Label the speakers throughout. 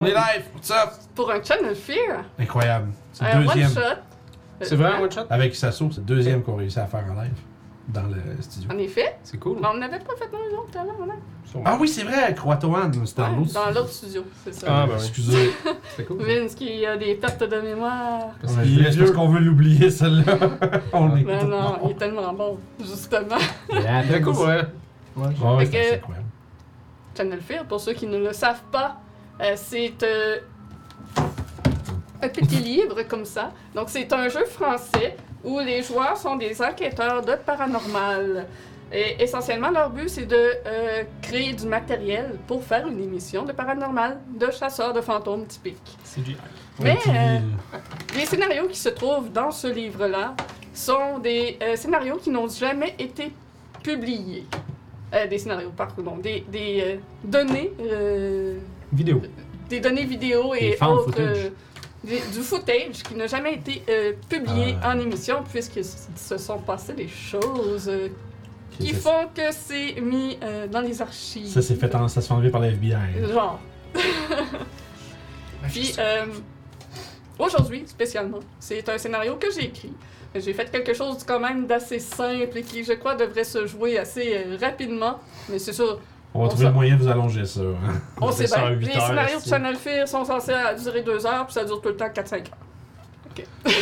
Speaker 1: On est live, what's up?
Speaker 2: Pour un channel fear,
Speaker 1: Incroyable. C'est
Speaker 2: un
Speaker 1: le
Speaker 2: one
Speaker 1: deuxième.
Speaker 2: shot. Euh,
Speaker 3: C'est vrai un one shot?
Speaker 1: Avec Sasso, c'est le deuxième qu'on réussit à faire en live dans le studio.
Speaker 2: En effet.
Speaker 3: C'est cool.
Speaker 2: Mais on n'avait pas fait un jour tout à l'heure, on a-
Speaker 1: Ah oui, c'est vrai, Croatoan, c'était dans
Speaker 2: Ouais,
Speaker 1: l'autre.
Speaker 2: Dans
Speaker 1: studio.
Speaker 2: l'autre studio, c'est ça.
Speaker 1: ben
Speaker 3: Ah, bah oui.
Speaker 1: Excusez.
Speaker 3: C'était cool.
Speaker 2: Vince qui a des pertes de mémoire.
Speaker 3: Parce
Speaker 1: On a
Speaker 3: qu'il
Speaker 1: joué,
Speaker 3: est
Speaker 1: c'est
Speaker 3: vieux.
Speaker 1: parce qu'on veut l'oublier, celle-là. On est.
Speaker 2: Non, Ben, non, il est tellement bon, justement.
Speaker 3: C'était cool, ouais.
Speaker 1: Ah ouais,
Speaker 2: Fait
Speaker 1: c'est
Speaker 2: que-
Speaker 1: incroyable.
Speaker 2: Channel Fear, pour ceux qui ne le savent pas, euh, c'est euh, un petit livre comme ça. Donc, c'est un jeu français où les joueurs sont des enquêteurs de paranormal. Et essentiellement, leur but, c'est de euh, créer du matériel pour faire une émission de paranormal, de chasseurs de fantômes typiques.
Speaker 3: CGI.
Speaker 2: Mais,
Speaker 1: Ouais, puis,
Speaker 2: euh, Les scénarios qui se trouvent dans ce livre-là sont des euh, scénarios qui n'ont jamais été publiés. Euh, des scénarios, pardon, des, des euh, données, euh,
Speaker 3: Vidéo.
Speaker 2: des données vidéo et
Speaker 3: Des found
Speaker 2: autres,
Speaker 3: footage.
Speaker 2: euh, des- du footage qui n'a jamais été euh, publié
Speaker 1: Ah.
Speaker 2: en émission puisque s- se sont passées des choses euh,
Speaker 1: ok,
Speaker 2: qui
Speaker 1: ça-
Speaker 2: font que c'est mis euh, dans les archives.
Speaker 1: Ça s'est fait en- ça se fait enlever par la FBI.
Speaker 2: Genre. Euh, Puis, euh, aujourd'hui, spécialement, c'est un scénario que j'ai écrit. J'ai fait quelque chose quand même d'assez simple et qui, je crois, devrait se jouer assez euh, rapidement. Mais c'est sûr,
Speaker 1: On va
Speaker 2: On
Speaker 1: trouver
Speaker 2: s'a-
Speaker 1: le moyen de vous allonger ça. hein.
Speaker 2: on sait
Speaker 3: fait ça
Speaker 2: bien.
Speaker 3: en huit
Speaker 2: Les
Speaker 3: heures,
Speaker 2: scénarios de
Speaker 3: c'est-
Speaker 2: Channel Fear sont censés à durer deux heures, puis ça dure tout le temps 4-5 heures.
Speaker 1: Je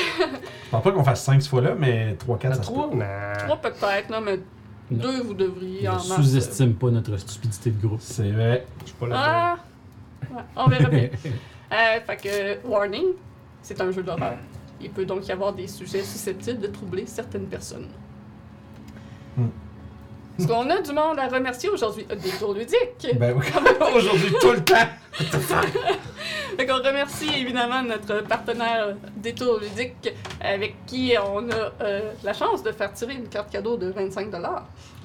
Speaker 1: pense pas qu'on fasse 5 fois là, mais 3-4, ça se peut.
Speaker 3: Trois? Non.
Speaker 2: Trois peut-être, là, mais
Speaker 4: Non.
Speaker 2: deux, vous devriez
Speaker 4: Ne
Speaker 2: en masse.
Speaker 4: sous-estime pas notre stupidité de groupe.
Speaker 1: C'est vrai.
Speaker 3: Je suis pas là.
Speaker 2: Ah! Ouais, on verra bien. Euh, fait que, warning, c'est un jeu d'horreur. Il peut donc y avoir des sujets susceptibles de troubler certaines personnes.
Speaker 1: Hmm.
Speaker 2: Parce qu'on a du monde à remercier aujourd'hui. Euh, Des tours ludiques!
Speaker 1: Ben oui. Aujourd'hui, tout le temps.
Speaker 2: Fait qu'on remercie évidemment notre partenaire Détour Ludique avec qui on a euh, la chance de faire tirer une carte cadeau de 25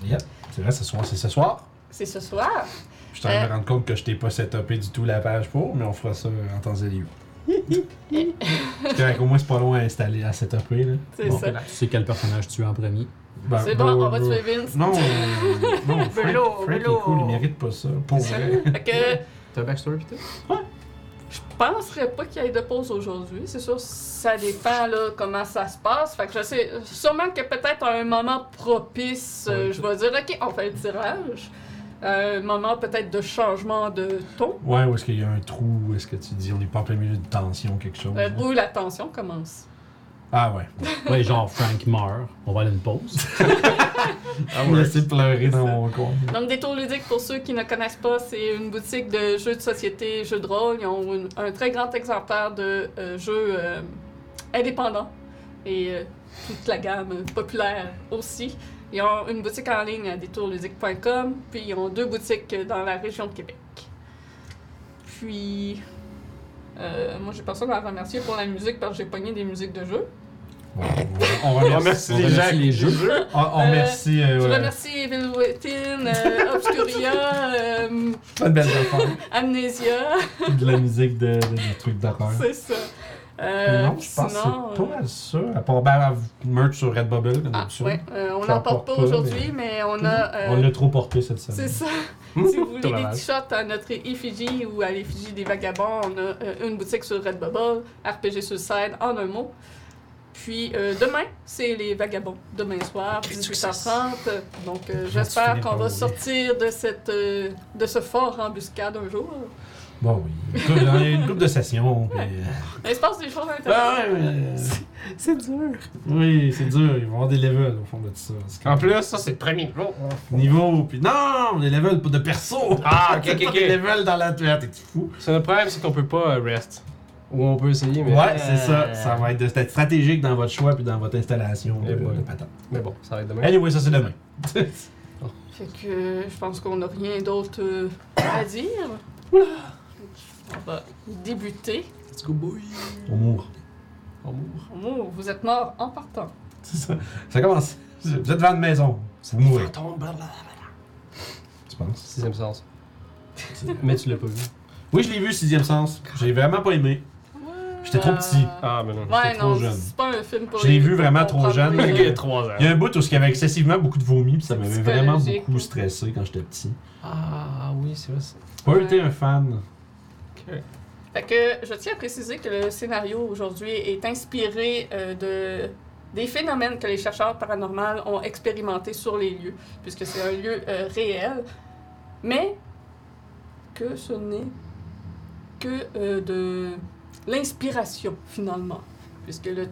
Speaker 1: Yep. C'est vrai, ce soir, c'est ce soir.
Speaker 2: C'est ce soir.
Speaker 1: Je suis en train de
Speaker 2: Euh.
Speaker 1: me rendre compte que je t'ai pas setupé du tout la page pour, mais on fera ça en temps et lieu. C'est correct, au moins c'est pas long à installer, à setuper. Là.
Speaker 2: C'est
Speaker 1: Bon.
Speaker 2: ça.
Speaker 4: Tu sais quel personnage tu es en premier.
Speaker 1: Ben,
Speaker 2: C'est bon, on va
Speaker 1: ben,
Speaker 2: tuer Vince.
Speaker 1: Non, euh, non, Frank,
Speaker 2: Velours,
Speaker 1: Frank est
Speaker 2: velours.
Speaker 1: cool, il mérite pas ça, pour vrai.
Speaker 2: Fait que,
Speaker 3: T'as backstory pis tout?
Speaker 2: Je penserais pas qu'il y ait de pause aujourd'hui. C'est sûr, ça dépend là, comment ça se passe. Fait que je sais sûrement que peut-être à un moment propice, euh,
Speaker 3: Ouais,
Speaker 2: je vais dire OK, on fait le tirage. Un moment peut-être de changement de ton,
Speaker 1: Ouais, ou est-ce qu'il y a un trou, où est-ce que tu dis, on est pas en plein milieu de tension, quelque chose.
Speaker 2: euh,
Speaker 1: là?
Speaker 2: où la tension commence.
Speaker 1: Ah ouais.
Speaker 4: Ouais, genre Frank meurt. On va aller à une pause.
Speaker 1: Ah ouais. Laissez pleurer dans mon coin.
Speaker 2: Donc, Détour Ludique, pour ceux qui ne connaissent pas, c'est une boutique de jeux de société, jeux de rôle. Ils ont une- un très grand exemplaire de euh, jeux euh, indépendants et euh, toute la gamme euh, populaire aussi. Ils ont une boutique en ligne à détourludique.com, puis ils ont deux boutiques euh, dans la région de Québec. Puis, euh, moi, j'ai personne à remercier pour la musique parce que j'ai pogné des musiques de jeux.
Speaker 1: Bon, on remercie,
Speaker 4: On remercie les jeux.
Speaker 1: On, on
Speaker 2: Euh,
Speaker 1: remercie, euh,
Speaker 2: Je
Speaker 1: ouais.
Speaker 2: remercie Velveteen, euh, Obscuria, euh,
Speaker 1: Pas de belles affaires.
Speaker 2: Amnesia.
Speaker 1: de la musique, de, de- des trucs d'horreur.
Speaker 2: C'est ça. Euh,
Speaker 1: non,
Speaker 2: puis
Speaker 1: je pense
Speaker 2: sinon,
Speaker 1: que c'est
Speaker 2: euh,
Speaker 1: pas mal ça. À part ben, à merch sur Redbubble, comme
Speaker 2: Ah,
Speaker 1: d'habitude.
Speaker 2: ouais, euh, on
Speaker 1: Ça
Speaker 2: n'en
Speaker 1: porte
Speaker 2: porte pas
Speaker 1: pas,
Speaker 2: aujourd'hui, mais... on a. euh,
Speaker 1: On l'a trop porté cette
Speaker 2: c'est
Speaker 1: semaine.
Speaker 2: ça. si vous voulez
Speaker 3: T'as la
Speaker 2: des
Speaker 3: vache.
Speaker 2: t-shirts à notre effigie ou à l'effigie des vagabonds, on a euh, une boutique sur Redbubble, RPG Suicide, en un mot. Puis euh, demain, c'est les vagabonds. Demain soir, 18h30. Donc euh,
Speaker 1: Puis tu
Speaker 2: j'espère
Speaker 1: finis
Speaker 2: qu'on
Speaker 1: par
Speaker 2: va
Speaker 1: mourir.
Speaker 2: sortir de, cette, euh, de ce fort embuscade un jour.
Speaker 1: Bon, oui. Une couple- Il y a une couple de sessions. puis-
Speaker 2: Mais il se passe des choses intéressantes.
Speaker 1: Ah, ouais, ouais.
Speaker 2: C'est dur.
Speaker 1: Oui, c'est dur. Il va y avoir des levels au fond de tout ça. C'est comme-
Speaker 3: En plus, ça c'est le premier niveau.
Speaker 1: Niveau, puis non, des levels pas de perso.
Speaker 3: Ah, ok,
Speaker 1: C'est
Speaker 3: ok,
Speaker 1: pas
Speaker 3: ok.
Speaker 1: Des levels dans la tuyère, t'es fou.
Speaker 3: C'est le problème, c'est qu'on peut pas euh, rest. Ou on peut essayer, mais. euh,
Speaker 1: Ouais, c'est ça. Ça va être de- être stratégique dans votre choix puis dans votre installation de,
Speaker 3: Eh boy.
Speaker 1: de patente.
Speaker 3: Mais bon, ça va être demain.
Speaker 1: Anyway, ça c'est demain.
Speaker 2: Fait que euh, je pense qu'on n'a rien d'autre euh, à dire. On va débuter.
Speaker 3: Let's go, boy.
Speaker 1: On mourra.
Speaker 3: On mourra.
Speaker 2: Oh, vous êtes mort en partant.
Speaker 1: C'est ça. Ça commence. Vous êtes devant une maison. Vous mourrez.
Speaker 3: Fantôme, blablabla.
Speaker 1: Tu penses?
Speaker 3: Sixième sens. mais tu l'as pas vu.
Speaker 1: Oui, je l'ai vu, sixième sens. J'ai vraiment pas aimé. J'étais trop petit.
Speaker 3: Ah, mais non.
Speaker 2: Euh, Ouais,
Speaker 1: j'étais trop
Speaker 2: non,
Speaker 1: jeune.
Speaker 2: c'est pas un film pour
Speaker 1: Je l'ai
Speaker 2: les-
Speaker 1: vu vraiment
Speaker 2: pour
Speaker 1: trop
Speaker 2: prendre
Speaker 1: jeune.
Speaker 2: les
Speaker 1: Ok.
Speaker 2: jeunes.
Speaker 3: trois ans.
Speaker 1: Il y a un bout où il y avait excessivement beaucoup de vomi, puis ça m'avait
Speaker 2: C'est
Speaker 1: vraiment
Speaker 2: psychologique.
Speaker 1: beaucoup stressé quand j'étais petit.
Speaker 3: Ah, oui, c'est vrai. c'est-
Speaker 1: J'ai Pas été un fan.
Speaker 3: Ok.
Speaker 2: Fait que je tiens à préciser que le scénario aujourd'hui est inspiré euh, de des phénomènes que les chercheurs paranormaux ont expérimentés sur les lieux, puisque c'est un lieu euh, réel, mais que ce n'est que euh, de l'inspiration finalement, puisque le,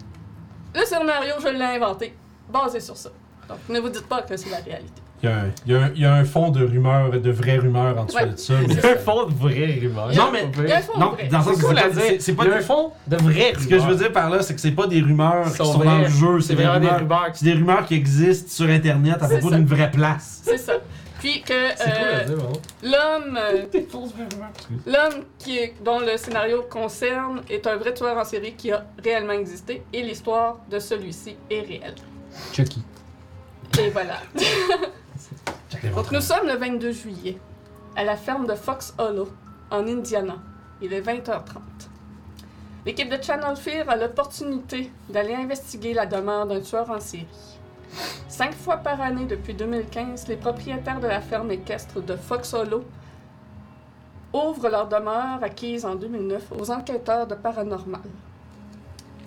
Speaker 2: le scénario, je l'ai inventé, basé sur ça. Donc ne vous dites pas que c'est la réalité.
Speaker 1: Il y, a un, il y a un- il y a un fond de rumeurs, de vraies rumeurs en dessous
Speaker 2: Ouais.
Speaker 1: de ça. mais-
Speaker 3: Il y a un fond de vraie rumeur.
Speaker 1: Non, mais-
Speaker 2: Il y a un fond
Speaker 1: Non,
Speaker 2: vrai.
Speaker 1: dans le sens
Speaker 3: C'est
Speaker 1: que c'est
Speaker 3: cool à
Speaker 1: pas-
Speaker 3: dire.
Speaker 1: c'est- c'est pas
Speaker 3: Il y a un fond de vraie rumeur.
Speaker 1: Ce que je veux dire par là, c'est que c'est pas des rumeurs qui
Speaker 3: Sont
Speaker 1: sont dans
Speaker 3: vraies.
Speaker 1: le jeu,
Speaker 3: c'est
Speaker 1: c'est des
Speaker 3: vraiment des
Speaker 1: rumeurs.
Speaker 3: rumeurs qui
Speaker 1: C'est des rumeurs qui existent sur Internet à
Speaker 2: C'est
Speaker 1: propos
Speaker 2: ça.
Speaker 1: d'une vraie place.
Speaker 2: C'est ça. Puis que
Speaker 3: C'est cool à
Speaker 2: euh,
Speaker 3: dire, vraiment.
Speaker 2: l'homme euh,
Speaker 3: Des fausses rumeurs.
Speaker 2: L'homme qui est- dont le scénario concerne est un vrai tueur en série qui a réellement existé et l'histoire de celui-ci est réelle.
Speaker 4: Chucky.
Speaker 2: Et voilà.
Speaker 1: Check les
Speaker 2: Donc nous sommes le 22 juillet à la ferme de Fox Hollow en Indiana. Il est 20h30. L'équipe de Channel Fear a l'opportunité d'aller investiguer la demeure d'un tueur en série. Cinq fois par année depuis 2015, les propriétaires de la ferme équestre de Fox Hollow ouvrent leur demeure acquise en 2009 aux enquêteurs de paranormal.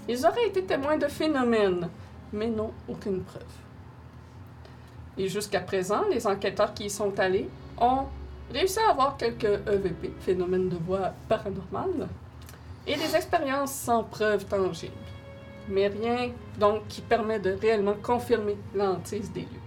Speaker 2: Ils auraient été témoins de phénomènes, mais n'ont aucune preuve. Et jusqu'à présent, les enquêteurs qui y sont allés ont réussi à avoir quelques EVP, phénomènes de voix paranormales, et des expériences sans preuve tangible. Mais rien, donc, qui permet de réellement confirmer la hantise des lieux.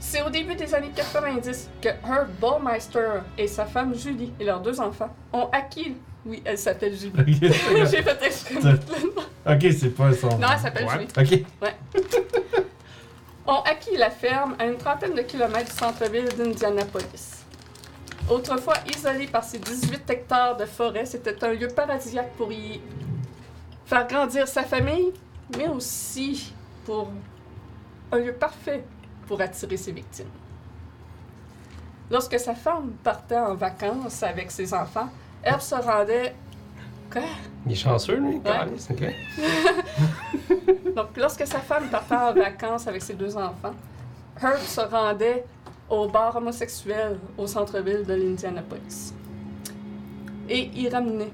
Speaker 2: C'est au début des années 90 que Herb Baumeister et sa femme Julie et leurs deux enfants ont acquis... Oui, elle s'appelle Julie.
Speaker 1: Ok,
Speaker 2: J'ai fait exprès.
Speaker 1: Ok, c'est pas son.
Speaker 2: Non, elle s'appelle
Speaker 3: Ouais.
Speaker 2: Julie.
Speaker 1: Ok.
Speaker 2: ont acquis la ferme à une trentaine de kilomètres du centre-ville d'Indianapolis. Autrefois isolé par ses 18 hectares de forêt, c'était un lieu paradisiaque pour y faire grandir sa famille, mais aussi pour un lieu parfait pour attirer ses victimes. Lorsque sa femme partait en vacances avec ses enfants, Herb se rendait
Speaker 3: Il est chanceux, lui.
Speaker 2: Ouais.
Speaker 3: c'est ok.
Speaker 2: Donc, lorsque sa femme partait en vacances avec ses deux enfants, Herb se rendait au bar homosexuel au centre-ville de l'Indianapolis. Et il ramenait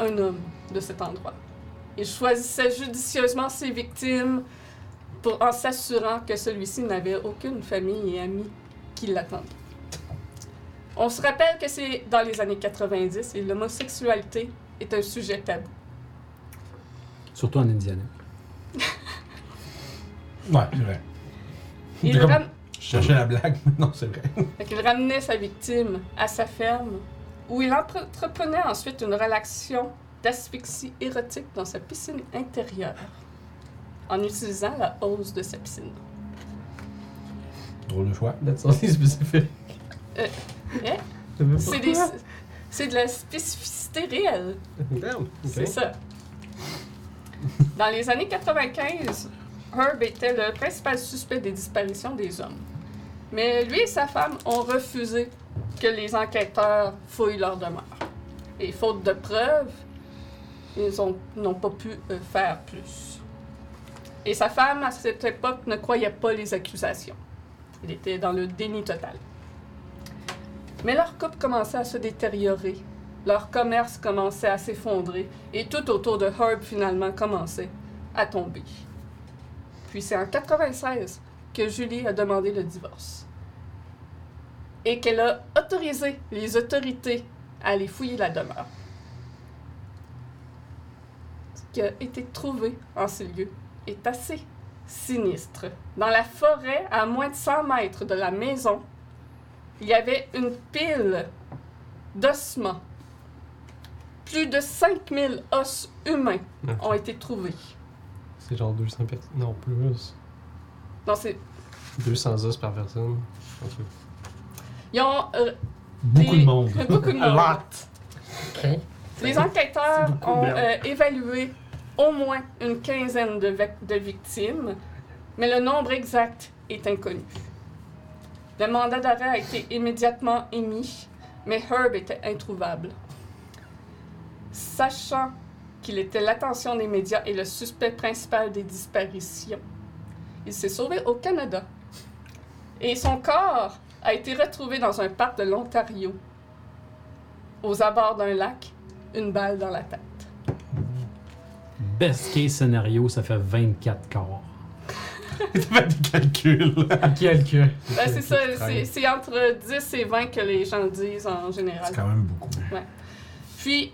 Speaker 2: un homme de cet endroit. Il choisissait judicieusement ses victimes pour, en s'assurant que celui-ci n'avait aucune famille et amis qui l'attendaient. On se rappelle que c'est dans les années 90 et l'homosexualité est un sujet tabou.
Speaker 4: Surtout en Indiana.
Speaker 1: Ouais, c'est vrai.
Speaker 2: Il
Speaker 1: C'est comme-
Speaker 2: ram-
Speaker 1: Je cherchais la blague, mais non, c'est vrai.
Speaker 2: Fait qu'il ramenait sa victime à sa ferme, où il entre- entreprenait ensuite une relation d'asphyxie érotique dans sa piscine intérieure, en utilisant la hausse de sa piscine.
Speaker 1: Drôle de choix.
Speaker 3: That's all he's specific.
Speaker 2: Euh, hein?
Speaker 3: Je veux pas.
Speaker 2: C'est des- c'est de la spécificité réelle.
Speaker 3: Damn. ok.
Speaker 2: C'est ça. Dans les années 95, Herb était le principal suspect des disparitions des hommes. Mais lui et sa femme ont refusé que les enquêteurs fouillent leur demeure. Et faute de preuves, ils ont- n'ont pas pu euh, faire plus. Et sa femme, à cette époque, ne croyait pas les accusations. Il était dans le déni total. Mais leur couple commençait à se détériorer leur commerce commençait à s'effondrer et tout autour de Herb finalement commençait à tomber. Puis c'est en 96 que Julie a demandé le divorce et qu'elle a autorisé les autorités à aller fouiller la demeure. Ce qui a été trouvé en ces lieux est assez sinistre. Dans la forêt, à moins de 100 mètres de la maison, il y avait une pile d'ossements plus de 5000 os humains ont été trouvés.
Speaker 3: C'est genre 200 personnes. Non, plus.
Speaker 2: Non, c'est-
Speaker 3: 200 os par personne. En tout
Speaker 2: Ils ont euh,
Speaker 4: Beaucoup
Speaker 2: des-
Speaker 4: de monde.
Speaker 2: Beaucoup de
Speaker 3: A
Speaker 2: monde.
Speaker 3: cas. Ok.
Speaker 2: Les enquêteurs
Speaker 3: C'est beaucoup,
Speaker 2: ont
Speaker 3: merde.
Speaker 2: euh, évalué au moins une quinzaine de, vec- de victimes, mais le nombre exact est inconnu. Le mandat d'arrêt a été immédiatement émis, mais Herb était introuvable. Sachant qu'il était l'attention des médias et le suspect principal des disparitions, il s'est sauvé au Canada. Et son corps a été retrouvé dans un parc de l'Ontario aux abords d'un lac, une balle dans la tête.
Speaker 4: Best case scénario, ça fait 24 corps.
Speaker 1: T'as fait des calculs.
Speaker 3: Quelques.
Speaker 2: Ben, c'est ça,
Speaker 1: Qui
Speaker 2: c'est
Speaker 1: travaille.
Speaker 2: c'est entre 10 et 20 que les gens le disent en général.
Speaker 1: C'est quand même beaucoup.
Speaker 2: Puis,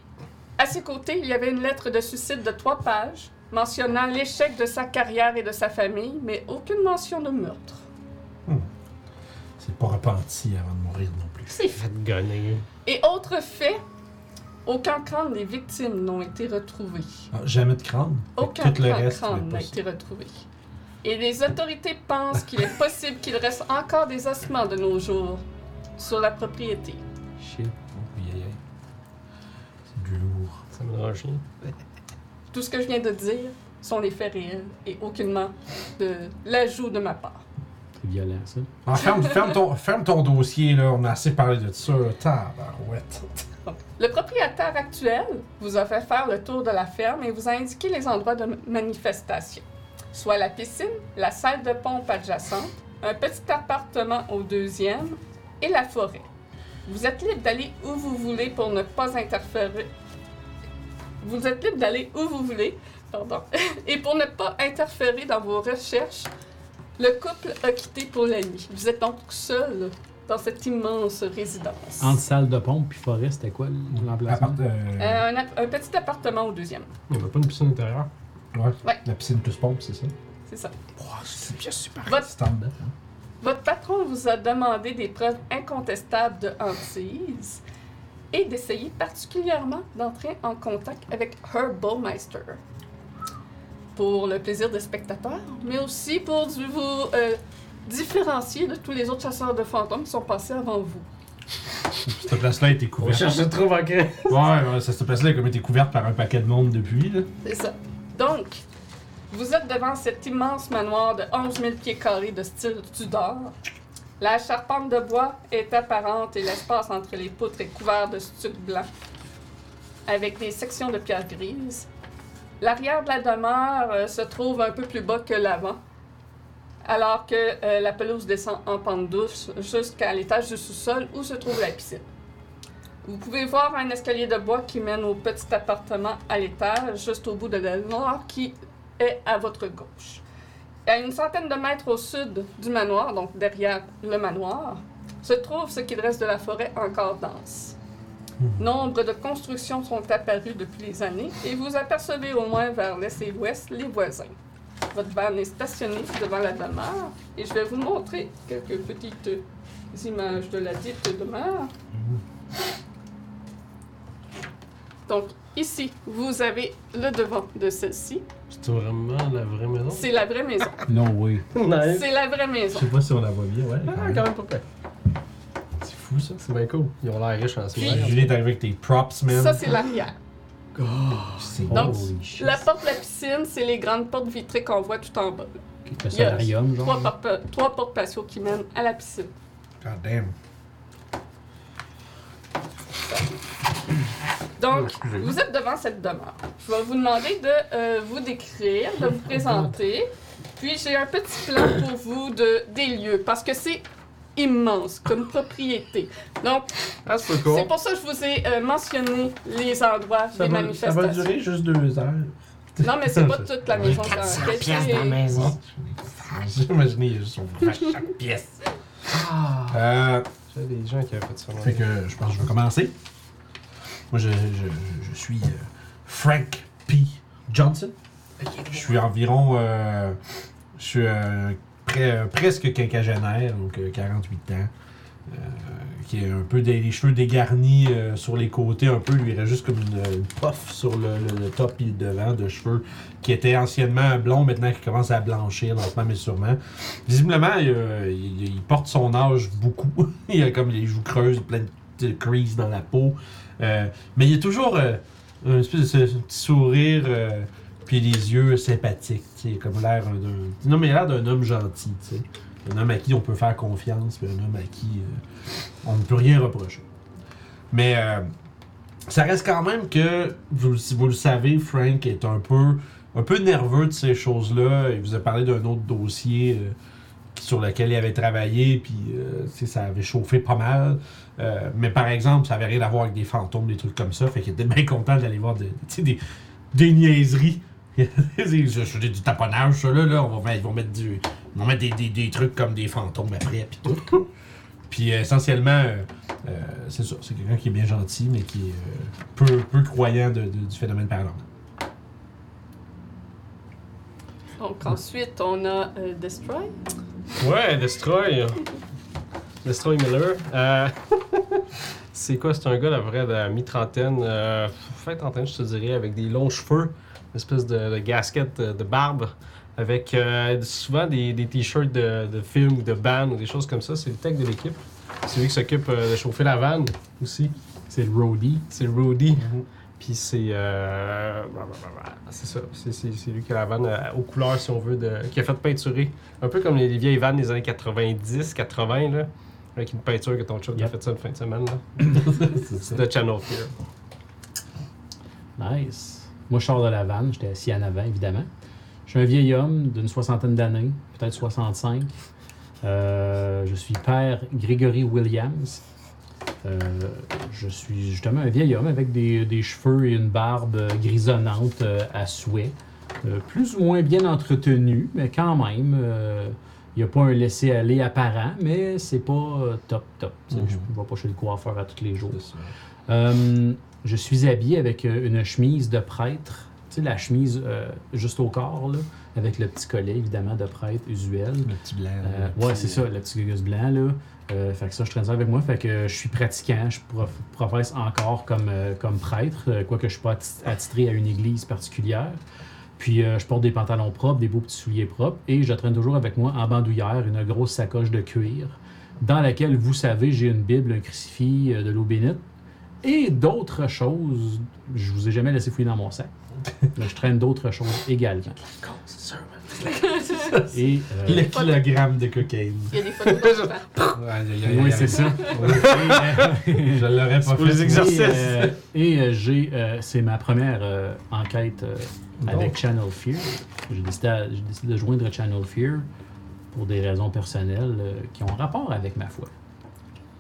Speaker 2: à ses côtés, il y avait une lettre de suicide de trois pages mentionnant l'échec de sa carrière et de sa famille, mais aucune mention de meurtre.
Speaker 1: C'est pas repenti avant de mourir non plus.
Speaker 2: C'est fait.
Speaker 3: Faites gonner.
Speaker 2: Et autre fait, aucun crâne des victimes n'ont été retrouvé.
Speaker 1: Ah, jamais de crâne. Fait que
Speaker 2: Aucun
Speaker 1: Tout le
Speaker 2: crâne
Speaker 1: reste,
Speaker 2: crâne
Speaker 1: mais
Speaker 2: n'a
Speaker 1: pas
Speaker 2: été retrouvé. Et les autorités pensent qu'il est possible qu'il reste encore des ossements de nos jours sur la propriété.
Speaker 4: Shit.
Speaker 1: ça. Aïe, aïe, aïe. Oh, C'est du lourd.
Speaker 3: Ça me donne un chien.
Speaker 2: Tout ce que je viens de dire sont les faits réels et aucunement de l'ajout de ma part.
Speaker 4: C'est violent, ça.
Speaker 1: Ah, ferme, ferme ton, ferme ton dossier, là. On a assez parlé de ça. Tabarouette.
Speaker 2: Donc, le propriétaire actuel vous a fait faire le tour de la ferme et vous a indiqué les endroits de manifestation, soit la piscine, la salle de pompe adjacente, un petit appartement au deuxième et la forêt. Vous êtes libre d'aller où vous voulez pour ne pas interférer. Vous êtes libre d'aller où vous voulez, pardon, et pour ne pas interférer dans vos recherches, le couple a quitté pour la nuit. Vous êtes donc seul dans cette immense résidence.
Speaker 4: Entre salle de pompe puis forêt, c'était quoi l'emplacement?
Speaker 1: Appart- euh,
Speaker 2: Euh, un, app- un petit appartement au deuxième,
Speaker 3: Il n'y a pas une piscine intérieure.
Speaker 1: ouais.
Speaker 2: Euh, ouais.
Speaker 1: La piscine plus pompe, c'est ça?
Speaker 2: c'est ça.
Speaker 1: c'est bien super.
Speaker 2: Votre-
Speaker 1: C'est en dedans, hein.
Speaker 2: Votre patron vous a demandé des preuves incontestables de hantise et d'essayer particulièrement d'entrer en contact avec Herb Baumeister. Pour le plaisir des spectateurs, mais aussi pour du- vous euh, différencier de tous les autres chasseurs de fantômes qui sont passés avant vous.
Speaker 1: Cette place-là a été
Speaker 3: On
Speaker 1: couverte.
Speaker 3: cherche de trop manquer.
Speaker 1: Ouais, ouais, cette place-là a comme été couverte par un paquet de monde depuis, là.
Speaker 2: C'est ça. Donc, vous êtes devant cet immense manoir de 11 000 pieds carrés de style Tudor. La charpente de bois est apparente et l'espace entre les poutres est couvert de stuc blanc, avec des sections de pierre grise. L'arrière de la demeure euh, se trouve un peu plus bas que l'avant, alors que euh, la pelouse descend en pente douce jusqu'à l'étage du sous-sol où se trouve la piscine. Vous pouvez voir un escalier de bois qui mène au petit appartement à l'étage, juste au bout de la noire, qui est à votre gauche. À une centaine de mètres au sud du manoir, donc derrière le manoir, se trouve ce qu'il reste de la forêt encore dense. Nombre de constructions sont apparues depuis les années et vous apercevez au moins vers l'est et l'ouest les voisins. Votre van est stationné devant la demeure et je vais vous montrer quelques petites images de la dite demeure. Donc, ici, vous avez le devant de celle-ci.
Speaker 3: C'est vraiment la vraie maison.
Speaker 2: C'est la vraie maison.
Speaker 4: No way.
Speaker 3: Nice.
Speaker 2: C'est la vraie
Speaker 1: Je
Speaker 2: maison.
Speaker 1: sais pas si on la voit bien, ouais.
Speaker 3: Ah,
Speaker 1: quand même.
Speaker 3: quand même pas pire.
Speaker 1: C'est fou, ça.
Speaker 3: C'est bien cool. Ils ont l'air riches en
Speaker 1: Puis,
Speaker 3: souvenirs.
Speaker 1: Julie est arrivée avec tes props, man.
Speaker 2: Ça, c'est l'arrière.
Speaker 1: c'est
Speaker 2: Donc,
Speaker 4: Holy shit.
Speaker 2: La porte de la piscine, c'est les grandes portes vitrées qu'on voit tout en bas.
Speaker 4: Le solarium, genre.
Speaker 2: Trois, portes- euh, trois portes patio qui mènent à la piscine.
Speaker 1: God damn.
Speaker 2: Donc,
Speaker 1: excusez.
Speaker 2: vous êtes devant cette demeure. Je vais vous demander de euh, vous décrire, de vous présenter. Puis, j'ai un petit plan pour vous de, des lieux, parce que c'est immense comme propriété. Donc,
Speaker 3: Ah, c'est
Speaker 2: c'est pour ça que je vous ai euh, mentionné les endroits des manifestations.
Speaker 1: juste deux heures.
Speaker 2: Non, mais c'est pas toute la maison. quand même.
Speaker 1: maison. J'imaginais, il y a juste son à chaque pièce. Euh,
Speaker 3: J'ai des gens qui avaient fait ça.
Speaker 1: fait que je pense que je vais commencer. Moi, je, je- je suis euh, Frank P. Johnson. Je suis environ. euh, je suis euh, près- euh, presque quinquagénaire, donc euh, 48 ans. euh, qui est un peu des, les cheveux dégarnis euh, sur les côtés, un peu. Lui, il reste juste comme une, une puff sur le, le- le top et le devant de cheveux qui était anciennement blond, maintenant qui commence à blanchir lentement mais sûrement. Visiblement, il, euh, il- il porte son âge beaucoup. il a comme les joues creuses, plein de petites crises dans la peau. Euh, mais il a toujours euh, un espèce de ce- ce petit sourire, euh, puis les yeux sympathiques, tu sais, comme l'air d'un. Non, mais il a l'air d'un homme gentil, tu sais. Un homme à qui on peut faire confiance, puis un homme à qui euh, on ne peut rien reprocher. Mais euh, ça reste quand même que, vous, si vous le savez, Frank est un peu, un peu nerveux de ces choses-là. Il vous a parlé d'un autre dossier euh, sur lequel il avait travaillé, puis euh, tu sais, ça avait chauffé pas mal. Euh, mais par exemple, ça avait rien à voir avec des fantômes, des trucs comme ça, fait qu'il était bien content d'aller voir de- tu sais, des, des niaiseries. je faisais du taponnage, ça là, là. On va, mettre- ils vont mettre, du, ils vont mettre des, des- des trucs comme des fantômes après, puis tout. Puis euh, essentiellement, euh, euh, c'est ça, c'est quelqu'un qui est bien gentil, mais qui est euh, peu, peu croyant de- de- du phénomène paranormal.
Speaker 2: Donc ensuite, on a euh, Destroy.
Speaker 3: Ouais, Destroy. Destroy Miller. Euh, c'est quoi? C'est un gars, la vraie, de la mi-trentaine, euh, fin trentaine, je te dirais, avec des longs cheveux, une espèce de, de gasket euh, de, de barbe, avec euh, souvent des, des t-shirts de, de films ou de bandes ou des choses comme ça. C'est le tech de l'équipe. C'est lui qui s'occupe euh, de chauffer la vanne aussi.
Speaker 4: C'est le roadie.
Speaker 3: C'est Rudy. Puis c'est. euh, bah, bah, bah, bah, c'est ça. C'est, c'est- c'est lui qui a la vanne euh, aux couleurs, si on veut, de, qui a fait peinturer. Un peu comme les, les vieilles vannes des années 90, 80, là. Avec une peinture que ton chum qui a
Speaker 4: Yep.
Speaker 3: fait ça une fin de semaine, là.
Speaker 1: C'est ça.
Speaker 3: C'est de Channel Fear.
Speaker 4: Nice. Moi, je sors de la vanne. J'étais assis en avant, évidemment. Je suis un vieil homme d'une soixantaine d'années, peut-être 65. Euh, je suis père Grégory Williams. Euh, je suis justement un vieil homme avec des, des cheveux et une barbe euh, grisonnante euh, à souhait. Euh, plus ou moins bien entretenu, mais quand même, euh, il n'y a pas un laisser-aller apparent, mais c'est pas euh, top, top. Tu sais,
Speaker 1: Mhm.
Speaker 4: Je ne vais pas chez le coiffeur à tous les jours.
Speaker 1: C'est ça.
Speaker 4: Euh, je suis habillé avec euh, une chemise de prêtre. Tu sais, la chemise euh, juste au corps, là, avec le petit collet, évidemment, de prêtre usuel.
Speaker 1: Le petit blanc.
Speaker 4: Euh,
Speaker 1: le
Speaker 4: ouais,
Speaker 1: petit-
Speaker 4: c'est ça, le petit gugus blanc, là. Euh, fait que ça, je traîne ça avec moi. Fait que euh, je suis pratiquant, je prof- professe encore comme, euh, comme prêtre, euh, quoique je ne suis pas atti- attitré à une église particulière. Puis euh, je porte des pantalons propres, des beaux petits souliers propres, et je traîne toujours avec moi en bandoulière une grosse sacoche de cuir, dans laquelle, vous savez, j'ai une Bible, un crucifix, euh, de l'eau bénite, et d'autres choses. Je vous ai jamais laissé fouiller dans mon sac. Mais je traîne d'autres choses également. Et, euh,
Speaker 1: Le kilogramme de cocaïne.
Speaker 2: Il y a des photos d'enfants.
Speaker 4: oui, c'est ça.
Speaker 1: Je l'aurais pas
Speaker 3: pour
Speaker 1: fait.
Speaker 3: les exercices.
Speaker 4: Et, euh, et, euh, j'ai, euh, c'est ma première euh, enquête euh, avec Channel Fear. J'ai décidé, à- j'ai décidé de joindre Channel Fear pour des raisons personnelles euh, qui ont rapport avec ma foi.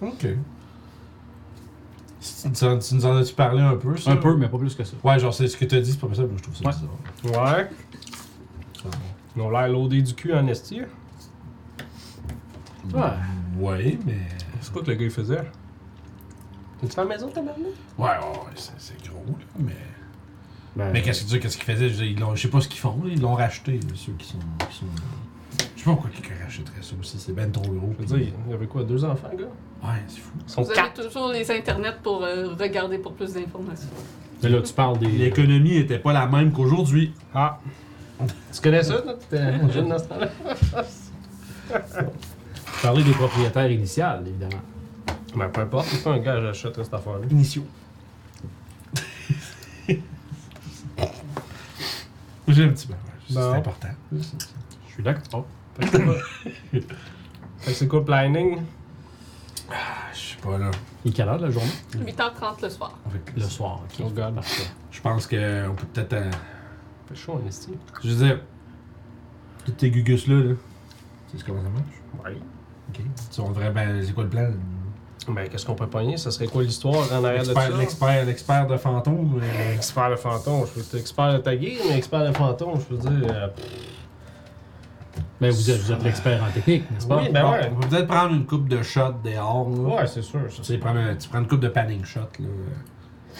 Speaker 1: Ok. Tu, tu- tu nous en as-tu parlé un peu, ça?
Speaker 4: Un peu, mais pas plus que ça.
Speaker 1: Ouais, genre, c'est ce que t'as dit, c'est pas possible, mais je trouve ça
Speaker 4: Ouais.
Speaker 1: bizarre.
Speaker 3: Ouais. Ils ont l'air loadés du cul hein, en esti.
Speaker 4: Ouais.
Speaker 1: Ouais, mais...
Speaker 3: Ah, C'est quoi que le gars il faisait? T'es-tu à la maison, tabarnak?
Speaker 1: Ouais, ouais, ouais, c'est c'est gros, là, mais...
Speaker 4: Ben,
Speaker 1: Mais qu'est-ce que tu dis, qu'est-ce qu'ils faisaient? Je, veux dire, ils l'ont- je sais pas ce qu'ils font, là, ils l'ont racheté, là, ceux qui sont... qui sont- Je sais pas pourquoi quelqu'un rachèterait ça aussi, c'est ben trop gros.
Speaker 3: Je
Speaker 1: puis-
Speaker 3: veux dire, il y avait quoi, deux enfants, gars?
Speaker 1: Ouais, c'est fou.
Speaker 3: Ils sont
Speaker 2: Vous avez
Speaker 3: quatre.
Speaker 2: toujours les internets pour euh, regarder pour plus d'informations.
Speaker 4: mais là, tu parles des.
Speaker 1: L'économie était pas la même qu'aujourd'hui.
Speaker 3: Ah! Tu connais ça, toi? T'étais jeune dans ce temps-là?
Speaker 4: tu parlais des propriétaires initiales, évidemment.
Speaker 3: Ben, peu importe, c'est pas un gars, j'achèterais cette affaire-là.
Speaker 1: Initiaux. J'ai un petit peu. ouais,
Speaker 3: Bon.
Speaker 1: C'est important.
Speaker 4: Je suis d'accord. Oh.
Speaker 3: Fait que c'est quoi- Fait que c'est quoi le planning?
Speaker 1: Ah, je suis pas là.
Speaker 4: Il est quelle heure de la journée
Speaker 2: 8h30 le soir.
Speaker 1: Fait que
Speaker 4: Le soir, ok.
Speaker 3: Oh God.
Speaker 4: Parfait.
Speaker 1: Je pense qu'on peut peut-être. euh,
Speaker 3: Fait chaud en esti.
Speaker 1: je veux dire, tous tes gugus là, là. Tu sais comment ça marche?
Speaker 3: Ouais.
Speaker 1: Ok. Tu on devrait, ben, c'est quoi le plan?
Speaker 3: Ben, qu'est-ce qu'on peut pogner? Ça serait quoi l'histoire en arrière de
Speaker 1: L'expert,
Speaker 3: ça?
Speaker 1: l'expert, l'expert de fantômes. euh,
Speaker 3: Expert de fantôme, je peux être expert de ta guerre, mais expert de fantôme, je peux dire. euh, pff,
Speaker 4: Ben, vous êtes, vous êtes l'expert en technique, n'est-ce pas
Speaker 3: Oui, ben
Speaker 1: bon,
Speaker 3: ouais.
Speaker 1: On peut peut-être prendre une coupe de shot dehors, là.
Speaker 3: Ouais, c'est sûr. Ça,
Speaker 1: Tu, sais,
Speaker 3: c'est
Speaker 1: prends un- tu prends une coupe de panning shot, là.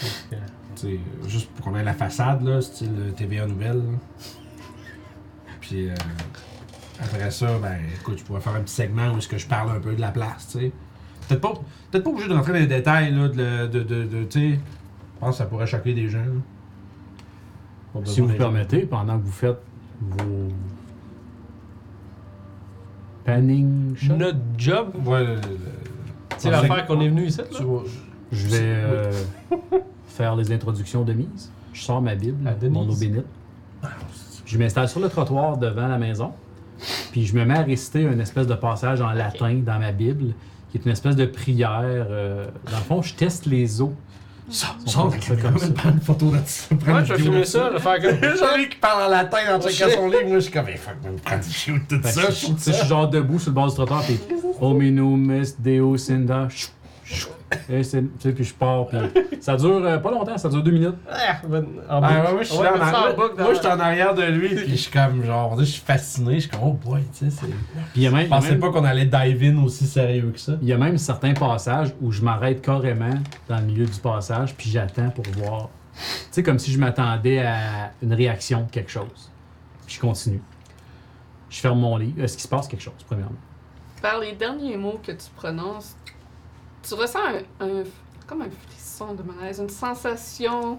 Speaker 3: Ok.
Speaker 1: Tu sais, juste pour qu'on ait la façade, là, style euh, TVA Nouvelle. là. Puis euh, après ça, ben, écoute, je pourrais faire un petit segment où est-ce que je parle un peu de la place, tu sais. Peut-être pas, peut-être pas obligé de rentrer dans les détails, là, de, la- de, de, de- tu sais. Je pense que ça pourrait choquer des gens, là. Pas
Speaker 4: Si
Speaker 1: besoin
Speaker 4: vous
Speaker 1: d'être-
Speaker 4: permettez, pendant que vous faites vos. Panning shots,
Speaker 3: Notre job,
Speaker 1: Ouais, le- le-
Speaker 3: c'est l'affaire qu'on est venu ici,
Speaker 1: le-
Speaker 3: là.
Speaker 1: tu vois,
Speaker 4: Je vais euh, faire les introductions de mise. Je sors ma Bible,
Speaker 3: À Denise.
Speaker 4: mon eau bénite. Je m'installe sur le trottoir devant la maison. Puis je me mets à réciter une espèce de passage en latin dans ma Bible, qui est une espèce de prière. euh, dans le fond, je teste les eaux
Speaker 1: Ça,
Speaker 4: Ils sont
Speaker 1: ça,
Speaker 4: comme
Speaker 1: ça,
Speaker 4: ça,
Speaker 1: comme
Speaker 4: comme ça.
Speaker 1: Prendre une photo là-dessus. prendre
Speaker 3: Ouais,
Speaker 1: une
Speaker 3: je
Speaker 1: vidéo
Speaker 3: vais filmer
Speaker 1: là-dessus.
Speaker 3: ça, le faire comme.
Speaker 1: Celui qui parle à la tête en checkant
Speaker 3: shit.
Speaker 1: son livre, moi je suis comme, Eh, fuck, je vais me prendre des shoot tout
Speaker 4: Fait que
Speaker 1: ça.
Speaker 4: Ben, je, je- tu sais, je suis genre debout sur le bord du trottoir, puis Hominum est Deo Sinda. chou, chou, et c'est- tu sais, Puis je pars, puis ça dure euh, pas longtemps, ça dure deux minutes.
Speaker 3: Ah, ben,
Speaker 1: Ah,
Speaker 3: en boucle.
Speaker 1: ouais, moi, je suis
Speaker 3: On va
Speaker 1: là en
Speaker 3: mettre ça en
Speaker 1: arrière-
Speaker 3: boucle dans
Speaker 1: moi, je suis
Speaker 3: la-
Speaker 1: en arrière de lui, puis je suis comme, genre, je suis fasciné, je suis comme, oh boy, tu sais, c'est.
Speaker 4: Puis il y a même,
Speaker 1: Je
Speaker 4: il y a
Speaker 1: pensais
Speaker 4: même-
Speaker 1: pas qu'on allait dive in aussi sérieux que ça.
Speaker 4: il y a même certains passages où je m'arrête carrément dans le milieu du passage, puis j'attends pour voir. Tu sais, comme si je m'attendais à une réaction de quelque chose. Puis je continue. Je ferme mon livre. Est-ce qu'il se passe quelque chose, premièrement?
Speaker 2: Par les derniers mots que tu prononces, tu ressens un, un- comme un frisson de malaise, une sensation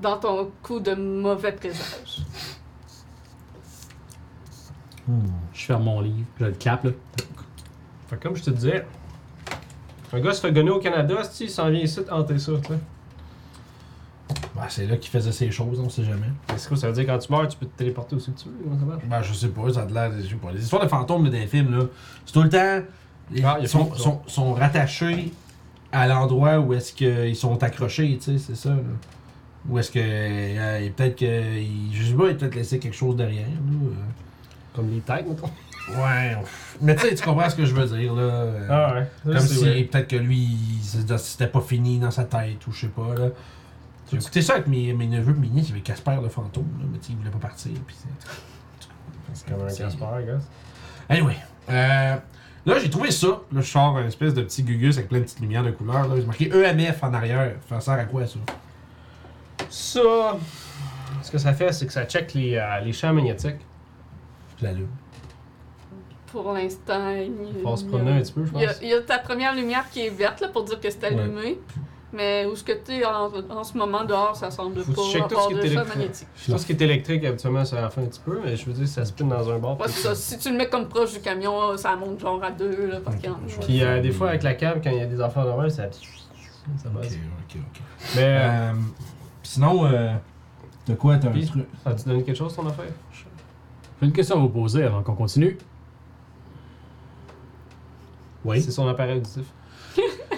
Speaker 2: dans ton cou de mauvais présage.
Speaker 4: Je ferme mon livre, je le clap, là.
Speaker 3: Fait que comme je te disais, un gars se fait gonner au Canada, si il s'en vient ici te hanter ça, tu sais.
Speaker 1: Bah, c'est là qu'il faisait ses choses, on sait jamais.
Speaker 3: Mais C'est quoi, ça veut dire quand tu meurs, tu peux te téléporter aussi que tu veux, comment ça marche?
Speaker 1: Bah, je sais pas, ça a de l'air. je sais pas. Les histoires de fantômes là, dans les films, là, c'est tout le temps. Ils
Speaker 3: Ah, il y a
Speaker 1: sont,
Speaker 3: pas-
Speaker 1: sont, sont rattachés à l'endroit où est-ce qu'ils sont accrochés, tu sais, c'est ça. là. Ou est-ce que. euh, et peut-être que. il- Je sais pas, il a peut-être laissé quelque chose derrière, là.
Speaker 3: Comme les têtes, mettons.
Speaker 1: Ouais. Mais tu sais, tu comprends ce que je veux dire, là. euh,
Speaker 3: Ah, ouais.
Speaker 1: Comme si peut-être que lui, il- c'est- c'était pas fini dans sa tête ou je sais pas. là. J'ai écouté ça avec mes, mes neveux et mes nièces, il y avait Casper le fantôme, là, mais tu sais, il voulait pas partir. Puis c'est
Speaker 3: C'est comme un Casper, gosse.
Speaker 1: Anyway, euh, là j'ai trouvé ça. Là je sors un espèce de petit gugus avec plein de petites lumières de couleurs. Là. J'ai marqué EMF en arrière. Ça sert à quoi ça?
Speaker 3: Ça, ce que ça fait, c'est que ça check les, euh, les champs magnétiques.
Speaker 1: Je l'allume.
Speaker 2: Pour l'instant, il
Speaker 3: Il faut se
Speaker 2: il y a-
Speaker 3: promener un petit peu, je
Speaker 2: il y, a,
Speaker 3: pense.
Speaker 2: il y a ta première lumière qui est verte là, pour dire que c'est allumé. Mais où ce que tu es en, en ce moment dehors, ça semble
Speaker 3: Faut que
Speaker 2: pas
Speaker 3: tu checkes tout ce
Speaker 2: avoir
Speaker 3: qui est
Speaker 2: de ça
Speaker 3: électrique.
Speaker 2: magnétique.
Speaker 3: Tout ce qui est électrique, habituellement, ça en fait un petit peu, mais je veux dire, ça spin dans un bord.
Speaker 2: Ouais, c'est ça. Si tu le mets comme proche du camion, ça monte genre à deux. Là, parce
Speaker 1: Ok,
Speaker 2: qu'il y en-
Speaker 1: je vois.
Speaker 3: Puis euh, des fois, avec la cam, quand il y a des enfants normaux, ça. Ça
Speaker 1: Ok,
Speaker 3: buzz.
Speaker 1: ok, ok.
Speaker 3: Mais. euh,
Speaker 1: Euh, pis sinon, euh, de quoi t'as un
Speaker 3: Puis-
Speaker 1: truc?
Speaker 3: As-tu donné quelque chose, ton affaire?
Speaker 4: J'ai une question à vous poser avant qu'on continue.
Speaker 1: Oui.
Speaker 3: C'est son appareil auditif.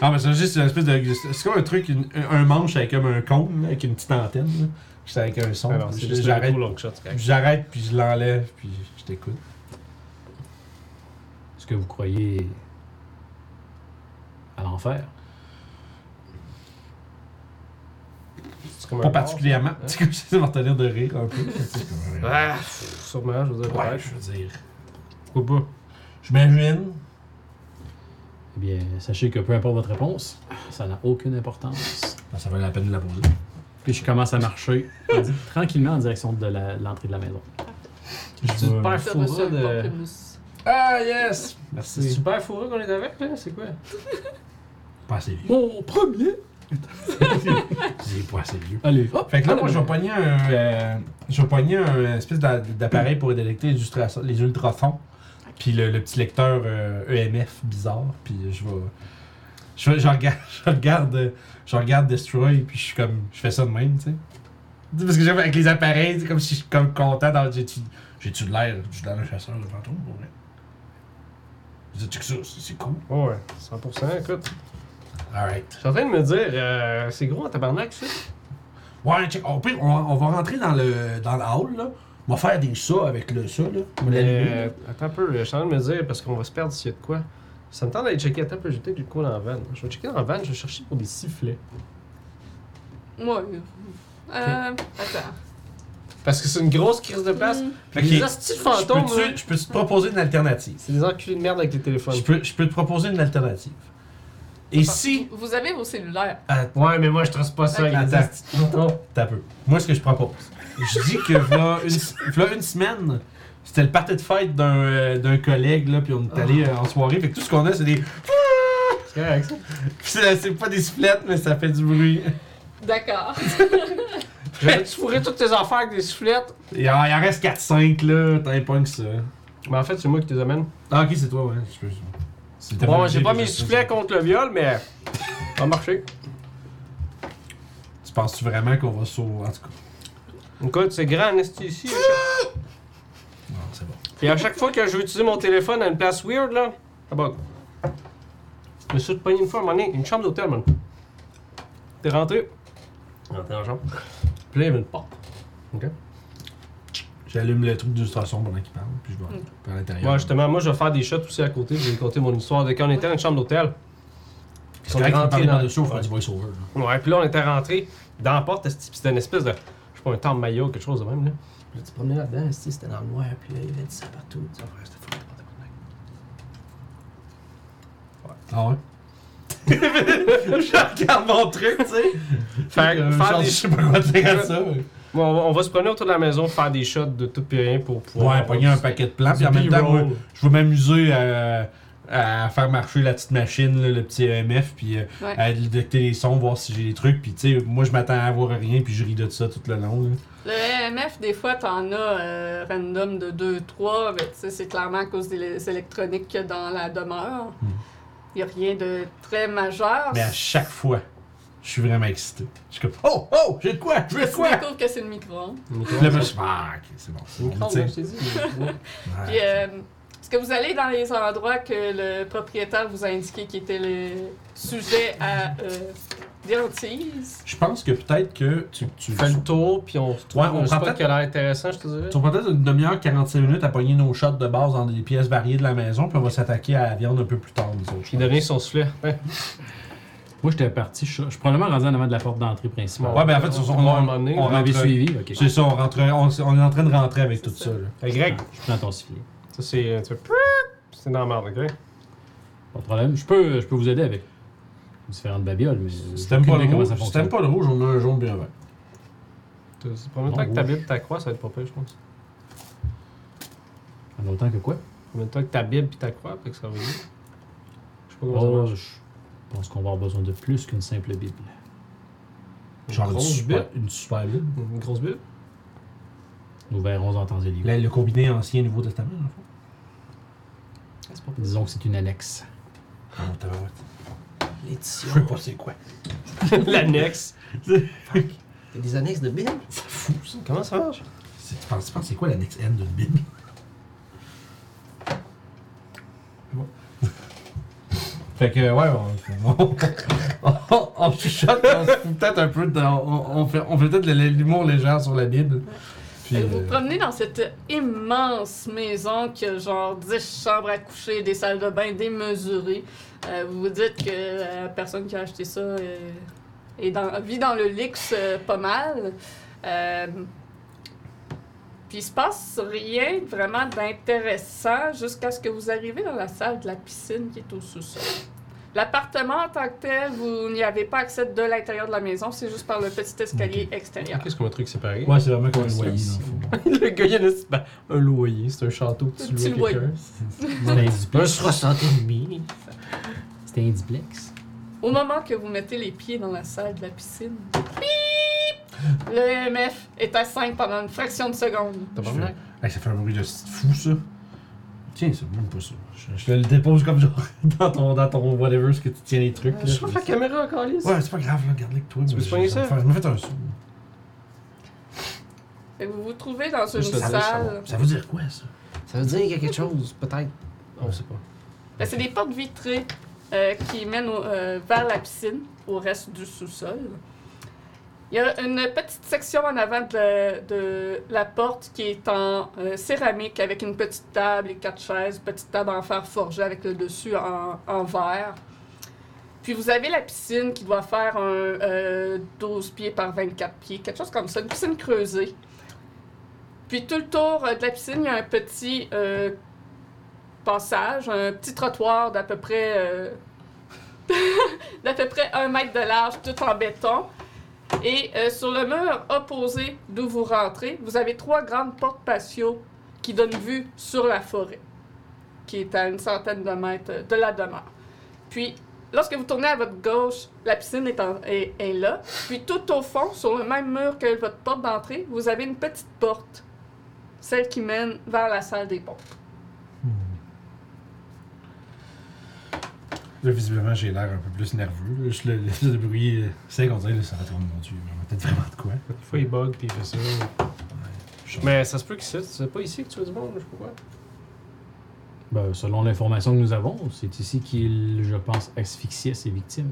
Speaker 1: Ah, mais c'est juste une espèce de. C'est comme un truc, une- un manche avec comme un cône, là, avec une petite antenne. là. Juste avec un son.
Speaker 3: Alors, Ah, c'est
Speaker 1: Puis
Speaker 3: juste un
Speaker 1: J'arrête
Speaker 3: gros long shot, c'est
Speaker 1: Puis
Speaker 3: correct.
Speaker 1: J'arrête, puis je l'enlève, puis je t'écoute.
Speaker 4: Est-ce que vous croyez à l'enfer?
Speaker 3: C'est comme un
Speaker 1: Pas
Speaker 3: bar.
Speaker 1: particulièrement. C'est comme j'essaie de m'en tenir de rire un peu. C'est comme, euh,
Speaker 3: Ah, pff, sûrement, je veux dire,
Speaker 1: Ouais,
Speaker 3: peut-être.
Speaker 1: je veux dire.
Speaker 3: Pourquoi pas?
Speaker 1: J'imagine.
Speaker 4: Eh bien, sachez que peu importe votre réponse, ça n'a aucune importance.
Speaker 1: Ben, ça valait la peine de la poser.
Speaker 4: Puis je commence à marcher en di- tranquillement en direction de la- l'entrée de la maison.
Speaker 1: Je
Speaker 3: C'est
Speaker 2: Ça
Speaker 3: super
Speaker 2: va
Speaker 3: fourré
Speaker 2: sur le
Speaker 3: de.
Speaker 2: pamplemousse.
Speaker 1: Ah, yes!
Speaker 3: C'est
Speaker 1: Merci.
Speaker 3: super fourré qu'on est avec, là? C'est quoi?
Speaker 1: Pas assez vieux.
Speaker 4: Mon premier!
Speaker 1: C'est pas assez vieux.
Speaker 4: Allez, hop!
Speaker 1: Fait que là,
Speaker 4: allez,
Speaker 1: moi, je vais
Speaker 4: allez.
Speaker 1: pogner un. euh, je vais pogner un espèce d'a- d'appareil pour détecter les, ultra- les ultrasons. Puis le, le petit lecteur euh, EMF bizarre. Puis je vais. Je, vais- je regarde, je regarde, euh, je regarde Destroy, puis je suis comme, je fais ça de même, tu sais. Tu sais, Parce que j'aime avec les appareils, c'est comme si je suis comme content dans j'ai-tu, j'ai-tu de l'air, j'ai-tu de l'air d'un chasseur de fantômes, pour vrai. Tu sais que ça, c'est, c'est cool.
Speaker 3: Ouais, ouais, 100%. Écoute,
Speaker 1: Alright.
Speaker 3: je suis en train de me dire, euh, c'est gros en tabarnak, ça.
Speaker 1: Ouais, check. Au pire, on, on va rentrer dans le, dans le hall, là. On va faire des ça avec le ça, là. On va l'allumer, là.
Speaker 3: Mais, Euh, attends un peu, je suis en train de me dire, parce qu'on va se perdre s'il y a de quoi. Ça me tente d'aller checker. Attends un peu, j'ai peut-être du coup dans la vanne. Je vais checker dans la vanne, je vais chercher pour des sifflets.
Speaker 2: Ouais. Euh, attends.
Speaker 3: Parce que c'est une grosse crise de place.
Speaker 2: Hmm.
Speaker 3: Puis
Speaker 1: Ok.
Speaker 3: Les hosties de fantômes,
Speaker 1: Je peux,
Speaker 3: là,
Speaker 1: te, je peux te proposer une alternative.
Speaker 3: c'est des enculés de merde avec les téléphones.
Speaker 1: Je peux, je peux te proposer une alternative. Et si.
Speaker 2: Vous avez vos cellulaires.
Speaker 1: Attends,
Speaker 3: Ouais, mais moi, je trace pas ça avec les
Speaker 1: Attends.
Speaker 3: hosties de fantômes.
Speaker 1: t'as peu. Moi, ce que je propose, je dis que v'là une, v'là une semaine, c'était le party de fête d'un, euh, d'un collègue, là, puis on est allé euh, en soirée. Fait que tout ce qu'on a, c'est des.
Speaker 3: C'est correct, ça.
Speaker 1: C'est c'est pas des sifflettes, mais ça fait du bruit.
Speaker 2: D'accord.
Speaker 3: J'avais-tu fourré toutes tes affaires avec des sifflettes?
Speaker 1: Il en, il en reste 4-5, là. T'as pas que ça.
Speaker 3: Mais en fait, c'est moi qui te les amène.
Speaker 1: Ah, ok, c'est toi, ouais. Je peux- c'est ta
Speaker 3: Bon,
Speaker 1: bonne
Speaker 3: j'ai
Speaker 1: idée,
Speaker 3: pas
Speaker 1: je
Speaker 3: mes
Speaker 1: sais.
Speaker 3: sifflets contre le viol, mais. Ça a marché.
Speaker 1: Tu penses-tu vraiment qu'on va sauver En tout cas,
Speaker 3: Écoute, c'est grand anesthésie ici. là.
Speaker 1: non, c'est bon.
Speaker 3: Puis à chaque fois que je vais utiliser mon téléphone à une place weird, là, ça bug. Je me suis pogné une fois, à un moment donné, une chambre d'hôtel, man. T'es rentré, Il est rentré dans la chambre. Puis là, il y avait une porte. Ok.
Speaker 1: J'allume le truc d'illustration pendant qu'il parle, puis je vais
Speaker 2: Mm.
Speaker 1: par l'intérieur.
Speaker 3: Ouais, justement, moi, je vais faire des shots aussi à côté. Je vais compter mon histoire. De quand on était dans une chambre d'hôtel,
Speaker 1: Parce que quand
Speaker 3: rentré
Speaker 1: il parle
Speaker 3: dans-
Speaker 1: par-dessus, on fera du voice-over. là.
Speaker 3: Ouais, puis là, on était rentré dans la porte, esti, puis c'était une espèce de. Je sais pas, un temps maillot, quelque chose de même, là. Puis là, tu te promenais là-dedans, esti, c'était dans le noir, puis là, il y avait du sang partout. Tu vois, c'était fou, n'importe quoi.
Speaker 1: Ah ouais?
Speaker 3: Je regarde mon truc, tu sais. Fait que
Speaker 1: Euh,
Speaker 3: faire
Speaker 1: Charles,
Speaker 3: des
Speaker 1: Je sais pas quoi dire à ça. ouais.
Speaker 3: Bon, on va, on va se promener autour de la maison, faire des shots de tout et rien pour pouvoir.
Speaker 1: Ouais, pogner un paquet de plans, puis en même temps, moi, je vais m'amuser à, à faire marcher la petite machine, là, le petit EMF, puis euh,
Speaker 2: Ouais.
Speaker 1: à détecter les sons, voir si j'ai des trucs, puis tu sais, moi je m'attends à avoir rien, puis je ris de ça tout le long. là.
Speaker 2: Le EMF, des fois, t'en as euh, random de 2-3, mais tu sais, c'est clairement à cause des les électroniques qu'il y a dans la demeure.
Speaker 1: Hmm.
Speaker 2: Il n'y a rien de très majeur.
Speaker 1: Mais à chaque fois, je suis vraiment excité. Je suis comme, oh, oh, j'ai de quoi, je veux de
Speaker 2: Tu
Speaker 1: quoi!
Speaker 2: découvres que c'est le micro.
Speaker 1: Puis là, je me suis dit, ah, ok, c'est bon. c'est bon, tu sais. Ouais.
Speaker 2: Puis, euh, est-ce que vous allez dans les endroits que le propriétaire vous a indiqué qui étaient le sujet à euh, des hantises?
Speaker 1: Je pense que peut-être que tu, tu,
Speaker 3: Fais le tour, puis on se trouve
Speaker 1: Ouais, on
Speaker 3: un
Speaker 1: prend
Speaker 3: spot
Speaker 1: peut-être-
Speaker 3: qui a l'air intéressant, je te dirais.
Speaker 1: tu vas peut-être une demi-heure, 45 minutes à pogner nos shots de base dans des pièces variées de la maison, puis on va s'attaquer à la viande un peu plus tard, nous autres. je
Speaker 3: Il
Speaker 1: pense.
Speaker 3: devient son soufflet. Ouais.
Speaker 4: Moi, j'étais parti. Je je suis probablement rendu en avant de la porte d'entrée principale.
Speaker 1: Ouais, mais en fait, on,
Speaker 3: Ouais, à un
Speaker 1: on,
Speaker 3: moment donné,
Speaker 1: on
Speaker 4: Vous m'avez
Speaker 1: rentre-
Speaker 4: suivi, ok.
Speaker 1: C'est ça, on, rentre, on, on est en train de rentrer avec tout
Speaker 2: C'est
Speaker 1: ça.
Speaker 2: ça.
Speaker 1: là.
Speaker 3: Fait que Greg,
Speaker 4: Je prends ton sifflet.
Speaker 3: ça c'est. euh, Tu fais. prrrt, C'est dans la merde, ok?
Speaker 4: Pas de problème. Je peux, je peux vous aider avec différentes babioles, mais.
Speaker 1: Si
Speaker 4: j'ai
Speaker 1: t'aimes
Speaker 4: aucune
Speaker 1: pas,
Speaker 4: idée
Speaker 1: le
Speaker 4: comment
Speaker 1: rouge-
Speaker 4: ça
Speaker 1: si
Speaker 4: fonctionne.
Speaker 1: t'aimes pas le rouge, on a un jaune bien vert.
Speaker 3: Tu- C'est le premier temps que
Speaker 1: Oh,
Speaker 3: t'habites ta croix, ça va être pas pire, je pense.
Speaker 4: En autant que quoi
Speaker 3: Combien de temps que ta Bible puis ta croix, fait que ça va bien. Je sais pas comment
Speaker 4: Oh,
Speaker 3: ça marche.
Speaker 4: je pense qu'on va avoir besoin de plus qu'une simple Bible.
Speaker 1: Genre une
Speaker 3: grosse
Speaker 1: super,
Speaker 3: bite.
Speaker 1: une super bite.
Speaker 3: Une grosse Bible?
Speaker 4: Nous verrons en temps et lieu.
Speaker 1: Le, le combiné ancien Nouveau Testament, en fait.
Speaker 3: C'est pas
Speaker 4: Disons que c'est une annexe.
Speaker 1: Ah, non, t'as pas- Je
Speaker 5: L'édition.
Speaker 1: sais pas c'est quoi.
Speaker 3: L'annexe.
Speaker 5: T'as des annexes de Bible?
Speaker 1: C'est fou, ça.
Speaker 3: Comment ça marche?
Speaker 1: C'est- Tu penses, tu penses c'est quoi l'annexe N d'une Bible? C'est bon. Fait que, ouais, on, on, on, on chuchote, on se fout peut-être un peu, de- on, on fait, on fait peut-être de l'humour léger sur la Bible. Puis,
Speaker 2: Vous vous
Speaker 1: euh,
Speaker 2: promenez dans cette immense maison qui a genre 10 chambres à coucher, des salles de bain démesurées. Euh, vous vous dites que la personne qui a acheté ça euh, est dans- vit dans le luxe euh, pas mal. Euh, puis il se passe rien vraiment d'intéressant jusqu'à ce que vous arrivez dans la salle de la piscine qui est au sous-sol. L'appartement en tant que tel, vous n'y avez pas accès de l'intérieur de la maison, c'est juste par le petit escalier extérieur.
Speaker 3: Qu'est-ce qu'on a un truc séparé?
Speaker 1: Ouais, c'est vraiment comme un
Speaker 3: Ouais,
Speaker 1: loyer,
Speaker 3: c'est-
Speaker 1: dans le fond.
Speaker 3: Le gars, il y a une- ben, un loyer, c'est un château que
Speaker 2: Un
Speaker 3: tu
Speaker 2: petit
Speaker 3: loues à quelqu'un.
Speaker 4: C'était un duplex.
Speaker 5: Un 60 et demi.
Speaker 4: C'était un duplex.
Speaker 2: Au moment que vous mettez les pieds dans la salle de la piscine, Piip! le MF est à 5 pendant une fraction de seconde.
Speaker 3: T'as pas
Speaker 1: Je
Speaker 3: mal?
Speaker 1: Hey, ça fait un bruit de fou, ça. Tiens, c'est même pas ça. Je, je te le dépose comme genre dans ton, dans ton whatever, ce que tu tiens les trucs. là.
Speaker 3: Je trouve la caméra encore lisse.
Speaker 1: Ouais, c'est pas grave, là, garde-les que toi.
Speaker 3: Tu
Speaker 1: moi,
Speaker 3: peux
Speaker 1: je-
Speaker 3: soigner
Speaker 1: je vais
Speaker 3: ça?
Speaker 1: faire- Je me fais un sou.
Speaker 2: Fait que vous vous trouvez dans une
Speaker 3: Juste le
Speaker 2: salle.
Speaker 1: Ça veut dire quoi, ça?
Speaker 5: Ça veut dire qu'il y a quelque chose, peut-être.
Speaker 3: On sait pas.
Speaker 2: Ben, C'est des portes vitrées euh, qui mènent au- euh, vers la piscine, au reste du sous-sol. Il y a une petite section en avant de la, de la porte qui est en euh, céramique avec une petite table et quatre chaises, petite table en fer forgé avec le dessus en, en verre. Puis vous avez la piscine qui doit faire un euh, 12 pieds par 24 pieds, quelque chose comme ça, une piscine creusée. Puis tout le tour euh, de la piscine, il y a un petit euh, passage, un petit trottoir d'à peu près euh, d'à peu près un mètre de large, tout en béton. Et euh, sur le mur opposé d'où vous rentrez, vous avez trois grandes portes patio qui donnent vue sur la forêt, qui est à une centaine de mètres euh, de la demeure. Puis, lorsque vous tournez à votre gauche, la piscine est, en- est- est là. Puis, tout au fond, sur le même mur que votre porte d'entrée, vous avez une petite porte, celle qui mène vers la salle des pompes.
Speaker 1: Là, visiblement, j'ai l'air un peu plus nerveux. là. Je le, le, le bruit, euh, c'est qu'on dirait, là, ça va tourner mon dieu. mais On va peut-être vraiment de quoi.
Speaker 3: Des fois, il bug puis il fait ça.
Speaker 1: Je-
Speaker 3: Mais ça se peut que c'est c'est pas ici que tu veux du monde, je sais pas quoi.
Speaker 4: Ben, selon l'information que nous avons, c'est ici qu'il, je pense, asphyxiait ses victimes.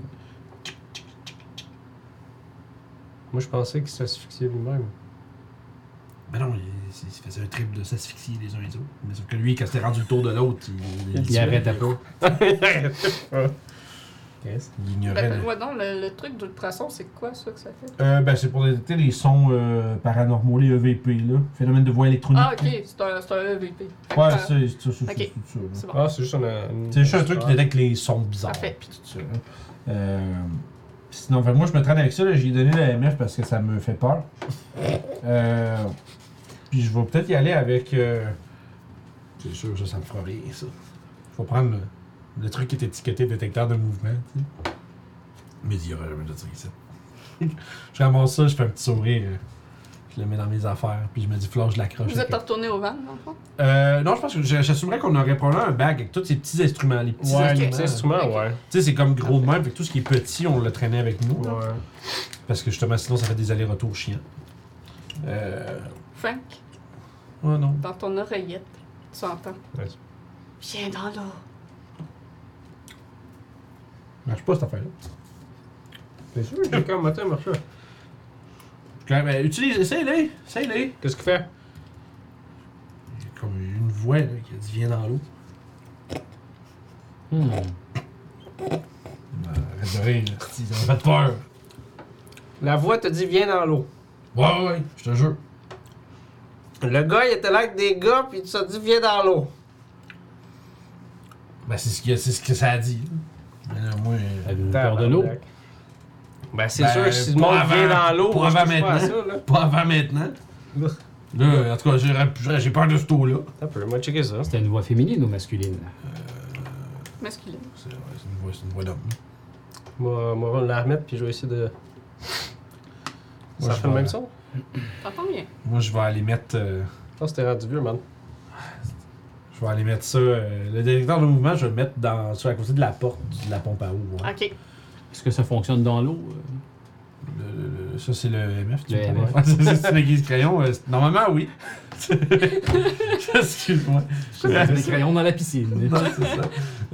Speaker 3: Moi, je pensais qu'il s'asphyxiait lui-même.
Speaker 1: Mais Ben non, il, il se faisait un trip de s'asphyxier les uns les autres. Mais sauf que lui, quand c'était rendu le tour de l'autre, il,
Speaker 4: Il arrêtait pas.
Speaker 1: il ignorait. le-
Speaker 2: Rappelle-moi donc, Ben, le, le truc d'ultrason, c'est quoi ça que ça fait?
Speaker 1: Euh, ben, c'est pour détecter les sons euh, paranormaux, les EVP, là. Phénomène de voix électronique.
Speaker 2: Ah, ok, c'est un, c'est un EVP. Fait que,
Speaker 1: Ouais,
Speaker 2: euh,
Speaker 1: ça, c'est ça, c'est ça, c'est
Speaker 2: Ok.
Speaker 1: ça, là.
Speaker 2: C'est bon.
Speaker 3: Ah, c'est juste un. un-
Speaker 1: C'est juste un truc qui détecte les sons bizarres.
Speaker 2: Parfait.
Speaker 1: Puis tout ça. là. Euh, sinon, fait, moi, je me traîne avec ça. là. J'ai donné la MF parce que ça me fait peur. Euh, puis je vais peut-être y aller avec. euh, c'est sûr, ça, ça me fera rien, ça. Je vais prendre le, le truc qui est étiqueté détecteur de mouvement. tu sais. Mais il y aura jamais de truc ici. je ramasse ça, je fais un petit sourire. euh, Je le mets dans mes affaires, puis je me dis, flanche, je l'accroche.
Speaker 2: Vous êtes
Speaker 1: avec-
Speaker 2: retourné au van, dans le fond?
Speaker 1: Euh, non, je pense que j'- j'assumerais qu'on aurait probablement un bag avec tous ces petits instruments. Les petits
Speaker 3: Ouais,
Speaker 2: Ok.
Speaker 3: les petits instruments, ouais.
Speaker 1: tu sais, c'est comme gros de même, fait que tout ce qui est petit, on le traînait avec nous. là.
Speaker 3: Ouais.
Speaker 1: Parce que justement, sinon, ça fait des allers-retours chiants. Euh.
Speaker 2: Frank,
Speaker 1: Ouais, non.
Speaker 2: dans ton oreillette, tu entends.
Speaker 3: Ouais.
Speaker 2: Viens dans l'eau.
Speaker 1: Marche pas cette affaire-là.
Speaker 3: ben, C'est sûr, j'ai comme matin, marche pas.
Speaker 1: Claire, ben, utilise, essaye-les, essaye-les.
Speaker 3: Qu'est-ce qu'il fait?
Speaker 1: Il y a Comme une voix, là, qui a dit viens dans l'eau.
Speaker 4: Hmm.
Speaker 1: Euh, Arrête de rire, là, si, ça m'a fait peur.
Speaker 3: La voix te dit viens dans l'eau.
Speaker 1: Ouais, ouais, je te jure.
Speaker 3: Le gars, il était là avec des gars, puis tu t'as dit viens dans l'eau.
Speaker 1: Ben, c'est ce, que- c'est ce que ça a dit. Mais là, moi. euh,
Speaker 4: Avez-vous peur de l'eau?
Speaker 3: Ben, c'est
Speaker 1: Ben,
Speaker 3: sûr que si le
Speaker 1: pas
Speaker 3: monde
Speaker 1: avant-
Speaker 3: vient dans l'eau,
Speaker 1: pas
Speaker 3: moi, je
Speaker 1: avant
Speaker 3: touche pas à
Speaker 1: maintenant.
Speaker 3: ça, là.
Speaker 1: Pas avant maintenant. Là, en tout cas, j'ai- j'ai peur de ce taux-là.
Speaker 3: T'as peur, moi, checker ça.
Speaker 4: C'était une voix féminine ou masculine?
Speaker 2: Masculine.
Speaker 1: C'est ouais, c'est une voix, c'est une voix d'homme.
Speaker 3: Moi, moi, on va la remettre, puis je vais essayer de.
Speaker 1: Moi,
Speaker 3: Ça
Speaker 1: je
Speaker 3: fait le
Speaker 1: vais-
Speaker 3: même son?
Speaker 2: T'entends bien?
Speaker 1: Moi, je vais aller mettre. euh,
Speaker 3: Attends, c'était rendu vieux, man.
Speaker 1: Je vais aller mettre ça. euh, le détecteur de mouvement, je vais le mettre dans, sur à côté de la porte de la pompe à eau.
Speaker 3: Ah.
Speaker 1: ouais.
Speaker 2: Ok.
Speaker 4: Est-ce que ça fonctionne dans l'eau?
Speaker 1: Le- le- le- ça, c'est le MF. Tu
Speaker 4: Le
Speaker 1: le
Speaker 4: MF.
Speaker 1: c'est c'est le guise crayon. euh, c'est- normalement, oui. Excuse-moi.
Speaker 4: Euh, Des crayons dans la piscine.
Speaker 1: Non, c'est ça.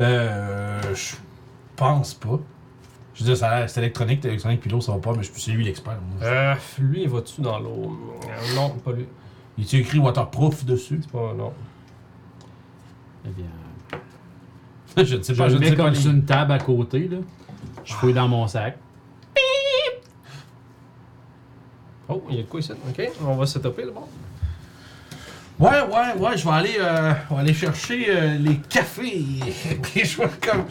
Speaker 1: Euh, je pense pas. Je veux dire, ça a l'air- c'est électronique, t'es électronique, puis l'eau, ça va pas, mais je c'est lui l'expert. moi.
Speaker 3: Euh, lui, il va-tu dans l'eau? Euh, Non, pas lui.
Speaker 1: Il tu écrit waterproof dessus
Speaker 3: C'est pas, non.
Speaker 4: Eh bien,
Speaker 1: Je ne sais
Speaker 4: Ah, je
Speaker 1: pas, je
Speaker 4: le
Speaker 1: ne
Speaker 4: mets
Speaker 1: sais pas.
Speaker 4: comme
Speaker 1: les-
Speaker 4: sur une table à côté. Là. Je fouille dans mon sac.
Speaker 3: Oh, il y a de quoi ici? Ok, on va se taper, là, bon.
Speaker 1: Ouais, ouais, ouais, je vais aller, euh, on va aller chercher euh, les cafés. puis je vais comme.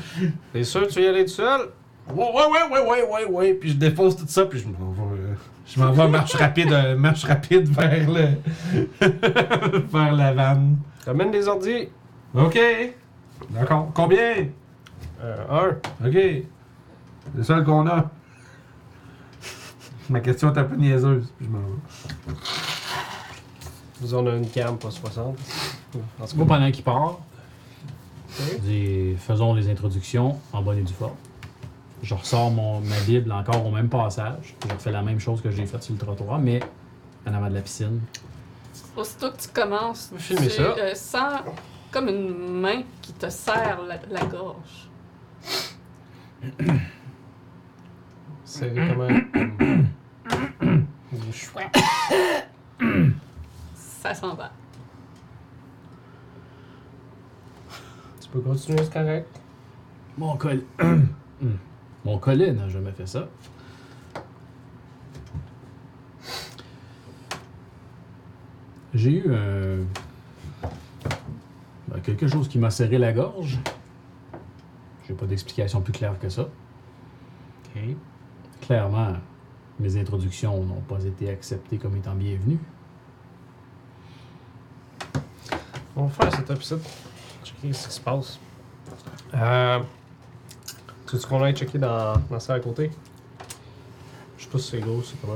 Speaker 3: T'es sûr que tu veux y aller tout seul?
Speaker 1: Ouais, ouais, ouais, ouais, ouais, ouais, ouais. Puis je dépose tout ça, puis je m'en vais. euh, je m'en vais en marche rapide, euh, marche rapide vers le. vers la vanne.
Speaker 3: Ramène des ordi.
Speaker 1: OK. D'accord. Combien?
Speaker 3: Euh, un.
Speaker 1: OK. C'est le seul qu'on a. Ma question est un peu niaiseuse, puis je m'en vais.
Speaker 3: Vous en avez une cam, pas 60. En tout
Speaker 4: Moi,
Speaker 3: cas,
Speaker 4: pendant qu'il part, je dis, faisons les introductions en bonne et due forme. Je ressors mon, ma Bible encore au même passage. Je refais la même chose que j'ai faite sur le trottoir, mais en avant de la piscine.
Speaker 2: Aussitôt que tu commences,
Speaker 3: Filmez
Speaker 2: tu
Speaker 3: ça.
Speaker 2: euh, sens comme une main qui te serre la, la gorge.
Speaker 3: c'est comment?
Speaker 2: Ça s'en va.
Speaker 3: Tu peux continuer, c'est correct.
Speaker 4: Mon col... Hmm. Mon collet n'a jamais fait ça. J'ai eu un- ben, quelque chose qui m'a serré la gorge. J'ai pas d'explication plus claire que ça. Clairement, mes introductions n'ont pas été acceptées comme étant bienvenues.
Speaker 3: On va faire cet épisode. Checker ce qui se passe. Euh, tu veux qu'on aille checker dans, dans la salle à côté? Je sais pas si c'est gros, c'est comment.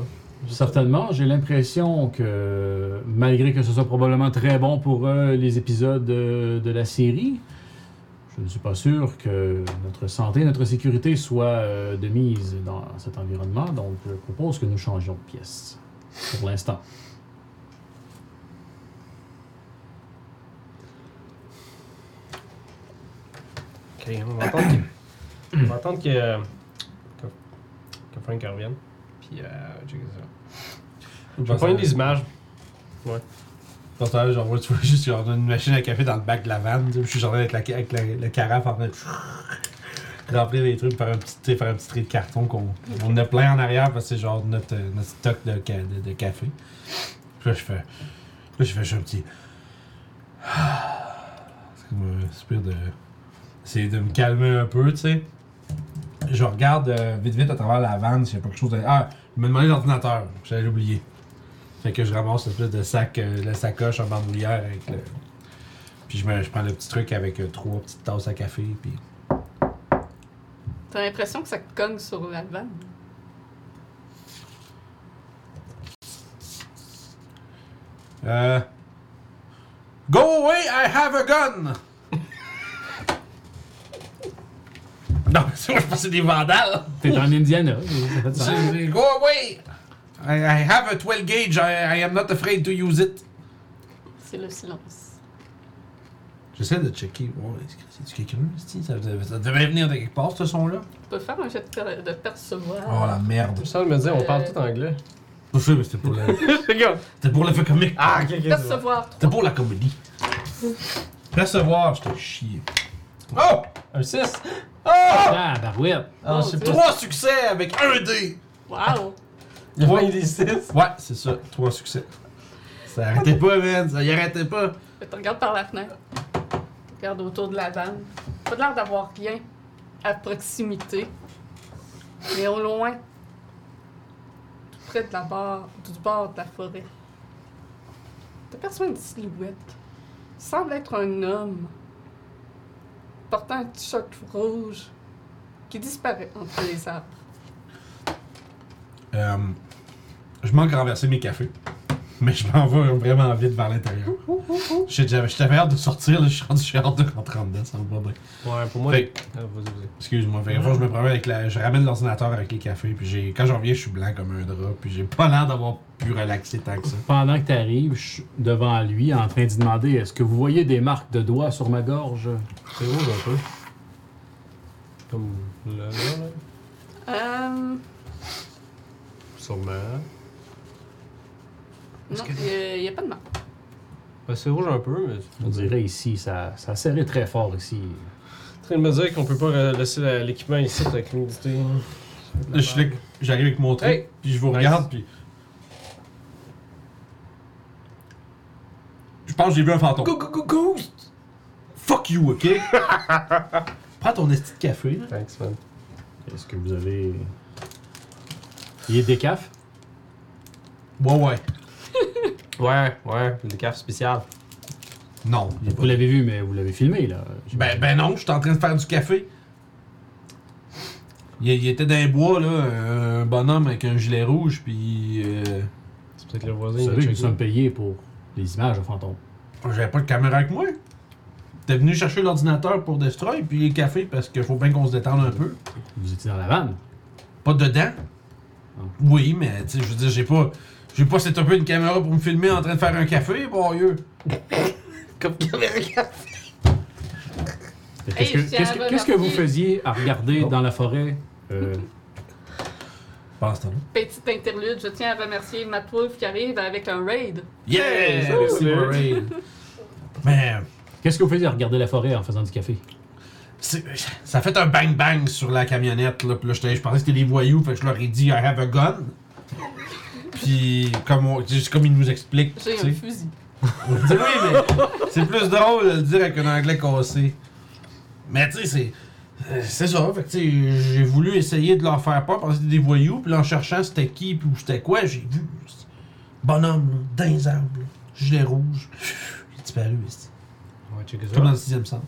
Speaker 4: Certainement, j'ai l'impression que malgré que ce soit probablement très bon pour eux, les épisodes euh, de la série, je ne suis pas sûr que notre santé, notre sécurité soit euh, de mise dans cet environnement, donc je propose que nous changions de pièce pour l'instant.
Speaker 3: Ok, on va attendre qu'il. on va attendre que. que, que Frank revienne. Puis Puis, euh, checker ça. Je
Speaker 1: Dans
Speaker 3: vais prendre
Speaker 1: ce-
Speaker 3: des images.
Speaker 1: Dans ce temps-là, j'envoie, tu vois, juste genre une machine à café dans le bac de la vanne. tu sais, Je suis genre avec la, avec la, la carafe en train de remplir les trucs, faire un petit, tu sais, faire un petit trait de carton qu'on on a plein en arrière parce que c'est genre notre, euh, notre stock de, ca- de, de café. Puis là, je fais. Là, je fais juste un petit. C'est comme un soupir de. C'est de me calmer un peu, tu sais. Je regarde euh, vite vite à travers la vanne s'il y a pas quelque chose de. Ah, il m'a demandé l'ordinateur. J'avais oublié. Fait que je ramasse l'espèce de sac, euh, la sacoche en bandoulière avec le. Puis je, me- je prends le petit truc avec euh, trois petites tasses à café. Puis.
Speaker 2: T'as l'impression que ça te cogne sur la vanne.
Speaker 1: Euh... Go away, I have a gun! non, mais c'est moi, je pense que c'est des vandales!
Speaker 4: T'es en Indiana. ça fait du sens.
Speaker 1: C'est- Go away! I, I have a 12 gauge, I, I am not afraid to use it.
Speaker 2: C'est le silence.
Speaker 1: J'essaie de checker. Oh, est-ce que c'est-tu quelqu'un? esti? Ça, devait- ça devait venir de quelque part, ce son-là.
Speaker 2: Tu peux faire un jet de, per- de percevoir.
Speaker 1: Oh la merde.
Speaker 3: Ça me dire, on parle
Speaker 2: Euh.
Speaker 3: tout anglais.
Speaker 1: Je sais, mais c'était pour, le- c'était pour le fait comique.
Speaker 3: Ah, ok, ok. c'est bon.
Speaker 2: Percevoir
Speaker 1: C'était
Speaker 2: 3.
Speaker 1: pour la comédie. Percevoir, j'étais chier. Oh!
Speaker 3: Un 6.
Speaker 4: Ah, barouette.
Speaker 3: Ah, je sais
Speaker 2: Mon
Speaker 3: pas.
Speaker 2: Dieu.
Speaker 1: Trois succès avec un dé!
Speaker 2: Wow!
Speaker 3: Il y a pas des 6.
Speaker 1: Ouais, c'est ça. Trois succès. Ça arrêtait pas, man. Ça y arrêtait pas.
Speaker 2: Fait que Tu regardes par la fenêtre. Tu regardes autour de la vanne. Pas l'air d'avoir rien à proximité. Mais au loin, tout près de la barre, du bord de la forêt, tu aperçois une silhouette. Il semble être un homme portant un t-shirt rouge qui disparaît entre les arbres.
Speaker 1: Euh, je manque de renverser mes cafés. Mais je m'en vais vraiment vite vers l'intérieur. J'ai déjà- J'étais hâte de sortir, là. Je suis rendu, j'ai hâte de rentrer en dedans. Ça va pas bien.
Speaker 3: Ouais, pour moi.
Speaker 1: Fait-
Speaker 3: Ah, vas-y, vas-y.
Speaker 1: Excuse-moi. Fait que, fois, je me promène avec la. Je ramène l'ordinateur avec les cafés. Puis j'ai. Quand je reviens, je suis blanc comme un drap. Puis j'ai pas l'air d'avoir pu relaxer tant que ça.
Speaker 4: Pendant que tu arrives, je suis devant lui en train d'y demander est-ce que vous voyez des marques de doigts sur ma gorge
Speaker 3: C'est rouge un peu. Comme là, là, là.
Speaker 2: Euh,
Speaker 3: Sûrement.
Speaker 2: non, il n'y a, pas de marque.
Speaker 3: Ben, c'est rouge un peu, mais.
Speaker 4: On dirait ici, ça, ça serrait très fort ici.
Speaker 3: En train de me dire qu'on peut pas euh, laisser la- l'équipement ici avec l'humidité.
Speaker 1: Là, je suis là- J'arrive avec mon truc.
Speaker 3: Hey!
Speaker 1: Puis je vous
Speaker 3: Nice.
Speaker 1: regarde. Puis. Je pense que j'ai vu un fantôme.
Speaker 3: Ghost!
Speaker 1: Fuck you, ok? Prends ton esti de café. là.
Speaker 3: Thanks, man.
Speaker 4: Est-ce que vous avez. Il est décaf
Speaker 1: Ouais, ouais.
Speaker 3: Ouais, ouais, des caves spéciales.
Speaker 1: Non. il est pas-
Speaker 4: Vous l'avez vu, mais vous l'avez filmé, là.
Speaker 1: Ben, ben non, je suis en train de faire du café. Il, il était dans les bois, là, euh, un bonhomme avec un gilet rouge, puis. euh,
Speaker 3: C'est peut-être le voisin.
Speaker 4: Vous
Speaker 3: il a
Speaker 4: savez que nous
Speaker 3: checké.
Speaker 4: sommes payés pour les images de fantômes.
Speaker 1: J'avais pas de caméra avec moi. T'es venu chercher l'ordinateur pour Destroy, puis les cafés, parce qu'il faut bien qu'on se détende un peu.
Speaker 4: Vous étiez dans la vanne.
Speaker 1: Pas dedans.
Speaker 4: Ah.
Speaker 1: Oui, mais, tu sais, je veux dire, j'ai pas. J'ai pas c'est un peu une caméra pour me filmer en train de faire un café, bon Dieu.
Speaker 5: Comme caméra
Speaker 4: Qu'est-ce
Speaker 2: Hey,
Speaker 4: que,
Speaker 2: j'ai
Speaker 4: qu'est-ce que-
Speaker 2: un
Speaker 4: qu'est-ce que vous
Speaker 2: remarqué.
Speaker 4: faisiez à regarder
Speaker 1: Oh.
Speaker 4: dans la forêt euh,
Speaker 1: Pense t'en
Speaker 2: Petite interlude, je tiens à remercier Matt Wolf qui arrive avec un raid.
Speaker 1: Yeah!
Speaker 3: Salut,
Speaker 1: Merci,
Speaker 3: salut.
Speaker 1: Maureen. Mais.
Speaker 4: Qu'est-ce que vous faisiez à regarder la forêt en faisant du café
Speaker 1: C'est- Ça a fait un bang-bang sur la camionnette, là. Puis là, j'étais- je pensais que c'était des voyous, fait que je leur ai dit « I have a gun ». Puis, comme, on- c'est comme ils nous expliquent, tu
Speaker 2: J'ai
Speaker 1: sais.
Speaker 2: un fusil.
Speaker 1: On dit « Oui, mais c'est plus drôle de le dire avec un anglais cassé. » Mais, tu sais, c'est... euh, C'est ça, fait que, tu sais, j'ai voulu essayer de leur faire peur parce que c'était des voyous, puis là, en cherchant c'était qui, puis où c'était quoi, j'ai vu... Bonhomme, là, dans les arbres, là, gilet rouge, il est disparu, ici.
Speaker 3: Ouais, check ça.
Speaker 1: Comme dans le sixième sens.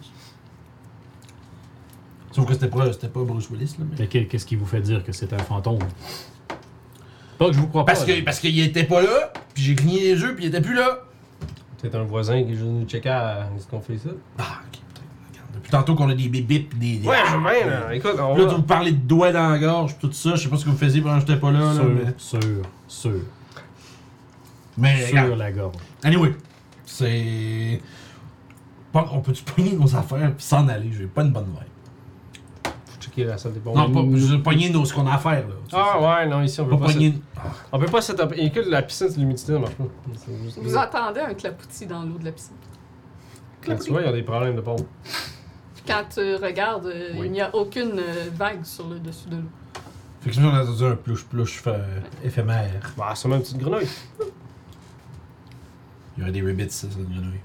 Speaker 1: Sauf que c'était pas, c'était pas Bruce Willis, là. Mais...
Speaker 4: Mais qu'est- Qu'est-ce qui vous fait dire que c'est un fantôme Pas que je vous crois
Speaker 1: Parce
Speaker 4: pas.
Speaker 1: que
Speaker 4: là.
Speaker 1: parce qu'il était pas là, puis j'ai cligné les yeux, puis il était plus là.
Speaker 3: Peut-être un voisin qui est juste nous checker à... Est-ce qu'on fait ça?
Speaker 1: Ah, ok, putain, regarde. Depuis tantôt qu'on a des bibips, pis des. des-
Speaker 3: bien, là. Écoute, on
Speaker 1: Puis Là, tu me parlais de doigts dans la gorge, pis tout ça. Je sais pas ce que vous faisiez pendant que j'étais pas là, là. Mais,
Speaker 4: Sur, sur, sur,
Speaker 1: mais
Speaker 4: sur
Speaker 1: regarde.
Speaker 4: la gorge.
Speaker 1: Anyway, c'est. Pas- On peut-tu pogner nos affaires, pis s'en aller? J'ai pas une bonne vibe.
Speaker 3: Check checker la salle des bons.
Speaker 1: Non, pas, je veux pogner nos, ce qu'on a à faire, là.
Speaker 3: Ah ouais, non, ici on peut
Speaker 1: Pas
Speaker 3: pas. se-
Speaker 1: pogner. Ah.
Speaker 3: On peut pas setup. Il y a que de la piscine, c'est de l'humidité, ça marche pas. C'est juste-
Speaker 2: Vous entendez un clapoutis dans l'eau de la piscine.
Speaker 3: Quand tu vois, il y a des problèmes de pompe.
Speaker 2: Puis Quand tu regardes, euh,
Speaker 3: Oui.
Speaker 2: il n'y a aucune euh, vague sur le dessus de l'eau.
Speaker 1: Fait que si on a entendu un plouche-plouche euh, éphémère,
Speaker 3: Bah, c'est même une petite grenouille.
Speaker 1: il y aurait des ribbits, ça, cette grenouille.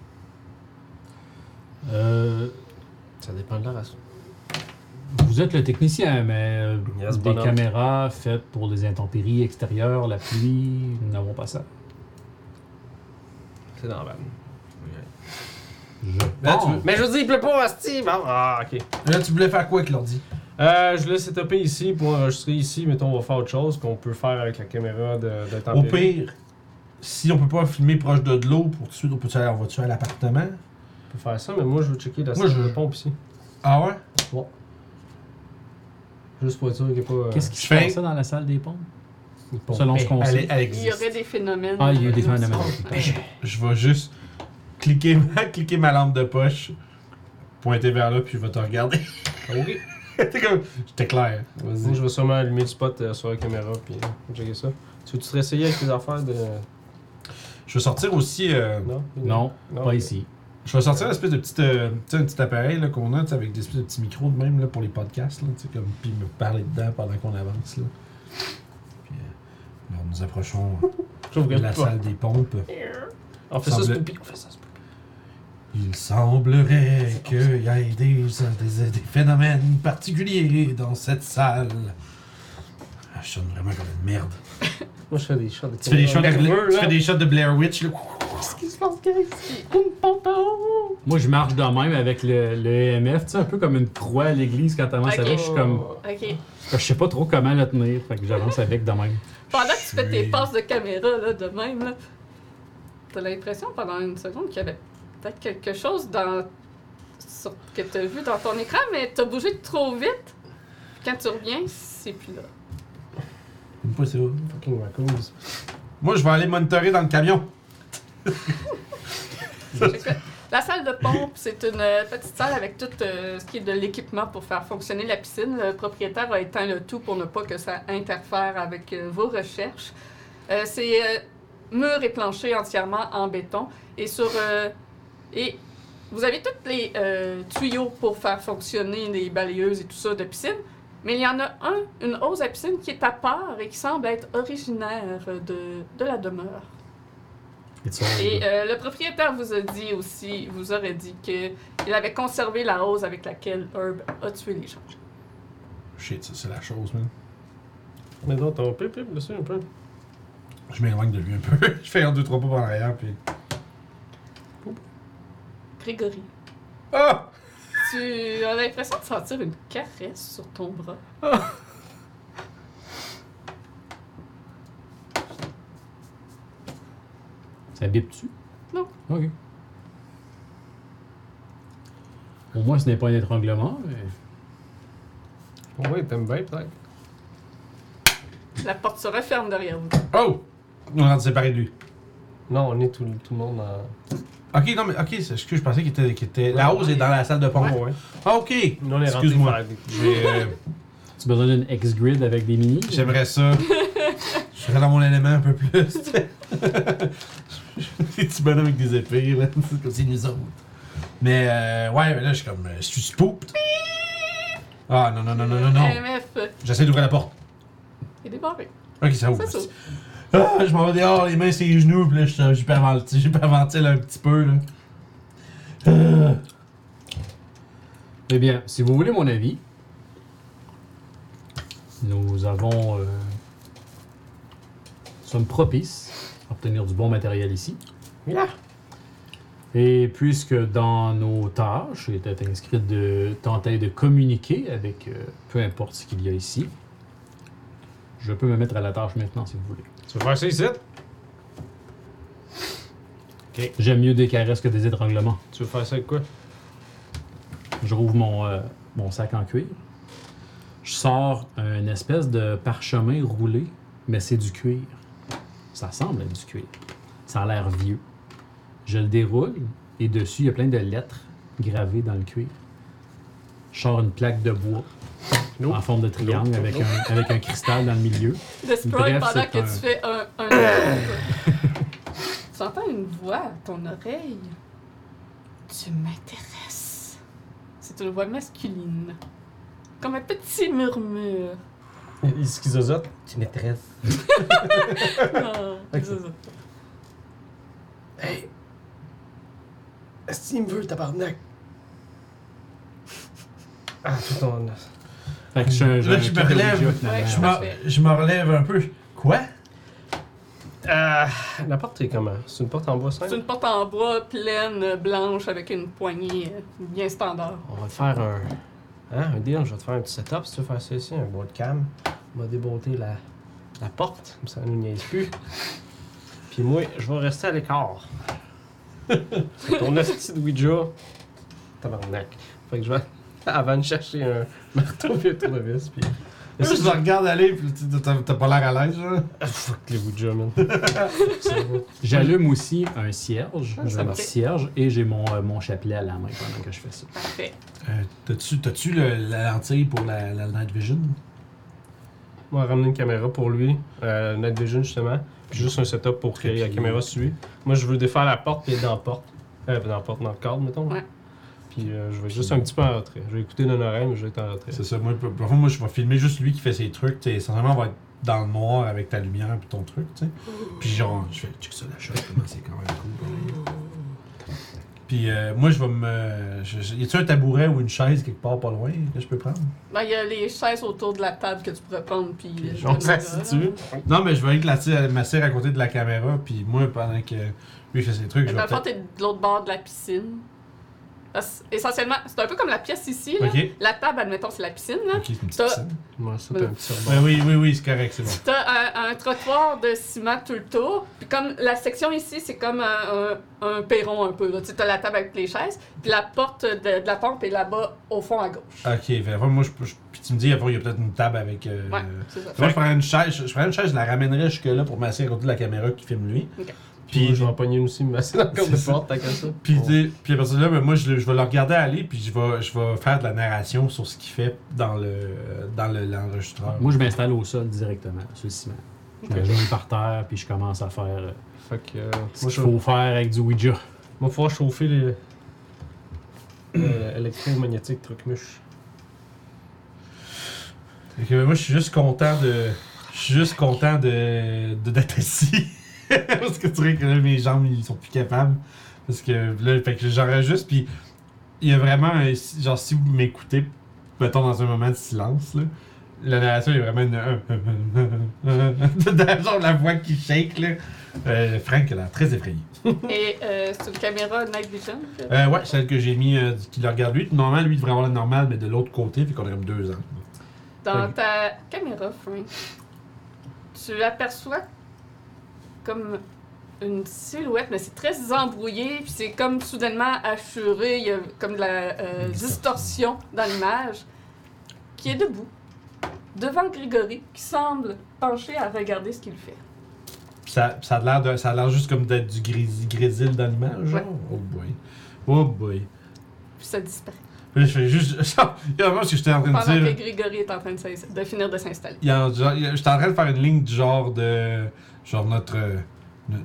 Speaker 4: Euh,
Speaker 3: Ça dépend de la race.
Speaker 4: vous êtes le technicien, mais euh,
Speaker 3: Yes,
Speaker 4: des
Speaker 3: bonhomme.
Speaker 4: caméras faites pour les intempéries extérieures, la pluie, nous n'avons pas ça.
Speaker 3: C'est normal.
Speaker 4: Je
Speaker 1: Là,
Speaker 4: pense.
Speaker 1: Ben, tu veux-
Speaker 3: Mais je vous dis, il pleut pas, Asti! Bon, Ah, ok.
Speaker 1: Là, tu voulais faire quoi avec l'ordi?
Speaker 3: Euh, je laisse taper ici pour enregistrer ici. Mettons, on va faire autre chose qu'on peut faire avec la caméra de, de
Speaker 1: Au
Speaker 3: température.
Speaker 1: pire, si on peut pas filmer proche de, de l'eau, pour tout de suite, on peut aller en voiture à l'appartement?
Speaker 3: On peut faire ça, mais moi, je veux checker la
Speaker 1: Moi,
Speaker 3: salle
Speaker 1: je-
Speaker 3: de pompe ici.
Speaker 1: Ah ouais?
Speaker 3: Juste pour être sûr qu'il n'y a pas. euh,
Speaker 4: Qu'est-ce qui se
Speaker 1: je fais-
Speaker 4: passe dans la salle des pompes?
Speaker 3: une pompe.
Speaker 4: Selon ce qu'on
Speaker 1: Elle,
Speaker 4: sait.
Speaker 1: est- elle
Speaker 2: Il y
Speaker 1: existe.
Speaker 2: aurait des phénomènes.
Speaker 4: Ah, il y a des
Speaker 2: euh,
Speaker 4: phénomènes. Ben,
Speaker 2: qui sont-
Speaker 1: Je vais juste cliquer ma, cliquer ma lampe de poche, pointer vers là, puis je vais te regarder.
Speaker 3: Ah, Ok.
Speaker 1: T'es comme. J'étais clair.
Speaker 3: Moi,
Speaker 1: Vas-y.
Speaker 3: je vais sûrement allumer le spot euh, sur la caméra puis euh, checker ça. Tu veux-tu te réessayer avec tes affaires de.
Speaker 1: Je vais sortir aussi. euh,
Speaker 3: Non?
Speaker 4: Non,
Speaker 3: Non,
Speaker 1: ben.
Speaker 4: pas
Speaker 3: ok.
Speaker 4: ici.
Speaker 1: Je vais sortir une espèce de petite, euh, tu sais, un petit appareil là, qu'on a tu sais, avec des espèces de petits micros de même là, pour les podcasts, là, tu sais, comme, puis me parler dedans pendant qu'on avance. Là. Puis, euh, alors, nous approchons
Speaker 3: Je vous
Speaker 1: de la
Speaker 3: regarde pas.
Speaker 1: salle des pompes.
Speaker 3: On fait ça,
Speaker 1: Semble-
Speaker 3: c'est poupée. On fait ça, c'est poupée.
Speaker 1: Il semblerait qu'il y ait des, des- des phénomènes particuliers dans cette salle. Ah, je sonne vraiment comme une merde.
Speaker 3: Moi, je fais des shots de
Speaker 1: Tu fais des shots de,
Speaker 3: nerveux,
Speaker 1: tu
Speaker 3: là.
Speaker 1: fais des shots de Blair Witch. Là.
Speaker 4: Moi, je marche de même avec le, le EMF, tu sais, un peu comme une croix à l'église quand t'avances
Speaker 2: Ok.
Speaker 4: avec. Je suis comme.
Speaker 2: Ok.
Speaker 4: Je sais pas trop comment le tenir, fait que j'avance avec de même.
Speaker 2: Pendant que tu fais tes
Speaker 1: Suis-
Speaker 2: passes de caméra, là, de même, là, t'as l'impression pendant une seconde qu'il y avait peut-être quelque chose dans... sur- que t'as vu dans ton écran, mais t'as bougé trop vite. Quand tu reviens, c'est plus là.
Speaker 1: J'aime pas ça.
Speaker 3: Fucking raccoons.
Speaker 1: Moi, je vais aller monitorer dans le camion.
Speaker 2: Fait que La salle de pompe, c'est une euh, petite salle avec tout euh, ce qui est de l'équipement pour faire fonctionner la piscine. Le propriétaire a éteint le tout pour ne pas que ça interfère avec euh, vos recherches. Euh, c'est euh, mur et plancher entièrement en béton et sur euh, et vous avez tous les euh, tuyaux pour faire fonctionner les balayeuses et tout ça de piscine. Mais il y en a un, une hausse à piscine qui est à part et qui semble être originaire de, de la demeure.
Speaker 4: Et tu sors,
Speaker 2: Et
Speaker 4: là.
Speaker 2: euh, le propriétaire vous a dit aussi, vous aurait dit que il avait conservé la hose avec laquelle Herb a tué les gens.
Speaker 1: Shit, ça, c'est la chose, man.
Speaker 3: Mais non, ton pip pip dessus un peu.
Speaker 1: Je m'éloigne de lui un peu. je fais un, deux, trois pas par l'arrière, puis.
Speaker 2: Grégory,
Speaker 1: Ah!
Speaker 2: tu as l'impression de sentir une caresse sur ton bras.
Speaker 4: Ça bip dessus?
Speaker 2: Non.
Speaker 4: OK. Au moins, ce n'est pas un étranglement, mais.
Speaker 3: Ouais, t'aimes bien peut-être.
Speaker 2: La porte se referme derrière vous.
Speaker 1: Oh! On est en train de se séparer de lui.
Speaker 3: Non, on est tout, tout le monde en.
Speaker 1: Ok, non, mais ok, c'est- excuse, je pensais qu'il était. qu'il était... La hausse est dans la salle de pompe.
Speaker 3: ouais.
Speaker 1: Ah, ok!
Speaker 3: Nous, on est rentrés
Speaker 1: Excuse-moi.
Speaker 3: faire des-
Speaker 1: J'ai, euh,
Speaker 4: Tu as besoin d'une X-grid avec des mini?
Speaker 1: J'aimerais ça. Je serais dans mon élément un peu plus. tu sais. Des petits bonhommes avec des épées, là. C'est comme si nous autres. Mais euh, ouais, mais là, je suis comme. euh, Je suis spooked. Ah non, non, non, non, non, non.
Speaker 2: MF euh,
Speaker 1: J'essaie d'ouvrir la porte.
Speaker 2: est débarré.
Speaker 1: Ok, ça ouvre.
Speaker 2: Ça s'ouvre.
Speaker 1: Ah, je m'en vais dehors, les mains sur les genoux, puis là, je- j'hyperventile j'hyperventile un petit peu, là. Ah.
Speaker 4: Eh bien, si vous voulez mon avis, nous avons. euh, sommes propices à obtenir du bon matériel ici.
Speaker 3: Yeah.
Speaker 4: Et puisque dans nos tâches, il était inscrit de tenter de communiquer avec euh, peu importe ce qu'il y a ici, je peux me mettre à la tâche maintenant si vous voulez.
Speaker 3: Tu veux faire ça ici?
Speaker 4: J'aime mieux des caresses que des étranglements.
Speaker 3: Tu veux faire ça avec quoi?
Speaker 4: Je rouvre mon, euh, mon sac en cuir. Je sors une espèce de parchemin roulé, mais c'est du cuir. Ça semble être du cuir. Ça a l'air vieux. Je le déroule et dessus, il y a plein de lettres gravées dans le cuir. Je sors une plaque de bois.
Speaker 3: Nope.
Speaker 4: en forme de triangle avec, un, avec un cristal dans le milieu.
Speaker 2: Le sprite
Speaker 4: Bref,
Speaker 2: pendant
Speaker 4: c'est
Speaker 2: que
Speaker 4: un-
Speaker 2: tu fais un. un... tu entends une voix à ton oreille. Tu m'intéresses. C'est une voix masculine. Comme un petit murmure.
Speaker 3: Il il schizozote.
Speaker 5: Tu m'intéresses.
Speaker 2: Non,
Speaker 3: Ok.
Speaker 2: c'est ça.
Speaker 5: Hey! Est-ce qu'il me veut, tabarnak?
Speaker 3: Ah, tout ton.
Speaker 4: Fait que je suis un- j'ai
Speaker 1: Là,
Speaker 4: un
Speaker 1: je me
Speaker 4: Kid
Speaker 1: relève.
Speaker 4: Ouija, finalement.
Speaker 2: Ouais,
Speaker 1: Je m'en- Je me relève un peu. Quoi?
Speaker 3: Ah, la porte est comment C'est une porte en bois simple
Speaker 2: C'est une porte en bois pleine, euh, blanche, avec une poignée euh, bien standard.
Speaker 3: On va te faire un. Hein, un deal, je vais te faire un petit setup si tu veux faire ça ici, un board cam. On va déboîter la, la porte, comme ça elle nous niaise plus. Puis moi, je vais rester à l'écart. Parce que Ton hostie de Ouija. Tabarnak. Fait que je vais avant de chercher un marteau et un tournevis. Puis.
Speaker 1: Là, je la regarde aller, puis tu- t'as- t'as pas l'air à l'aise, là.
Speaker 3: Ah, fuck les Ouija, man.
Speaker 4: J'allume aussi un
Speaker 1: Ah,
Speaker 4: cierge, j'ai
Speaker 2: ça
Speaker 4: un
Speaker 2: me
Speaker 4: petit
Speaker 2: fait.
Speaker 4: cierge et j'ai mon, euh, mon chapelet à la main pendant que je fais ça.
Speaker 2: Parfait.
Speaker 1: Euh, t'as-tu, t'as-tu le- la lentille pour la, la night vision?
Speaker 3: On va ramener une caméra pour lui, euh, Night Vision justement, puis juste un setup pour que
Speaker 1: Et
Speaker 3: la
Speaker 1: puis-
Speaker 3: caméra suit. Moi, je veux défaire la porte et être dans la porte. Euh, dans la porte, dans le cadre, mettons.
Speaker 2: Ouais.
Speaker 3: Puis euh, je vais juste un petit peu en retrait. Je vais écouter d'un oreille, mais je vais être en retrait.
Speaker 1: C'est ça. Moi, p- parfois, moi, je vais filmer juste lui qui fait ses trucs. T'sais, essentiellement, on va être dans le noir avec ta lumière puis ton truc, tu sais. Puis genre, je fais check ça la chose, comment c'est quand même cool. Puis euh, moi, je vais me. je- je- y a-tu un tabouret ou une chaise quelque part pas loin que je peux prendre?
Speaker 2: Ben, il y a les chaises autour de la table que tu pourrais prendre, puis... euh,
Speaker 3: Puis on
Speaker 2: te mettre
Speaker 3: s'assitue.
Speaker 1: Non, mais je vais avec la m'asseoir à côté de la caméra, puis moi, pendant que lui fait ses trucs,
Speaker 2: Mais
Speaker 1: je
Speaker 2: dans
Speaker 1: vais
Speaker 2: le fond,
Speaker 1: peut-être.
Speaker 2: t'es de l'autre bord de la piscine. Parce- essentiellement, c'est un peu comme la pièce ici, là.
Speaker 1: Ok.
Speaker 2: La table, admettons, c'est la piscine, là.
Speaker 1: Ok, c'est une petite
Speaker 2: T'as-
Speaker 1: piscine.
Speaker 3: Moi, ça, t'as un petit rebond.
Speaker 1: Ouais, oui, oui, oui, c'est correct, c'est bon.
Speaker 2: T'as un, un trottoir de ciment tout le tour. Puis comme la section ici, c'est comme un, un, un perron un peu. Là. Tu sais, t'as la table avec les chaises. Puis la porte de, de la pompe est là-bas, au fond à gauche.
Speaker 1: Ok, fait, enfin, moi, je, je- puis tu me dis, après, il y a peut-être une table avec. euh,
Speaker 2: Ouais, c'est ça.
Speaker 1: Moi, je prendrais une chaise, je, je prendrais une chaise, je la ramènerais jusque-là pour m'asseoir à côté de la caméra qui filme lui.
Speaker 2: Ok.
Speaker 3: Puis
Speaker 1: Puis,
Speaker 3: je vais Oh. en pogner une aussi, mais c'est dans le cadre de
Speaker 1: C'est
Speaker 3: porte, t'as qu'à ça.
Speaker 1: puis,
Speaker 3: Bon.
Speaker 1: tu sais, puis à partir de là, ben, moi, je, le- je vais le regarder aller, puis je vais, je vais faire de la narration sur ce qu'il fait dans le dans le- l'enregistreur.
Speaker 4: Moi, je m'installe au sol directement, sur le ciment. Je me joue par terre, puis je commence à faire euh,
Speaker 3: Fait que. euh,
Speaker 4: ce
Speaker 3: moi, je
Speaker 4: qu'il faut faire avec du Ouija.
Speaker 3: moi, faut chauffer les. euh, électromagnétique, truc mûche.
Speaker 1: Fait que, ben, moi, je suis juste content de. Je suis juste content de de- d'être assis. parce que tu vois que là, mes jambes, ils sont plus capables. Parce que là, fait que j'enregistre, puis il y a vraiment. un- genre, si vous m'écoutez, mettons dans un moment de silence, là. La narration il y a vraiment une. dans genre la voix qui shake, là. Euh, Frank a l'air très effrayé.
Speaker 2: Et euh, c'est une caméra Night Vision. que-
Speaker 1: Euh, ouais, celle que j'ai mis, euh, qui le regarde lui. Normalement, lui, il devrait avoir la normale, mais de l'autre côté, fait qu'on a comme deux ans.
Speaker 2: Dans ta caméra, Frank, tu aperçois comme une silhouette, mais c'est très embrouillé, puis c'est comme soudainement assuré, il y a comme de la euh, distorsion dans l'image, qui est debout, devant Grégory, qui semble penché à regarder ce qu'il fait.
Speaker 1: Puis ça, ça a l'air de- ça a l'air juste comme d'être du grésil, grésil dans l'image, genre.
Speaker 2: Ouais.
Speaker 1: Oh boy. Oh boy.
Speaker 2: Puis ça disparaît.
Speaker 1: Puis là, je fais juste. genre, il y a un moment, ce que j'étais en train
Speaker 2: Pendant
Speaker 1: de
Speaker 2: que
Speaker 1: dire.
Speaker 2: Grégory est en train de, s'ins- de finir de s'installer.
Speaker 1: il y a- genre, il y a- J'étais en train de faire une ligne du genre de. Genre notre. euh, le,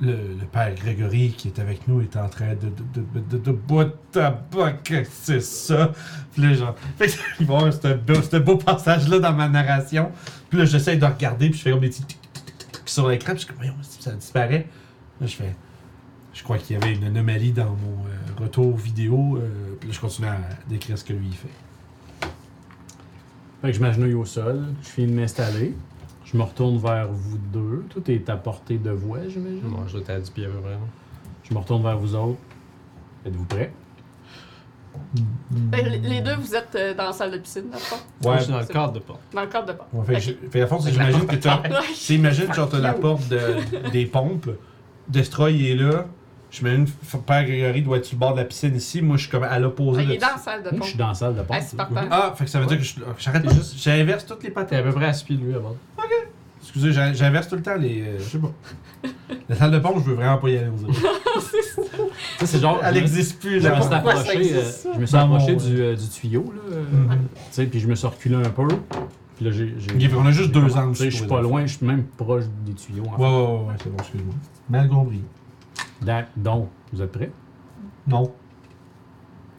Speaker 1: le- le père Grégory qui est avec nous est en train de. de. de. de. de. de boire de tabac, que c'est ça. Puis là, genre. Fait que il va y avoir ce beau, ce beau passage-là dans ma narration. Puis là, j'essaie de regarder, puis je fais comme des petits tic, tic, tic, tic sur l'écran, puis je suis comme, voyons, ça disparaît. Là, je fais. Je crois qu'il y avait une anomalie dans mon euh, retour vidéo. euh, puis là, je continue à décrire ce que lui, il fait.
Speaker 4: Fait que je m'agenouille au sol, je finis de m'installer, je me retourne vers vous deux. Tout est à portée de voix, j'imagine.
Speaker 3: Moi, je dois être à 10 pieds à peu près. là.
Speaker 4: Je me retourne vers vous autres. Êtes-vous prêts?
Speaker 2: Fait que Ben, les- Les deux, vous êtes euh, dans la salle de piscine, dans le fond,
Speaker 3: Moi, je suis dans le cadre de porte.
Speaker 2: dans le cadre de bord.
Speaker 1: Ouais, fait, que j'ai- fait à force, j'imagine que tu as. J'imagine que tu as la porte de- des pompes. Destroy est là. J'imagine que Père Grégory doit être sur le bord de la piscine ici. Moi, je suis comme à l'opposé
Speaker 2: Ben, Il
Speaker 1: de
Speaker 2: est dans la salle de
Speaker 4: Moi, je
Speaker 2: pompe.
Speaker 4: suis dans la salle de
Speaker 2: Ah, c'est
Speaker 4: porte.
Speaker 2: partant.
Speaker 1: Ah, fait que ça veut dire que je- j'arrête
Speaker 3: T'es
Speaker 1: juste. J'inverse toutes les
Speaker 3: T'es à
Speaker 1: patins.
Speaker 3: peu près à 6 pieds de lui avant.
Speaker 1: Excusez, j'in- j'inverse tout le temps les. euh, je sais pas. La salle de pompe, je veux vraiment pas y aller. vous autres.
Speaker 4: Ça, c'est genre.
Speaker 1: Elle
Speaker 4: je me-
Speaker 1: existe plus,
Speaker 4: Je me suis
Speaker 1: genre.
Speaker 2: Pourquoi ça
Speaker 4: approché,
Speaker 2: existe,
Speaker 4: euh,
Speaker 2: ça?
Speaker 4: je me suis
Speaker 6: Dans mon-
Speaker 4: approché du, euh, du tuyau, là. euh, Tu sais, puis je me suis reculé un peu. Puis là, j'ai. j'ai-
Speaker 1: Ok, on Mhm. a juste
Speaker 4: j'ai
Speaker 1: deux
Speaker 4: commencé-
Speaker 1: angles,
Speaker 4: tu sais, Je suis
Speaker 1: je
Speaker 4: pas
Speaker 1: suppose.
Speaker 4: loin, je suis même proche des tuyaux. hein. En
Speaker 1: Ouais, ouais, ouais, ouais, c'est bon, excuse-moi. Mal compris.
Speaker 4: fait. D'ac- Donc, vous êtes prêts?
Speaker 1: Non.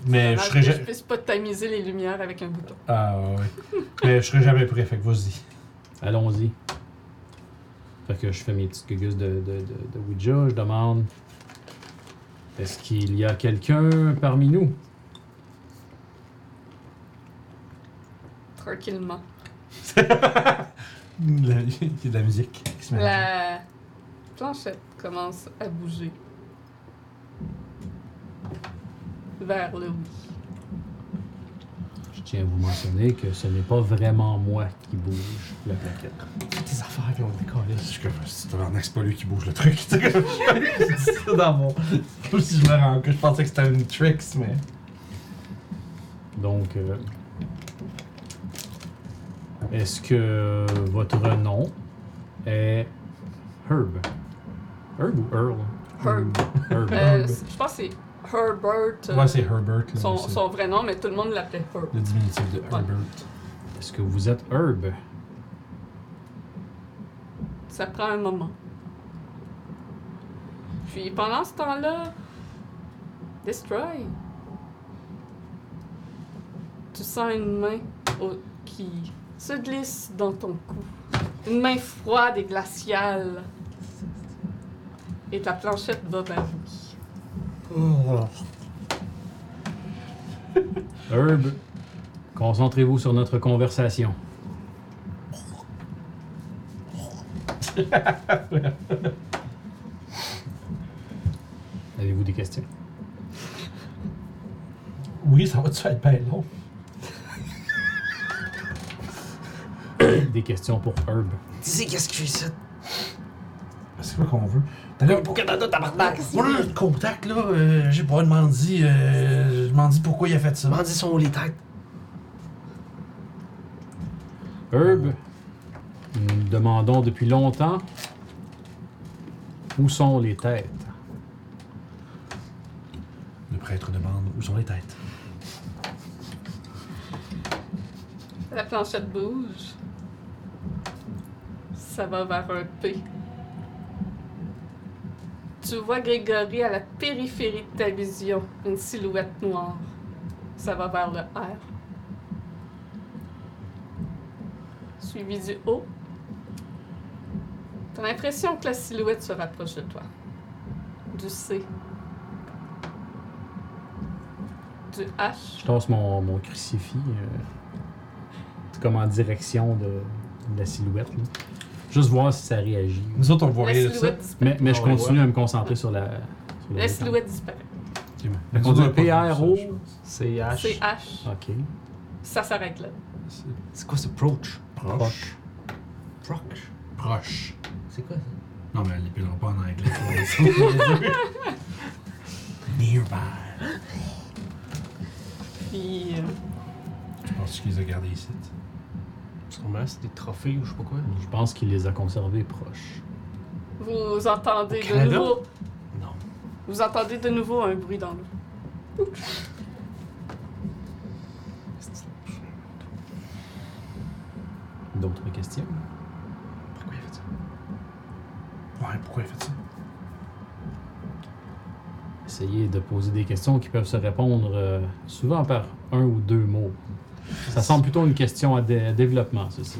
Speaker 1: Mais je
Speaker 2: Dommage
Speaker 1: serais
Speaker 2: que je
Speaker 1: jamais.
Speaker 2: puisse pas tamiser les lumières avec un bouton.
Speaker 1: Ah ouais. Mais je serais jamais prêt, fait que vas-y.
Speaker 4: Allons-y. Fait que je fais mes petites gugus de, de, de, de Ouija. Je demande Est-ce qu'il y a quelqu'un parmi nous
Speaker 2: Tranquillement.
Speaker 1: La- Il y a de la musique qui se met. à
Speaker 2: La planchette commence à bouger. Vers le oui.
Speaker 4: Je tiens à vous mentionner que ce n'est pas vraiment moi qui bouge la plaquette.
Speaker 6: Tes affaires qui ont décollé.
Speaker 1: jouer. Je suis comme, c'est tabarnak, c'est pas lui qui bouge le truc. tu sais, comme-
Speaker 6: C'est dans mon.
Speaker 1: Comme si je me rends compte, je pensais que c'était une tricks, mais.
Speaker 4: Donc, euh, est-ce que votre nom est Herb Herb ou Earl
Speaker 2: Herb.
Speaker 4: Herb.
Speaker 2: Euh, c- je pense que c'est Herbert. euh,
Speaker 1: Ouais, c'est Herbert. là,
Speaker 2: son,
Speaker 1: c'est
Speaker 2: son vrai nom, mais tout le monde l'appelait Herb.
Speaker 1: Le diminutif de Herbert.
Speaker 4: Est-ce que vous êtes Herb
Speaker 2: Ça prend un moment. Puis pendant ce temps-là, Destroy. Tu sens une main au- qui se glisse dans ton cou. Une main froide et glaciale. Et ta planchette va vers lui.
Speaker 4: Herb, concentrez-vous sur notre conversation. Avez-vous des questions?
Speaker 1: Oui, ça va-tu être bien long?
Speaker 4: Des questions pour Herb.
Speaker 5: Tu sais qu'est-ce que je fais ici?
Speaker 1: C'est quoi qu'on veut? D'ailleurs, pour
Speaker 5: Canada, tabarnak!
Speaker 1: voilà le contact, là, euh, j'ai pas demandé. dit, euh, je m'en dis pourquoi il a fait ça.
Speaker 5: Comment dit son les têtes?
Speaker 4: Herb, nous nous demandons depuis longtemps où sont les têtes.
Speaker 1: Le prêtre demande où sont les têtes.
Speaker 2: La planchette bouge. Ça va vers un P. Tu vois Grégory à la périphérie de ta vision, une silhouette noire. Ça va vers le R. Suivi du O. T'as l'impression que la silhouette se rapproche de toi. Du C. Du H.
Speaker 4: Je tasse mon, mon crucifix, euh, c'est comme en direction de, de la silhouette. là. Juste voir si ça réagit.
Speaker 1: Nous autres, on voit
Speaker 2: La
Speaker 1: rien de ça.
Speaker 2: silhouette disparaît.
Speaker 4: Mais, mais je
Speaker 3: On les
Speaker 4: continue à me concentrer sur la. sur
Speaker 2: La silhouette disparaît.
Speaker 4: Ok, bon.
Speaker 1: Nous
Speaker 4: On
Speaker 1: autres,
Speaker 4: dit
Speaker 1: on a pas vu ça,
Speaker 4: PRO.
Speaker 1: je pense.
Speaker 3: C'est
Speaker 2: C'est
Speaker 3: H.
Speaker 2: H.
Speaker 4: Ok.
Speaker 2: Ça s'arrête là.
Speaker 3: C'est quoi ce proche?
Speaker 4: Proche.
Speaker 6: Proche.
Speaker 1: Proche.
Speaker 6: C'est quoi ça?
Speaker 1: Non, mais elle l'épilera pas en anglais. Nearby.
Speaker 2: Puis euh,
Speaker 1: Je pense qu'ils ont gardé ici.
Speaker 3: Sûrement, c'est des trophées ou je sais pas quoi.
Speaker 4: Je pense qu'il les a conservés proches.
Speaker 2: vous entendez
Speaker 3: Au
Speaker 2: de
Speaker 3: Canada?
Speaker 2: nouveau.
Speaker 3: Non.
Speaker 2: Vous entendez de nouveau un bruit dans l'eau.
Speaker 4: D'autres questions?
Speaker 3: Pourquoi il a fait ça?
Speaker 1: Ouais, pourquoi il a fait ça?
Speaker 4: Essayez de poser des questions qui peuvent se répondre euh, souvent par un ou deux mots. Ça semble plutôt une question à, dé- à développement, ceci.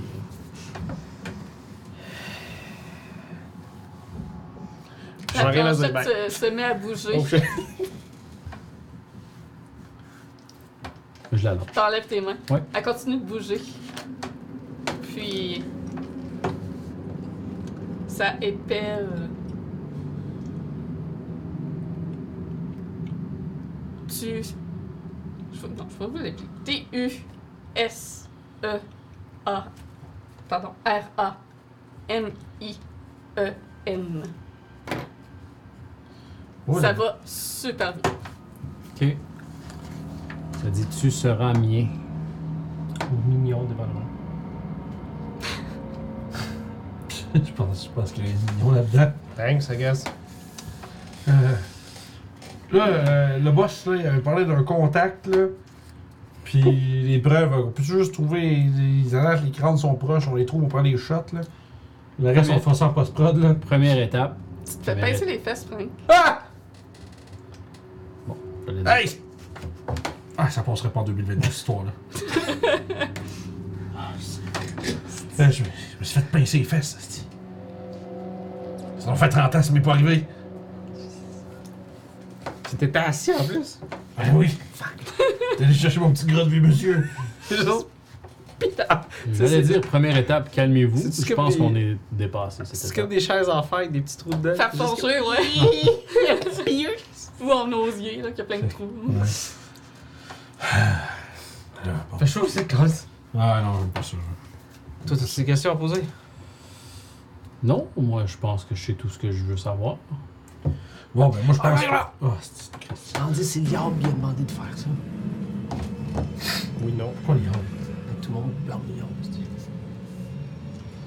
Speaker 3: J'en ai
Speaker 2: La
Speaker 3: rien à dire,
Speaker 2: planchette se, se met à bouger.
Speaker 3: Donc, je-
Speaker 4: Je la lance.
Speaker 2: T'enlèves tes mains.
Speaker 4: Ouais.
Speaker 2: Elle continue de bouger. Puis. Ça épelle. Tu. Je vais- Non, je vais vous l'écrire. T-U-S-E-A. Pardon. E R-A-M-I-E-N.
Speaker 1: Oh
Speaker 2: Ça va super bien.
Speaker 4: OK. Ça dit Tu seras mien.
Speaker 3: Mignon devant moi.
Speaker 1: je pense, je pense qu'il y a des millions là-dedans.
Speaker 3: Thanks, I guess.
Speaker 1: Euh, là, euh, le boss, là, il avait parlé d'un contact, là. Puis les preuves, on peut juste trouver les arraches, les crânes sont proches, on les trouve, on prend des shots, là. Le reste, on fait ça en post-prod, là.
Speaker 4: Première étape.
Speaker 2: Tu te fais
Speaker 4: Première
Speaker 2: pincer les fesses, Frank.
Speaker 1: Ah!
Speaker 4: étape. Je l'ai dit.
Speaker 1: Hey! c'est- Ah, ça passerait pas en 2022, cette histoire-là. Ah, c'est- Là, je, me, je me suis fait pincer les fesses, asti. Ça en fait 30 ans, ça m'est pas arrivé.
Speaker 3: C'était assis en plus.
Speaker 1: Ah oui! T'es allé chercher mon petit gros de vieux monsieur.
Speaker 3: C'est juste.
Speaker 4: Je
Speaker 3: C'est-
Speaker 4: voulais
Speaker 3: c'est-
Speaker 4: dire, première étape, calmez-vous.
Speaker 3: C'est-tu
Speaker 4: Je
Speaker 3: comme
Speaker 4: pense
Speaker 3: des-
Speaker 4: qu'on est dépassé cette
Speaker 3: C'est
Speaker 4: étape.
Speaker 3: comme des chaises en fer avec des petits trous dedans.
Speaker 2: Faire
Speaker 3: C'est juste
Speaker 2: forger, ouais. Ou en osier, là, qu'il y a plein de trous.
Speaker 1: Ah, bon.
Speaker 6: Fait chaud, c'est classe.
Speaker 1: Ah non, j'aime pas ça.
Speaker 3: Toi, t'as des questions à poser?
Speaker 4: Non, moi, je pense que je sais tout ce que je veux savoir.
Speaker 1: Bon, ben moi je pense.
Speaker 5: Ah,
Speaker 1: Ah, c'est
Speaker 5: J'en dis, c'est Liard qui a demandé de faire ça.
Speaker 3: Oui, non.
Speaker 1: pourquoi les hommes
Speaker 5: Fait que tout le monde blâme Liard.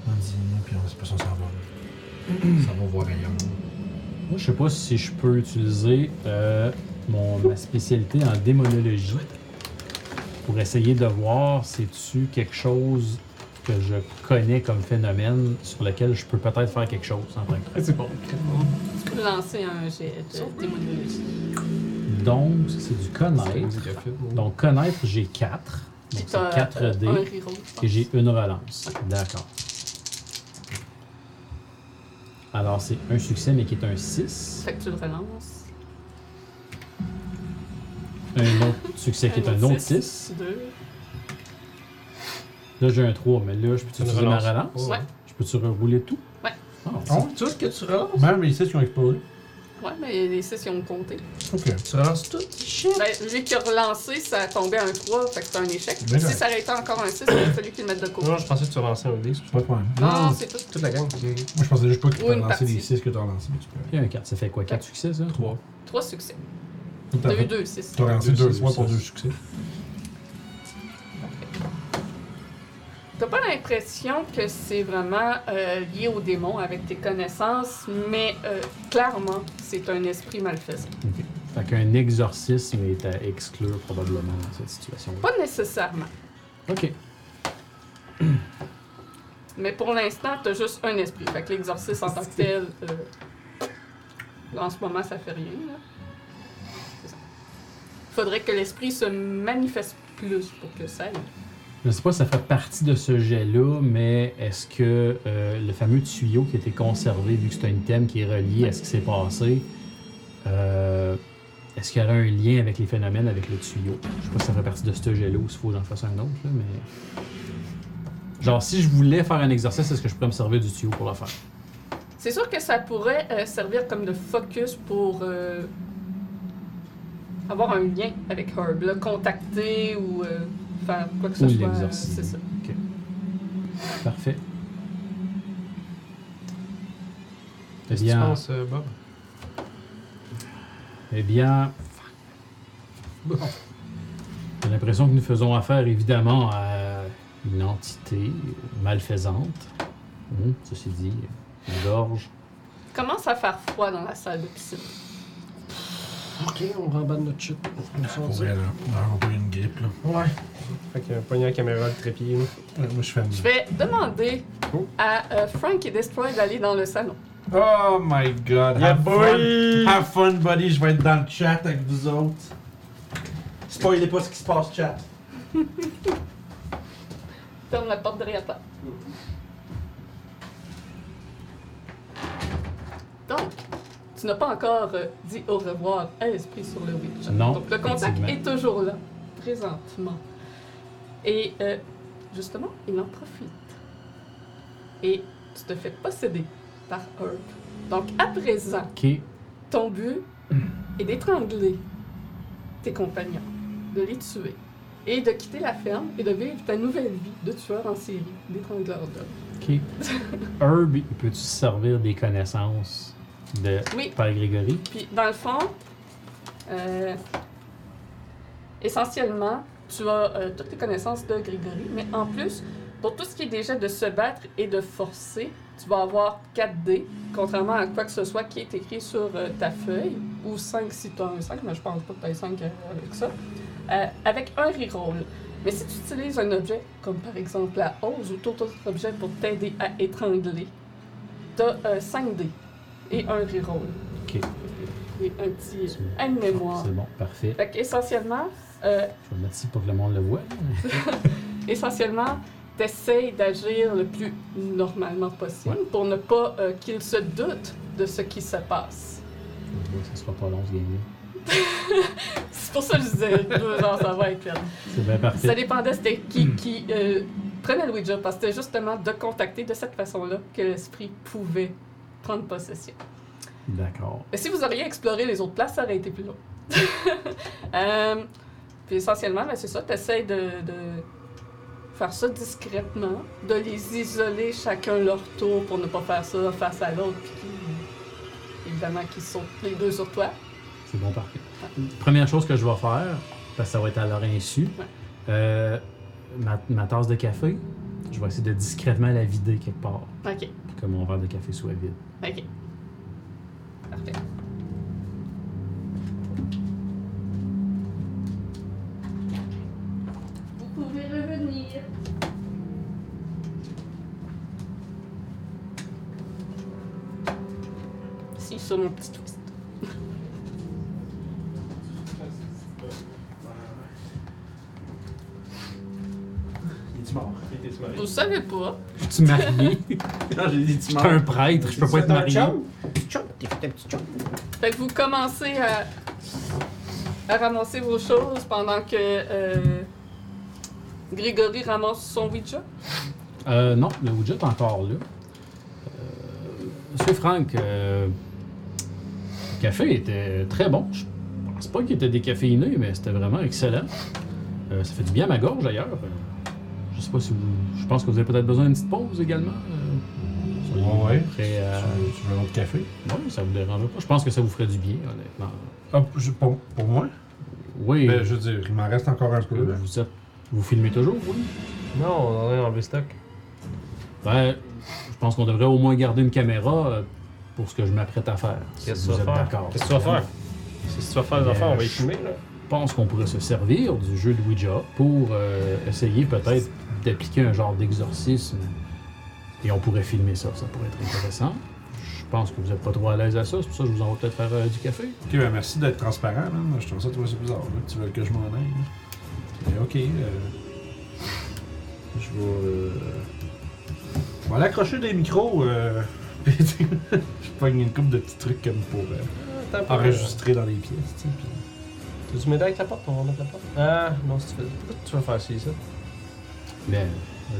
Speaker 1: On dit non, puis on sait pas si on s'en va. Ça va voir ailleurs.
Speaker 4: Moi, je sais pas si je peux utiliser euh, mon, ma spécialité en démonologie pour essayer de voir si tu quelque chose que je connais comme phénomène sur lequel je peux peut-être faire quelque chose en tant que
Speaker 3: Ah,
Speaker 4: prêtre.
Speaker 6: C'est bon.
Speaker 2: Tu peux lancer un jet de démonologie.
Speaker 4: Donc, c'est du connaître. Donc, connaître, j'ai 4. Donc,
Speaker 2: Puis
Speaker 4: c'est
Speaker 2: t'as, euh,
Speaker 4: 4D.
Speaker 2: un reroll, je pense.
Speaker 4: Et j'ai une relance. D'accord. Alors, c'est un succès, mais qui est un 6.
Speaker 2: Fait que tu le relances.
Speaker 4: Un autre succès qui est un autre 6.
Speaker 2: Deux.
Speaker 4: Là, j'ai un 3, mais là, je peux
Speaker 3: Une
Speaker 4: utiliser ma
Speaker 3: relance.
Speaker 4: relance.
Speaker 2: Ouais.
Speaker 4: Je peux-tu rerouler tout?
Speaker 2: Ouais.
Speaker 4: Ah,
Speaker 1: Oh.
Speaker 6: Tout ce que tu relances.
Speaker 1: Même les 6 qui ont explosé.
Speaker 2: Ouais, mais les 6 ils ont compté.
Speaker 1: Ok.
Speaker 6: Tu relances tout. Shit.
Speaker 2: Ben, lui qui a relancé, ça a tombé à un 3, fait que c'est un échec.
Speaker 1: D'accord.
Speaker 2: Si ça aurait été encore un 6, il aurait fallu qu'il le mette de côté.
Speaker 3: Non, je pensais que tu relançais un dé.
Speaker 1: Pas
Speaker 3: excuse-moi.
Speaker 1: de problème.
Speaker 2: Non, c'est tout.
Speaker 3: Toute la gang. J'ai
Speaker 1: Moi je pensais juste pas que tu
Speaker 2: Ou
Speaker 1: peux
Speaker 2: une
Speaker 1: lancer les
Speaker 2: partie.
Speaker 1: 6 que t'as lancé, mais tu peux.
Speaker 4: Il y a un 4. Ça fait quoi? 4 succès, ça?
Speaker 1: 3.
Speaker 2: 3 succès.
Speaker 1: T'as
Speaker 2: T'as eu
Speaker 1: fait-
Speaker 2: 2, 6.
Speaker 1: t'as lancé
Speaker 3: Deux,
Speaker 1: 2
Speaker 3: six,
Speaker 1: fois pour
Speaker 3: six.
Speaker 1: 2 succès.
Speaker 2: T'as pas l'impression que c'est vraiment euh, lié au démon avec tes connaissances, mais euh, clairement, c'est un esprit malfaisant.
Speaker 4: Fait qu'un exorcisme est à exclure probablement dans cette situation-là.
Speaker 2: Pas nécessairement.
Speaker 4: OK.
Speaker 2: Mais pour l'instant, t'as juste un esprit. Fait que l'exorcisme en tant que tel, euh, en ce moment, ça fait rien. Là. C'est ça. Faudrait que l'esprit se manifeste plus pour que ça aille.
Speaker 4: Je sais pas si ça fait partie de ce jet-là, mais est-ce que euh, le fameux tuyau qui était conservé, vu que c'est un item qui est relié à ce qui s'est passé, euh, est-ce qu'il y aurait un lien avec les phénomènes avec le tuyau? Je sais pas si ça fait partie de ce jet-là ou s'il faut que j'en fasse un autre, là, mais... Genre, si je voulais faire un exercice, est-ce que je pourrais me servir du tuyau pour le faire?
Speaker 2: C'est sûr que ça pourrait euh, servir comme de focus pour euh, avoir un lien avec Herb, le contacter ou euh, faire quoi que ce
Speaker 4: Ou
Speaker 2: soit. euh,
Speaker 4: l'exorcisme.
Speaker 2: C'est ça.
Speaker 4: Ok. Parfait. Eh
Speaker 3: Qu'est-ce que tu
Speaker 4: bien,
Speaker 3: penses, euh, Bob?
Speaker 4: eh bien, j'ai l'impression que nous faisons affaire évidemment à une entité malfaisante. Hum, ceci dit, une gorge.
Speaker 2: Commence à faire froid dans la salle de piscine.
Speaker 5: Ok, on remballe notre shit. On s'en
Speaker 1: Pour
Speaker 5: dit.
Speaker 1: vrai, là. On va pas une grippe, là.
Speaker 5: Ouais.
Speaker 3: Fait que pogné la caméra, le trépied. là.
Speaker 1: Ouais, Moi je suis fan.
Speaker 2: Je vais demander
Speaker 3: Oh.
Speaker 2: à euh, Frank et Destroy d'aller dans le salon.
Speaker 1: Oh my god.
Speaker 3: Yeah,
Speaker 1: Have
Speaker 3: boy!
Speaker 1: fun. Have fun, buddy. Je vais être dans le chat avec vous autres. Spoilez pas ce qui se passe, chat.
Speaker 2: Ferme la porte derrière toi. Donc, tu n'as pas encore euh, dit au revoir à l'esprit sur le Witch.
Speaker 4: Non,
Speaker 2: Donc, le contact
Speaker 4: effectivement.
Speaker 2: est toujours là, présentement. Et euh, justement, il en profite. Et tu te fais posséder par Herb. Donc, à présent,
Speaker 4: Ok.
Speaker 2: ton but est d'étrangler tes compagnons, de les tuer et de quitter la ferme et de vivre ta nouvelle vie de tueur en série, d'étrangleur d'hommes.
Speaker 4: Ok. Herb, peux-tu se servir des connaissances de
Speaker 2: Oui,
Speaker 4: Père Grégory?
Speaker 2: puis dans le fond, euh, essentiellement, tu as euh, toutes tes connaissances de Grégory, mais en plus, pour tout ce qui est déjà de se battre et de forcer, tu vas avoir 4 dés, contrairement à quoi que ce soit qui est écrit sur euh, ta feuille, ou 5 si tu as un 5, mais je pense pas que tu as 5 avec ça, euh, avec un reroll. Mais si tu utilises un objet, comme par exemple la hose ou tout autre objet pour t'aider à étrangler, tu as 5 dés et un reroll.
Speaker 4: Ok.
Speaker 2: Et un petit
Speaker 4: C'est bon.
Speaker 2: un de mémoire.
Speaker 4: C'est bon, parfait.
Speaker 2: Fait qu'essentiellement, euh,
Speaker 4: Je vais le mettre ici pour que le monde le voit.
Speaker 2: essentiellement, t'essayes d'agir le plus normalement possible pour ne pas euh, qu'il se doute de ce qui se passe.
Speaker 4: Je vois que ça sera pas long ce game
Speaker 2: C'est pour ça que je disais, deux ans, ça va être pire.
Speaker 4: C'est bien
Speaker 2: Ça
Speaker 4: parfait.
Speaker 2: dépendait c'était qui qui euh, prenait le Ouija, parce que c'était justement de contacter de cette façon-là que l'esprit pouvait prendre possession.
Speaker 4: D'accord.
Speaker 2: Mais si vous auriez exploré les autres places, ça aurait été plus long. Euh, puis essentiellement, ben, c'est ça, tu de, de faire ça discrètement, de les isoler chacun leur tour pour ne pas faire ça face à l'autre, puis qu'ils- évidemment qu'ils sautent les deux sur toi.
Speaker 4: C'est bon, parfait. Première chose que je vais faire, parce que ça va être à leur insu, euh, ma, ma tasse de café, je vais essayer de discrètement la vider quelque part
Speaker 2: Ok,
Speaker 4: pour que mon verre de café soit vide.
Speaker 2: ok. Parfait. Vous pouvez revenir. Si, sur mon petit twist. Vous savez pas.
Speaker 4: Je suis marié.
Speaker 6: Non, j'ai dit tu
Speaker 4: J'étais un prêtre, je peux pas être marié.
Speaker 6: T'es fait un petit chum.
Speaker 2: Fait que vous commencez à, à ramasser vos choses pendant que euh, Grégory ramasse son Ouija.
Speaker 4: Euh, non, le widget est encore là. Euh, Monsieur Franck, euh, le café était très bon. Je pense pas qu'il était décaféiné, mais c'était vraiment excellent. Euh, ça fait du bien à ma gorge d'ailleurs. Euh, je sais pas si vous. Je pense que vous avez peut-être besoin d'une petite pause également. euh, soyez
Speaker 1: Ah, Ouais, ouais.
Speaker 4: prêt à-
Speaker 1: Tu veux- Tu veux un autre café?
Speaker 4: Ouais, ça vous dérange pas. Je pense que ça vous ferait du bien, honnêtement.
Speaker 1: Ah, je- pour, pour moi?
Speaker 4: Oui.
Speaker 1: Ben, je veux dire, il m'en reste encore un peu.
Speaker 4: euh,
Speaker 1: là.
Speaker 4: vous êtes. Vous filmez toujours, oui?
Speaker 3: Non, on en a enlevé stock.
Speaker 4: Ben, je pense qu'on devrait au moins garder une caméra euh, pour ce que je m'apprête à faire. si
Speaker 3: Qu'est-ce que
Speaker 4: vous
Speaker 3: tu vas
Speaker 4: êtes
Speaker 3: faire?
Speaker 4: d'accord.
Speaker 3: Qu'est-ce que tu vas faire? Si tu vas faire des
Speaker 4: Euh,
Speaker 3: affaires, on va y
Speaker 4: je-
Speaker 3: fumer, là.
Speaker 4: Je pense qu'on pourrait se servir du jeu de Ouija pour euh, essayer peut-être d'appliquer un genre d'exorcisme. Et on pourrait filmer ça, ça pourrait être intéressant. Je pense que vous n'êtes pas trop à l'aise à ça, c'est pour ça que je vous envoie peut-être faire euh, du café.
Speaker 1: Ok, ben merci d'être transparent, man. Je trouve ça, toi, c'est bizarre. là, que tu veux que je m'en aille. là. Ben, ok. euh, Je vais. euh, Je vais aller accrocher des micros. Euh... puis tu- je pogne une coupe de petits trucs comme pour euh,
Speaker 3: Attends, pour, euh,
Speaker 1: enregistrer dans les pièces, tu sais. puis-
Speaker 3: Tu veux m'aider avec la porte? On va mettre la porte. Ah, non, si tu fais. Pourquoi tu vas faire ci, ça?
Speaker 4: Mais euh,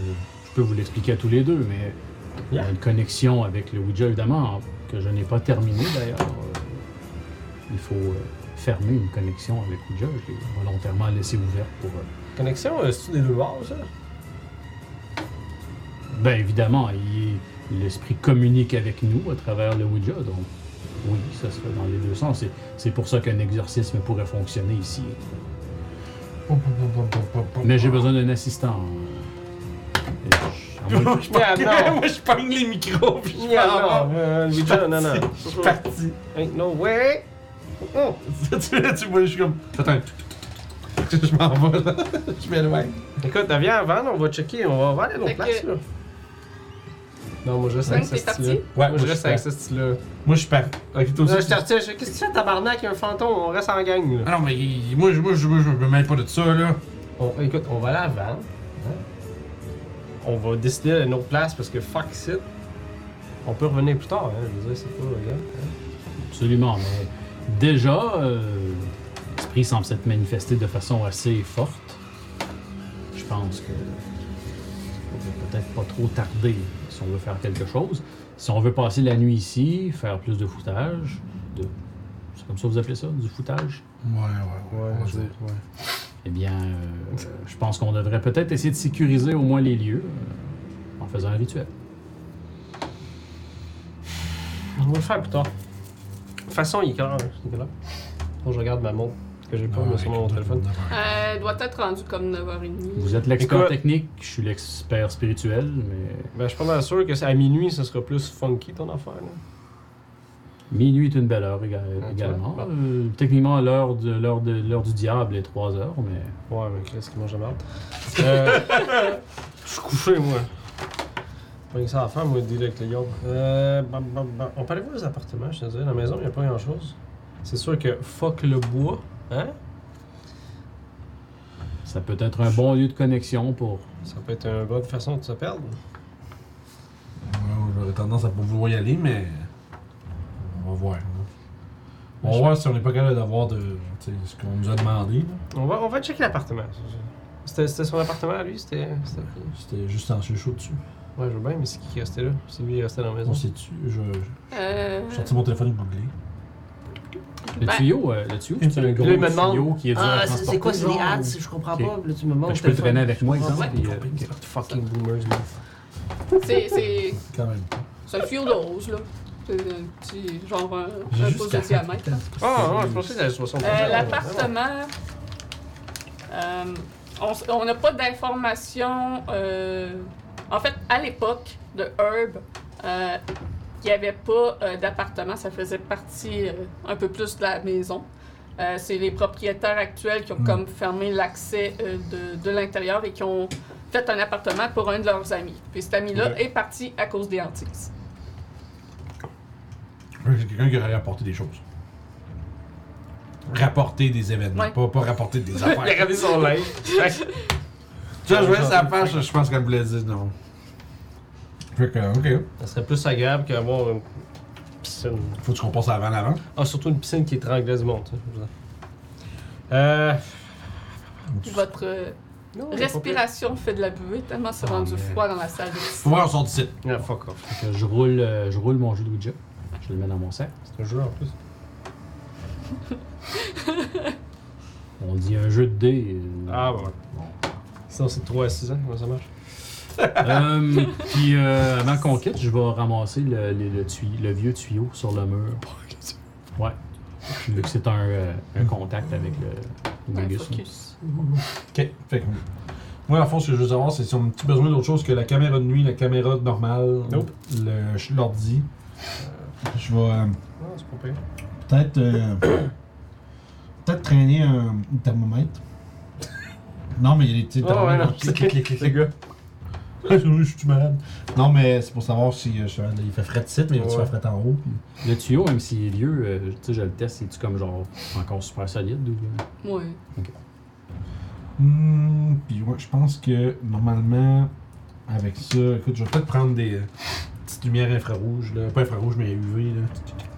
Speaker 4: je peux vous l'expliquer à tous les deux, mais il y a
Speaker 3: Yeah.
Speaker 4: une connexion avec le Ouija, évidemment, que je n'ai pas terminée d'ailleurs. Euh, il faut euh, fermer une connexion avec Ouija. Je l'ai volontairement laissée ouverte pour. euh,
Speaker 3: Connexion, euh, c'est-tu des deux bords, ça?
Speaker 4: Bien ben, évidemment, il- l'esprit communique avec nous à travers le Ouija, donc oui, ça se fait dans les deux sens. C'est- C'est pour ça qu'un exorcisme pourrait fonctionner ici. Mais j'ai besoin d'un assistant. Euh, et je- à moins que-
Speaker 1: je pogne-
Speaker 3: Ah, non.
Speaker 1: Moi, je pogne les micros, puis je
Speaker 3: Yeah,
Speaker 1: m'en vais.
Speaker 3: non, euh, Luigi, non, non.
Speaker 1: Je suis parti.
Speaker 3: Ain't no way! Oh!
Speaker 1: tu, tu vois, je suis comme. Attends. Je m'en vais, là. Je m'éloigne.
Speaker 3: Écoute, viens avant, là, on va checker, on va aller à l'autre
Speaker 2: Fait
Speaker 3: place,
Speaker 2: que-
Speaker 3: là. Non, moi je reste avec
Speaker 2: Donc,
Speaker 3: ce
Speaker 2: t'es
Speaker 3: style-là.
Speaker 2: parti?
Speaker 1: Ouais,
Speaker 3: Moi je reste avec ce style-là.
Speaker 1: Moi, je suis parti. Ok, toi aussi.
Speaker 3: Là, je
Speaker 1: tu-
Speaker 3: te retiens, je- qu'est-ce que tu fais, tabarnak, il y a un fantôme, on reste en gang, là.
Speaker 1: Ah non, mais il- moi, je- moi, je, moi, je me mêle pas de ça, là.
Speaker 3: On- écoute, on va aller avant. hein. On va décider à une autre place parce que fuck it. On peut revenir plus tard, hein, je veux dire, c'est pas, regarde. hein.
Speaker 4: Absolument, mais déjà, euh, l'esprit semble s'être manifesté de façon assez forte. Je pense que on peut peut-être pas trop tarder si on veut faire quelque chose. Si on veut passer la nuit ici, faire plus de foutage, de... c'est comme ça que vous appelez ça, du foutage,
Speaker 1: Ouais, ouais,
Speaker 3: Ouais,
Speaker 1: on va
Speaker 3: je-
Speaker 1: dire, ouais.
Speaker 4: eh bien, euh, je pense qu'on devrait peut-être essayer de sécuriser au moins les lieux euh, en faisant un rituel.
Speaker 3: On va le faire plus tard. De toute façon, il est quelle heure, hein? Il est quelle heure? Bon, je regarde ma montre. que j'ai
Speaker 1: Ah,
Speaker 3: pas, mais sur mon téléphone.
Speaker 2: Euh, doit être rendu comme 9h30.
Speaker 4: Vous êtes l'expert
Speaker 3: Écoute.
Speaker 4: technique, je suis l'expert spirituel, mais
Speaker 3: Ben, je suis pas mal sûr que c'est- à minuit, ce sera plus funky ton affaire. Là.
Speaker 4: minuit est une belle heure éga-
Speaker 3: vois.
Speaker 4: également.
Speaker 3: Bon.
Speaker 4: Euh, techniquement, l'heure de l'heure de l'heure du diable est 3 heures, mais
Speaker 3: Ouais, mais Chris, qui mange de la merde. Euh, je suis couché, moi. Pas rien que ça à faire, moi, de dealer avec les gars. Euh, bam, bam, bam. On peut aller voir les appartements, je te dis. La maison, il n'y a pas grand-chose. C'est sûr que fuck le bois, hein?
Speaker 4: ça peut être un bon lieu de connexion pour.
Speaker 3: Ça peut être une bonne façon de se perdre.
Speaker 1: Ouais, J'aurais tendance à pas vouloir y aller, mais. On va voir. là. On va
Speaker 3: Je-
Speaker 1: voir si on n'est pas capable d'avoir de. tu sais, ce qu'on nous a demandé. là.
Speaker 3: On va, on va checker l'appartement. C'était c'était son appartement à lui, c'était. c'était-
Speaker 1: C'était juste en chaud dessus.
Speaker 3: Ouais, je veux bien, mais c'est qui qui restait là? C'est lui qui restait dans la maison.
Speaker 1: On sait dessus. Je, je-
Speaker 2: Euh,
Speaker 1: j'ai sorti mon téléphone googlé.
Speaker 4: Le
Speaker 2: Ben-
Speaker 4: tuyau, euh, le tuyau, c'est un gros
Speaker 3: Là, il me demande-
Speaker 4: tuyau qui est dur à
Speaker 6: Ah, c'est
Speaker 4: transporter.
Speaker 6: c'est quoi, c'est des
Speaker 4: genre?
Speaker 6: ads? Je comprends
Speaker 4: Ok.
Speaker 6: pas. Là, tu me montres.
Speaker 4: Fait que je peux le
Speaker 6: téléphone.
Speaker 4: traîner avec moi,
Speaker 6: Je comprends
Speaker 4: exemple. puis,
Speaker 6: pas.
Speaker 4: euh,
Speaker 3: Fucking boomers, man.
Speaker 2: c'est- C'est
Speaker 1: Quand même.
Speaker 2: c'est un tuyau de rose, là. C'est un petit, genre un,
Speaker 1: J'ai
Speaker 2: un
Speaker 1: juste
Speaker 2: pouce de
Speaker 1: quatre-
Speaker 2: diamètre. là.
Speaker 3: Ah, non, je pensais que c'était 60
Speaker 2: Euh, L'appartement. euh, on s- on n'a pas d'informations. euh, en fait, à l'époque de Herb, euh, il n'y avait pas euh, d'appartement. Ça faisait partie euh, un peu plus de la maison. Euh, C'est les propriétaires actuels qui ont
Speaker 1: Mm.
Speaker 2: comme fermé l'accès euh, de, de l'intérieur et qui ont fait un appartement pour un de leurs amis. Puis cet ami-là
Speaker 3: Ok.
Speaker 2: est parti à cause des hantises.
Speaker 1: Ouais, C'est quelqu'un qui aurait rapporté des choses. Rapporter des événements,
Speaker 2: Ouais.
Speaker 1: pas, pas rapporter des
Speaker 3: Il a
Speaker 1: affaires.
Speaker 3: regardé son linge.
Speaker 1: tu vois, je voyais sa page, je pense qu'elle voulait dire non. Fait que, ok.
Speaker 3: Ça serait plus agréable qu'avoir une piscine.
Speaker 1: Faut qu'on passe avant l'avant.
Speaker 3: Ah, surtout une piscine qui étranglait du monde. ça, je vous en- Euh.
Speaker 2: Votre euh,
Speaker 3: non,
Speaker 2: respiration fait de la buée tellement c'est
Speaker 4: Oh,
Speaker 2: rendu
Speaker 4: man.
Speaker 2: froid dans la salle de piscine.
Speaker 1: Faut voir, on sort d'ici.
Speaker 3: Ah, fuck off.
Speaker 4: Fait que je roule, euh, je roule mon jeu de Ouija. Je le mets dans mon sac.
Speaker 3: C'est un jeu en plus.
Speaker 4: On dit un jeu de dés. euh,
Speaker 3: Ah, bah ouais. Sinon, c'est 3 à 6 ans, comment ça marche?
Speaker 4: Euh, puis euh, avant qu'on quitte, je vais ramasser le, le- le tui- le vieux tuyau sur le mur. Ouais. Vu que c'est un, euh, un contact avec le, le
Speaker 2: Ouais,
Speaker 4: Magus.
Speaker 2: focus.
Speaker 1: Ok, fait que. Moi, à fond, ce que je veux savoir, c'est si on a un petit besoin d'autre chose que la caméra de nuit, la caméra normale,
Speaker 3: Nope.
Speaker 1: le- je- l'ordi. Euh, Je vais euh,
Speaker 3: Non, c'est pas pire.
Speaker 1: peut-être. euh, peut-être traîner un thermomètre. Non, mais il y a des petits
Speaker 3: Ah, ouais, non,
Speaker 1: thermomètres.
Speaker 3: c'est-
Speaker 1: Clic, clic, clic, clic,
Speaker 3: Les
Speaker 1: clic.
Speaker 3: gars.
Speaker 1: Ah, Je suis malade. Non, mais c'est pour savoir si euh, je- il fait fret de site, mais il va
Speaker 3: Ouais.
Speaker 1: faire fret en haut. puis-
Speaker 4: Le tuyau, même s'il est vieux, euh, tu sais, je le teste, c'est-tu comme genre encore super solide ou. euh?
Speaker 2: Ouais.
Speaker 1: Hmm, puis ouais, je pense que normalement, avec ça, écoute, je vais peut-être prendre des euh, petites lumières infrarouges, là. pas infrarouges, mais UV. Là.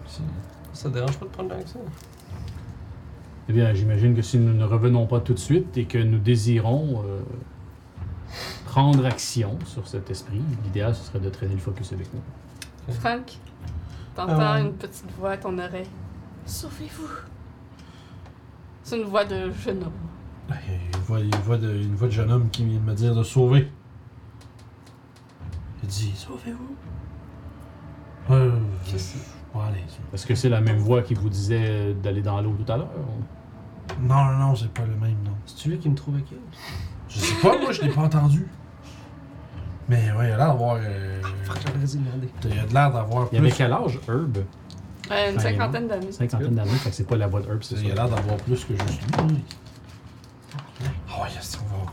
Speaker 1: C'est-
Speaker 3: Ça te dérange pas de prendre l'air avec ça?
Speaker 4: Eh bien, j'imagine que si nous ne revenons pas tout de suite et que nous désirons euh, prendre action sur cet esprit, l'idéal ce serait de traîner le focus avec nous.
Speaker 2: Franck, t'entends
Speaker 1: Ah ouais.
Speaker 2: une petite voix à ton oreille. Sauvez-vous. C'est une voix de jeune homme.
Speaker 1: Ah, il y a Une voix, une, voix de, une voix de jeune homme qui vient de me dire de sauver. Il dit Sauvez-vous. Euh, je- ouais, allez, je-
Speaker 4: Est-ce que c'est la même voix qui vous disait d'aller dans l'eau tout à l'heure?
Speaker 1: Non, non, non, c'est pas le même, non.
Speaker 3: C'est lui qui me trouve avec elle.
Speaker 1: Je sais pas, moi, je l'ai pas entendu. Mais ouais, il a l'air d'avoir. euh,
Speaker 6: J'aurais dû demander.
Speaker 1: il a l'air d'avoir
Speaker 4: Il y avait
Speaker 1: plus.
Speaker 4: quel âge, Herb?
Speaker 2: Euh, une
Speaker 4: Ah, il est
Speaker 2: cinquantaine d'années.
Speaker 4: Cinquantaine d'années, fait que c'est pas la voix de Herb, c'est
Speaker 1: Il a
Speaker 4: ça.
Speaker 1: l'air d'avoir plus que juste lui. Ah ouais, yes, on va.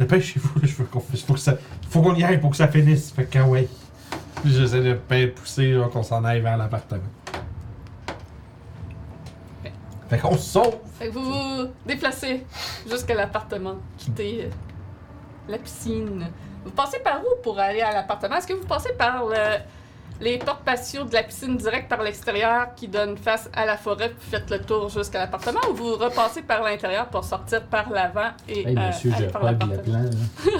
Speaker 1: Dépêchez-vous, là, je veux qu'on fasse- Faut que ça. Faut qu'on y aille pour que ça finisse. Fait que, ah ouais. Puis J'essaie de pas pousser là, qu'on s'en aille vers l'appartement. Fait qu'on se sauve!
Speaker 2: Fait que vous vous déplacez jusqu'à l'appartement, quittez euh, la piscine. Vous passez par où pour aller à l'appartement? Est-ce que vous passez par le- les portes patio de la piscine direct par l'extérieur qui donne face à la forêt puis faites le tour jusqu'à l'appartement ou vous repassez par l'intérieur pour sortir par l'avant et
Speaker 4: Hey,
Speaker 2: euh,
Speaker 4: monsieur,
Speaker 2: aller
Speaker 4: j'ai
Speaker 2: par
Speaker 4: pas de la
Speaker 2: l'appartement?
Speaker 4: plan, là.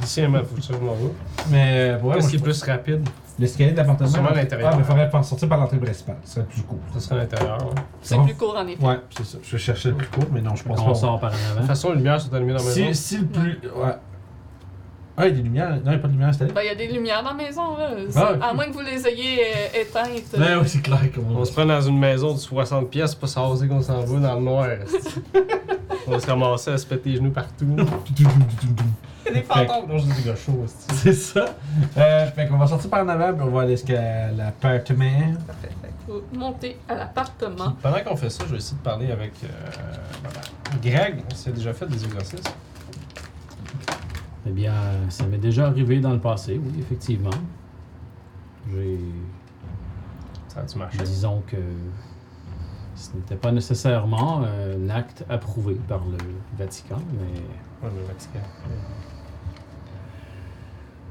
Speaker 3: D'ici un faut que je m'en vais.
Speaker 1: Mais, euh, ouais,
Speaker 3: Qu'est-ce
Speaker 1: moi,
Speaker 3: qui est plus rapide?
Speaker 1: je- l'escalier de l'appartement.
Speaker 3: Sûrement à l'intérieur.
Speaker 1: Ah, mais faudrait pas en sortir par l'entrée principale. Ce serait plus court.
Speaker 3: Ça serait à l'intérieur, hein. ouais.
Speaker 2: C'est
Speaker 1: Bon.
Speaker 2: plus court en effet.
Speaker 1: Ouais, c'est ça. Je cherchais le plus court, mais non, je pense
Speaker 4: On
Speaker 1: pas.
Speaker 4: sort par en
Speaker 3: De toute
Speaker 4: avant.
Speaker 3: façon, les lumières sont allumées dans la maison.
Speaker 1: Si, si le plus. Ouais. Ah, il y a des lumières. Non, il n'y a pas de lumière installée.
Speaker 2: Ben, il y a des lumières dans la maison, là. C'est-
Speaker 1: Ah, ok.
Speaker 2: À moins que vous les ayez euh, éteintes.
Speaker 1: Ben oui, c'est clair comme
Speaker 3: On se prend dans une maison de 60 pièces, pas savoir où c'est qu'on s'en va dans le noir. esti. on va se ramasser à se péter les genoux partout. Il y a des fantômes! Non, je dis des gars chauds, esti.
Speaker 1: C'est ça. Euh, fait qu'on va sortir par en avant, puis on va aller jusqu'à l'appartement.
Speaker 2: Vous montez à l'appartement.
Speaker 3: Pendant qu'on fait ça, je vais essayer de parler avec euh, madame. Greg. On s'est déjà fait des exercices.
Speaker 4: Eh bien, euh, ça m'est déjà arrivé dans le passé, oui, effectivement. J'ai.
Speaker 3: Ça a-tu marché?
Speaker 4: Disons que ce n'était pas nécessairement un acte approuvé par le Vatican, mais
Speaker 3: Ouais, mais Vatican.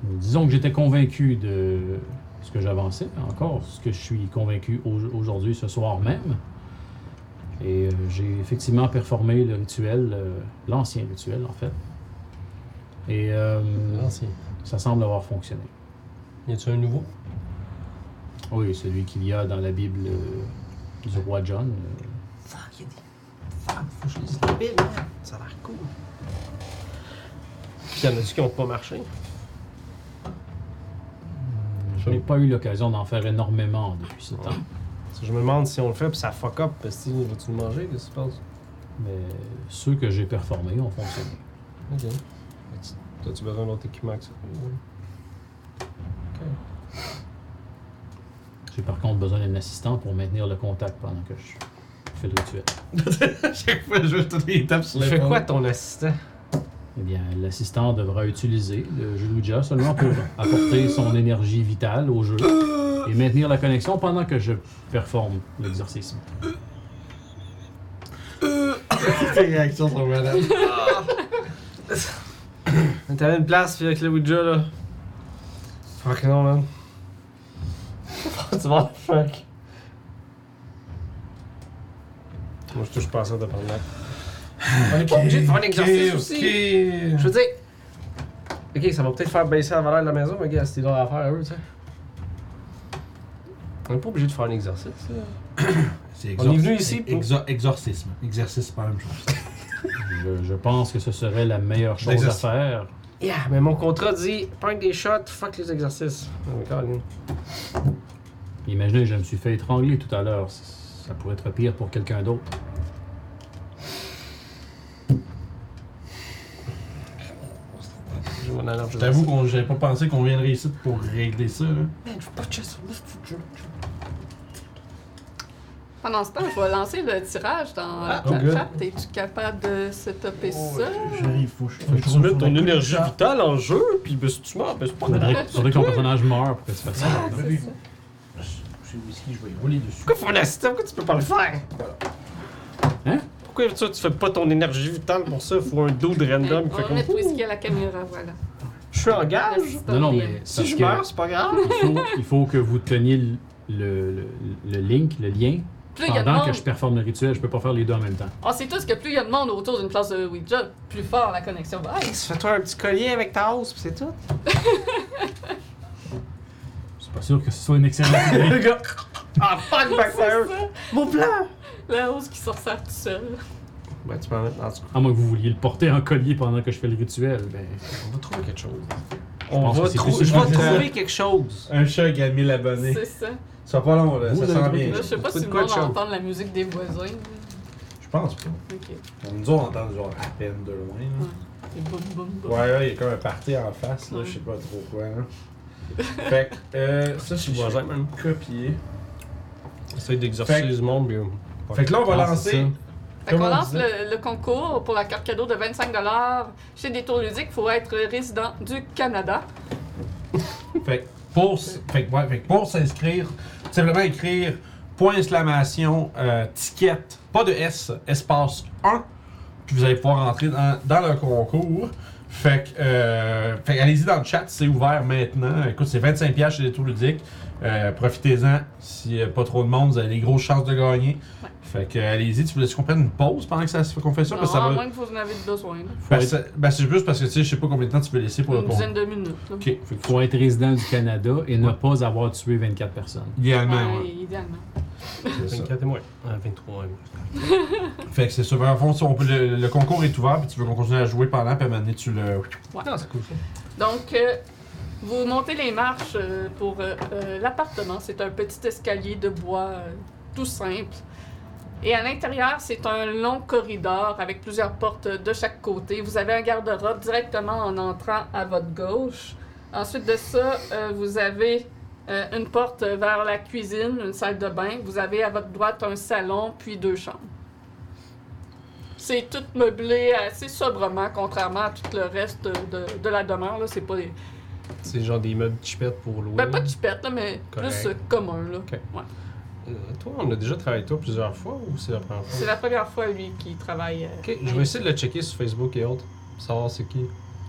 Speaker 4: disons que j'étais convaincu de ce que j'avançais, encore ce que je suis convaincu au- aujourd'hui, ce soir même. Et euh, j'ai effectivement performé le rituel, euh, l'ancien rituel en fait. Et euh,
Speaker 3: L'ancien.
Speaker 4: ça semble avoir fonctionné.
Speaker 3: Y a-tu un nouveau?
Speaker 4: Oui, celui qu'il y a dans la Bible euh, du roi John. euh,
Speaker 6: Fuck, il y a des. Fuck, faut que je lise la Bible, man. Ça a l'air cool.
Speaker 3: Puis y en a-tu qui ont pas marché?
Speaker 4: Je n'ai pas eu l'occasion d'en faire énormément depuis ce temps.
Speaker 3: Parce que Je me demande si on le fait, puis ça fuck up. Parce que vas-tu le manger? Qu'est-ce qui se passe?
Speaker 4: Mais ceux que j'ai performés ont fonctionné.
Speaker 3: Ok. T'as-tu besoin d'un autre équipement que ça? Ok.
Speaker 4: J'ai par contre besoin d'un assistant pour maintenir le contact pendant que je fais le rituel.
Speaker 1: Chaque fois, je joue toutes les étapes sur
Speaker 3: Tu fais quoi ton assistant?
Speaker 4: Eh bien, l'assistant devra utiliser le Juluja seulement pour apporter son énergie vitale au jeu et maintenir la connexion pendant que je performe l'exercice.
Speaker 1: Tes réactions sont malades.
Speaker 3: T'avais une place avec le Ouija là. Fuck non, man. tu vas fuck. Moi je touche pas à ça de par là. On est pas obligé de faire un exercice aussi. Je veux dire. Ok, ça va peut-être faire baisser la valeur de la maison, mais gars, c'est leur affaire à eux, tu sais. On est pas obligé de faire un exercice. là.
Speaker 1: C'est
Speaker 3: On est venu
Speaker 1: exorci-
Speaker 3: ici pour-
Speaker 1: exor- exorcisme. Exercice, c'est pas la même chose.
Speaker 4: Je, je pense que ce serait la meilleure chose à
Speaker 1: L'exercice.
Speaker 4: faire.
Speaker 3: Yeah, Ah, mais mon contrat dit punk des shots, fuck les exercices. Oh, Caroline.
Speaker 4: Imaginez, je me suis fait étrangler tout à l'heure. Ça- Ça pourrait être pire pour quelqu'un d'autre.
Speaker 3: J'ai mon alarme, je
Speaker 1: Je t'avoue qu'on j'avais pas pensé qu'on viendrait ici pour régler ça. Là.
Speaker 6: Man, je veux pas de chasse, moi, c'est du jeu.
Speaker 2: Pendant ce temps, je vais lancer le tirage dans la
Speaker 3: Ah, oh good.
Speaker 2: chat. Es-tu capable de se taper
Speaker 3: Oh,
Speaker 2: ça? Euh,
Speaker 5: J'arrive, faut que je.
Speaker 3: Faut que tu mettes ton énergie vitale en jeu, puis ben, si tu meurs, ben, c'est pas grave.
Speaker 4: Faudrait, faudrait que ton personnage meure pour que tu fasses ça.
Speaker 2: C'est ça.
Speaker 1: J'ai le whisky, je vais y rouler dessus.
Speaker 3: Pourquoi faut un assistant? Pourquoi tu peux pas le faire?
Speaker 4: Hein?
Speaker 3: Pourquoi ça, tu fais pas ton énergie vitale pour ça? Faut un dos de random
Speaker 2: On
Speaker 3: qui fait
Speaker 2: va
Speaker 3: comme Ah,
Speaker 2: mettre whisky à la caméra, voilà.
Speaker 3: Je suis en gage.
Speaker 2: L'assistant
Speaker 4: Non, non,
Speaker 2: DM.
Speaker 4: mais
Speaker 3: Si
Speaker 4: parce
Speaker 3: je
Speaker 4: que-
Speaker 3: meurs, c'est pas grave.
Speaker 4: il faut, il faut que vous teniez le, le, le- le link, le lien,
Speaker 2: Plus il y a de
Speaker 4: pendant
Speaker 2: monde,
Speaker 4: que je performe le rituel. Je peux pas faire les deux en même temps.
Speaker 2: on sait tous que plus il y a de monde autour d'une place de Ouija, plus fort la connexion va être.
Speaker 3: Fais-toi un petit collier avec ta hausse, pis c'est tout.
Speaker 4: C'est pas sûr que ce soit une excellente idée.
Speaker 3: Le gars. Ah, fuck, backfire! Mon plan!
Speaker 2: La hausse qui sort ça tout seul.
Speaker 3: Ben, tu peux en mettre dans le
Speaker 4: À moins que vous vouliez le porter en collier pendant que je fais le rituel. Ben,
Speaker 3: On va trouver quelque chose. On
Speaker 4: pense
Speaker 3: va
Speaker 4: que c'est
Speaker 3: trou-
Speaker 4: possible.
Speaker 3: Je vais
Speaker 1: C'est ça.
Speaker 3: trouver quelque chose.
Speaker 1: Un chat qui a 1000 abonnés.
Speaker 2: C'est ça.
Speaker 1: Ça va pas long, là.
Speaker 4: Vous
Speaker 1: ça
Speaker 4: avez
Speaker 1: sent
Speaker 4: compris.
Speaker 1: bien.
Speaker 2: Là, je sais pas si
Speaker 3: Faut de
Speaker 2: le
Speaker 3: quoi
Speaker 2: monde
Speaker 3: de chaud.
Speaker 2: entend la musique des voisins.
Speaker 1: Je pense pas.
Speaker 2: Ok.
Speaker 1: On nous a entendu genre à peine de loin. Là.
Speaker 2: Et boum, boum, boum.
Speaker 1: Ouais, ouais, il y a comme un party en face, là, je sais pas trop quoi. Là. fait que, euh, ça, c'est
Speaker 3: voisin, même.
Speaker 1: copié.
Speaker 3: Essaye d'exorciser
Speaker 1: Fait-
Speaker 3: le monde, euh, bien.
Speaker 1: Fait que là, on va
Speaker 4: Ah,
Speaker 1: lancer.
Speaker 4: c'est ça.
Speaker 2: Fait qu'on
Speaker 1: Comment on
Speaker 2: lance
Speaker 1: disait?
Speaker 2: le, le concours pour la carte cadeau de 25 chez Détour Ludique. Faut être résident du Canada.
Speaker 1: Fait que pour, s- fait que, ouais, fait que pour s'inscrire, tout simplement écrire point exclamation, euh, ticket, pas de S, espace 1, puis vous allez pouvoir entrer dans, dans le concours. Fait que, euh, fait que allez-y dans le chat, c'est ouvert maintenant. Écoute, c'est 25 pièces chez les tours ludiques. Euh, Profitez-en. S'il n'y a pas trop de monde, vous avez des grosses chances de gagner. Fait que, euh, allez-y. Tu voulais qu'on prenne une pause pendant que ça se- qu'on fait ça?
Speaker 2: Non,
Speaker 1: Parce que ça
Speaker 2: à
Speaker 1: va-
Speaker 2: moins que vous en avez besoin. là.
Speaker 1: parce que- ben, c'est juste parce que, tu sais, je sais pas combien de temps tu peux laisser pour le
Speaker 2: Une
Speaker 1: concours.
Speaker 2: dizaine de minutes. là.
Speaker 1: Ok. Fait
Speaker 4: il faut être résident du Canada et ne pas avoir tué 24 personnes.
Speaker 1: que, idéalement,
Speaker 2: Ouais,
Speaker 1: ouais.
Speaker 2: Idéalement.
Speaker 1: C'est ça.
Speaker 3: 24 et moins. Ah, 23 et moins.
Speaker 1: Fait que c'est sûr. En fond, si on peut- le, le concours est ouvert, puis tu veux qu'on continue à jouer pendant, puis à un moment donné, tu le.
Speaker 3: Non, c'est cool ça.
Speaker 2: Donc, euh, vous montez les marches euh, pour euh, euh, l'appartement. C'est un petit escalier de bois euh, tout simple. Et à l'intérieur, c'est un long corridor avec plusieurs portes euh, de chaque côté. Vous avez un garde-robe directement en entrant à votre gauche. Ensuite de ça, euh, vous avez euh, une porte vers la cuisine, une salle de bain. Vous avez à votre droite un salon, puis deux chambres. C'est tout meublé assez sobrement, contrairement à tout le reste de, de la demeure. là. C'est pas des-
Speaker 3: C'est genre des meubles chipettes pour louer.
Speaker 2: ben, pas de chupette, là, mais
Speaker 3: Correct.
Speaker 2: plus euh, commun. Là.
Speaker 3: Euh, toi, on a déjà travaillé avec toi plusieurs fois ou c'est la première fois?
Speaker 2: C'est la première fois, lui, qui travaille. euh,
Speaker 3: Ok, je vais essayer de le checker sur Facebook et autres. pour Savoir c'est qui.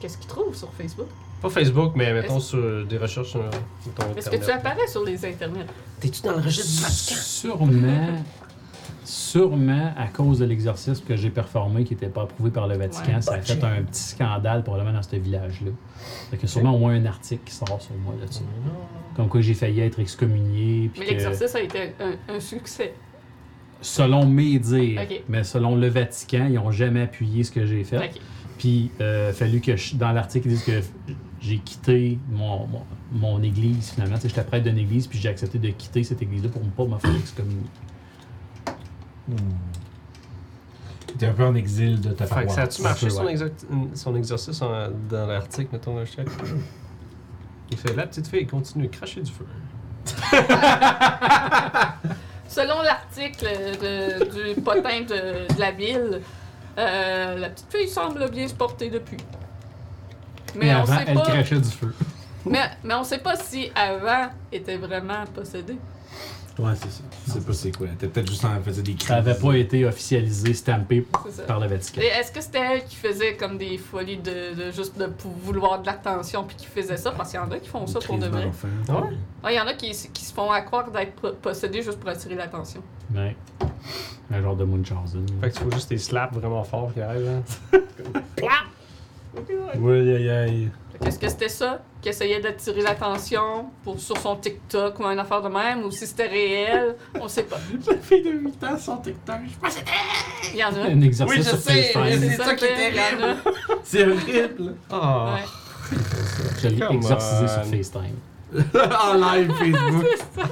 Speaker 2: Qu'est-ce qu'il trouve sur Facebook?
Speaker 3: Pas Facebook, mais mettons sur euh, des recherches sur sur ton
Speaker 2: Est-ce que tu
Speaker 3: Internet.
Speaker 2: apparais sur les internets?
Speaker 5: T'es-tu dans le registre du Vatican?
Speaker 4: Sûrement, sûrement à cause de l'exercice que j'ai performé qui n'était pas approuvé par le Vatican,
Speaker 2: Ouais.
Speaker 4: ça a fait un petit scandale probablement dans ce village-là. Fait que sûrement au moins un article qui sort sur moi là-dessus. Comme quoi j'ai failli être excommunié. puis
Speaker 2: Mais
Speaker 4: que-
Speaker 2: l'exercice a été un, un succès.
Speaker 4: Selon mes dires,
Speaker 2: Ok.
Speaker 4: mais selon le Vatican, ils n'ont jamais appuyé ce que j'ai fait.
Speaker 2: Ok.
Speaker 4: Puis, euh, fallu que je- dans l'article, ils disent que j'ai quitté mon, mon, mon église, finalement. Tu sais, j'étais prêtre d'une église, puis j'ai accepté de quitter cette église-là pour ne pas m'offrir excommunier.
Speaker 1: T'es un peu en exil de ta
Speaker 3: Fait que
Speaker 1: paroisse.
Speaker 3: ça a-tu marché
Speaker 4: Ouais.
Speaker 3: son, exer- son exercice en- dans l'article, mettons, le chèque? Il fait la petite fille continue de cracher du feu.
Speaker 2: Selon l'article euh, de- du potin de, de la ville, euh, la petite fille semble bien se porter depuis. Mais,
Speaker 4: Mais
Speaker 2: on
Speaker 4: avant,
Speaker 2: sait
Speaker 4: elle
Speaker 2: pas.
Speaker 4: crachait du feu.
Speaker 2: Mais, mais on sait pas si avant était vraiment possédée.
Speaker 1: Ouais, c'est ça. Je sais pas c'est quoi. T'es peut-être juste en faisait des cris.
Speaker 4: Ça n'avait pas été officialisé, stampé
Speaker 2: C'est ça.
Speaker 4: par le
Speaker 2: Et
Speaker 4: Vatican.
Speaker 2: Est-ce que c'était elle qui faisait comme des folies de, de- juste de pou- vouloir de l'attention puis qui faisait ça parce qu'il y en a qui font ça pour de vrai.
Speaker 3: Ouais.
Speaker 2: Ah, Il y en a qui, qui se font accroire d'être po- possédés juste pour attirer l'attention.
Speaker 4: Ouais. Un genre de Munchausen.
Speaker 3: Fait qu'il faut juste des slaps vraiment forts qui arrivent. hein.
Speaker 1: Oui, aïe, aïe.
Speaker 2: Fait que Est-ce que c'était ça qui essayait d'attirer l'attention pour sur son TikTok ou une affaire de même ou si c'était réel, on sait pas.
Speaker 1: La fille de 8 ans sur TikTok, je pense.
Speaker 2: Il y en a.
Speaker 4: Un exercice
Speaker 1: Oui, je
Speaker 4: sur
Speaker 1: sais,
Speaker 4: FaceTime.
Speaker 1: c'est ça qui est Oh.
Speaker 2: fait, il y en a.
Speaker 1: C'est horrible.
Speaker 3: Ah,
Speaker 2: Ouais.
Speaker 4: Je l'ai
Speaker 3: Come
Speaker 4: exorcisé sur
Speaker 3: on.
Speaker 4: FaceTime.
Speaker 1: en live Facebook.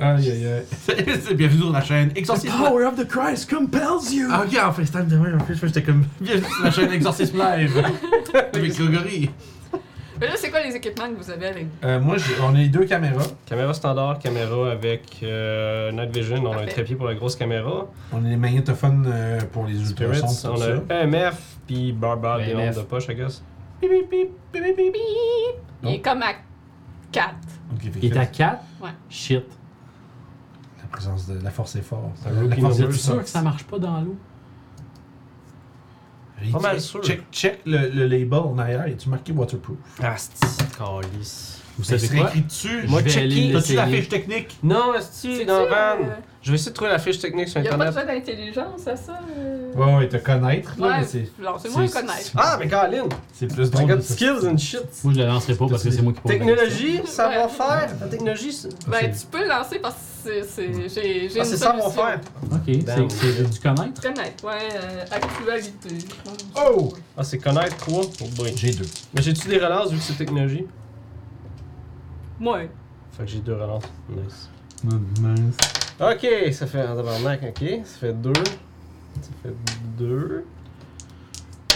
Speaker 1: Aïe, aïe, aïe. C'est c'est bienvenue sur la chaîne Exorcisme.
Speaker 5: Power of the Christ compels you!
Speaker 1: Ah, ok, en FaceTime demain, en plus, j'étais comme. Bienvenue sur la chaîne Exorcisme Live. Avec Grégory.
Speaker 2: Mais là, c'est quoi les équipements que vous avez avec vous?
Speaker 1: Euh, moi, j'ai- on a les deux caméras.
Speaker 3: Caméra standard, caméra avec euh, Night Vision, on a un
Speaker 2: Parfait.
Speaker 3: trépied pour la grosse caméra.
Speaker 1: On a les magnétophones euh, pour les
Speaker 3: Spirits,
Speaker 1: ultrasons.
Speaker 3: on
Speaker 1: tout ça.
Speaker 3: a EMF, puis Barbare, des
Speaker 4: EMF.
Speaker 3: ondes de poche, I guess.
Speaker 1: Bip, bip, bip, bip, bip, bip, bip.
Speaker 2: Il est comme à 4.
Speaker 1: Ok, fait que
Speaker 4: Il est à
Speaker 1: la
Speaker 4: 4?
Speaker 2: Ouais.
Speaker 4: Shit.
Speaker 1: présence de la force est forte.
Speaker 3: Un
Speaker 1: La
Speaker 3: rookie
Speaker 1: force est
Speaker 4: Vous êtes
Speaker 3: number.
Speaker 4: sûr que ça marche pas dans l'eau?
Speaker 3: Pas mal sûr.
Speaker 1: Check, check le, le label en arrière. Y'a-tu marqué waterproof?
Speaker 3: Ah, c'est calice.
Speaker 4: Vous
Speaker 1: Ça
Speaker 4: savez
Speaker 1: serait
Speaker 4: quoi?
Speaker 1: écrit dessus.
Speaker 3: Moi,
Speaker 4: Je vais
Speaker 3: checker.
Speaker 4: aller
Speaker 1: T'as-tu la
Speaker 4: l'essayer.
Speaker 1: fiche technique?
Speaker 3: Non,
Speaker 2: C'est
Speaker 3: Esti, dans
Speaker 2: sûr,
Speaker 3: Van.
Speaker 2: euh,
Speaker 3: Je vais essayer de trouver la fiche technique sur
Speaker 2: Il n'y a pas
Speaker 3: Internet.
Speaker 2: besoin d'intelligence à ça? euh?
Speaker 1: Ouais, ouais, te connaître, là,
Speaker 2: Ouais,
Speaker 1: mais c'est.
Speaker 2: lancez-moi un
Speaker 1: c'est-
Speaker 2: connaître.
Speaker 3: Ah, mais Caroline!
Speaker 1: C'est plus
Speaker 3: I
Speaker 1: drôle.
Speaker 3: got
Speaker 1: de ça.
Speaker 3: skills and shit!
Speaker 4: Moi, je le lancerai pas parce que c'est moi qui pose la question.
Speaker 3: Technologie,
Speaker 2: Ouais.
Speaker 3: savoir-faire. La technologie, c'est.
Speaker 2: Ben, tu peux le lancer parce que c'est- c'est- j'ai j'ai une
Speaker 3: Ah, c'est
Speaker 2: solution.
Speaker 3: savoir-faire.
Speaker 4: Ok,
Speaker 3: Ben,
Speaker 4: c'est- c'est du connaître?
Speaker 2: Connaître, ouais, euh, actualité. je pense.
Speaker 1: Oh!
Speaker 3: Ah, c'est connaître 3. Oh boy.
Speaker 1: J'ai deux.
Speaker 3: Mais j'ai-tu des relances vu que c'est technologie?
Speaker 2: Ouais.
Speaker 3: Fait que j'ai deux relances. Nice.
Speaker 1: Mince.
Speaker 3: Ok, ça fait un tabarnak, ok. Ça fait deux. Ça fait deux.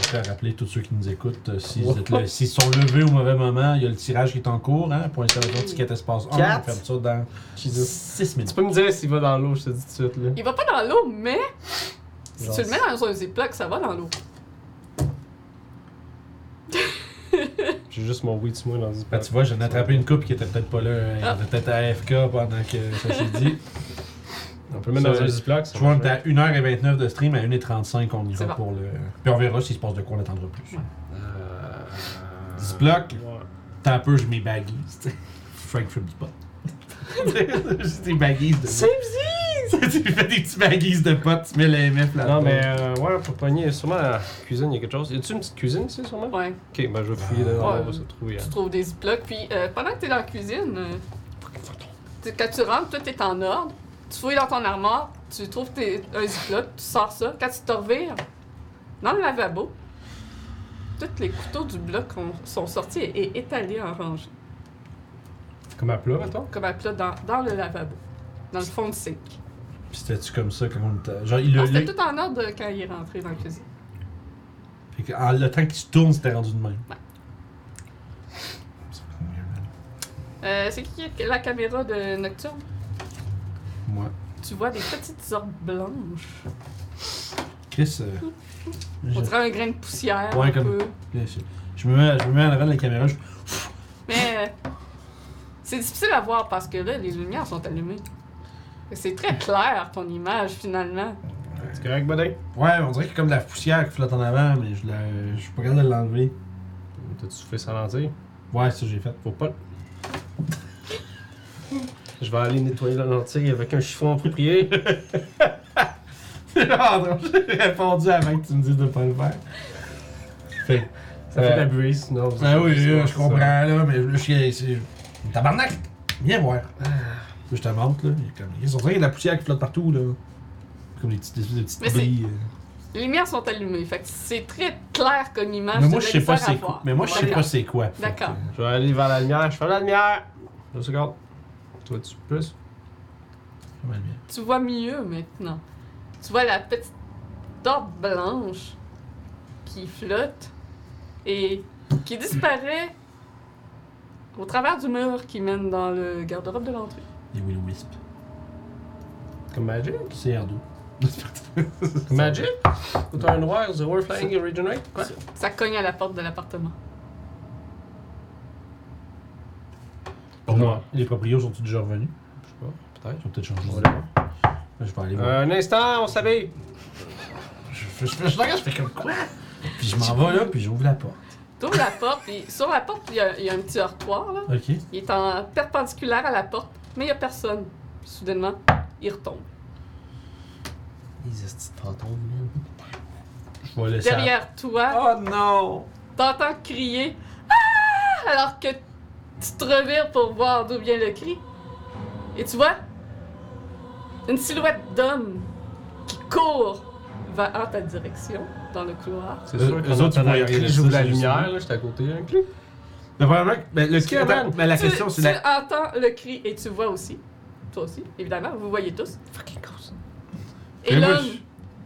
Speaker 1: Je vais rappeler tous ceux qui nous écoutent, euh, s'ils êtes là- s'ils sont levés au mauvais moment, il y a le tirage qui est en cours, hein, pour l'installation de ticket espace 1, on va
Speaker 3: Quatre.
Speaker 1: faire ça dans
Speaker 3: Jesus.
Speaker 1: 6
Speaker 3: Tu
Speaker 1: minutes.
Speaker 3: peux me dire s'il va dans l'eau, je te dis tout de suite, là.
Speaker 2: Il va pas dans l'eau, mais si
Speaker 3: Genre,
Speaker 2: tu le mets dans un ziploc, ça va dans l'eau.
Speaker 3: J'ai juste mon oui de moi dans le
Speaker 1: Ben, tu vois, j'en ai attrapé une coupe qui était peut-être pas là, hein,
Speaker 2: Ah.
Speaker 1: elle était peut-être à AFK pendant que ça s'est dit.
Speaker 3: On peut le mettre dans
Speaker 1: Ça,
Speaker 3: un ziploc. ça
Speaker 1: Tu vois, on
Speaker 3: marche
Speaker 1: est à 1h29 de stream, à 1h35 on
Speaker 2: C'est
Speaker 1: ira
Speaker 2: bon.
Speaker 1: pour le... Puis on verra s'il se passe de quoi, on attendra plus.
Speaker 3: bien. Euh,
Speaker 1: Ziploc,
Speaker 3: ouais.
Speaker 1: t'as un peu, je mets baggy. Frank from the pot. Juste des baggies de Tu fais des petits baggies de potes, tu mets la MF là
Speaker 3: Non, mais euh, ouais, pour pogner, sûrement la cuisine, il y a quelque chose. Y a-tu une petite cuisine ici, sûrement?
Speaker 2: Ouais.
Speaker 3: Ok, ben je vais fouiller dedans,
Speaker 2: Ouais.
Speaker 3: on va se trouver.
Speaker 2: Tu
Speaker 3: hein.
Speaker 2: trouves des ziplocs, puis euh, pendant que t'es dans la cuisine, euh, tu- quand tu rentres, tout est en ordre. Tu fouilles dans ton armoire, tu trouves tes, un ziploc, tu sors ça. Quand tu te revires, dans le lavabo, tous les couteaux du bloc ont- sont sortis et étalés en rangée,
Speaker 3: Comme à plat, mettons.
Speaker 2: comme à plat dans, dans le lavabo, dans le fond de sink.
Speaker 1: Puis c'était-tu comme ça quand on était. Genre, il
Speaker 2: Non,
Speaker 1: le.
Speaker 2: Ah, C'était
Speaker 1: le-
Speaker 2: tout en ordre quand il est rentré dans la cuisine.
Speaker 1: Fait que, en- le temps qu'il se tourne, c'était rendu de même.
Speaker 2: Ouais.
Speaker 1: C'est fucking weird, man.
Speaker 2: Euh, C'est qui qui a la caméra de Nocturne?
Speaker 1: Moi.
Speaker 2: Tu vois des petites orbes blanches.
Speaker 1: Chris. euh, je-
Speaker 2: On dirait un grain de poussière.
Speaker 1: Ouais,
Speaker 2: un
Speaker 1: comme-
Speaker 2: peu.
Speaker 1: là, je, je me mets, je me mets en avant de la caméra. Je,
Speaker 2: Mais euh, c'est difficile à voir parce que là, les lumières sont allumées. C'est très clair ton image finalement.
Speaker 3: C'est correct, Bodin?
Speaker 1: ouais, on dirait qu'il y a comme de la poussière qui flotte en avant, mais je, la, je suis pas capable de l'enlever.
Speaker 3: T'as-tu soufflé sans lentille?
Speaker 1: Ouais, c'est ça que j'ai fait.
Speaker 3: Faut pas. le- Je vais aller nettoyer la lentille avec un chiffon approprié.
Speaker 1: Pardon, Ah, j'ai répondu avant que tu me dises de pas le faire.
Speaker 3: Ça
Speaker 1: Euh,
Speaker 3: fait de la brise, non? vous-
Speaker 1: Ah oui,
Speaker 3: c'est
Speaker 1: là,
Speaker 3: pas
Speaker 1: je
Speaker 3: ça.
Speaker 1: comprends, là, mais là, je suis. c'est- Tabarnak! Viens voir. Ah, je te montre, là. Il y a comme- Ils ont rien de la poussière qui flotte partout, là. Comme des petites, des petites
Speaker 2: Mais c'est- Ah,
Speaker 1: billes, euh.
Speaker 2: Les lumières sont allumées, fait que c'est très clair comme image.
Speaker 1: Mais moi,
Speaker 2: ça doit
Speaker 1: je
Speaker 2: être
Speaker 1: sais pas
Speaker 2: bizarre à
Speaker 1: c'est quoi.
Speaker 2: voir.
Speaker 1: Mais moi, je sais
Speaker 2: Voilà.
Speaker 1: pas c'est quoi. Fait
Speaker 2: D'accord.
Speaker 1: que- euh,
Speaker 3: Je vais aller vers la lumière. Je fais la lumière! Deux secondes. Toi, tu plus?
Speaker 1: Ouais, bien.
Speaker 2: Tu vois mieux maintenant. Tu vois la petite orbe blanche qui flotte et qui disparaît au travers du mur qui mène dans le garde-robe de l'entrée.
Speaker 1: Les Will Wisp.
Speaker 3: Comme Magic?
Speaker 1: C'est R2.
Speaker 3: Comme Magic? Ou t'as un noir, Zero Flying Regenerate? Quoi?
Speaker 2: Ça cogne à la porte de l'appartement.
Speaker 1: Pour moi, les proprios sont-ils déjà revenus?
Speaker 3: Je sais pas, peut-être.
Speaker 1: Ils ont peut-être changé.
Speaker 3: On va aller voir.
Speaker 1: Je vais aller voir.
Speaker 3: Euh, Un instant, on s'habille!
Speaker 1: Euh, Je, je, je, je regarde, je fais comme quoi? Puis je m'en vais là, puis j'ouvre la porte.
Speaker 2: T'ouvres la porte, puis sur la porte, il y, a- il y a un petit hortoir, là.
Speaker 1: Ok.
Speaker 2: Il est en perpendiculaire à la porte, mais il n'y a personne. Puis soudainement, il retombe.
Speaker 6: Les astuces fantômes, man.
Speaker 1: Je vais laisser. la-
Speaker 2: Derrière toi,
Speaker 1: Oh non!
Speaker 2: t'entends crier Ah! alors que tu te revires pour voir d'où vient le cri. Et tu vois une silhouette d'homme qui court va en ta direction dans le couloir.
Speaker 3: C'est
Speaker 1: Euh,
Speaker 3: sûr que
Speaker 1: eux
Speaker 3: les
Speaker 1: autres, ils vont y arriver,
Speaker 3: J'ouvre
Speaker 1: ça,
Speaker 3: la
Speaker 1: c'est
Speaker 3: lumière,
Speaker 1: sûr.
Speaker 3: là, j'étais à côté. hein, clic.
Speaker 1: Mais probablement que. Mais le
Speaker 3: C'est
Speaker 1: attends,
Speaker 3: vraiment-
Speaker 1: mais la
Speaker 2: tu
Speaker 1: question, c'est
Speaker 2: tu
Speaker 1: la.
Speaker 2: entends le cri et tu vois aussi. Toi aussi, évidemment, vous voyez tous.
Speaker 6: Fucking grosse.
Speaker 2: Et
Speaker 1: Mais moi,
Speaker 2: l'homme.
Speaker 1: je-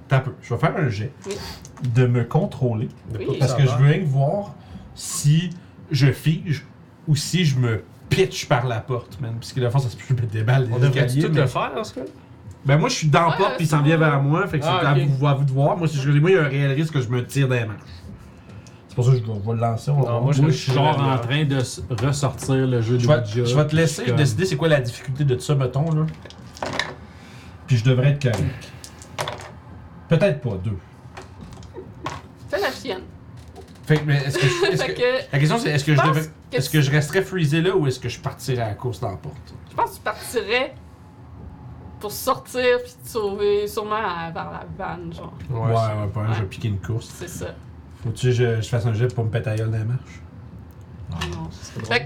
Speaker 1: T'as un peu. Je vais faire un jet
Speaker 2: Oui.
Speaker 1: de me contrôler
Speaker 3: De
Speaker 2: Oui.
Speaker 3: pas
Speaker 1: parce que je
Speaker 3: savoir.
Speaker 1: veux rien que voir si je fige ou si je me pitch par la porte, man. Parce que la fois, ça se peut que je mette des balles.
Speaker 3: On
Speaker 1: des
Speaker 3: devrait
Speaker 1: escaliers,
Speaker 3: tout
Speaker 1: mais-
Speaker 3: le faire, en ce cas?
Speaker 1: Ben moi, je suis dans la
Speaker 2: Ouais,
Speaker 1: porte puis il s'en vient vers moi, fait que
Speaker 3: Ah,
Speaker 1: c'est à
Speaker 3: ok.
Speaker 1: vous, à vous de voir. Moi, si je moi, il y a un réel risque que je me tire des marches. C'est pour ça que je vais je vais le lancer. on va
Speaker 3: Non,
Speaker 1: voir.
Speaker 3: moi,
Speaker 4: Moi, je suis genre
Speaker 3: Ouais.
Speaker 4: en train de s- ressortir le jeu de
Speaker 1: Je vais,
Speaker 4: Ouija.
Speaker 1: je vais te laisser
Speaker 4: Comme-
Speaker 1: décider c'est quoi la difficulté de ça, mettons, là. Puis je devrais être correct. Peut-être pas deux.
Speaker 2: Fais la chienne.
Speaker 1: Fait que, mais est-ce que, je- est-ce
Speaker 2: Fait
Speaker 1: que-
Speaker 2: que
Speaker 1: La question c'est est-ce que je
Speaker 2: pense
Speaker 1: devrais-
Speaker 2: que
Speaker 1: est-ce que je resterais freezé là ou est-ce que je partirais à la course dans la porte?
Speaker 2: Je pense que tu partirais pour sortir puis te sauver, sûrement à- vers la vanne, genre.
Speaker 1: Ouais, ouais,
Speaker 3: c'est-
Speaker 1: pas mal, je vais
Speaker 2: Ouais.
Speaker 1: piquer une course.
Speaker 2: C'est ça.
Speaker 1: Faut-tu que je, je fasse un jet pour me péter la gueule dans la marche?
Speaker 2: Non. Fait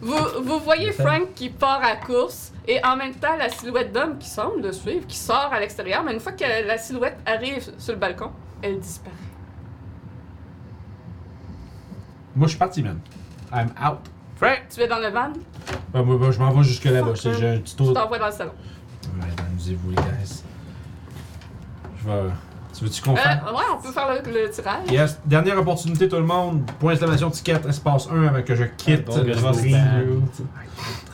Speaker 2: que vous, vous voyez Frank qui part à la course et en même temps la silhouette d'homme qui semble le suivre, qui sort à l'extérieur, mais une fois que la silhouette arrive sur le balcon, elle disparaît.
Speaker 1: Moi je suis parti, man. I'm out.
Speaker 3: Frank!
Speaker 2: Tu es dans le van,
Speaker 1: Ben, moi, ben, je m'en vais jusque là-bas.
Speaker 2: Fuck,
Speaker 1: C'est-
Speaker 2: man.
Speaker 1: J'ai un petit
Speaker 2: je
Speaker 1: tour. Ouais,
Speaker 2: t'envoie dans le salon.
Speaker 1: ben, amusez-vous, les guys. Je vais. Tu veux-tu qu'on
Speaker 2: Euh, oh.
Speaker 1: fasse?
Speaker 2: ouais, on peut faire le, le tirage.
Speaker 1: Yes, dernière opportunité, tout le monde. Point d'exclamation, ticket, espace 1 avant que je quitte
Speaker 3: Ah, donc,
Speaker 1: le
Speaker 3: je vous
Speaker 1: review.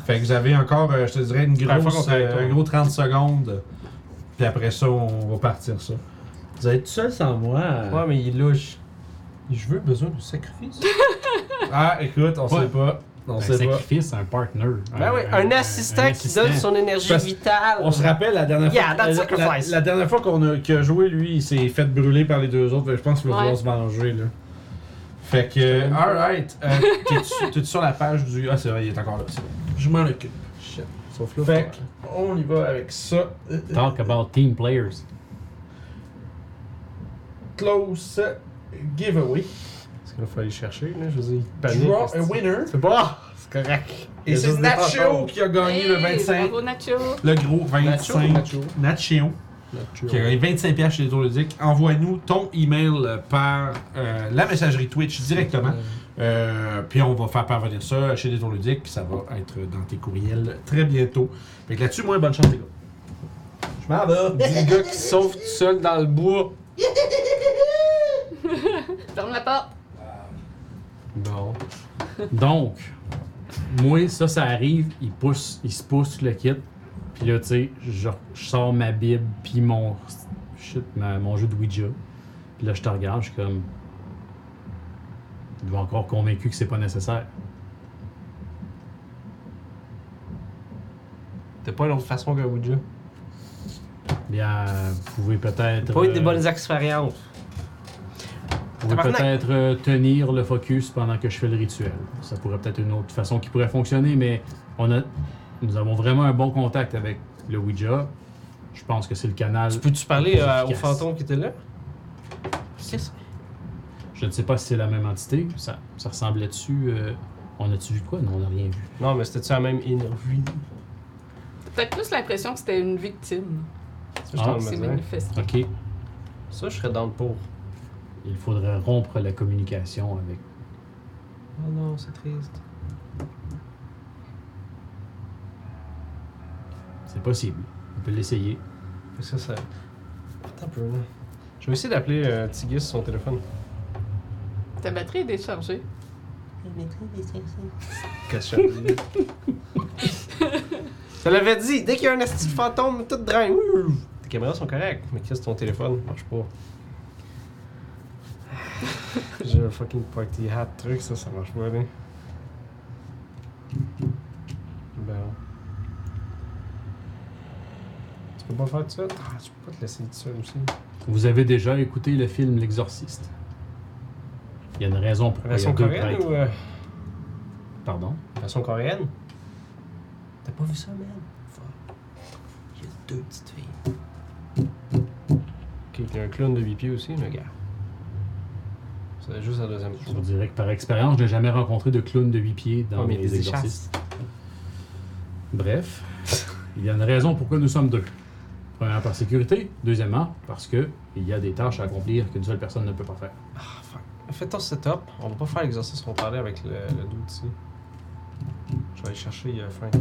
Speaker 1: Fait que vous avez encore, euh, je te dirais, une
Speaker 3: Première fois
Speaker 1: grosse,
Speaker 3: qu'on fait un
Speaker 1: euh,
Speaker 3: tour.
Speaker 1: un gros 30 secondes. Puis après ça, on va partir ça.
Speaker 6: Vous êtes tout seul sans moi.
Speaker 3: Ouais, mais il est louche.
Speaker 1: Je veux besoin de sacrifice. ah, écoute, on
Speaker 4: Ouais.
Speaker 1: sait pas. On
Speaker 4: Un
Speaker 1: sait pas.
Speaker 4: ben, sacrifice, un partner.
Speaker 3: Ben oui, un assistant qui donne son énergie
Speaker 1: Parce-
Speaker 3: vitale.
Speaker 1: On se rappelle la dernière
Speaker 6: Yeah,
Speaker 1: fois.
Speaker 6: that's
Speaker 1: la- la,
Speaker 6: sacrifice.
Speaker 1: la dernière fois qu'on a, qu'il a joué, lui, il s'est fait brûler par les deux autres. Fait que Je pense qu'il va
Speaker 2: Ouais.
Speaker 1: vouloir se venger là. Fait que. Alright. Euh, t'es-tu- T'es-tu sur la page du. Ah c'est vrai, il est encore là. c'est vrai. Je m'en occupe.
Speaker 3: Shit. Sauf là.
Speaker 1: Fait que, on y va avec ça. Euh, euh,
Speaker 4: Talk about team players.
Speaker 1: Close giveaway.
Speaker 3: Parce qu'il faut aller chercher, là. Je veux dire, il panique.
Speaker 1: Draw
Speaker 3: c'est-
Speaker 1: a winner.
Speaker 3: C'est bon! C'est correct.
Speaker 1: Et c'est Nacho qui a gagné le
Speaker 2: Hey,
Speaker 1: 25.
Speaker 2: Bravo Nacho!
Speaker 1: Le gros
Speaker 3: Nacho,
Speaker 1: 25.
Speaker 3: Nacho.
Speaker 1: Nacho. qui a 25 pièces ben, chez les tours ludiques, envoie-nous ton email euh, par euh, la messagerie Twitch directement. Euh, puis on va faire parvenir ça chez les tours ludiques, puis ça va être dans tes courriels très bientôt. Fait que là-dessus, moi, bonne chance, les gars. Je m'en vais.
Speaker 3: Des gars qui sauvent tout seul dans le bois.
Speaker 2: Ferme la porte.
Speaker 3: Bon.
Speaker 4: Donc, moi, ça, ça arrive, il pousse, il se pousse le kit. Puis là, tu sais, je, je sors ma Bible, puis mon, shit, ma- mon jeu de Ouija. Puis là, je te regarde, je suis comme. Il doit encore convaincu que c'est pas nécessaire.
Speaker 3: T'as pas une autre façon qu'un Ouija.
Speaker 4: Bien, vous pouvez peut-être.
Speaker 3: Pas eu des
Speaker 4: euh,
Speaker 3: bonnes expériences.
Speaker 4: Vous pouvez
Speaker 3: Tabarnak.
Speaker 4: peut-être euh, tenir le focus pendant que je fais le rituel. Ça pourrait peut-être une autre façon qui pourrait fonctionner, mais on a, nous avons vraiment un bon contact avec le Ouija. Je pense que c'est le canal.
Speaker 3: Tu peux-tu parler euh, au
Speaker 4: Efficace.
Speaker 3: fantôme qui était là? Qu'est-ce
Speaker 4: Je ne sais pas si c'est la même entité. Ça, ça ressemblait dessus. on a-tu vu de quoi? Non, on n'a rien vu.
Speaker 3: Non, mais c'était-tu la même énergie?
Speaker 2: T'as peut-être plus l'impression que c'était une victime
Speaker 3: Ça, je
Speaker 4: Ah,
Speaker 3: t'en
Speaker 2: qui
Speaker 3: le
Speaker 2: s'est
Speaker 3: mesure.
Speaker 2: manifestée.
Speaker 4: OK.
Speaker 3: Ça, je serais dans le pour.
Speaker 4: Il faudrait rompre la communication avec.
Speaker 3: Oh non, c'est triste.
Speaker 4: C'est possible. On peut l'essayer.
Speaker 3: Fait que ça, ça. Attends un peu, là. Je vais essayer d'appeler euh, Tigis sur son téléphone.
Speaker 2: Ta batterie est déchargée.
Speaker 3: Qu'est-ce que je Ça l'avait dit, dès qu'il y a un asti de fantôme, tout drain. Ouh! Tes caméras sont correctes, mais qu'est-ce que ton téléphone marche pas? J'ai un fucking party hat truc, ça, ça marche pas, là. Ben. Tu peux pas faire tout ça? Ah, je peux pas te laisser tout seul aussi.
Speaker 4: Vous avez déjà écouté le film L'Exorciste. Il y a une raison pour laquelle il y a
Speaker 3: Version
Speaker 4: deux
Speaker 3: coréenne
Speaker 4: prêtres.
Speaker 3: ou. euh,
Speaker 4: Pardon?
Speaker 3: Version coréenne?
Speaker 6: T'as pas vu ça, man? Fuck. J'ai deux petites filles.
Speaker 3: Ok, il y a un clown de 8 pieds aussi, mais gars. C'est juste la deuxième
Speaker 6: Ah,
Speaker 4: Je vous dirais que par expérience, je n'ai jamais rencontré de clown de huit pieds dans
Speaker 3: Oh, mais
Speaker 4: mes
Speaker 3: des
Speaker 4: exercices. Bref, il y a une raison pourquoi nous sommes deux. Premièrement, par sécurité. Deuxièmement, parce que il y a des tâches à accomplir qu'une seule personne ne peut pas faire.
Speaker 3: Fais ton setup. On va pas faire l'exercice qu'on parlait avec le, le dude ici. Je vais aller chercher euh, Frank.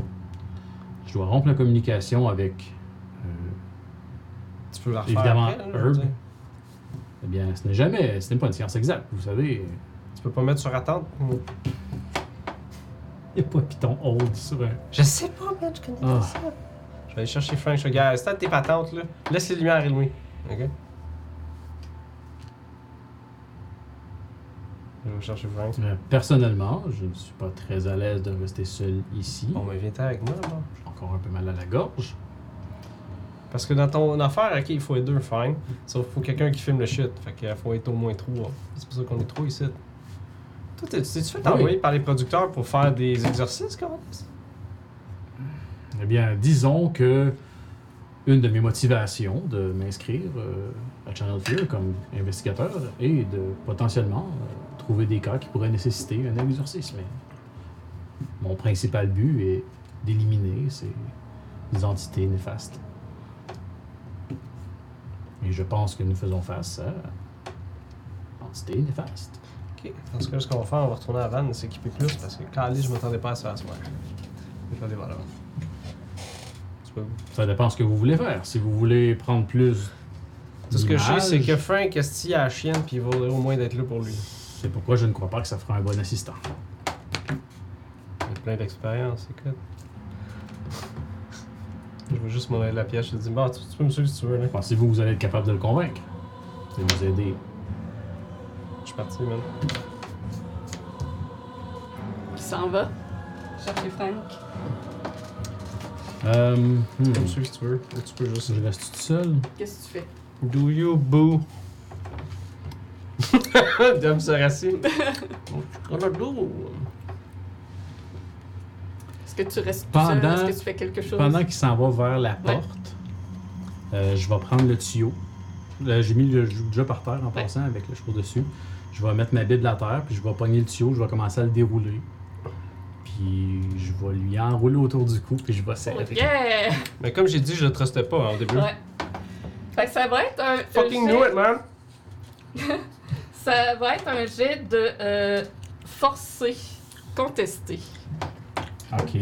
Speaker 4: Je dois rompre la communication avec, euh,
Speaker 3: Tu peux la refaire
Speaker 4: Évidemment,
Speaker 3: après, là,
Speaker 4: Herb.
Speaker 3: tu sais.
Speaker 4: eh bien, ce n'est jamais, ce n'est pas une science exacte, vous savez.
Speaker 3: Tu peux pas mettre sur attente.
Speaker 4: Il n'y a pas Python old sur un.
Speaker 3: Je sais pas, man, je connais
Speaker 4: Ah.
Speaker 3: pas ça. Je vais aller chercher Frank. Je regarde, c'est tes patentes, là. Laisse les lumières allumées. Ok? Je vais chercher Frank.
Speaker 4: Euh, Personnellement, je ne suis pas très à l'aise de rester seul ici.
Speaker 3: Bon, ben. mais viens avec moi, là.
Speaker 4: J'ai encore un peu mal à la gorge.
Speaker 3: Parce que dans ton affaire, ok, il faut être deux, fine. Sauf qu'il faut quelqu'un qui filme le shit. Fait qu'il faut être au moins trois. C'est pour ça qu'on est trois ici. Toi, t'es- t'es-tu fait envoyer par les producteurs pour faire des exercices, quand même?
Speaker 4: Eh bien, disons que une de mes motivations de m'inscrire euh, à Channel Fear comme investigateur est de potentiellement euh, trouver des cas qui pourraient nécessiter un exorcisme. Mais mon principal but est d'éliminer ces entités néfastes. Et je pense que nous faisons face à entités néfastes.
Speaker 3: Ok. Dans ce cas, ce qu'on va faire, on va retourner à la vanne et s'équiper plus parce que quand je m'attendais pas à ça à ce soir. Je vais aller voir la vanne. C'est pas-
Speaker 4: Ça dépend ce que vous voulez faire. Si vous voulez prendre plus
Speaker 3: Tout ce que je sais, c'est que
Speaker 4: d'images,
Speaker 3: Frank est à la chienne puis il vaudrait au moins d'être là pour lui.
Speaker 4: C'est pourquoi je ne crois pas que ça fera un bon assistant.
Speaker 3: J'ai plein d'expérience, écoute. Je veux juste m'enlever de la pièce. Je te dis, bon, tu, tu peux me suivre si tu veux, là.
Speaker 4: Pensez-vous que vous allez être capable de le convaincre? De vous aider.
Speaker 3: Je suis parti, man.
Speaker 2: Qui s'en va. Chercher Frank.
Speaker 4: Euh, hmm,
Speaker 3: Tu peux me suivre si tu veux. Ou tu peux juste.
Speaker 4: Je reste tout seul.
Speaker 2: Qu'est-ce que tu fais?
Speaker 3: Do you boo? Dom se racine. On a boo.
Speaker 2: Est-ce que tu restes tout seul?
Speaker 4: Pendant-
Speaker 2: Est-ce que tu fais quelque chose?
Speaker 4: Pendant qu'il s'en va vers la
Speaker 2: Ouais.
Speaker 4: porte, euh, je vais prendre le tuyau. Là, J'ai mis le déjà par terre en passant avec le chevaux dessus. Je vais mettre ma Bible à terre, puis je vais pogner le tuyau, je vais commencer à le dérouler. Puis je vais lui enrouler autour du cou, puis je vais serrer.
Speaker 2: Yeah!
Speaker 3: Mais comme j'ai dit, je le trustais pas hein, au début.
Speaker 2: Ouais. Fait que ça va être un.
Speaker 3: Fucking
Speaker 2: un jet-
Speaker 3: knew it, man!
Speaker 2: Ça va être un jet de euh, forcé, contesté.
Speaker 4: Ok.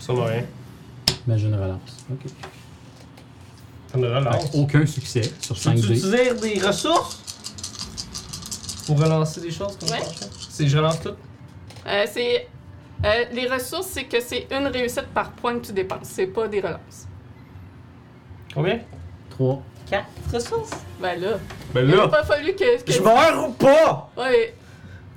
Speaker 3: Ça va rien.
Speaker 4: Mais je ne relance. Ok.
Speaker 3: Ça me relance.
Speaker 4: Aucun succès sur
Speaker 3: Tu
Speaker 4: 5D.
Speaker 3: utilises des ressources pour relancer des choses comme
Speaker 2: Ouais.
Speaker 3: ça? Si je relance tout.
Speaker 2: Euh, c'est. euh, les ressources, c'est que c'est une réussite par point que tu dépenses. C'est pas des relances.
Speaker 3: Combien?
Speaker 4: 3.
Speaker 6: Quatre ressources.
Speaker 2: Ben là.
Speaker 3: Ben
Speaker 2: Il aurait
Speaker 3: là!
Speaker 2: pas fallu que. que-
Speaker 3: Je meurs ou pas?
Speaker 2: Ouais.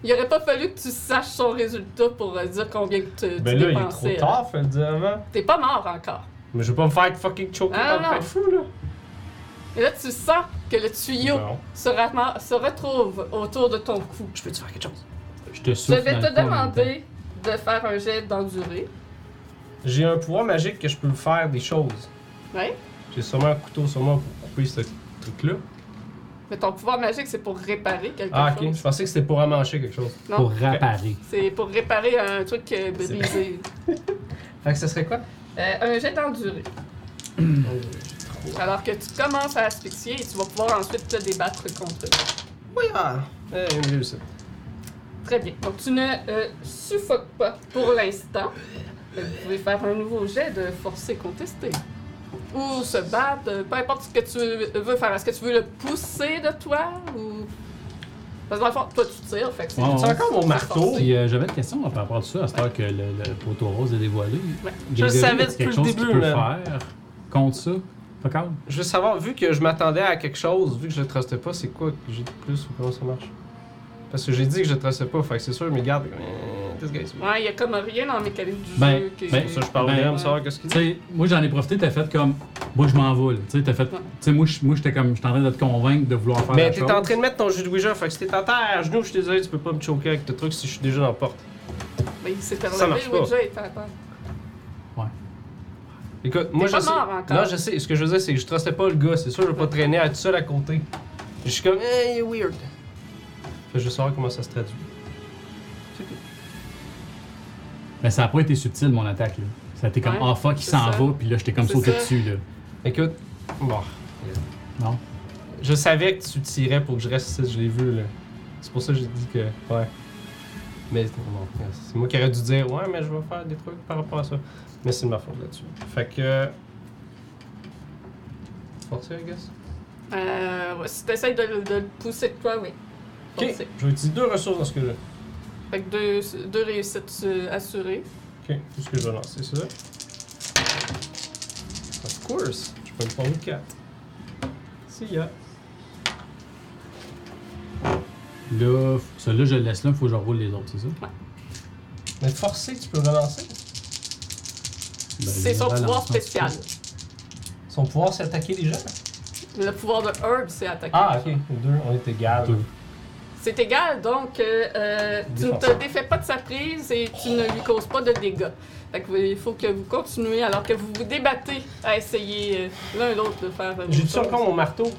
Speaker 2: Il aurait pas fallu que tu saches son résultat pour euh, dire combien que tu, tu
Speaker 3: Ben là, il est trop
Speaker 2: dépensais. là.
Speaker 3: tard, fais-le dire avant.
Speaker 2: T'es pas mort encore.
Speaker 3: Mais je vais pas me faire fucking choker
Speaker 2: Ah,
Speaker 3: par le
Speaker 2: non.
Speaker 3: fait fou, là.
Speaker 2: Et là, tu sens que le tuyau
Speaker 3: Bon.
Speaker 2: se, rama- se retrouve autour de ton cou.
Speaker 6: Je peux te faire quelque chose?
Speaker 4: Je te
Speaker 2: Je
Speaker 4: souffle.
Speaker 2: vais
Speaker 4: dans
Speaker 2: te
Speaker 4: le coin en même
Speaker 2: demander de faire un jet d'endurée.
Speaker 3: J'ai un pouvoir magique que je peux faire des choses.
Speaker 2: Ouais.
Speaker 3: J'ai sûrement un couteau sûrement pour couper ce truc-là.
Speaker 2: Mais ton pouvoir magique, c'est pour réparer quelque
Speaker 3: Ah, ok.
Speaker 2: chose.
Speaker 3: Je pensais que c'était pour amancher quelque chose.
Speaker 4: temps
Speaker 2: Non,
Speaker 4: Pour réparer.
Speaker 2: c'est pour réparer un truc euh, brisé.
Speaker 3: Fait que ça serait quoi?
Speaker 2: Euh, un jet d'endurée. Alors que tu commences à asphyxier et tu vas pouvoir ensuite te débattre contre eux.
Speaker 3: Oui, ah! Eh, une réussite.
Speaker 2: Très bien. Donc tu ne euh, suffoques pas pour l'instant. Euh, Vous pouvez faire un nouveau jet de forcer contester. Ou se battre, euh, peu importe ce que tu veux faire. Est-ce que tu veux le pousser de toi ou. Parce que dans le fond, toi tu tires, fait que c'est.
Speaker 4: Ouais, ouais.
Speaker 3: C'est encore mon marteau!
Speaker 4: Puis euh, j'avais une question par rapport à ça, à cette heure que le, le poteau rose est dévoilé.
Speaker 2: Ouais.
Speaker 3: Je le
Speaker 4: Grégory,
Speaker 3: savais depuis
Speaker 4: est-ce quelque
Speaker 3: le
Speaker 4: chose
Speaker 3: début,
Speaker 4: qu'il peut
Speaker 3: man.
Speaker 4: faire contre ça. Pas calme.
Speaker 3: Je veux savoir, vu que je m'attendais à quelque chose, vu que je le trustais pas, c'est quoi que j'ai de plus ou comment ça marche? Parce que j'ai dit que je le trustais pas, fait que c'est sûr, mais euh, garde. Qu'est-ce que c'est?
Speaker 2: Ouais, il y a comme rien dans le mécanisme du
Speaker 4: Ben,
Speaker 2: jeu qui.
Speaker 4: ben,
Speaker 3: Ça, je parle
Speaker 4: Ben,
Speaker 3: bien, me savoir qu'est-ce qu'il
Speaker 4: Tu
Speaker 3: dit.
Speaker 4: sais, moi j'en ai profité, t'as fait comme. Moi je m'en vais, là. Tu sais, t'as fait. Tu sais, moi je- moi, j'étais comme. J'étais en train de te convaincre de vouloir
Speaker 2: Ben,
Speaker 4: faire
Speaker 3: Mais
Speaker 4: la
Speaker 3: t'es
Speaker 4: chose.
Speaker 3: en train de mettre ton jus de Ouija, fait que si t'es en terre à genoux, je suis désolé, tu peux pas me choquer avec tes trucs si je suis déjà dans la porte.
Speaker 2: Ben, il s'est
Speaker 3: Ça marche
Speaker 2: relevé,
Speaker 3: pas.
Speaker 2: Ouija était à terre.
Speaker 3: Écoute, moi
Speaker 2: T'es
Speaker 3: je
Speaker 2: pas
Speaker 3: sais.
Speaker 2: mort encore.
Speaker 3: Non, je sais. Ce que je veux dire, c'est que je trustais pas le gars. C'est sûr, je vais pas traîner à tout seul à côté. Je suis comme, eh, il est weird. Fait que je veux savoir comment ça se traduit.
Speaker 4: Mais ça a pas été subtil mon attaque, là. Ça a été comme.
Speaker 2: Ouais,
Speaker 4: Ah fuck, qui
Speaker 2: c'est
Speaker 4: s'en
Speaker 2: ça.
Speaker 4: va, puis là j'étais comme
Speaker 2: C'est
Speaker 4: sauté
Speaker 2: ça.
Speaker 4: dessus, là.
Speaker 3: Écoute, bon.
Speaker 4: Non?
Speaker 3: Je savais que tu tirais pour que je reste ici, je l'ai vu, là. C'est pour ça que j'ai dit que. Ouais. Mais bon, c'est moi qui aurais dû dire, ouais, mais je vais faire des trucs par rapport à ça. Mais c'est de ma faute là-dessus. Fait que. Forcé, I guess.
Speaker 2: Euh, ouais, si t'essayes de, le- de le pousser de toi, oui.
Speaker 3: Ok,
Speaker 2: Forcé.
Speaker 3: je vais utiliser deux ressources dans ce que j'ai.
Speaker 2: Fait que deux, deux réussites euh, assurées.
Speaker 3: Ok, tout ce que je vais lancer, c'est ça. Of course, je peux me prendre une 4. Si, y'a.
Speaker 4: Là, faut- celui-là je le laisse là, faut que je roule les autres, c'est ça?
Speaker 3: Mais forcé, tu peux relancer.
Speaker 4: Ben,
Speaker 2: C'est
Speaker 4: je
Speaker 2: son
Speaker 4: relance un
Speaker 2: pouvoir
Speaker 4: petit peu.
Speaker 2: spécial.
Speaker 3: Son pouvoir, c'est attaquer les gens.
Speaker 2: Le pouvoir de Herb, c'est attaquer.
Speaker 3: Ah, ok, les deux, on est égal.
Speaker 4: Deux.
Speaker 2: C'est égal, donc euh, euh, tu ne te
Speaker 3: Défenseur.
Speaker 2: défais pas de sa prise et tu ne lui causes pas de dégâts. Fait que vous- il faut que vous continuez alors que vous vous débattez à essayer euh, l'un l'autre de faire. euh, vos
Speaker 3: J'ai-tu
Speaker 2: choses.
Speaker 3: encore mon marteau?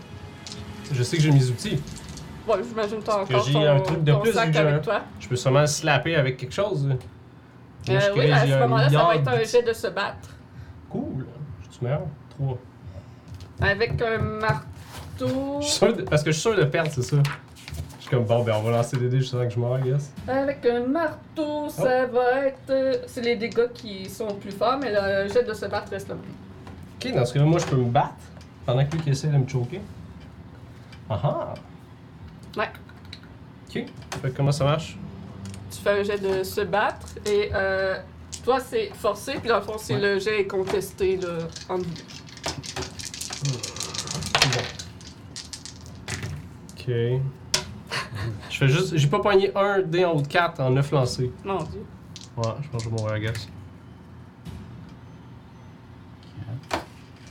Speaker 3: Je sais que j'ai mes outils.
Speaker 2: Ouais, j'imagine que t'as
Speaker 3: Parce que
Speaker 2: encore
Speaker 3: j'ai
Speaker 2: ton,
Speaker 3: un truc de
Speaker 2: ton
Speaker 3: plus, vu
Speaker 2: sac
Speaker 3: que j'ai un-
Speaker 2: avec toi.
Speaker 3: Je peux sûrement le slapper avec quelque chose. Moi, je
Speaker 2: Euh, oui,
Speaker 3: dirais,
Speaker 2: à
Speaker 3: j'ai
Speaker 2: ce
Speaker 3: un
Speaker 2: moment-là, ça va être
Speaker 3: milliard
Speaker 2: un
Speaker 3: d'outils.
Speaker 2: jet de se battre.
Speaker 3: Cool. Je suis meilleur. 3.
Speaker 2: Avec un marteau.
Speaker 3: Je suis sûr de... Parce que je suis sûr de perdre, c'est ça. Je suis comme, bon, ben on va lancer des dés jusqu'à temps que je meurs, yes.
Speaker 2: Avec un marteau, ça
Speaker 3: Oh.
Speaker 2: va être. euh, C'est les dégâts qui sont plus forts, mais le jet de se battre reste le même.
Speaker 3: Ok, dans ce cas-là, moi, je peux me battre pendant que lui qui essaie de me choquer. Ah ah.
Speaker 2: Ouais.
Speaker 3: Ok. Fait que comment ça marche?
Speaker 2: Tu fais un jet de se battre et euh, toi c'est forcé, puis dans le fond c'est
Speaker 3: Ouais.
Speaker 2: le jet est contesté là, en deux.
Speaker 3: Ok. je fais juste. J'ai pas poigné un dé en haut de 4 en 9 lancés.
Speaker 2: Mon dieu.
Speaker 3: Ouais, je pense que je vais mourir à guess.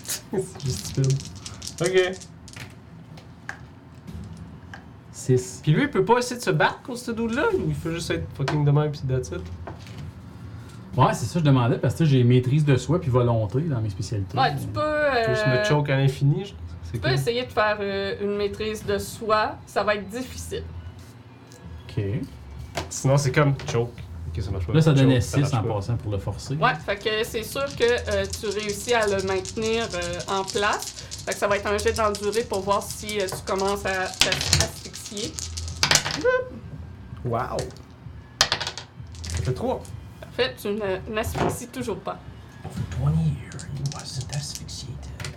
Speaker 3: C'est juste stupide. Ok.
Speaker 4: 6.
Speaker 3: Puis lui, il peut pas essayer de se battre contre ce dude-là? ou Il faut juste être fucking de même pis that's it?
Speaker 4: Ouais, c'est ça, je demandais parce que tu sais, j'ai maîtrise de soi puis volonté dans mes spécialités.
Speaker 2: Ouais, tu peux.
Speaker 3: Je
Speaker 2: euh,
Speaker 3: me choke à l'infini. je- C'est
Speaker 2: tu peux
Speaker 3: quoi?
Speaker 2: essayer de faire euh, une maîtrise de soi. Ça va être difficile.
Speaker 4: Ok.
Speaker 3: Sinon, c'est comme choke. Ok, ça marche pas.
Speaker 4: Là, ça
Speaker 3: Choke,
Speaker 4: donnait 6
Speaker 3: marche
Speaker 4: en
Speaker 3: pas.
Speaker 4: passant pour le forcer.
Speaker 2: Ouais, fait que c'est sûr que euh, tu réussis à le maintenir euh, en place. Fait que ça va être un jet d'endurée pour voir si euh, tu commences à t'asphyxier.
Speaker 3: Wow! Ça fait 3.
Speaker 2: En fait, tu ne- n'asphyxies toujours pas.
Speaker 6: For 20 years, he wasn't asphyxiated.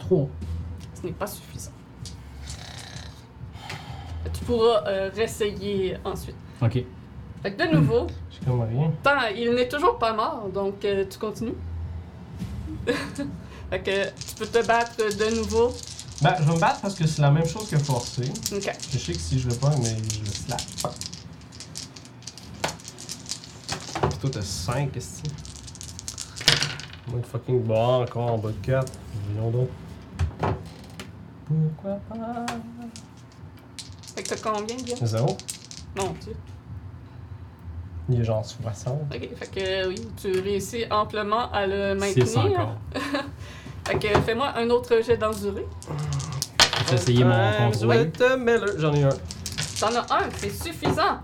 Speaker 4: 3.
Speaker 2: Ce n'est pas suffisant. Tu pourras euh, réessayer ensuite.
Speaker 4: Ok.
Speaker 2: Fait que de nouveau,
Speaker 3: J'ai comme rien.
Speaker 2: tant- il n'est toujours pas mort, donc euh, tu continues. fait que tu peux te battre de nouveau.
Speaker 3: Ben, je vais me battre parce que c'est la même chose que forcer.
Speaker 2: Ok.
Speaker 3: Je sais que si je le pas, mais je le slap. Puis toi, t'as 5 ici. Moi, le fucking bar encore en bas de 4. Voyons donc. Pourquoi pas?
Speaker 2: Fait que t'as combien, bien?
Speaker 3: Zéro.
Speaker 2: Non, tu.
Speaker 3: Il est genre 60.
Speaker 2: Ok, fait que euh, oui, tu réussis amplement à le
Speaker 4: 6
Speaker 2: maintenir.
Speaker 4: encore.
Speaker 2: Fait que fais-moi un autre jet d'endurée.
Speaker 4: J'ai essayé
Speaker 2: Euh,
Speaker 4: mon
Speaker 3: Times
Speaker 4: contrôle.
Speaker 3: with the Miller. J'en ai un.
Speaker 2: T'en as un, c'est suffisant.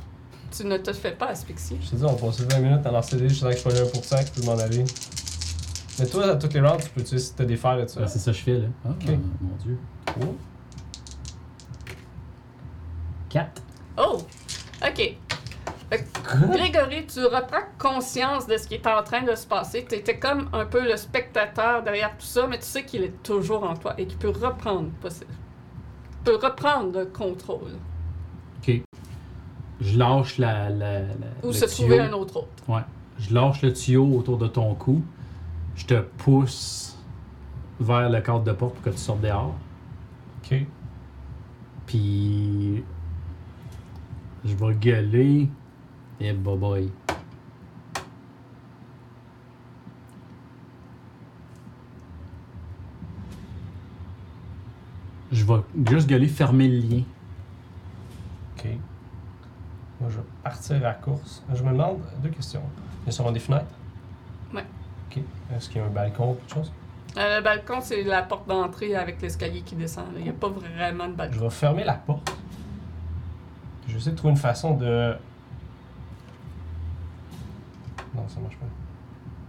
Speaker 2: Tu ne te fais pas asphyxier.
Speaker 3: Je te dis, on passait 20 minutes à lancer des, je sais que je suis à 1%, que je peux m'en aller. Mais toi, à toutes les rounds, tu peux tu sais, si t'as des fers là-dessus.
Speaker 4: Ah, c'est ça que je fais là. Ah, mon dieu.
Speaker 3: Cool.
Speaker 4: 4.
Speaker 2: Oh! OK. Fait que, Grégory, tu reprends conscience de ce qui est en train de se passer. Tu étais comme un peu le spectateur derrière tout ça, mais tu sais qu'il est toujours en toi et qu'il peut reprendre possible. peut reprendre le contrôle.
Speaker 4: Ok. Je lâche la. la, la-
Speaker 2: Ou
Speaker 4: le
Speaker 2: se
Speaker 4: tuyau.
Speaker 2: trouver un autre autre.
Speaker 4: Ouais. Je lâche le tuyau autour de ton cou. Je te pousse vers le cadre de porte pour que tu sortes dehors.
Speaker 3: Ok.
Speaker 4: Puis. Je vais gueuler. Eh, Et bye bye. Je vais juste gueuler, fermer le lien.
Speaker 3: Ok. Moi, je vais partir à la course. Euh, Je me demande deux questions. Ils sont des fenêtres?
Speaker 2: Ouais.
Speaker 3: Ok. Est-ce qu'il y a un balcon ou quelque chose?
Speaker 2: Euh, le balcon, c'est la porte d'entrée avec l'escalier qui descend. là. Il n'y a pas vraiment de balcon.
Speaker 3: Je vais fermer la porte. Je vais essayer de trouver une façon de. Non, ça marche pas.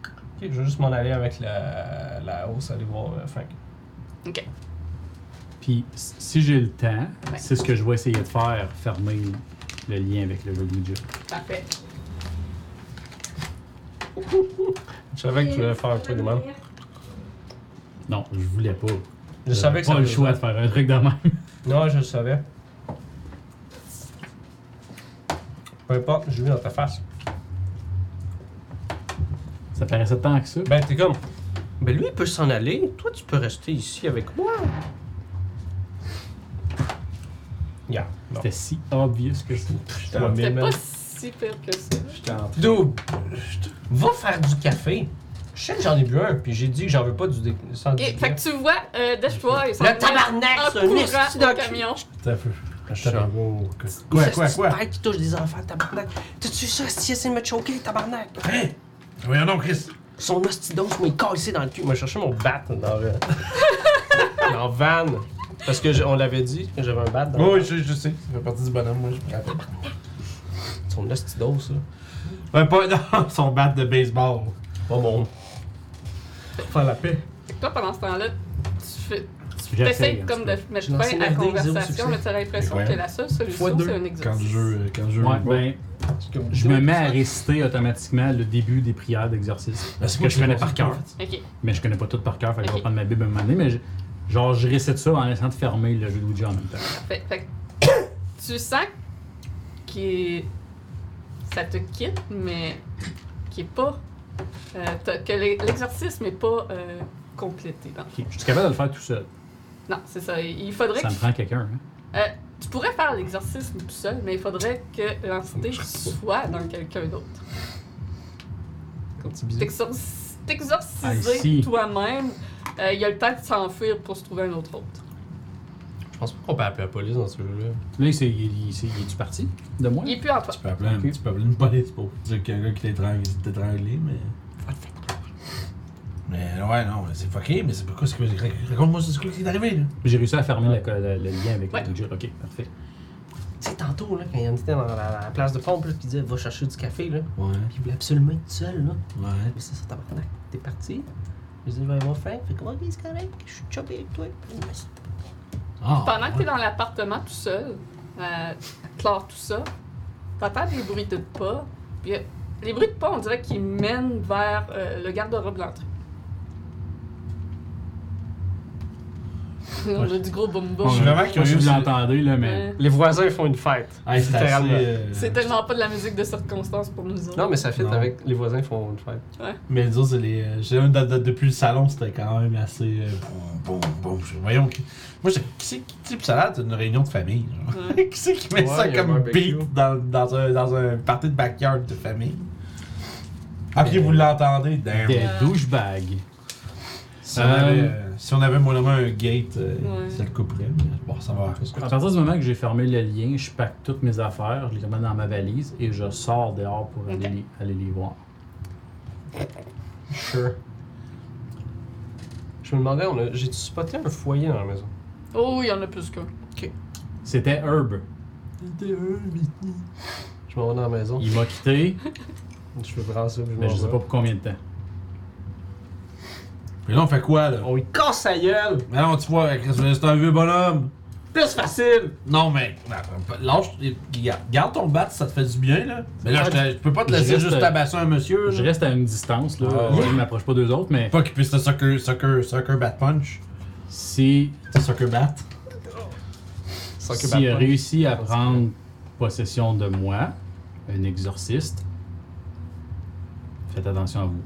Speaker 3: Ok, je vais juste m'en aller avec la, la hausse, aller voir euh, Frank.
Speaker 4: Puis s- si j'ai le temps,
Speaker 2: Ouais.
Speaker 4: c'est ce que je vais essayer de faire, fermer le lien avec le Luigi.
Speaker 2: Parfait.
Speaker 3: Je savais que tu voulais faire un truc de même.
Speaker 4: Non, je voulais pas. Euh,
Speaker 3: Je savais que ça
Speaker 4: pas le
Speaker 3: faisait-
Speaker 4: choix de faire un truc de même.
Speaker 3: Non, je le savais. Peu importe, je l'ai mis dans ta face.
Speaker 4: Ça paraissait tant que ça.
Speaker 3: Ben, t'es comme. Ben,
Speaker 6: Mais lui, il peut s'en aller. Toi, tu peux rester ici avec moi.
Speaker 3: Yeah. Non.
Speaker 4: C'était si obvious que ça.
Speaker 3: J'étais en
Speaker 2: C'est
Speaker 3: mille,
Speaker 2: pas
Speaker 3: man.
Speaker 2: si pire que ça.
Speaker 3: J'étais en
Speaker 6: Double.
Speaker 3: Va faire du café. Je sais que j'en ai bu un, puis j'ai dit que j'en veux pas du dé... sans
Speaker 2: Ok,
Speaker 3: du
Speaker 2: fait que tu vois euh, Dashboy, il s'en vient
Speaker 6: Le tabarnak,
Speaker 2: en
Speaker 6: c'est un
Speaker 2: courant
Speaker 6: esti
Speaker 2: au
Speaker 6: de cul.
Speaker 2: camion.
Speaker 1: T'as un peu.
Speaker 6: Chat.
Speaker 1: Attends, wow, que- Quoi, quoi, quoi?
Speaker 6: Tête qui touche des enfants, tabarnak. T'as-tu vu ça, si essaie de me choquer, tabarnak?
Speaker 1: Hey! Voyons donc, Chris!
Speaker 6: Son ostidon, je m'ai cassé dans le cul.
Speaker 3: Moi, je cherchais mon bat dans le... dans van. Parce que je- on l'avait dit que j'avais un bat dans
Speaker 1: Oh, je, je sais, ça fait partie du bonhomme, moi, je me rappelle.
Speaker 6: Son ostidon, ça.
Speaker 1: Ouais, pas non, son bat de baseball.
Speaker 3: Pas mon.
Speaker 1: Faire la paix.
Speaker 2: Fait que toi, pendant ce temps-là, tu fais. Tu
Speaker 4: J'essaye,
Speaker 2: essayes
Speaker 4: en
Speaker 2: comme
Speaker 4: tout
Speaker 2: de
Speaker 4: cas.
Speaker 2: mettre
Speaker 6: J'ai
Speaker 2: fin à
Speaker 6: lancé un
Speaker 2: la
Speaker 6: dé, zéro
Speaker 2: conversation,
Speaker 6: succès.
Speaker 2: mais tu as l'impression
Speaker 1: Ouais.
Speaker 2: que la seule
Speaker 1: Fois
Speaker 2: solution,
Speaker 1: deux.
Speaker 2: c'est un exercice.
Speaker 1: Quand le jeu. Quand le jeu
Speaker 4: Ouais,
Speaker 1: veut pas.
Speaker 4: ben, je me mets à réciter automatiquement le début des prières d'exercice.
Speaker 1: Ben, c'est
Speaker 4: que
Speaker 1: moi
Speaker 4: je
Speaker 1: qui
Speaker 4: connais
Speaker 1: fais
Speaker 4: par
Speaker 1: ça.
Speaker 4: cœur.
Speaker 2: Ok.
Speaker 4: Mais je connais pas tout par cœur, fait que je
Speaker 2: Ok.
Speaker 4: vais prendre ma Bible à un moment donné. Mais je- genre, je récite ça en essayant de fermer le jeu de Luigi en même temps.
Speaker 2: Fait, fait que tu sens que ça te quitte, mais qui est pas. euh, t'as- que l'e- l'exercice n'est pas euh, complété. dans-
Speaker 4: Ok, Je suis capable de le faire tout seul.
Speaker 2: Non, c'est ça. Il faudrait
Speaker 4: Ça
Speaker 2: que
Speaker 4: me prend quelqu'un. hein.
Speaker 2: Euh, tu pourrais faire l'exercice tout seul, mais il faudrait que l'entité soit dans quelqu'un d'autre.
Speaker 3: Comme petit bisou.
Speaker 2: T'exorci-
Speaker 4: I
Speaker 2: T'exorciser
Speaker 4: see.
Speaker 2: toi-même, euh, il y a le temps de s'enfuir pour se trouver un autre autre.
Speaker 3: Je pense pas qu'on peut appeler la police dans ce jeu-là.
Speaker 4: Là, il, s'est- il, il s'est- il est-tu parti de moi?
Speaker 2: Il est plus en toi.
Speaker 1: Tu peux appeler, un-
Speaker 4: Ok.
Speaker 1: tu peux appeler une police pour dire qu'il y a quelqu'un qui t'a étranglé, t'a étranglé, mais. Mais ouais, non, mais c'est fucké, mais c'est pourquoi c'est que. Raconte-moi ce qui est arrivé, là.
Speaker 4: J'ai réussi à fermer la co- la- le lien avec
Speaker 2: Ouais.
Speaker 4: le jeu. Ok, parfait.
Speaker 6: Tu sais, tantôt, là, quand il y en était dans la, la place de pompe, là, pis il disait va chercher du café, là.
Speaker 1: Ouais,
Speaker 6: Pis il voulait absolument être seul, là.
Speaker 1: ouais.
Speaker 6: Mais c'est ça, tabarnak. T'es parti. Je dis, je vais aller voir Frank. Fait que, ok, c'est correct. Je suis chopé avec toi. Puis, ben, c'est-
Speaker 1: Ah,
Speaker 2: Pendant que t'es
Speaker 1: ouais.
Speaker 2: dans l'appartement tout seul, euh, clore tout ça, t'entends des bruits de pas. Puis, euh, les bruits de pas, on dirait qu'ils mènent vers euh, le garde-robe de l'entrée. On a du gros boum boum.
Speaker 1: Je suis vraiment
Speaker 4: Moi, je
Speaker 1: curieux.
Speaker 4: vous
Speaker 1: si-
Speaker 4: l'entendez, là, mais.
Speaker 2: Euh,
Speaker 3: Les voisins font une fête.
Speaker 1: Ah, c'est assez.
Speaker 3: Littéralement.
Speaker 1: euh,
Speaker 2: C'est tellement pas de la musique de circonstance pour nous autres.
Speaker 3: Non, mais ça fit
Speaker 1: Non.
Speaker 3: avec les voisins font une fête.
Speaker 1: Mais disons, c'est les. euh, J'ai un de- de- depuis le salon, c'était quand même assez. euh, Bon, bon, bon. je- Voyons. qui- Moi, je- qui c'est qui. Tu sais, pis ça a l'air d'une réunion de famille. genre. qui c'est qui met
Speaker 3: Ouais,
Speaker 1: ça
Speaker 3: il y a un
Speaker 1: comme
Speaker 3: barbecue.
Speaker 1: beat dans, dans, un, dans un party de backyard de famille? Après, vous l'entendez. Damn.
Speaker 4: Des douchebags.
Speaker 1: Si, on avait, euh, si on avait, moi, le moins un gate, euh,
Speaker 2: Ouais.
Speaker 1: ça le couperait. Mais bon, ça va.
Speaker 4: À partir du moment que j'ai fermé le lien, je pack toutes mes affaires, je les remets dans ma valise et je sors dehors pour aller,
Speaker 2: Ok.
Speaker 4: les, aller les voir.
Speaker 3: Sure. Je me demandais, on a- j'ai-tu spoté un foyer dans la maison?
Speaker 2: Oh, il y en a plus qu'un.
Speaker 4: C'était Herb.
Speaker 3: Je m'en vais dans la maison.
Speaker 4: Il m'a quitté,
Speaker 3: Je veux prendre ça, puis je
Speaker 4: mais
Speaker 3: m'en
Speaker 4: je sais
Speaker 3: vais.
Speaker 4: pas pour combien de temps.
Speaker 1: Mais là, on fait quoi, là?
Speaker 4: Oh.
Speaker 3: On y Oh, casse sa gueule!
Speaker 1: Mais non, tu vois, Chris, c'est un vieux bonhomme.
Speaker 3: Plus facile!
Speaker 1: Non, mais. Lâche. garde- Garde ton bat, ça te fait du bien, là. Mais là, je, te- je peux pas te
Speaker 4: Je
Speaker 1: laisser
Speaker 4: reste- euh,
Speaker 1: juste tabasser un monsieur.
Speaker 4: Je
Speaker 1: là.
Speaker 4: reste à une distance, là.
Speaker 1: Ah,
Speaker 4: je
Speaker 1: ouais.
Speaker 4: ne m'approche pas d'eux autres, mais
Speaker 1: Pas qu'il puisse te sucker, sucker, sucker bat punch.
Speaker 4: si,
Speaker 1: Te sucker bat.
Speaker 3: Sans que
Speaker 4: s'il a
Speaker 3: Batman-
Speaker 4: réussi à
Speaker 3: Parce que-
Speaker 4: prendre possession de moi, un exorciste, faites attention à vous.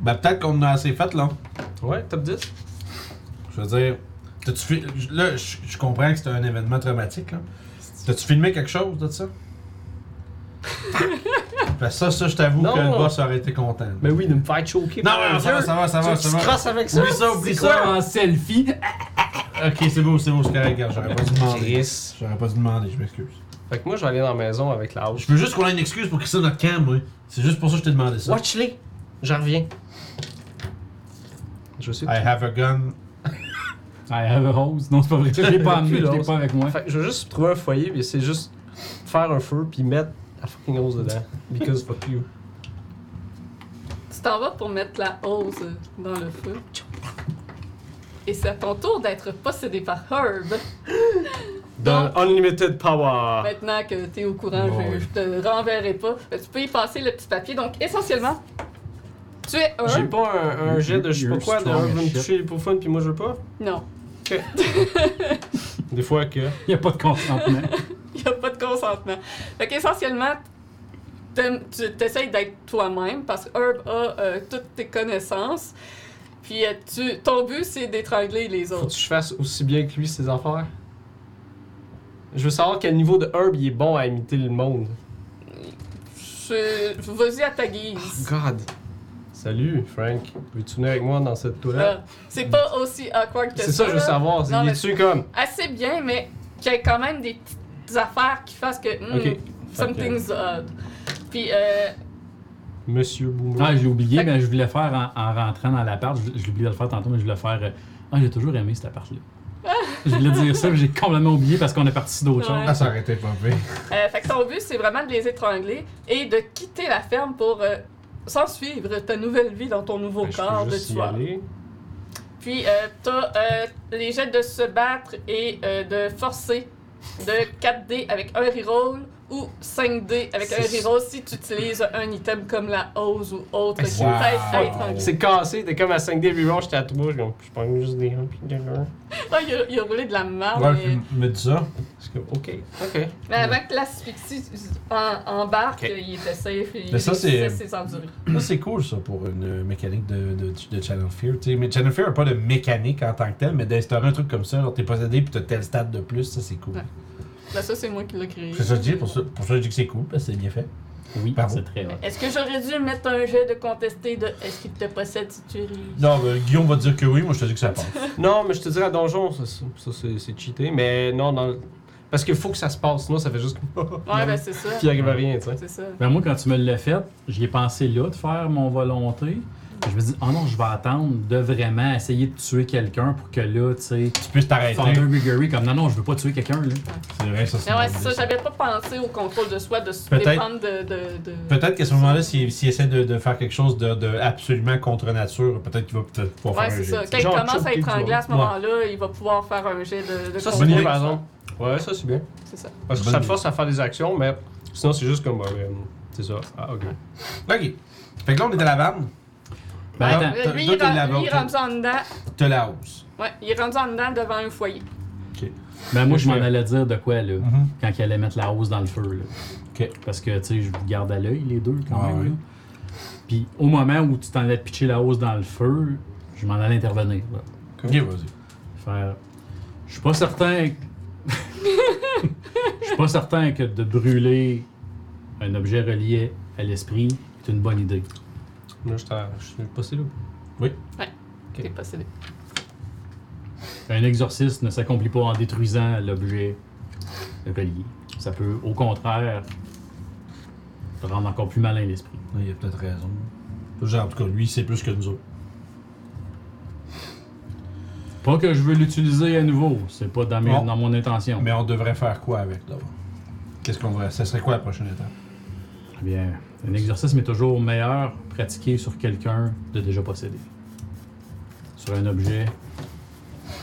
Speaker 1: Ben, peut-être qu'on en a assez fait, là.
Speaker 3: Ouais, top 10.
Speaker 1: Je veux dire. T'as-tu fi- Là, je je comprends que c'était un événement traumatique, là. T'as-tu filmé quelque chose de ça? ben, ça, ça, je t'avoue
Speaker 3: Non.
Speaker 1: que le boss aurait été content.
Speaker 3: Mais oui, de me faire choquer.
Speaker 1: Non, non, ça va, ça va, ça va, Ah, ça va.
Speaker 3: avec
Speaker 1: Oublie ça, oublie
Speaker 4: C'est quoi
Speaker 1: ça.
Speaker 4: un selfie?
Speaker 1: Ok, c'est beau, c'est beau, c'est correct, regarde, j'aurais pas dû demander.
Speaker 3: Chris.
Speaker 1: J'aurais pas dû demander, je m'excuse.
Speaker 3: Fait que moi, je vais aller dans la maison avec la hache.
Speaker 1: Je veux juste qu'on ait une excuse pour crisser notre camp, moi. C'est juste pour ça que je t'ai demandé ça.
Speaker 6: Watch-les. J'en reviens.
Speaker 3: Je suis.
Speaker 1: I have a gun.
Speaker 4: I have a Ah, rose. Non, c'est pas vrai. Je l'ai pas amené, je l'ai pas avec moi.
Speaker 3: Fait que je veux juste trouver un foyer, puis c'est juste faire un feu, puis mettre la fucking rose dedans. Because fuck you.
Speaker 2: Tu t'en vas pour mettre la hose dans le feu. Et c'est à ton tour d'être possédé par Herb.
Speaker 3: Dans Unlimited Power.
Speaker 2: Maintenant que t'es au courant,
Speaker 1: Bon,
Speaker 2: je,
Speaker 1: oui.
Speaker 2: je te renverrai pas. Mais tu peux y passer le petit papier. Donc, essentiellement, tu es
Speaker 3: J'ai
Speaker 2: Herb.
Speaker 3: pas un, un jet de je sais pas quoi, de
Speaker 4: You're
Speaker 3: un veut me
Speaker 4: strong as
Speaker 3: toucher pour fun, puis moi je veux pas.
Speaker 2: Non,
Speaker 3: Des fois que.
Speaker 4: Il n'y a pas de consentement.
Speaker 2: il n'y a pas de consentement. Fait qu'essentiellement, t'aimes- tu t'essayes d'être toi-même parce que Herb a euh, toutes tes connaissances. Puis euh, tu, ton but, c'est d'étrangler les
Speaker 3: Faut
Speaker 2: autres.
Speaker 3: que je fasse aussi bien que lui ses affaires. Je veux savoir quel niveau de herb il est bon à imiter le monde.
Speaker 2: Je- Vas-y à ta guise.
Speaker 3: God. Salut, Frank. Veux-tu venir avec moi dans cette toilette?
Speaker 2: Ah, c'est pas aussi awkward que ça.
Speaker 3: C'est ça, je veux
Speaker 2: là.
Speaker 3: savoir.
Speaker 2: Non,
Speaker 3: il
Speaker 2: mais-
Speaker 3: est-tu comme.
Speaker 2: Assez bien, mais qu'il y ait quand même des petites affaires qui fassent que. hmm,
Speaker 3: Ok.
Speaker 2: Something's odd. Puis, euh,
Speaker 3: Monsieur Boomer.
Speaker 4: Ah, j'ai oublié, mais je voulais faire en, en rentrant dans l'appart. Je, je l'ai oublié de le faire tantôt, mais je voulais faire. euh, ah, j'ai toujours aimé cet appart-là. je voulais dire ça, mais j'ai complètement oublié parce qu'on est parti d'autres
Speaker 2: Ouais.
Speaker 4: choses.
Speaker 1: Ah, ça aurait été pas pire.
Speaker 2: euh, fait que ton but, c'est vraiment de les étrangler et de quitter la ferme pour euh, s'en suivre ta nouvelle vie dans ton nouveau
Speaker 3: Ben, je peux
Speaker 2: corps de
Speaker 3: juste y
Speaker 2: tueur.
Speaker 3: aller.
Speaker 2: Puis, euh, t'as euh, les jets de se battre et euh, de forcer de 4D avec un reroll ou 5D avec un
Speaker 3: C'est-
Speaker 2: reroll si tu utilises un item comme la hose ou autre qui
Speaker 1: Wow.
Speaker 2: t'aide à étrangler.
Speaker 3: C'est cassé, t'es comme à 5D reroll, j'étais à 3, je je prends juste des 1 puis des 1.
Speaker 2: Ah, il, a, il a roulé de la
Speaker 3: Ah,
Speaker 2: merde.
Speaker 1: Ouais,
Speaker 2: mais-
Speaker 1: puis me dis ça.
Speaker 3: Parce que, ok, ok.
Speaker 2: Mais avec l'asphyxie en, en barque,
Speaker 3: Ok.
Speaker 2: il était safe. Il
Speaker 1: Mais ça, c'est-
Speaker 2: réussissait ses endurées.
Speaker 1: Ça, c'est cool, ça, pour une euh, mécanique de, de, de Channel Fear. tu sais. Mais Channel Fear n'a pas de mécanique en tant que telle, mais d'instaurer un truc comme ça, genre t'es possédé puis t'as tel stade de plus, ça, c'est cool.
Speaker 2: Ouais. Ben, ça, c'est moi qui l'ai créé.
Speaker 1: C'est ça que je dis, pour ça, pour ça, je dis que c'est cool, parce que c'est bien fait.
Speaker 4: Oui,
Speaker 1: Bravo.
Speaker 4: c'est très hot.
Speaker 2: Est-ce que j'aurais dû mettre un jet de contester de est-ce qu'il te possède si tu réussis?
Speaker 1: Non, ben, Guillaume va dire que oui, moi je te dis que ça passe.
Speaker 3: Non, mais je te dirais à donjon, ça, ça, ça, c'est c'est cheaté. Mais non, dans le- parce qu'il faut que ça se passe, sinon ça fait juste.
Speaker 2: Ouais, ben c'est ça.
Speaker 3: Puis euh, il arrive à rien, tu sais.
Speaker 2: C'est ça.
Speaker 4: Ben, moi, quand tu me l'as fait, j'y ai pensé là de faire mon volonté. Je me dis, oh non, je vais attendre de vraiment essayer de tuer quelqu'un pour que là, tu sais,
Speaker 1: Tu puisses t'arrêter.
Speaker 4: Thunder Grigori, comme non, non, je veux pas tuer quelqu'un, là.
Speaker 1: C'est vrai, ça c'est.
Speaker 2: Mais Ah ouais,
Speaker 1: une bonne
Speaker 2: c'est ça.
Speaker 1: idée.
Speaker 2: J'avais pas pensé au contrôle de soi, de se
Speaker 1: Peut-être-
Speaker 2: dépendre de. de, de-
Speaker 1: Peut-être qu'à ce moment-là, s'il s'il essaie de, de faire quelque chose de, de absolument contre nature, peut-être qu'il va peut-être pouvoir
Speaker 2: Ouais,
Speaker 1: faire un
Speaker 2: c'est
Speaker 1: jet.
Speaker 2: ça. Quand
Speaker 3: Genre
Speaker 2: il commence à
Speaker 3: choqué,
Speaker 2: étrangler à ce
Speaker 1: ouais.
Speaker 2: moment-là, il va pouvoir faire un jet de, de
Speaker 3: Ça, c'est
Speaker 2: contrôle.
Speaker 3: bien, par exemple. Ouais, ça, c'est bien.
Speaker 2: C'est ça.
Speaker 3: Parce que
Speaker 1: Bonne
Speaker 3: ça te
Speaker 1: idée.
Speaker 3: force à faire des actions, mais sinon, c'est juste comme. bah, ben, c'est ça. Ah, ok.
Speaker 1: Ok. Fait que là, on est à la vanne.
Speaker 4: Ben,
Speaker 1: Ah,
Speaker 4: attends.
Speaker 1: t'as-
Speaker 2: Lui,
Speaker 1: toi,
Speaker 2: il est
Speaker 1: t'as
Speaker 2: ren-
Speaker 1: la
Speaker 2: lui, il est
Speaker 1: vôtre.
Speaker 2: rendu en dedans.
Speaker 1: T'as la hausse.
Speaker 2: Ouais, il est rendu en dedans devant un foyer.
Speaker 4: Ben, moi,
Speaker 3: Moi,
Speaker 4: je m'en
Speaker 3: je fais-
Speaker 4: allais dire de quoi, là,
Speaker 1: Mhm.
Speaker 4: quand il allait mettre la hausse dans le feu, là.
Speaker 1: Ok.
Speaker 4: Parce que, tu sais, je vous garde à l'œil, les deux, quand
Speaker 1: Ouais,
Speaker 4: même,
Speaker 1: ouais.
Speaker 4: là. Puis, au moment où tu t'en allais pitcher la hausse dans le feu, je m'en allais intervenir, là.
Speaker 1: Ok, vas-y.
Speaker 4: Faire. Je suis pas certain. que- Je suis pas certain que de brûler un objet relié à l'esprit est une bonne idée.
Speaker 3: Là, je t'en- je suis passé là. Ok.
Speaker 2: T'es possédé.
Speaker 4: Un exorcisme ne s'accomplit pas en détruisant l'objet relié. Ça peut, au contraire, rendre encore plus malin l'esprit.
Speaker 1: Il a peut-être raison. Genre, en tout cas, lui, c'est plus que nous autres.
Speaker 4: Pas que je veux l'utiliser à nouveau, c'est pas dans, mes-
Speaker 1: Non.
Speaker 4: dans mon intention.
Speaker 1: Mais on devrait faire quoi avec là Qu'est-ce qu'on va. Ça serait quoi la prochaine étape
Speaker 4: Eh bien, un exorcisme est toujours meilleur pratiqué sur quelqu'un de déjà possédé. Sur un objet.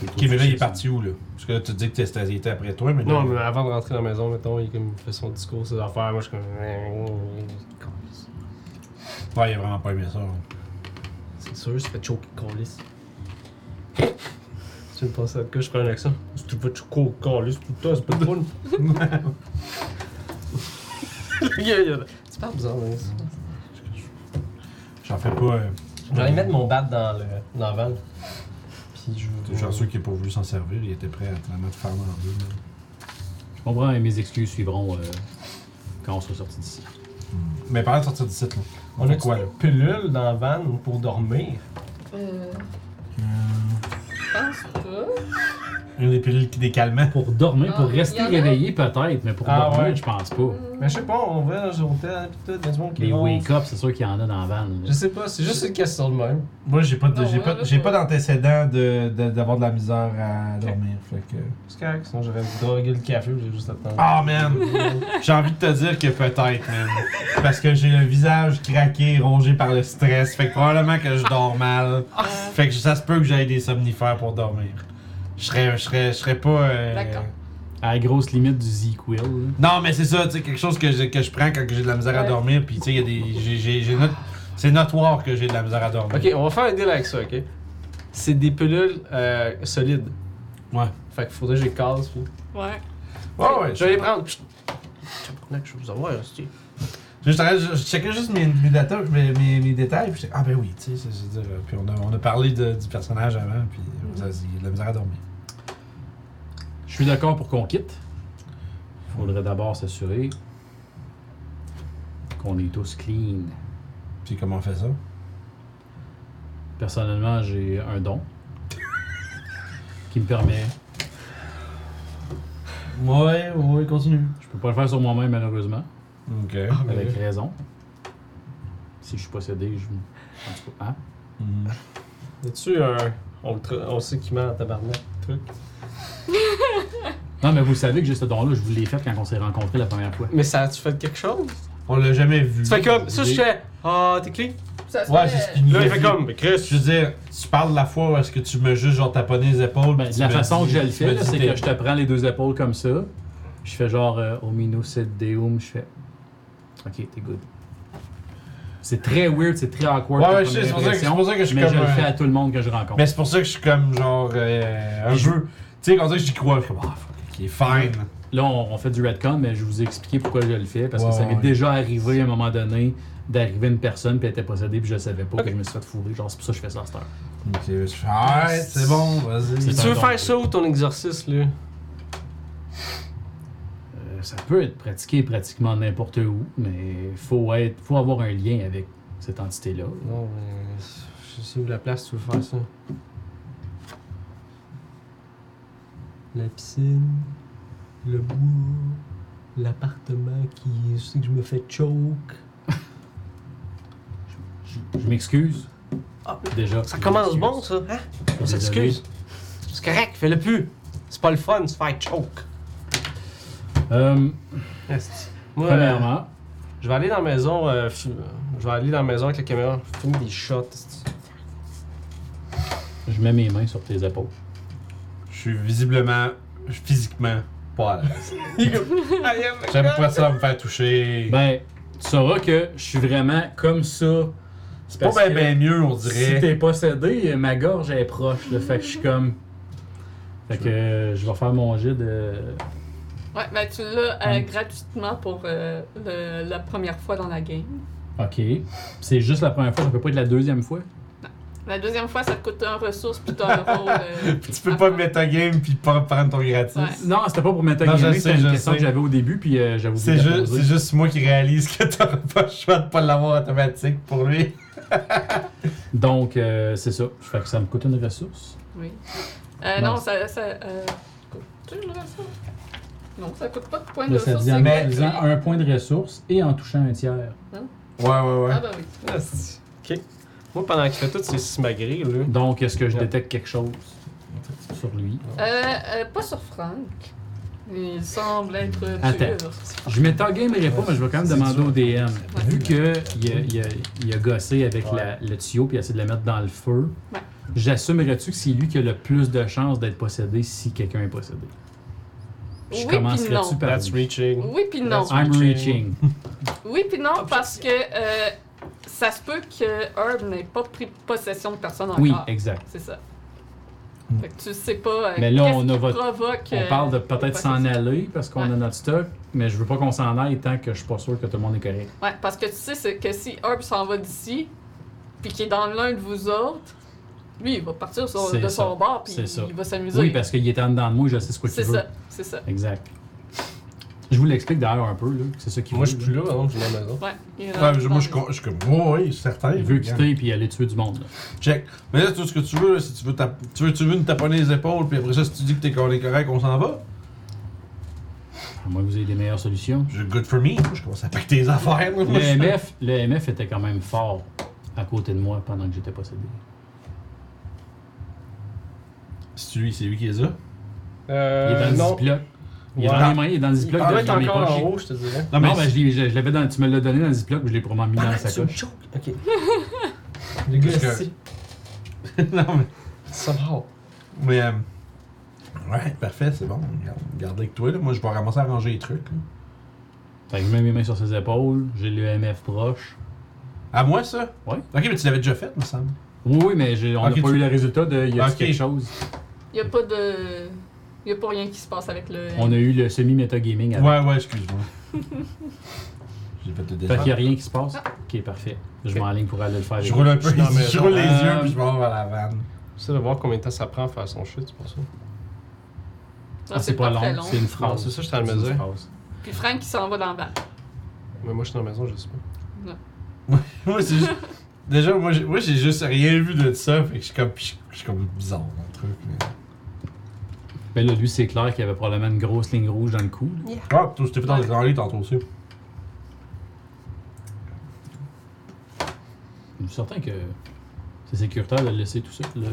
Speaker 1: Ok, mais là, il est parti où là Parce que là, tu dis que t'es- il était après toi, mais là,
Speaker 3: Non, mais avant de rentrer dans la maison, mettons, il comme, fait son discours, ses affaires. Moi, je suis comme.
Speaker 1: Ouais, il a vraiment pas aimé ça. là.
Speaker 3: C'est sûr, ça fait choquer Carlis. Tu me penses à quoi je prends un accent? Si tu veux choquer Carlis tout le temps, c'est pas de fun. Il y a- il y a- C'est pas bizarre, hein, mais.
Speaker 1: J'en fais pas. euh,
Speaker 6: J'allais mettre mon bat dans le.
Speaker 3: Dans la vanne. Puis je
Speaker 1: T'es chanceux qu'il n'ait pas voulu s'en servir, il était prêt à te la mettre ferme en deux. là.
Speaker 4: Je comprends et mes excuses suivront euh, quand on sera sorti d'ici.
Speaker 1: Mais parlant de sortir du site, là.
Speaker 6: On a quoi,
Speaker 1: là
Speaker 6: Pilule dans la vanne pour dormir.
Speaker 2: Euh. Je pense pas.
Speaker 1: Une des pilules qui décalmait.
Speaker 4: Pour dormir,
Speaker 2: Ah,
Speaker 4: pour
Speaker 2: il y
Speaker 4: rester
Speaker 2: en a? Mm.
Speaker 4: réveillé peut-être, mais pour
Speaker 6: Ah,
Speaker 4: dormir,
Speaker 6: ouais.
Speaker 4: je pense pas.
Speaker 6: Mais je sais pas, on va dans les hôtels pis tout, il y a du monde qui
Speaker 4: Les
Speaker 6: ronfle.
Speaker 4: wake-up, c'est sûr qu'il y en a dans la vanne. là.
Speaker 6: Je sais pas, c'est juste une question de même.
Speaker 1: Moi, j'ai pas, de-
Speaker 2: Non,
Speaker 1: j'ai
Speaker 2: ouais,
Speaker 1: pas,
Speaker 2: là,
Speaker 1: j'ai
Speaker 2: ça-
Speaker 1: pas d'antécédent de- de- d'avoir de, la misère à dormir. Fait que.
Speaker 6: C'est correct, sinon j'aurais drogué le café ou j'ai juste attendu.
Speaker 1: Ah, man! J'ai envie de te dire que peut-être, man. Parce que j'ai le visage craqué, rongé par le stress. Fait que probablement que je dors mal. Fait que ça se peut que j'aille des somnifères pour dormir. Je serais, je serais, je serais pas. euh,
Speaker 2: D'accord.
Speaker 4: À la grosse limite du Z-Quill. là.
Speaker 1: Non, mais c'est ça, tu sais, quelque chose que, j'ai- que je prends quand j'ai de la misère à
Speaker 2: Ouais.
Speaker 1: dormir. Puis, tu sais, il y a des. j'ai- j'ai- j'ai not- C'est notoire que j'ai de la misère à dormir.
Speaker 3: Ok, on va faire un deal avec ça, ok? C'est des pilules euh, solides.
Speaker 1: Ouais.
Speaker 3: Fait qu'il faudrait que je les casse. Puis...
Speaker 2: Ouais.
Speaker 1: Ouais, ouais.
Speaker 3: Je
Speaker 1: Je,
Speaker 3: vais les prendre. Chut. Tabarnak, je vais vous avoir, hostie.
Speaker 1: je, je- je checkais juste mes, mes data, mes, mes, mes détails. Puis, j'étais, ah, ben oui, tu sais, c'est- je veux dire. Puis, on a, on a parlé de- du personnage avant. Puis,
Speaker 2: Mhm.
Speaker 1: ça, c'est- il a de la misère à dormir.
Speaker 4: Je suis d'accord pour qu'on quitte. Il faudrait d'abord s'assurer qu'on est tous clean.
Speaker 1: Puis, comment on fait ça?
Speaker 4: Personnellement, j'ai un don qui me permet.
Speaker 6: Ouais, ouais, continue.
Speaker 4: Je peux pas le faire sur moi-même, malheureusement.
Speaker 1: Ok.
Speaker 4: Avec raison. Si je suis possédé, je. en tout cas, hein?
Speaker 1: Mhm.
Speaker 3: Y'a-tu un. On, le tra- on sait qui ment en tabarnak, truc.
Speaker 4: Non, mais vous savez que j'ai ce don-là, je vous l'ai fait quand on s'est rencontrés la première fois.
Speaker 3: Mais ça a-tu fait quelque chose?
Speaker 1: On l'a jamais vu.
Speaker 3: Tu fais comme. Ça, je
Speaker 1: Ouais,
Speaker 3: fais. Ah, t'es clé?
Speaker 2: Ça se
Speaker 1: c'est ce
Speaker 2: fait-
Speaker 1: qu'il nous
Speaker 3: Là,
Speaker 1: a
Speaker 3: il fait
Speaker 1: dit.
Speaker 3: comme. Mais Chris,
Speaker 1: Je veux dire, tu parles de la fois où est-ce que tu me juste genre taponner les épaules.
Speaker 4: Ben,
Speaker 1: puis
Speaker 4: de
Speaker 1: tu
Speaker 4: la
Speaker 1: me
Speaker 4: façon
Speaker 1: dis-
Speaker 4: que je le
Speaker 1: tu
Speaker 4: fais,
Speaker 1: me
Speaker 4: là,
Speaker 1: dis
Speaker 4: c'est
Speaker 1: t'es-
Speaker 4: que je te prends les deux épaules comme ça. Je fais genre euh, Omino sed deum. Je fais. Ok, t'es good. C'est très weird, c'est très awkward.
Speaker 1: Ouais,
Speaker 4: comme
Speaker 1: ouais, je sais, c'est
Speaker 4: première
Speaker 1: pour ça que- c'est pour ça que je suis
Speaker 4: mais
Speaker 1: comme.
Speaker 4: je le
Speaker 1: euh,
Speaker 4: fais à tout le monde que je rencontre.
Speaker 1: Mais c'est pour ça que je suis comme genre euh, un peu. Tu sais, quand on dit que j'y crois, je suis comme ah fuck, ok, fine.
Speaker 4: Là, on, on fait du redcon, mais je vous ai expliqué pourquoi je le fais. Parce
Speaker 1: Ouais,
Speaker 4: que ça m'est
Speaker 1: ouais.
Speaker 4: déjà arrivé à un moment donné d'arriver une personne, puis elle était possédée, puis je le savais pas, puis je me suis fait fourrer. Genre, c'est pour ça que je fais ça à cette heure.
Speaker 1: Ok, je fais, alright, c'est bon,
Speaker 4: C'est
Speaker 1: vas-y.
Speaker 4: ça.
Speaker 3: tu veux
Speaker 4: Pardon.
Speaker 3: faire ça ou ton exorcisme, là?
Speaker 4: Euh, ça peut être pratiqué pratiquement n'importe où, mais faut être, faut avoir un lien avec cette entité-là.
Speaker 3: Non, mais. Je sais où la place tu veux faire ça. La piscine, le bois, l'appartement qui. Je sais que je me fais choke.
Speaker 4: Je m'excuse.
Speaker 6: Ah,
Speaker 4: Déjà.
Speaker 6: Ça
Speaker 4: je
Speaker 6: commence
Speaker 4: m'excuse.
Speaker 6: bon, ça, hein? On
Speaker 4: Désolé.
Speaker 6: s'excuse. C'est correct, fais-le plus. C'est pas le fun de se faire choke.
Speaker 4: Euh,
Speaker 3: Esti. Moi, euh,
Speaker 4: Premièrement,
Speaker 3: je vais aller dans la maison. euh, fi- je vais aller dans la maison avec la caméra. Filmer des shots. esti.
Speaker 4: je mets mes mains sur tes épaules.
Speaker 1: Je suis visiblement, physiquement, pas à l'aise. J'aime pas ça me faire toucher.
Speaker 4: Ben, tu sauras que je suis vraiment comme ça. C'est
Speaker 1: pas
Speaker 4: parce
Speaker 1: bien
Speaker 4: que
Speaker 1: ben mieux, on
Speaker 4: Si
Speaker 1: dirait.
Speaker 4: t'es possédé, ma gorge est proche. Là, fait que je suis comme. Fait que euh, je vais faire mon jet de.
Speaker 2: Ouais, ben tu l'as euh,
Speaker 4: Mm.
Speaker 2: gratuitement pour euh, le- la première fois dans la game.
Speaker 4: Ok. C'est juste la première fois, ça peut pas être la deuxième fois.
Speaker 2: La deuxième fois, ça te coûte un ressource puis t'as un rôle. euh,
Speaker 1: Puis tu peux pas
Speaker 2: à-
Speaker 1: metagame puis pas prendre ton gratis.
Speaker 2: Ouais.
Speaker 4: Non, c'était pas pour
Speaker 1: Non, je
Speaker 4: m'interroger,
Speaker 1: sais,
Speaker 4: c'était une
Speaker 1: je
Speaker 4: question
Speaker 1: sais.
Speaker 4: que j'avais au début, puis euh, j'avais oublié
Speaker 1: C'est
Speaker 4: de la
Speaker 1: juste,
Speaker 4: poser.
Speaker 1: c'est juste moi qui réalise que t'auras pas le choix de pas l'avoir automatique pour lui.
Speaker 4: Donc, euh, c'est ça. Fait que ça me coûte une ressource.
Speaker 2: Oui. Euh, non,
Speaker 4: Non.
Speaker 2: ça. ça euh, coûte-tu une ressource? Non, ça coûte pas de points de
Speaker 4: Là, ça
Speaker 2: ressource.
Speaker 4: dit en
Speaker 2: c'est gratuit.
Speaker 4: utilisant un point de ressource et en touchant un tiers.
Speaker 1: Ouais, ouais, ouais.
Speaker 2: Ah, bah oui.
Speaker 3: Esti. Ok. Moi, pendant qu'il fait tout, c'est smagré, là.
Speaker 4: Donc, est-ce que je
Speaker 3: Ouais.
Speaker 4: détecte quelque chose sur lui?
Speaker 2: Euh, euh, pas sur Franck. Il semble être
Speaker 4: Attends.
Speaker 2: dur.
Speaker 4: Je m'étonnerais pas, mais je vais quand même demander au DM. Vu qu'il a, il a, il a gossé avec
Speaker 3: Ouais.
Speaker 4: la- le tuyau puis il a essayé de le mettre dans le feu,
Speaker 2: Ouais.
Speaker 4: j'assumerais-tu que c'est lui qui a le plus de chances d'être possédé si quelqu'un est possédé? Je
Speaker 2: Oui, puis
Speaker 4: commencerai-tu
Speaker 2: non.
Speaker 4: par
Speaker 3: That's
Speaker 4: lui?
Speaker 3: reaching.
Speaker 2: Oui, puis non.
Speaker 4: I'm reaching.
Speaker 2: Oui, puis non, parce que euh, ça se peut que Herb n'ait pas pris possession de personne encore.
Speaker 4: Oui, exact.
Speaker 2: C'est ça.
Speaker 1: Mm.
Speaker 2: Fait que tu sais pas. euh,
Speaker 4: Mais là,
Speaker 2: qu'est-ce
Speaker 4: on a
Speaker 2: qui
Speaker 4: votre-
Speaker 2: provoque,
Speaker 4: On
Speaker 2: euh,
Speaker 4: parle de
Speaker 2: la
Speaker 4: peut-être
Speaker 2: possession.
Speaker 4: s'en aller parce qu'on a
Speaker 2: Ouais.
Speaker 4: notre stock, mais je veux pas qu'on s'en aille tant que je suis pas sûr que tout le monde est correct.
Speaker 2: Ouais, parce que tu sais c'est que si Herb s'en va d'ici, puis qu'il est dans l'un de vous autres, lui, il va partir sur-
Speaker 4: C'est
Speaker 2: de
Speaker 4: ça.
Speaker 2: son bar, puis
Speaker 4: C'est ça.
Speaker 2: il va s'amuser.
Speaker 4: Oui, parce qu'il est en dedans de moi, je sais ce que tu
Speaker 2: C'est
Speaker 4: veux.
Speaker 2: ça, c'est ça.
Speaker 4: Exact. Je vous l'explique d'ailleurs un peu, là. que C'est ça qu'il veut.
Speaker 3: Moi, je suis
Speaker 4: là.
Speaker 3: plus là, non, je suis dans la maison.
Speaker 2: Ouais, il est
Speaker 1: Ouais,
Speaker 2: dans-
Speaker 1: mais moi, je suis con- je suis comme, oh, oui, certain.
Speaker 4: Il veut quitter puis aller tuer du monde. là.
Speaker 1: Check. Mais là, tout ce que tu veux, là, si tu veux, tap- tu veux, tu veux nous taponner les épaules, puis après ça, si tu dis que t'es qu'on est correct, on s'en va.
Speaker 4: À moins que vous ayez des meilleures solutions.
Speaker 1: Je- Good for me. Moi, je commence à pack tes affaires. moi,
Speaker 4: Le
Speaker 1: je-
Speaker 4: MF, le MF était quand même fort à côté de moi pendant que j'étais possédé.
Speaker 1: C'est lui, c'est lui qui est là.
Speaker 4: Il est dans
Speaker 3: Euh.
Speaker 4: le
Speaker 3: Non.
Speaker 4: ziploc. Il est dans
Speaker 1: Ouais.
Speaker 4: mes mains, il est dans le
Speaker 3: Il
Speaker 4: ziploc
Speaker 3: doit
Speaker 4: de
Speaker 3: être
Speaker 4: dans mes
Speaker 3: encore en
Speaker 4: poches.
Speaker 3: haut, je te dirais.
Speaker 1: Non, mais.
Speaker 4: Non, ben, je l'ai- je, je l'avais dans, tu me l'as donné dans le ziploc, je l'ai probablement mis dans la
Speaker 6: Pendant que tu me
Speaker 4: sacoche.
Speaker 6: choke.
Speaker 3: Ok.
Speaker 1: Les
Speaker 3: gars,
Speaker 1: que...
Speaker 3: si.
Speaker 1: non, mais.
Speaker 3: Somehow.
Speaker 1: mais euh, Ouais, parfait, c'est bon. Garde, garde avec toi, là. Moi, je vais ramasser à ranger les trucs. là.
Speaker 4: Fait que je mets mes mains sur ses épaules, j'ai le MF proche.
Speaker 1: À moi, ça
Speaker 4: Ouais.
Speaker 1: Ok, mais tu l'avais déjà fait, me semble.
Speaker 4: Oui, oui, mais j'ai- on n'a
Speaker 1: Ok,
Speaker 4: pas
Speaker 1: tu-
Speaker 4: eu le résultat de il y a
Speaker 1: Ok.
Speaker 4: quelque chose.
Speaker 2: Il y a pas de. Il y a pas rien qui se passe avec le.
Speaker 4: On a eu le semi-metagaming avant.
Speaker 1: Ouais, ouais, excuse-moi. J'ai fait le
Speaker 4: Fait qu'il n'y a
Speaker 1: dessin.
Speaker 4: rien qui se passe. Ok, parfait. Je m'enligne pour aller le faire.
Speaker 1: Je roule un peu,
Speaker 3: Je suis dans la
Speaker 1: je roule les
Speaker 4: maison.
Speaker 1: yeux, puis je m'en vais à la vanne.
Speaker 3: J'essaie de voir combien de temps ça prend à faire son shit, c'est pour ça.
Speaker 2: Non,
Speaker 4: Ah, c'est pas
Speaker 2: très
Speaker 4: long, c'est une
Speaker 3: Non,
Speaker 4: phrase.
Speaker 3: c'est ça, je suis dans la
Speaker 4: C'est une
Speaker 3: maison.
Speaker 4: phrase.
Speaker 2: Puis Frank, il s'en va dans le bar.
Speaker 3: Mais moi, je suis dans la maison, je sais pas.
Speaker 1: Moi, c'est juste. Déjà, moi, j'ai moi, j'ai juste rien vu de ça, fait que je suis comme, je suis- je suis comme bizarre, un truc. Mais...
Speaker 4: Mais Ben là, lui, c'est clair qu'il y avait probablement une grosse ligne rouge dans le cou. là.
Speaker 1: Ah, tu t'es fait dans les enlèves tantôt aussi.
Speaker 4: Je suis certain que c'est sécuritaire de le laisser tout seul. là.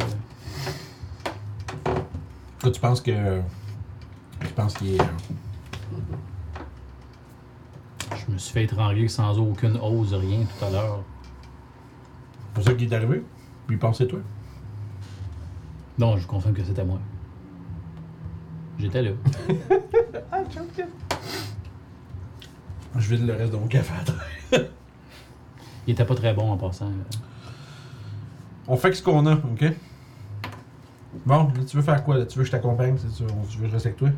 Speaker 1: Toi, tu penses que. Je pense qu'il est. euh,
Speaker 4: Je me suis fait étrangler sans aucune hausse, rien tout à l'heure.
Speaker 1: C'est pour ça qu'il est arrivé. Puis il pensait toi.
Speaker 4: Non, je vous confirme que c'était moi. J'étais là.
Speaker 1: Je vide le reste de mon café à terre.
Speaker 4: Il était pas très bon en passant. là.
Speaker 1: On fait que ce qu'on a, ok? Bon, là, tu veux faire quoi là? Tu veux que je t'accompagne? Si tu, veux- tu veux que je reste avec toi?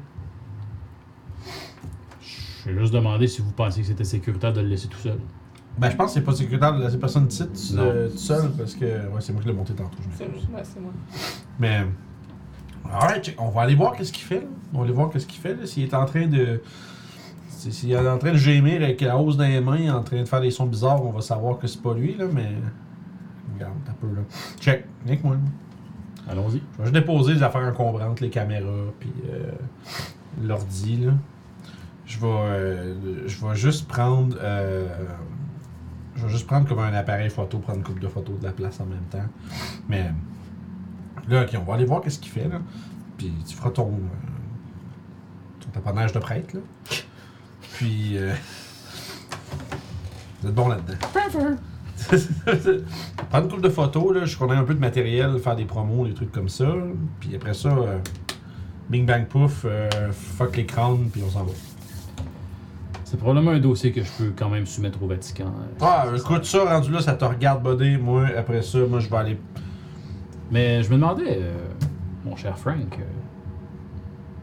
Speaker 4: Je vais juste demander si vous pensiez que c'était sécuritaire de le laisser tout seul.
Speaker 1: Ben, je pense que c'est pas sécuritaire de laisser personne ici tout,
Speaker 4: Non.
Speaker 1: euh, tout seul parce que. Ouais, c'est moi qui l'ai monté tantôt. je
Speaker 2: C'est
Speaker 1: m'excuse.
Speaker 2: ouais, c'est moi.
Speaker 1: Mais. Alright, check. on va aller voir qu'est-ce qu'il fait. là. On va aller voir qu'est-ce qu'il fait. là. S'il est en train de. si- S'il est en train de gémir avec la hausse dans les mains, en train de faire des sons bizarres, on va savoir que c'est pas lui, là, mais. Regarde, t'as peu, là. Check, rien que moi. là.
Speaker 4: Allons-y.
Speaker 1: Je vais juste déposer les affaires encombrantes, les caméras, puis euh, l'ordi, là. Je vais, euh, je vais juste prendre. euh, je vais juste prendre comme un appareil photo, prendre une coupe de photos de la place en même temps. Mais. Là, ok, on va aller voir qu'est-ce qu'il fait, là. Puis tu feras ton. euh, ton taponnage de prêtre, là. Puis. euh, vous êtes bon là-dedans. Prendre une couple de photos, là, je connais un peu de matériel, faire des promos, des trucs comme ça. Puis après ça, euh, bing bang pouf, euh, fuck les crânes, puis on s'en va.
Speaker 4: C'est probablement un dossier que je peux quand même soumettre au Vatican. euh,
Speaker 1: Ah, écoute ça, rendu là, ça te regarde, buddy. Moi, après ça, moi, je vais aller.
Speaker 4: Mais je me demandais, euh, mon cher Frank, euh,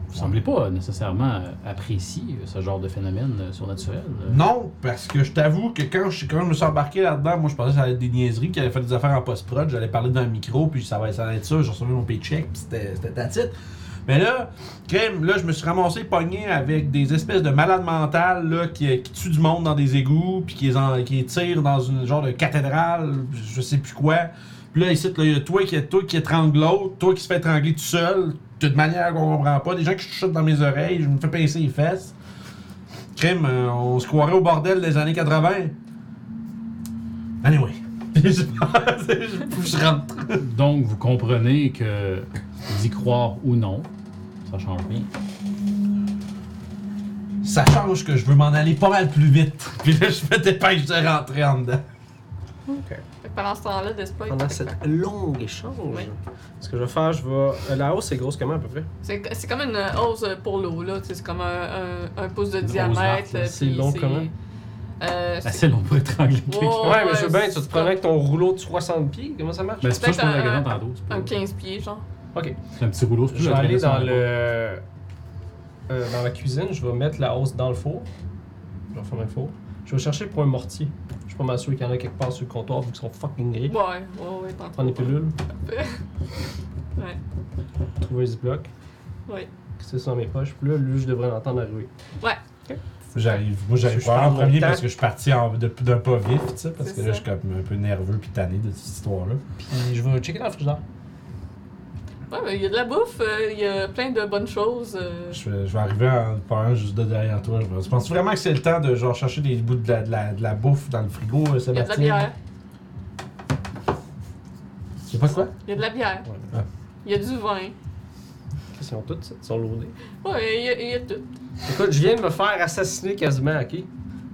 Speaker 4: vous semblez pas nécessairement euh, apprécier euh, ce genre de phénomène euh, surnaturel. euh.
Speaker 1: Non, parce que je t'avoue que quand je, quand je me suis embarqué là-dedans, moi, je pensais que ça allait être des niaiseries, qu'il allait faire des affaires en post-prod, j'allais parler dans le micro, puis ça va ça allait être ça, j'ai reçu mon paycheck, puis c'était c'était that's it. Mais là, crème, là, je me suis ramassé pogné avec des espèces de malades mentales là, qui, qui tuent du monde dans des égouts, puis qui, les en- qui les tirent dans une genre de cathédrale, je sais plus quoi. Puis là, ici, là, il y a toi qui, toi qui étrangle l'autre, toi qui se fait étrangler tout seul, de manière qu'on comprend pas, des gens qui chutent dans mes oreilles, je me fais pincer les fesses. Crime, euh, on se croirait au bordel des années 80. Anyway. je, je, je rentre.
Speaker 4: Donc, vous comprenez que d'y croire ou non, ça change rien.
Speaker 1: Ça change que je veux m'en aller pas mal plus vite. Puis là, je me dépêche de rentrer en dedans.
Speaker 2: Fait que pendant ce temps-là, Despoy.
Speaker 6: Pendant cette longue échange.
Speaker 2: Oui.
Speaker 3: Ce que je vais faire, je vais. euh, La hausse est grosse comment à peu près
Speaker 2: C'est c'est comme une hausse pour l'eau, là. tu sais, C'est comme un, un, un pouce de
Speaker 4: Une hausse
Speaker 2: diamètre.
Speaker 3: verte, là.
Speaker 2: euh,
Speaker 3: C'est
Speaker 2: puis
Speaker 3: long comment?
Speaker 2: Euh, c'est-
Speaker 4: Assez long pour étrangler
Speaker 2: Wow.
Speaker 4: quelqu'un.
Speaker 3: Ouais, mais je veux bien, tu
Speaker 2: Oh, c'est
Speaker 3: te prenais avec ton rouleau de 60 pieds, comment ça marche
Speaker 4: Mais c'est pour ça que je prends la
Speaker 2: Peut-être
Speaker 4: gueule tantôt. c'est
Speaker 2: un
Speaker 4: pas-
Speaker 2: 15 pieds, genre.
Speaker 3: Ok,
Speaker 4: C'est un petit rouleau. c'est
Speaker 3: je vais
Speaker 4: pas-
Speaker 3: aller dans le. euh, dans la cuisine, je vais mettre la hausse dans le four. Je vais faire un four. Je vais chercher pour un mortier. Je suis pas mal sûr qu'il y en a quelque part sur le comptoir vu qu'ils sont fucking gris.
Speaker 2: Ouais, ouais, ouais, t'entends.
Speaker 3: Prendre les pilules,
Speaker 2: Ouais,
Speaker 3: trouver ce bloc,
Speaker 2: ouais.
Speaker 3: c'est ça dans mes poches. Puis là, lui, je devrais l'entendre arriver.
Speaker 1: J'arrive. Moi, j'arrive
Speaker 3: Je
Speaker 1: pas en
Speaker 3: parle
Speaker 1: premier
Speaker 3: longtemps.
Speaker 1: parce que je suis parti en- de- d'un pas vif, tu sais. Parce
Speaker 2: C'est
Speaker 1: que là, je
Speaker 2: ça.
Speaker 1: suis comme un peu nerveux puis tanné de cette histoire-là.
Speaker 3: Puis je vais checker dans le frigidaire.
Speaker 2: Ouais, mais il y a de la bouffe, euh, il y a plein de bonnes choses. euh,
Speaker 1: Je, vais- je vais arriver en parlant juste de derrière toi. Je pense penses vraiment que c'est le temps de genre chercher des bouts de la, de la- de la bouffe dans le frigo, euh,
Speaker 2: Il y a de la
Speaker 1: Sébastien?
Speaker 2: bière.
Speaker 1: C'est pas quoi?
Speaker 2: Il y a de la bière.
Speaker 3: Ouais.
Speaker 1: Ah.
Speaker 2: Il y a du vin.
Speaker 3: Ils sont tous, ça, ils sont loadés.
Speaker 2: Ouais, il y a, il y a tout.
Speaker 3: Écoute, je viens de me faire assassiner quasiment, ok?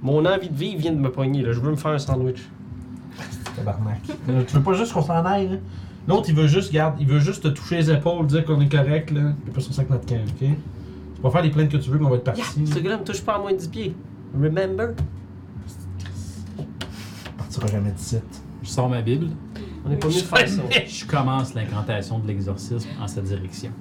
Speaker 3: Mon envie de vivre vient de me pogner, là. Je veux me faire un sandwich.
Speaker 1: Tabarnak. Euh, tu veux pas juste qu'on s'en aille, là? L'autre, il veut juste, garde, il veut juste te toucher les épaules, dire qu'on est correct, là. Il peut sur ça que notre camp, ok? Tu vas faire les plaintes que tu veux, mais on va être
Speaker 6: Yeah,
Speaker 1: parti.
Speaker 6: ce gars-là me touche pas à moins de 10 pieds. Remember?
Speaker 1: On partira jamais de site.
Speaker 4: Je sors ma Bible.
Speaker 3: On est pas mieux de faire ça.
Speaker 4: Je commence l'incantation de l'exorcisme en cette direction.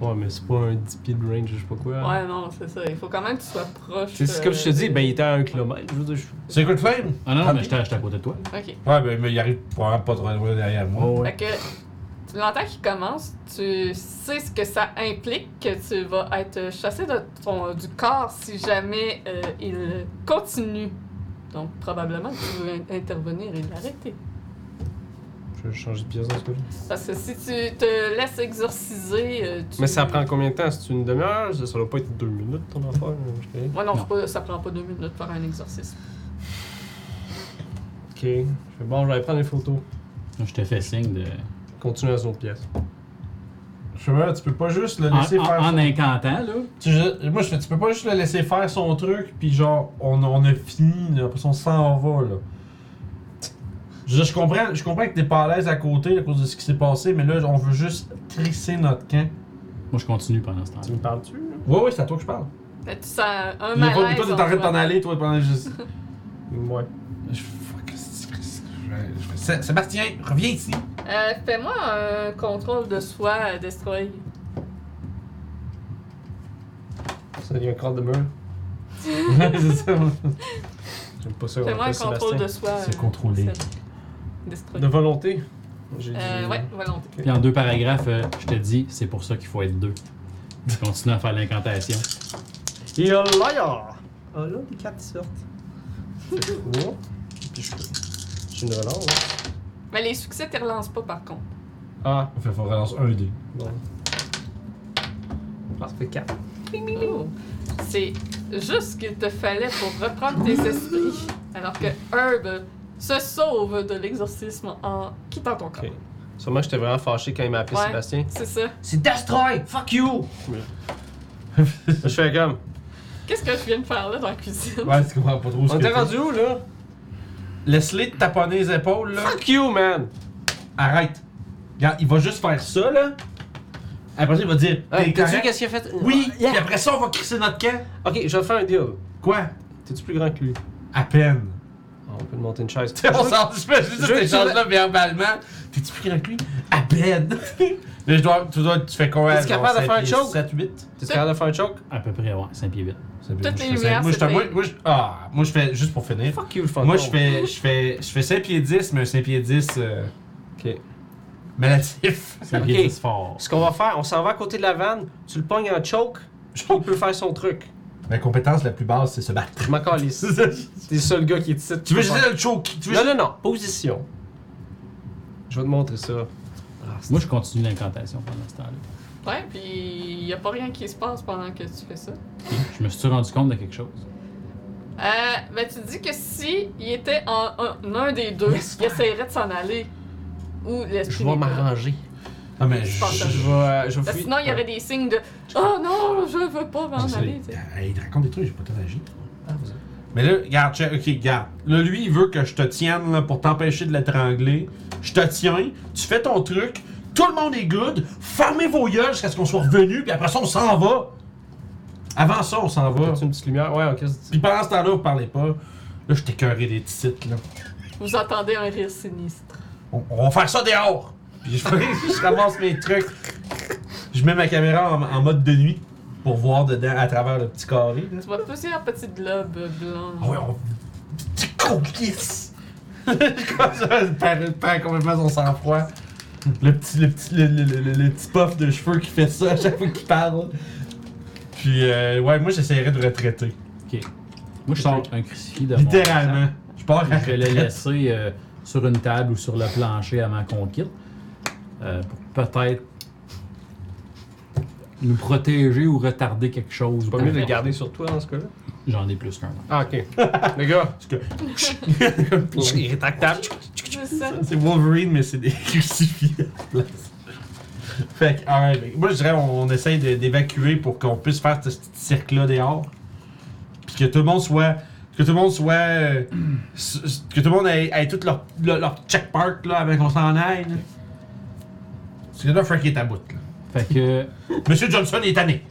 Speaker 3: Ouais, mais c'est pas un 10 pieds de range, je sais pas quoi.
Speaker 2: Ouais, non, c'est ça. Il faut quand même que tu sois proche.
Speaker 3: Ah.
Speaker 2: euh,
Speaker 3: C'est c'est comme je te dis, ben il était à un kilomètre. Je veux dire, je-
Speaker 1: Sacred Flame?
Speaker 4: Ah non, non, mais
Speaker 1: Ok.
Speaker 4: j'étais j'étais à côté de toi.
Speaker 2: Ok.
Speaker 1: Ouais, ben, mais il arrive probablement pas trop loin derrière moi.
Speaker 2: Fait que tu l'entends qu'il commence, tu sais ce que ça implique que tu vas être chassé de ton, du corps si jamais euh, il continue. Donc probablement que tu veux in- intervenir et l'arrêter.
Speaker 3: je vais changer de pièce dans ce cas-là.
Speaker 2: Parce que si tu te laisses exorciser, euh, tu...
Speaker 3: Mais ça prend combien de temps? C'est une demi-heure? Ça, ça doit pas être deux minutes ton affaire. hein, je sais.
Speaker 2: Ouais, non, c'est
Speaker 4: Non.
Speaker 2: pas- ça prend pas deux minutes de faire un exorcisme.
Speaker 3: Ok. Je fais bon, je vais aller prendre les photos.
Speaker 4: Je te fais signe de.
Speaker 3: Continue à son pièce.
Speaker 1: Je sais pas, tu peux pas juste le
Speaker 4: En,
Speaker 1: laisser
Speaker 4: en-
Speaker 1: faire
Speaker 4: en
Speaker 1: son-
Speaker 4: incantant, là.
Speaker 1: Tu, je- moi, je fais, tu peux pas juste le laisser faire son truc, puis genre, on, on a fini, là, après ça, on s'en va, là. Je, je comprends, je comprends que t'es pas à l'aise à côté à cause de ce qui s'est passé, mais là, on veut juste trisser notre camp.
Speaker 4: Moi, je continue pendant ce temps
Speaker 3: Tu me parles-tu? là?
Speaker 1: Ouais, ouais, c'est à toi que je parle.
Speaker 2: Fait que tu sens un
Speaker 1: Il est pas,
Speaker 2: malaise.
Speaker 1: toi, t'es en
Speaker 2: en
Speaker 1: train de
Speaker 2: toi.
Speaker 1: t'en aller, toi, pendant juste.
Speaker 3: Ouais.
Speaker 1: Je- fuck, c'est- c'est- je- je- Sé- Sébastien, reviens ici.
Speaker 2: Euh, Fais-moi un contrôle de soi, euh, Destroy.
Speaker 3: Ça devient un corps de mur.
Speaker 1: c'est ça.
Speaker 3: J'aime pas ça. qu'on
Speaker 2: Fais-moi un
Speaker 3: appelle
Speaker 2: contrôle
Speaker 3: Sébastien.
Speaker 2: de soi.
Speaker 1: C'est
Speaker 2: euh,
Speaker 1: contrôlé.
Speaker 2: cette- Destroy.
Speaker 3: De volonté. J'ai
Speaker 2: Euh,
Speaker 3: dit-
Speaker 2: ouais, volonté.
Speaker 4: Puis en deux paragraphes, euh, je te dis, c'est pour ça qu'il faut être deux. Je continue à faire l'incantation.
Speaker 3: Il y a liar!
Speaker 6: Ah là, les cartes sortent.
Speaker 3: Fait trois. hein. Puis je J'ai une relance. hein.
Speaker 2: Mais les succès, tu relances pas par contre.
Speaker 3: Ah,
Speaker 1: Fait qu'on relance un dé.
Speaker 3: bon.
Speaker 6: Ah, ça fait 4.
Speaker 2: Oh. C'est juste ce qu'il te fallait pour reprendre tes esprits. Alors que Herb se sauve de l'exorcisme en quittant ton corps.
Speaker 3: Ok. Sûrement, j'étais vraiment fâché quand il m'a appelé
Speaker 2: Ouais.
Speaker 3: Sébastien.
Speaker 2: C'est ça.
Speaker 6: C'est Destroy! Fuck you!
Speaker 3: Je fais comme.
Speaker 2: Qu'est-ce que je viens de faire là dans la cuisine?
Speaker 1: Ouais, tu comprends pas trop ce
Speaker 3: On
Speaker 1: que
Speaker 3: était
Speaker 1: t'as.
Speaker 3: rendu où, là?
Speaker 1: Laisse-les te taponner les épaules, là.
Speaker 3: Fuck you, man!
Speaker 1: Arrête. Regarde, il va juste faire ça, là. Après ça, il va dire. T'es
Speaker 3: Hey, T'as vu
Speaker 1: correct?
Speaker 3: qu'est-ce qu'il a fait?
Speaker 1: Oui,
Speaker 3: Yeah.
Speaker 1: et après ça, on va crisser notre camp.
Speaker 3: Ok, je vais faire un deal.
Speaker 1: Quoi
Speaker 3: T'es-tu plus grand que lui?
Speaker 1: À peine.
Speaker 3: Ah, on peut te monter une chaise.
Speaker 1: On s'en dispute juste
Speaker 3: je-
Speaker 1: cet
Speaker 3: je-
Speaker 1: échange-là verbalement. T'es-tu plus grand que lui? À peine. Là, je dois, tu, dois, tu fais quoi?
Speaker 3: Est-ce capable de faire un choke?
Speaker 1: 7, 8.
Speaker 3: T'es capable de faire un choke?
Speaker 4: À peu près, ouais, 5 pieds 8.
Speaker 2: Toutes les lumières,
Speaker 1: Moi, je,
Speaker 2: c'est
Speaker 1: moi,
Speaker 2: fait.
Speaker 1: moi, je, ah, moi, je fais, juste pour finir,
Speaker 3: Fuck you, le fantôme.
Speaker 1: moi, je fais, je, fais, je fais 5 pieds 10, mais un 5 pieds 10 euh,
Speaker 3: Ok.
Speaker 1: malatif.
Speaker 4: 5
Speaker 3: Ok.
Speaker 4: pieds 10 fort.
Speaker 3: Ce qu'on va faire, on s'en va à côté de la vanne, tu le pognes en choke, il peut faire son truc.
Speaker 1: Ma compétence la plus basse, c'est se battre.
Speaker 3: Je m'en calisse. T'es le seul gars qui est ici.
Speaker 1: tu veux
Speaker 3: peux
Speaker 1: juste
Speaker 3: faire-
Speaker 1: le choke? Tu veux
Speaker 3: Non,
Speaker 1: juste-
Speaker 3: non, non. Position. Je vais te montrer ça. Ah,
Speaker 4: Moi, je continue l'incantation pendant ce temps-là.
Speaker 2: Ouais, puis il n'y a pas rien qui se passe pendant que tu fais ça.
Speaker 4: Je me suis rendu compte de quelque chose.
Speaker 2: Euh, ben tu dis que si il était en un, un des deux,
Speaker 3: Laisse
Speaker 2: il essayerait de s'en aller. Ou
Speaker 3: Je
Speaker 2: l'esprit.
Speaker 3: vais
Speaker 2: n'est pas là.
Speaker 3: m'arranger.
Speaker 1: Non, mais
Speaker 2: Je
Speaker 1: je.
Speaker 2: pense
Speaker 3: Je
Speaker 2: que-
Speaker 1: je-
Speaker 3: vais. euh, Je
Speaker 2: Parce
Speaker 3: vais
Speaker 2: que
Speaker 3: fouiller.
Speaker 2: sinon, il y aurait des signes de Oh non, je veux pas m'en
Speaker 1: je-
Speaker 2: aller. tu sais.
Speaker 1: Euh, Hey, il te raconte des trucs, j'ai pas tant agi.
Speaker 3: Ah, vous-
Speaker 1: Mais là, regarde, check, ok, regarde. Là, lui, il veut que je te tienne là, pour t'empêcher de l'étrangler. Je te tiens, tu fais ton truc, tout le monde est good, fermez vos yeux jusqu'à ce qu'on soit revenu, puis après ça, on s'en va. Avant ça, on s'en va.
Speaker 3: T'as-tu une petite lumière? Ouais, ok. c'est-
Speaker 1: Puis pendant ce temps-là, vous parlez pas. Là, je t'écœuré des titres, là.
Speaker 2: Vous entendez un rire sinistre.
Speaker 1: On, on va faire ça dehors! Puis je, je ramasse mes trucs. Je mets ma caméra en, en mode de nuit pour voir dedans à travers le petit carré. là.
Speaker 2: Tu vois plusieurs petits globes blancs.
Speaker 1: Ah ouais, on. Petit complice! Comme ça, elle perd, elle perd complètement son sang-froid. Le petit, le, petit, le, le- le- le- le petit puff de cheveux qui fait ça à chaque fois qu'il parle. Puis, euh, ouais, moi, j'essaierais de retraiter.
Speaker 4: Ok. Moi, je sors un crucifix de mon
Speaker 1: Littéralement. Je pars à
Speaker 4: sac. Je vais le
Speaker 1: retraite.
Speaker 4: laisser euh, sur une table ou sur le plancher avant qu'on quitte. euh, pour peut-être nous protéger ou retarder quelque chose.
Speaker 3: Pas mieux de le garder sur toi dans ce cas-là?
Speaker 4: J'en ai plus qu'un.
Speaker 3: Ah, ok. Les gars,
Speaker 1: Parce que-
Speaker 3: il est tactable.
Speaker 2: C'est ça.
Speaker 3: hein.
Speaker 1: C'est Wolverine, mais c'est des crucifix à la place. Fait que, ah ouais, mais moi je dirais on, on essaye de- d'évacuer pour qu'on puisse faire ce petit cirque-là dehors. Puis que tout le monde soit. Que tout le monde soit. euh, s- s- que tout le monde ait, ait tout leur, leur, leur check park là avant qu'on s'en aille. là. Parce que là, Frank est à bout. là.
Speaker 4: Fait que,
Speaker 1: Monsieur Johnson est tanné.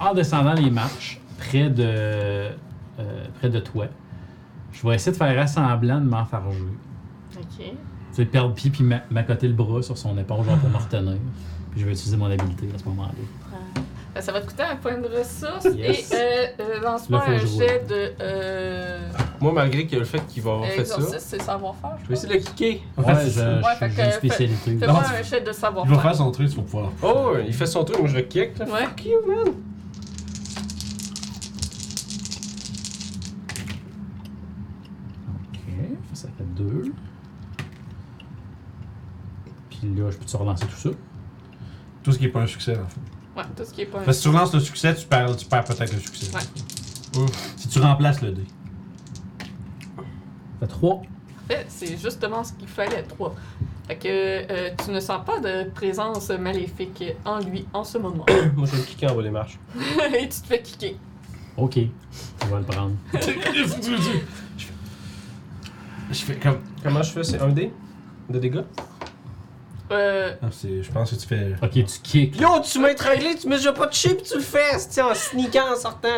Speaker 4: en descendant les marches, près de, euh, près de toi, je vais essayer de faire assemblant de m'enfarger.
Speaker 2: Ok.
Speaker 4: Tu sais, perdre pied puis m'a- m'accoter le bras sur son épaule genre pour me retenir. Puis je vais utiliser mon habilité à ce moment-là.
Speaker 2: Ben, Ça va te coûter un point de ressource
Speaker 4: Yes.
Speaker 2: et euh, euh, lance-moi
Speaker 4: Là, faut
Speaker 2: un
Speaker 4: jouer.
Speaker 2: jet de euh,
Speaker 3: Moi, malgré que le fait qu'il va avoir fait ça,
Speaker 2: exorcisme, c'est savoir-faire.
Speaker 3: je vais essayer de le kicker.
Speaker 4: Ouais, je-
Speaker 2: fait
Speaker 4: je-
Speaker 2: que
Speaker 4: j'ai une
Speaker 2: fais-
Speaker 4: spécialité.
Speaker 1: Non,
Speaker 2: Fais-moi
Speaker 1: tu-
Speaker 2: un jet de
Speaker 1: Il va faire
Speaker 2: savoir-faire.
Speaker 1: son truc pour pouvoir.
Speaker 3: Oh, il fait son truc, moi je le kick. là.
Speaker 2: Ouais.
Speaker 3: Fuck you, man.
Speaker 4: Ok, ça fait deux. Puis là, je peux-tu relancer tout ça?
Speaker 1: Tout ce qui est pas un succès en fait.
Speaker 2: Ouais, tout ce qui est pas.
Speaker 1: Parce que si tu relances le succès, tu perds, tu perds peut-être le succès. Ouf. Si tu remplaces le dé.
Speaker 4: Ça fait trois.
Speaker 2: fait, Eh, c'est justement ce qu'il fallait, trois. Fait que euh, tu ne sens pas de présence maléfique en lui en ce moment.
Speaker 3: Moi, je vais le kicker en bas des marches.
Speaker 2: Et tu te fais kicker.
Speaker 4: Ok, on va le prendre.
Speaker 1: Je fais comme.
Speaker 3: Comment je fais? C'est 1D de dégâts?
Speaker 2: Euh,
Speaker 1: Ah, c'est- Je pense que tu fais.
Speaker 4: Ok, tu kicks.
Speaker 3: Yo, tu m'as étranglé, tu me déjà pas de chip, tu le fais, c'est en sneakant, en sortant.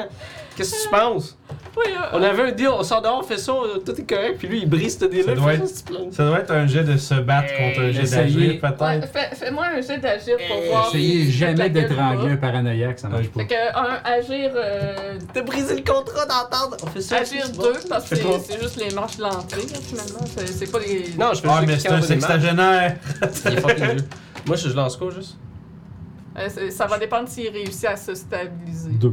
Speaker 3: Qu'est-ce que tu penses?
Speaker 2: ouais, euh,
Speaker 3: On avait un deal, on sort dehors, on fait ça, euh, tout est correct, puis lui il brise ce
Speaker 1: Ça
Speaker 3: deal-là.
Speaker 1: doit
Speaker 3: fait
Speaker 1: être-
Speaker 3: ça, c'est plein.
Speaker 1: Ça doit être un jet de se battre contre un jet
Speaker 4: essayez.
Speaker 1: d'agir,
Speaker 2: ouais,
Speaker 1: peut-être. Ah,
Speaker 2: fais- Fais-moi un jet d'agir pour voir.
Speaker 4: Essayez
Speaker 2: si-
Speaker 4: jamais
Speaker 2: si ta gueule
Speaker 4: d'étrangler un
Speaker 2: va.
Speaker 4: paranoïaque, ça marche pas.
Speaker 2: Fait que un agir. euh,
Speaker 6: T'as brisé le contrat d'entendre! On fait ça!
Speaker 2: Agir
Speaker 6: c'est bon.
Speaker 2: 2 parce que c'est- c'est juste les marches de l'entrée, là, finalement. C'est c'est pas les.
Speaker 3: Non, je fais
Speaker 1: Ah, mais
Speaker 3: juste le
Speaker 1: c'est
Speaker 3: kicker en
Speaker 1: un
Speaker 3: bas des
Speaker 1: sextagénaire!
Speaker 3: marches. Il est fucking vieux. Moi, je je lance quoi juste?
Speaker 2: Euh, c'est- ça va dépendre s'il réussit à se stabiliser.
Speaker 4: Deux.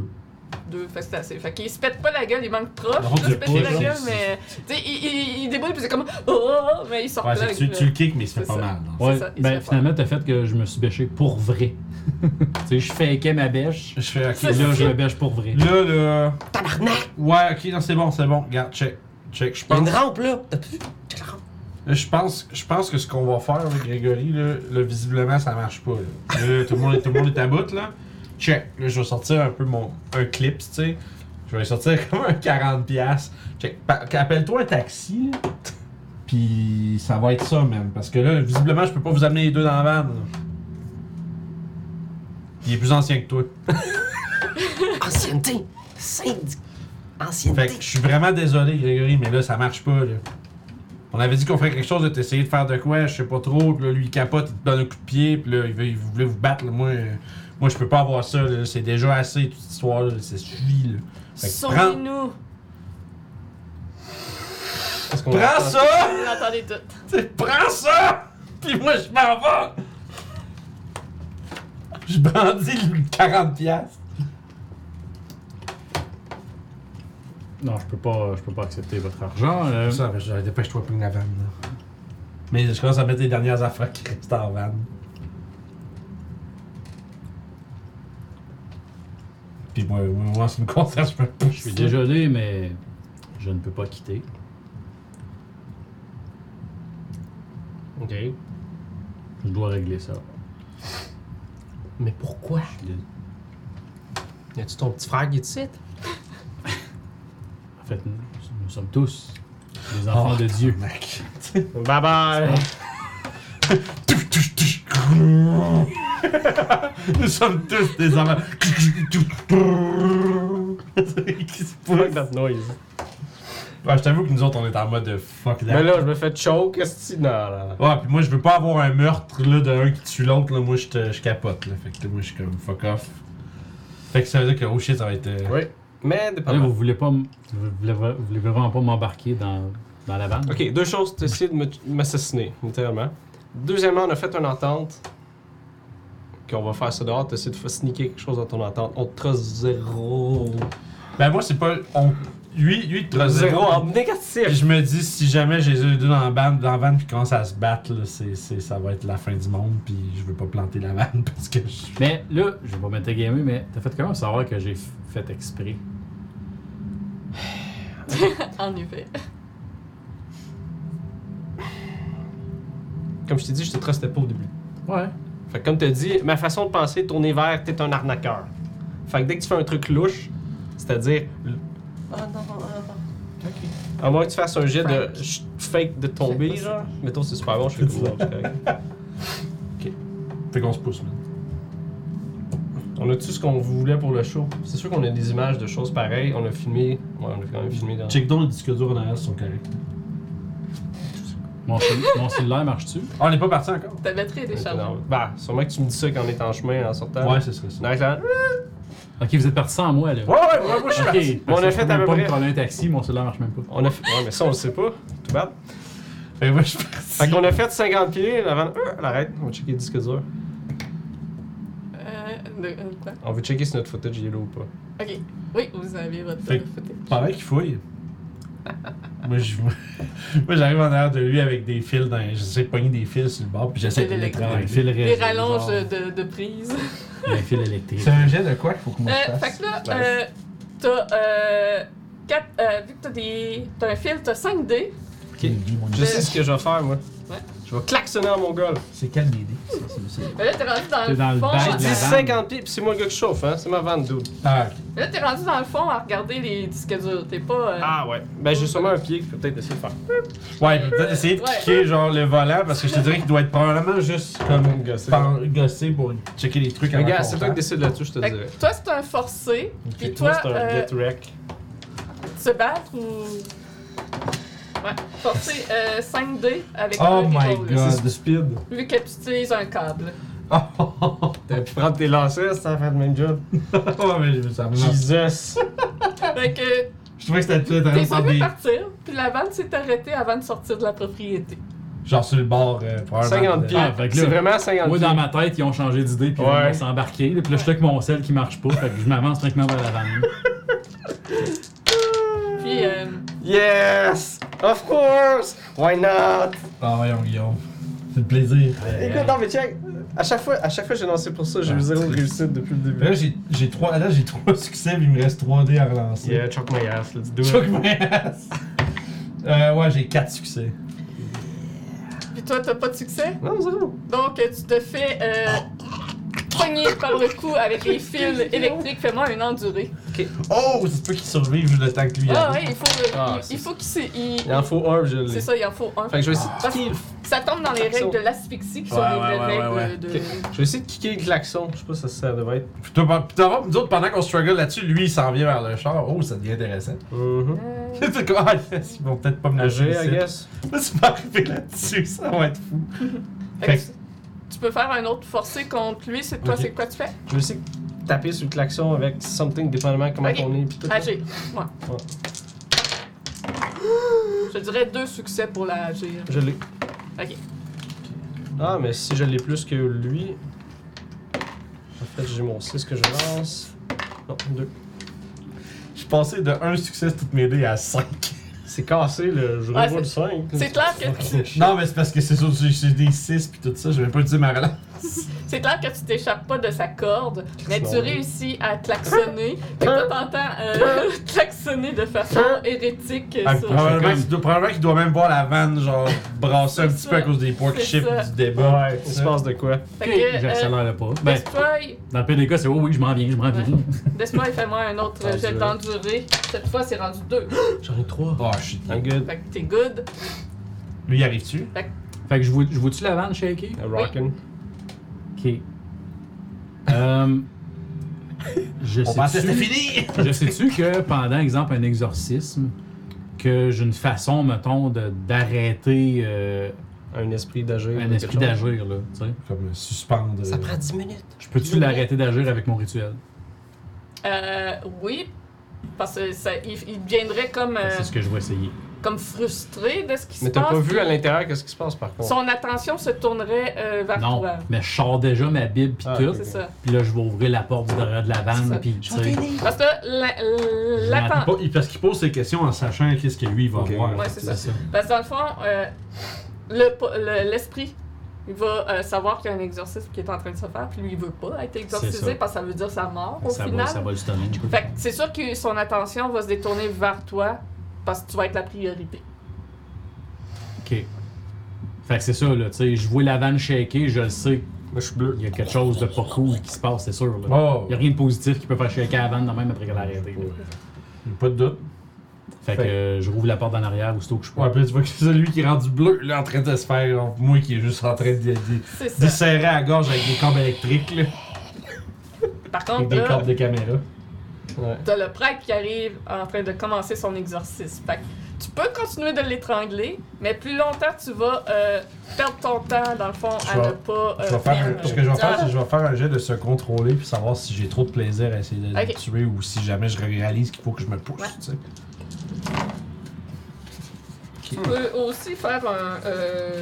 Speaker 2: deux, fait que c'est assez. Fait qu'il se pète pas la gueule, il manque proche,
Speaker 1: Non,
Speaker 2: il doit
Speaker 1: tu
Speaker 2: se
Speaker 1: le
Speaker 2: péter la
Speaker 1: pousses,
Speaker 2: gueule,
Speaker 1: c'est-
Speaker 2: mais. Tu sais, il, il, il débrouille, puis c'est comme. Oh, mais il sort
Speaker 1: Ouais,
Speaker 2: pas.
Speaker 1: c'est que tu, tu le kicks, mais il se fait
Speaker 2: C'est
Speaker 1: pas
Speaker 2: ça.
Speaker 1: mal. non?
Speaker 2: C'est
Speaker 4: Ouais,
Speaker 2: ça, il se
Speaker 4: ben
Speaker 2: fait
Speaker 4: finalement, t'as fait que je me suis bêché pour vrai. tu sais, je fakeais ma bêche,
Speaker 1: Je fais, ok.
Speaker 2: C'est
Speaker 4: et là,
Speaker 1: Là,
Speaker 4: je me bêche pour vrai.
Speaker 1: là, là.
Speaker 6: Tabarnak!
Speaker 1: Ouais, ok, non, c'est bon, c'est bon. Regarde, check. Check, je
Speaker 6: Il y a une
Speaker 1: pense.
Speaker 6: rampe là! T'as pu- Quelle rampe?
Speaker 1: Là, Euh, je pense, je pense que ce qu'on va faire avec Grégory, là, là, visiblement, ça marche pas. Là, Là, là, tout, le monde, tout le monde est à bout, là. Check. Là, je vais sortir un peu mon. un clip, tu sais. Je vais sortir comme un 40$. piastres. Check. Pa- Appelle-toi un taxi, là. Puis ça va être ça, même. Parce que là, visiblement, je peux pas vous amener les deux dans la van. là. Il est plus ancien que toi.
Speaker 6: Ancienneté! Syndic...
Speaker 1: Fait que
Speaker 6: Ancienneté!
Speaker 1: je suis vraiment désolé, Grégory, mais là, ça marche pas, là. On avait dit qu'on ferait quelque chose, de t'essayer de faire de quoi, je sais pas trop, puis là, lui, il capote, il te donne un coup de pied, puis là, il, veut, il voulait vous battre, là. Moi, euh, moi je peux pas avoir ça, là. C'est déjà assez, toute cette histoire, là. C'est suffit, là. Fait que prends,
Speaker 2: Sauvez-nous!
Speaker 3: Parce qu'on
Speaker 1: prends
Speaker 3: attend-
Speaker 1: ça!
Speaker 2: Vous l'entendez tout.
Speaker 1: T'sais, Prends ça! Puis moi, je m'en vais! Je brandis le 40$. piastres.
Speaker 4: Non, je peux pas, je peux pas accepter votre argent. euh,
Speaker 1: Ça, ben, je- dépêche-toi, pour la vanne, là. Mais je commence à mettre les dernières affaires qui restent en vanne. Puis moi, moi, moi, c'est une concert, je me
Speaker 4: Je suis désolé, mais je ne peux pas quitter.
Speaker 3: Ok.
Speaker 4: Je dois régler ça.
Speaker 3: Mais pourquoi?
Speaker 4: Je l'ai-
Speaker 3: Y a-tu ton petit frère qui est ici?
Speaker 4: En fait, nous, nous sommes tous des enfants
Speaker 2: Oh,
Speaker 4: de Dieu.
Speaker 1: Mec.
Speaker 3: Bye bye!
Speaker 1: Touch, touch, touch. Nous sommes tous des enfants.
Speaker 3: Fuck that noise.
Speaker 1: Ouais, je t'avoue que nous autres, on est en mode de fuck that.
Speaker 3: Mais là, je me fais choke, est Non, non, non.
Speaker 1: Ouais, puis moi, je veux pas avoir un meurtre là, de un qui tue l'autre. là. Moi, je te- je capote. Là. Fait que là, moi, je suis comme fuck off. Fait que ça veut dire que oh shit, ça va être. euh,
Speaker 3: Oui. Mais
Speaker 2: ah,
Speaker 4: Là,
Speaker 3: dépendamment.
Speaker 4: vous voulez pas, m- vous voulez, vous voulez vraiment pas m'embarquer dans, dans la vanne.
Speaker 3: Ok, deux choses. Tu essayé de me- m'assassiner, littéralement. Deuxièmement, on a fait une entente. Qu'on va faire ça dehors. Tu essayé de faire sneaker quelque chose dans ton entente. On te trace zéro.
Speaker 1: Ben, moi, c'est pas. On... Lui, lui, il te
Speaker 3: Zéro en
Speaker 1: Puis
Speaker 3: négatif.
Speaker 1: je me dis, si jamais j'ai les deux dans la vanne, dans la vanne puis commence à se battre, là, c'est, c'est, ça va être la fin du monde. Puis je veux pas planter la vanne parce que je.
Speaker 4: Mais là, je vais pas m'être gamer, mais t'as fait comment pour savoir que j'ai f- fait exprès?
Speaker 2: En effet.
Speaker 3: Comme je t'ai dit, je te trustais pas au début.
Speaker 4: Ouais.
Speaker 3: Fait que comme t'as dit, ma façon de penser, tourner vers, t'es un arnaqueur. Fait que dès que tu fais un truc louche, c'est-à-dire.
Speaker 6: Ah non, ah non.
Speaker 3: À moins que tu fasses un jet de ch- fake de tomber,
Speaker 2: C'est
Speaker 3: genre. Mettons, c'est super bon, je fais cool. c'est correct.
Speaker 1: Fait qu'on se pousse, man.
Speaker 3: On a tout ce qu'on voulait pour le show. C'est sûr qu'on a des images de choses pareilles. On a filmé. Ouais, on a quand même filmé dans.
Speaker 1: Ah. Check donc les disques durs en arrière sont corrects.
Speaker 4: Mon, cell- mon cellulaire marche-tu?
Speaker 1: Ah, on est pas parti encore?
Speaker 2: Ta batterie est déchargée.
Speaker 3: Non, Bah, sûrement que tu me dis ça quand on est en chemin en sortant. hein?
Speaker 1: Ouais, ce serait ça.
Speaker 3: Non, attends.
Speaker 4: Ok, vous êtes parti sans moi, là.
Speaker 3: Ouais, ouais, ouais, moi, je suis
Speaker 4: Ok,
Speaker 3: parti.
Speaker 4: parce
Speaker 3: On
Speaker 4: que
Speaker 3: a
Speaker 4: je
Speaker 3: fait
Speaker 4: peux
Speaker 3: à
Speaker 4: même
Speaker 3: peu
Speaker 4: pas me
Speaker 3: près.
Speaker 4: prendre un taxi, mon cellulaire marche même pas.
Speaker 3: On a fait... Ouais, mais ça, on le sait pas. Tout bad.
Speaker 1: Fait que moi, je suis parti.
Speaker 3: Fait qu'on a fait 50 pieds avant. Euh, elle arrête. On va checker le disque dur.
Speaker 2: Euh, de- euh, quoi?
Speaker 3: On veut checker si notre footage il est là ou pas.
Speaker 2: ok. Oui, vous avez votre
Speaker 1: Fait-
Speaker 2: footage.
Speaker 1: Pendant qu'il fouille. moi, je- moi, j'arrive en arrière de lui avec des fils dans. J'essaie de pogner des fils sur le bord, puis j'essaie de les
Speaker 2: L'électrique.
Speaker 1: travailler.
Speaker 4: fil
Speaker 2: Les
Speaker 4: ré-
Speaker 2: rallonges euh.
Speaker 4: genre,
Speaker 2: de, de prise.
Speaker 4: Un fil électrique.
Speaker 1: C'est un jet de quoi qu'il faut que moi je
Speaker 2: Euh, fait
Speaker 1: fasse?
Speaker 2: que là,
Speaker 3: Nice.
Speaker 2: euh, t'as. Euh, quatre, euh, vu que t'as des. T'as un fil, t'as 5 dés.
Speaker 3: Ok. Je sais ce que je vais faire, moi.
Speaker 2: Ouais.
Speaker 3: Je vais klaxonner à mon gars. là.
Speaker 6: C'est calme les dés. Ça, c'est- c'est-
Speaker 2: Mais là, t'es rendu dans
Speaker 4: T'es
Speaker 2: le
Speaker 4: dans le
Speaker 2: fond.
Speaker 4: bac
Speaker 2: à-
Speaker 4: de
Speaker 3: Dis
Speaker 4: la vanne.
Speaker 3: 50 pieds, pis c'est moi le gars qui chauffe, hein. C'est ma vanne, dude.
Speaker 1: Ah, ok.
Speaker 2: mais là, t'es rendu dans le fond à regarder les disques durs. T'es pas. euh,
Speaker 3: Ah ouais. Ben, j'ai sûrement un pied que je peux peut-être essayer de faire.
Speaker 1: Ouais, puis peut-être essayer de
Speaker 2: Ouais.
Speaker 1: cliquer genre le volant parce que je te dirais qu'il doit être probablement juste comme
Speaker 3: Gossé.
Speaker 1: pan- gossé pour checker les trucs avant.
Speaker 3: Regarde,
Speaker 1: qu'on
Speaker 3: c'est toi qui
Speaker 1: parte.
Speaker 3: décides là-dessus, je te
Speaker 2: Fait
Speaker 3: dirais.
Speaker 2: que toi, c'est un forcé. Puis
Speaker 3: Moi,
Speaker 2: toi,
Speaker 3: c'est un
Speaker 2: euh,
Speaker 3: get wreck.
Speaker 2: se battre ou. Ouais. Forcé euh, 5 dés avec
Speaker 1: Oh
Speaker 2: un
Speaker 1: my
Speaker 2: reroll.
Speaker 1: God.
Speaker 3: C'est speed.
Speaker 2: Vu que tu utilises un câble.
Speaker 3: T'as pu prendre tes lancers, ça fait le même job.
Speaker 1: ouais, mais je- ça me marche.
Speaker 3: Jesus!
Speaker 2: Fait que
Speaker 1: Je trouvais que c'était plus
Speaker 2: t'es
Speaker 1: intéressant
Speaker 2: pas vu
Speaker 1: des.
Speaker 2: partir, puis la vanne s'est arrêtée avant de sortir de la propriété.
Speaker 1: Genre sur le bord. euh, probablement,
Speaker 3: 50
Speaker 1: de-
Speaker 3: pieds.
Speaker 4: Ah, fait que
Speaker 3: c'est
Speaker 4: là,
Speaker 3: vraiment 50
Speaker 4: Moi,
Speaker 3: pieds.
Speaker 4: dans ma tête, ils ont changé d'idée, puis
Speaker 3: Ouais.
Speaker 4: ils vont s'embarquer. Puis là, je suis avec mon sel qui marche pas, fait que je m'avance tranquillement vers la vanne.
Speaker 2: Puis, euh,
Speaker 3: Yes! Of course! Why not?
Speaker 1: Ah, voyons, Guillaume. C'est le plaisir.
Speaker 3: Écoute, non, mais check. À chaque fois, à chaque fois j'ai lancé pour ça, j'ai eu zéro réussite depuis le
Speaker 1: Là,
Speaker 3: début.
Speaker 1: j'ai j'ai trois, là, j'ai trois succès, puis il me reste 3 dés à relancer.
Speaker 3: Yeah, choc my ass, let's do it.
Speaker 1: Choc my ass. Euh, ouais, j'ai 4 succès.
Speaker 2: puis toi, t'as pas de succès?
Speaker 3: Non, zéro.
Speaker 2: Donc, euh, tu te fais euh, poigner par le cou avec les fils électriques. Fais-moi un enduré.
Speaker 1: Oh, ça se peut qu'il survive le temps que lui
Speaker 2: Ah
Speaker 1: arrive.
Speaker 2: ouais, il faut, le-
Speaker 3: Ah,
Speaker 2: il,
Speaker 3: c'est
Speaker 2: il faut qu'il s'est- il-
Speaker 3: Il en faut un, je l'ai.
Speaker 2: C'est ça, Ah. il en faut un.
Speaker 3: Fait que je vais essayer de
Speaker 2: Parce que
Speaker 3: kicker le
Speaker 2: ça tombe dans les règles de l'asphyxie qui sont
Speaker 1: Ouais, ouais,
Speaker 2: les vraies
Speaker 1: ouais,
Speaker 2: règles
Speaker 1: ouais, ouais.
Speaker 2: de.
Speaker 3: Ok. Je vais essayer de kicker le klaxon. Je sais pas si ça, ça devait être.
Speaker 1: Puis toi, puis t'en vas, nous autres, pendant qu'on struggle là-dessus, lui, il s'en vient vers le char. Oh, ça devient intéressant.
Speaker 3: Mhm.
Speaker 2: Euh,
Speaker 1: C'est quoi? Ah, yes, ils vont peut-être pas me
Speaker 3: Le
Speaker 1: lâcher.
Speaker 3: G,
Speaker 1: ici.
Speaker 3: I guess.
Speaker 1: Là, tu vas arriver là-dessus, ça va être fou.
Speaker 2: fait
Speaker 1: Fait
Speaker 2: que Tu peux faire un autre forcé contre lui. C'est toi,
Speaker 3: Ok.
Speaker 2: c'est quoi tu fais?
Speaker 3: Je vais essayer de taper sur le klaxon avec something, dépendamment comment
Speaker 2: Ok.
Speaker 3: on est. Pis tout, là.
Speaker 2: Agir. Moi.
Speaker 3: Ouais.
Speaker 2: Je te dirais deux succès pour la agir.
Speaker 3: Je l'ai.
Speaker 2: Ok.
Speaker 3: Ah, mais si je l'ai plus que lui. En fait, j'ai mon 6 que je lance. Non, 2.
Speaker 1: Je suis passé de 1 succès sur toutes mes dés à 5.
Speaker 3: C'est cassé, le je
Speaker 2: Ouais,
Speaker 3: revois le
Speaker 2: c'est-
Speaker 3: 5.
Speaker 2: C'est clair que tu.
Speaker 1: Non, mais c'est parce que c'est sur c'est- c'est des 6 puis tout ça, je vais pas utiliser ma relance.
Speaker 2: C'est clair que tu t'échappes pas de sa corde, mais tu
Speaker 3: Non. Hein?
Speaker 2: réussis à klaxonner. Fait que toi, t'entends euh, klaxonner de façon hérétique
Speaker 1: Ah,
Speaker 2: sur-
Speaker 1: probablement
Speaker 4: comme-
Speaker 1: qu'il doit, probablement qu'il doit même voir la vanne, genre, brasser un
Speaker 2: C'est
Speaker 1: petit
Speaker 2: ça.
Speaker 1: peu à cause des pork
Speaker 2: C'est
Speaker 1: chips
Speaker 2: ça.
Speaker 1: du débat.
Speaker 3: Ouais, il se passe de quoi?
Speaker 2: Fait que, euh,
Speaker 4: J'accélère le pas. Ben,
Speaker 2: Destroy,
Speaker 4: dans le pire des cas, c'est oh oui, je m'en viens, je m'en viens.
Speaker 2: Ouais. Destroy, fais-moi un autre
Speaker 3: Ah,
Speaker 2: jet
Speaker 3: je-
Speaker 2: d'enduré. Cette fois, c'est rendu deux.
Speaker 3: J'en ai 3.
Speaker 1: Oh shit.
Speaker 3: I'm good.
Speaker 2: Fait que t'es good.
Speaker 1: Lui, il arrive-tu?
Speaker 4: Fait que je vois- je vois-tu la vanne shaker?
Speaker 3: I'm rockin'.
Speaker 4: Ok. Euh, je
Speaker 1: On pensait que c'était
Speaker 4: sais-tu
Speaker 1: fini!
Speaker 4: je sais-tu que pendant, exemple, un exorcisme, que j'ai une façon, mettons, de- d'arrêter euh,
Speaker 3: Un esprit d'agir.
Speaker 4: un
Speaker 3: quelque
Speaker 4: esprit
Speaker 3: chose.
Speaker 4: d'agir, là, tu sais?
Speaker 1: Comme suspendre. euh,
Speaker 6: Ça prend 10 minutes.
Speaker 4: Je peux-tu l'arrêter d'agir avec mon rituel?
Speaker 2: Euh, oui, parce que ça, il, il deviendrait comme, euh,
Speaker 4: Ben, C'est ce que je vais essayer.
Speaker 2: comme frustré de ce qui se
Speaker 3: Ah, Mais
Speaker 2: passe.
Speaker 3: t'as pas vu
Speaker 2: puis
Speaker 3: à l'intérieur qu'est-ce qui se passe par contre?
Speaker 2: Son attention se tournerait euh, vers
Speaker 4: Non,
Speaker 2: toi.
Speaker 4: mais je sors déjà ma Bible pis
Speaker 3: Ah,
Speaker 4: tout.
Speaker 3: ok.
Speaker 2: C'est ça.
Speaker 4: Puis là, je vais ouvrir la porte du derrière de la vanne.
Speaker 2: Ça.
Speaker 4: Puis, tu
Speaker 6: J'en
Speaker 4: sais,
Speaker 6: ai des.
Speaker 2: Parce que la- la- l'atten-
Speaker 1: Pas- il- parce qu'il pose ses questions en sachant qu'est-ce que lui il va
Speaker 3: Ok.
Speaker 1: voir.
Speaker 2: Ouais, c'est ça.
Speaker 4: c'est ça.
Speaker 2: Parce que dans le fond, euh, le po- le- l'esprit il va euh, savoir qu'il y a un exorcisme qui est en train de se faire, puis lui, il veut pas être
Speaker 4: C'est ça.
Speaker 2: exorcisé parce que ça veut dire sa mort au
Speaker 4: Ça va,
Speaker 2: final.
Speaker 4: ça va le stunner.
Speaker 2: Fait que c'est sûr que son attention va se détourner vers toi parce que tu vas être la priorité.
Speaker 4: Ok. Fait que c'est ça, là. Tu sais, je vois la vanne shaker, je le sais.
Speaker 3: Moi je suis bleu. Ah.
Speaker 4: Il y a quelque chose de pas cool qui se passe, c'est sûr. Là.
Speaker 1: Oh,
Speaker 4: Il y a rien de positif qui peut faire shaker la vanne, même après qu'elle a arrêté. là.
Speaker 1: pas de doute.
Speaker 4: Fait que euh, je rouvre la porte en arrière aussitôt que je peux.
Speaker 1: Ouais, puis là, tu vois que c'est celui qui est rendu bleu, là, en train de se faire. genre, Moi qui est juste en train de, de, de
Speaker 2: C'est ça.
Speaker 1: serrer à la gorge avec des cordes électriques, là.
Speaker 2: Par
Speaker 1: Avec
Speaker 2: contre,
Speaker 1: des
Speaker 2: là,
Speaker 1: cordes de caméra.
Speaker 3: Ouais.
Speaker 2: t'as le prêtre qui arrive en train de commencer son exorcisme. Fait que tu peux continuer de l'étrangler, mais plus longtemps tu vas euh, perdre ton temps, dans le fond,
Speaker 1: Je
Speaker 2: à
Speaker 1: vais-
Speaker 2: ne pas.
Speaker 1: Je
Speaker 2: euh,
Speaker 1: vais faire,
Speaker 2: faire Ah.
Speaker 1: ce que je vais faire,
Speaker 2: ton-
Speaker 1: c'est que je vais faire un jet de se contrôler puis savoir si j'ai trop de plaisir à essayer de le
Speaker 2: Ok.
Speaker 1: tuer ou si jamais je réalise qu'il faut que je me pousse.
Speaker 2: Ouais.
Speaker 1: tu sais.
Speaker 2: Tu peux aussi faire un euh,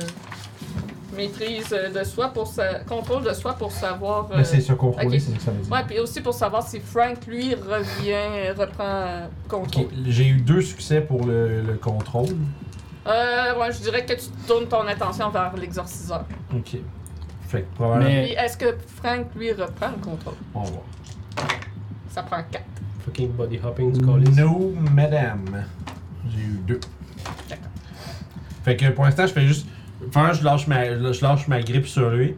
Speaker 2: maîtrise de soi pour sa... contrôle de soi pour savoir. euh,
Speaker 1: Mais Ben, c'est se contrôler,
Speaker 2: ok.
Speaker 1: c'est ce que ça veut dire.
Speaker 2: Ouais, puis aussi pour savoir si Frank lui revient, reprend euh, contrôle.
Speaker 1: Ok, J'ai eu deux succès pour le, le contrôle.
Speaker 2: Euh, ouais, je dirais que tu tournes ton attention vers l'exorciseur.
Speaker 1: Ok. Fait que probablement.
Speaker 4: Mais-
Speaker 2: Puis est-ce que Frank lui reprend le contrôle
Speaker 1: On va voir.
Speaker 2: Ça prend 4.
Speaker 3: Fucking body hopping du colis.
Speaker 1: No, madame. J'ai eu deux.
Speaker 2: D'accord.
Speaker 1: Fait que pour l'instant, je fais juste. Enfin, je lâche, ma, je lâche ma grippe sur lui.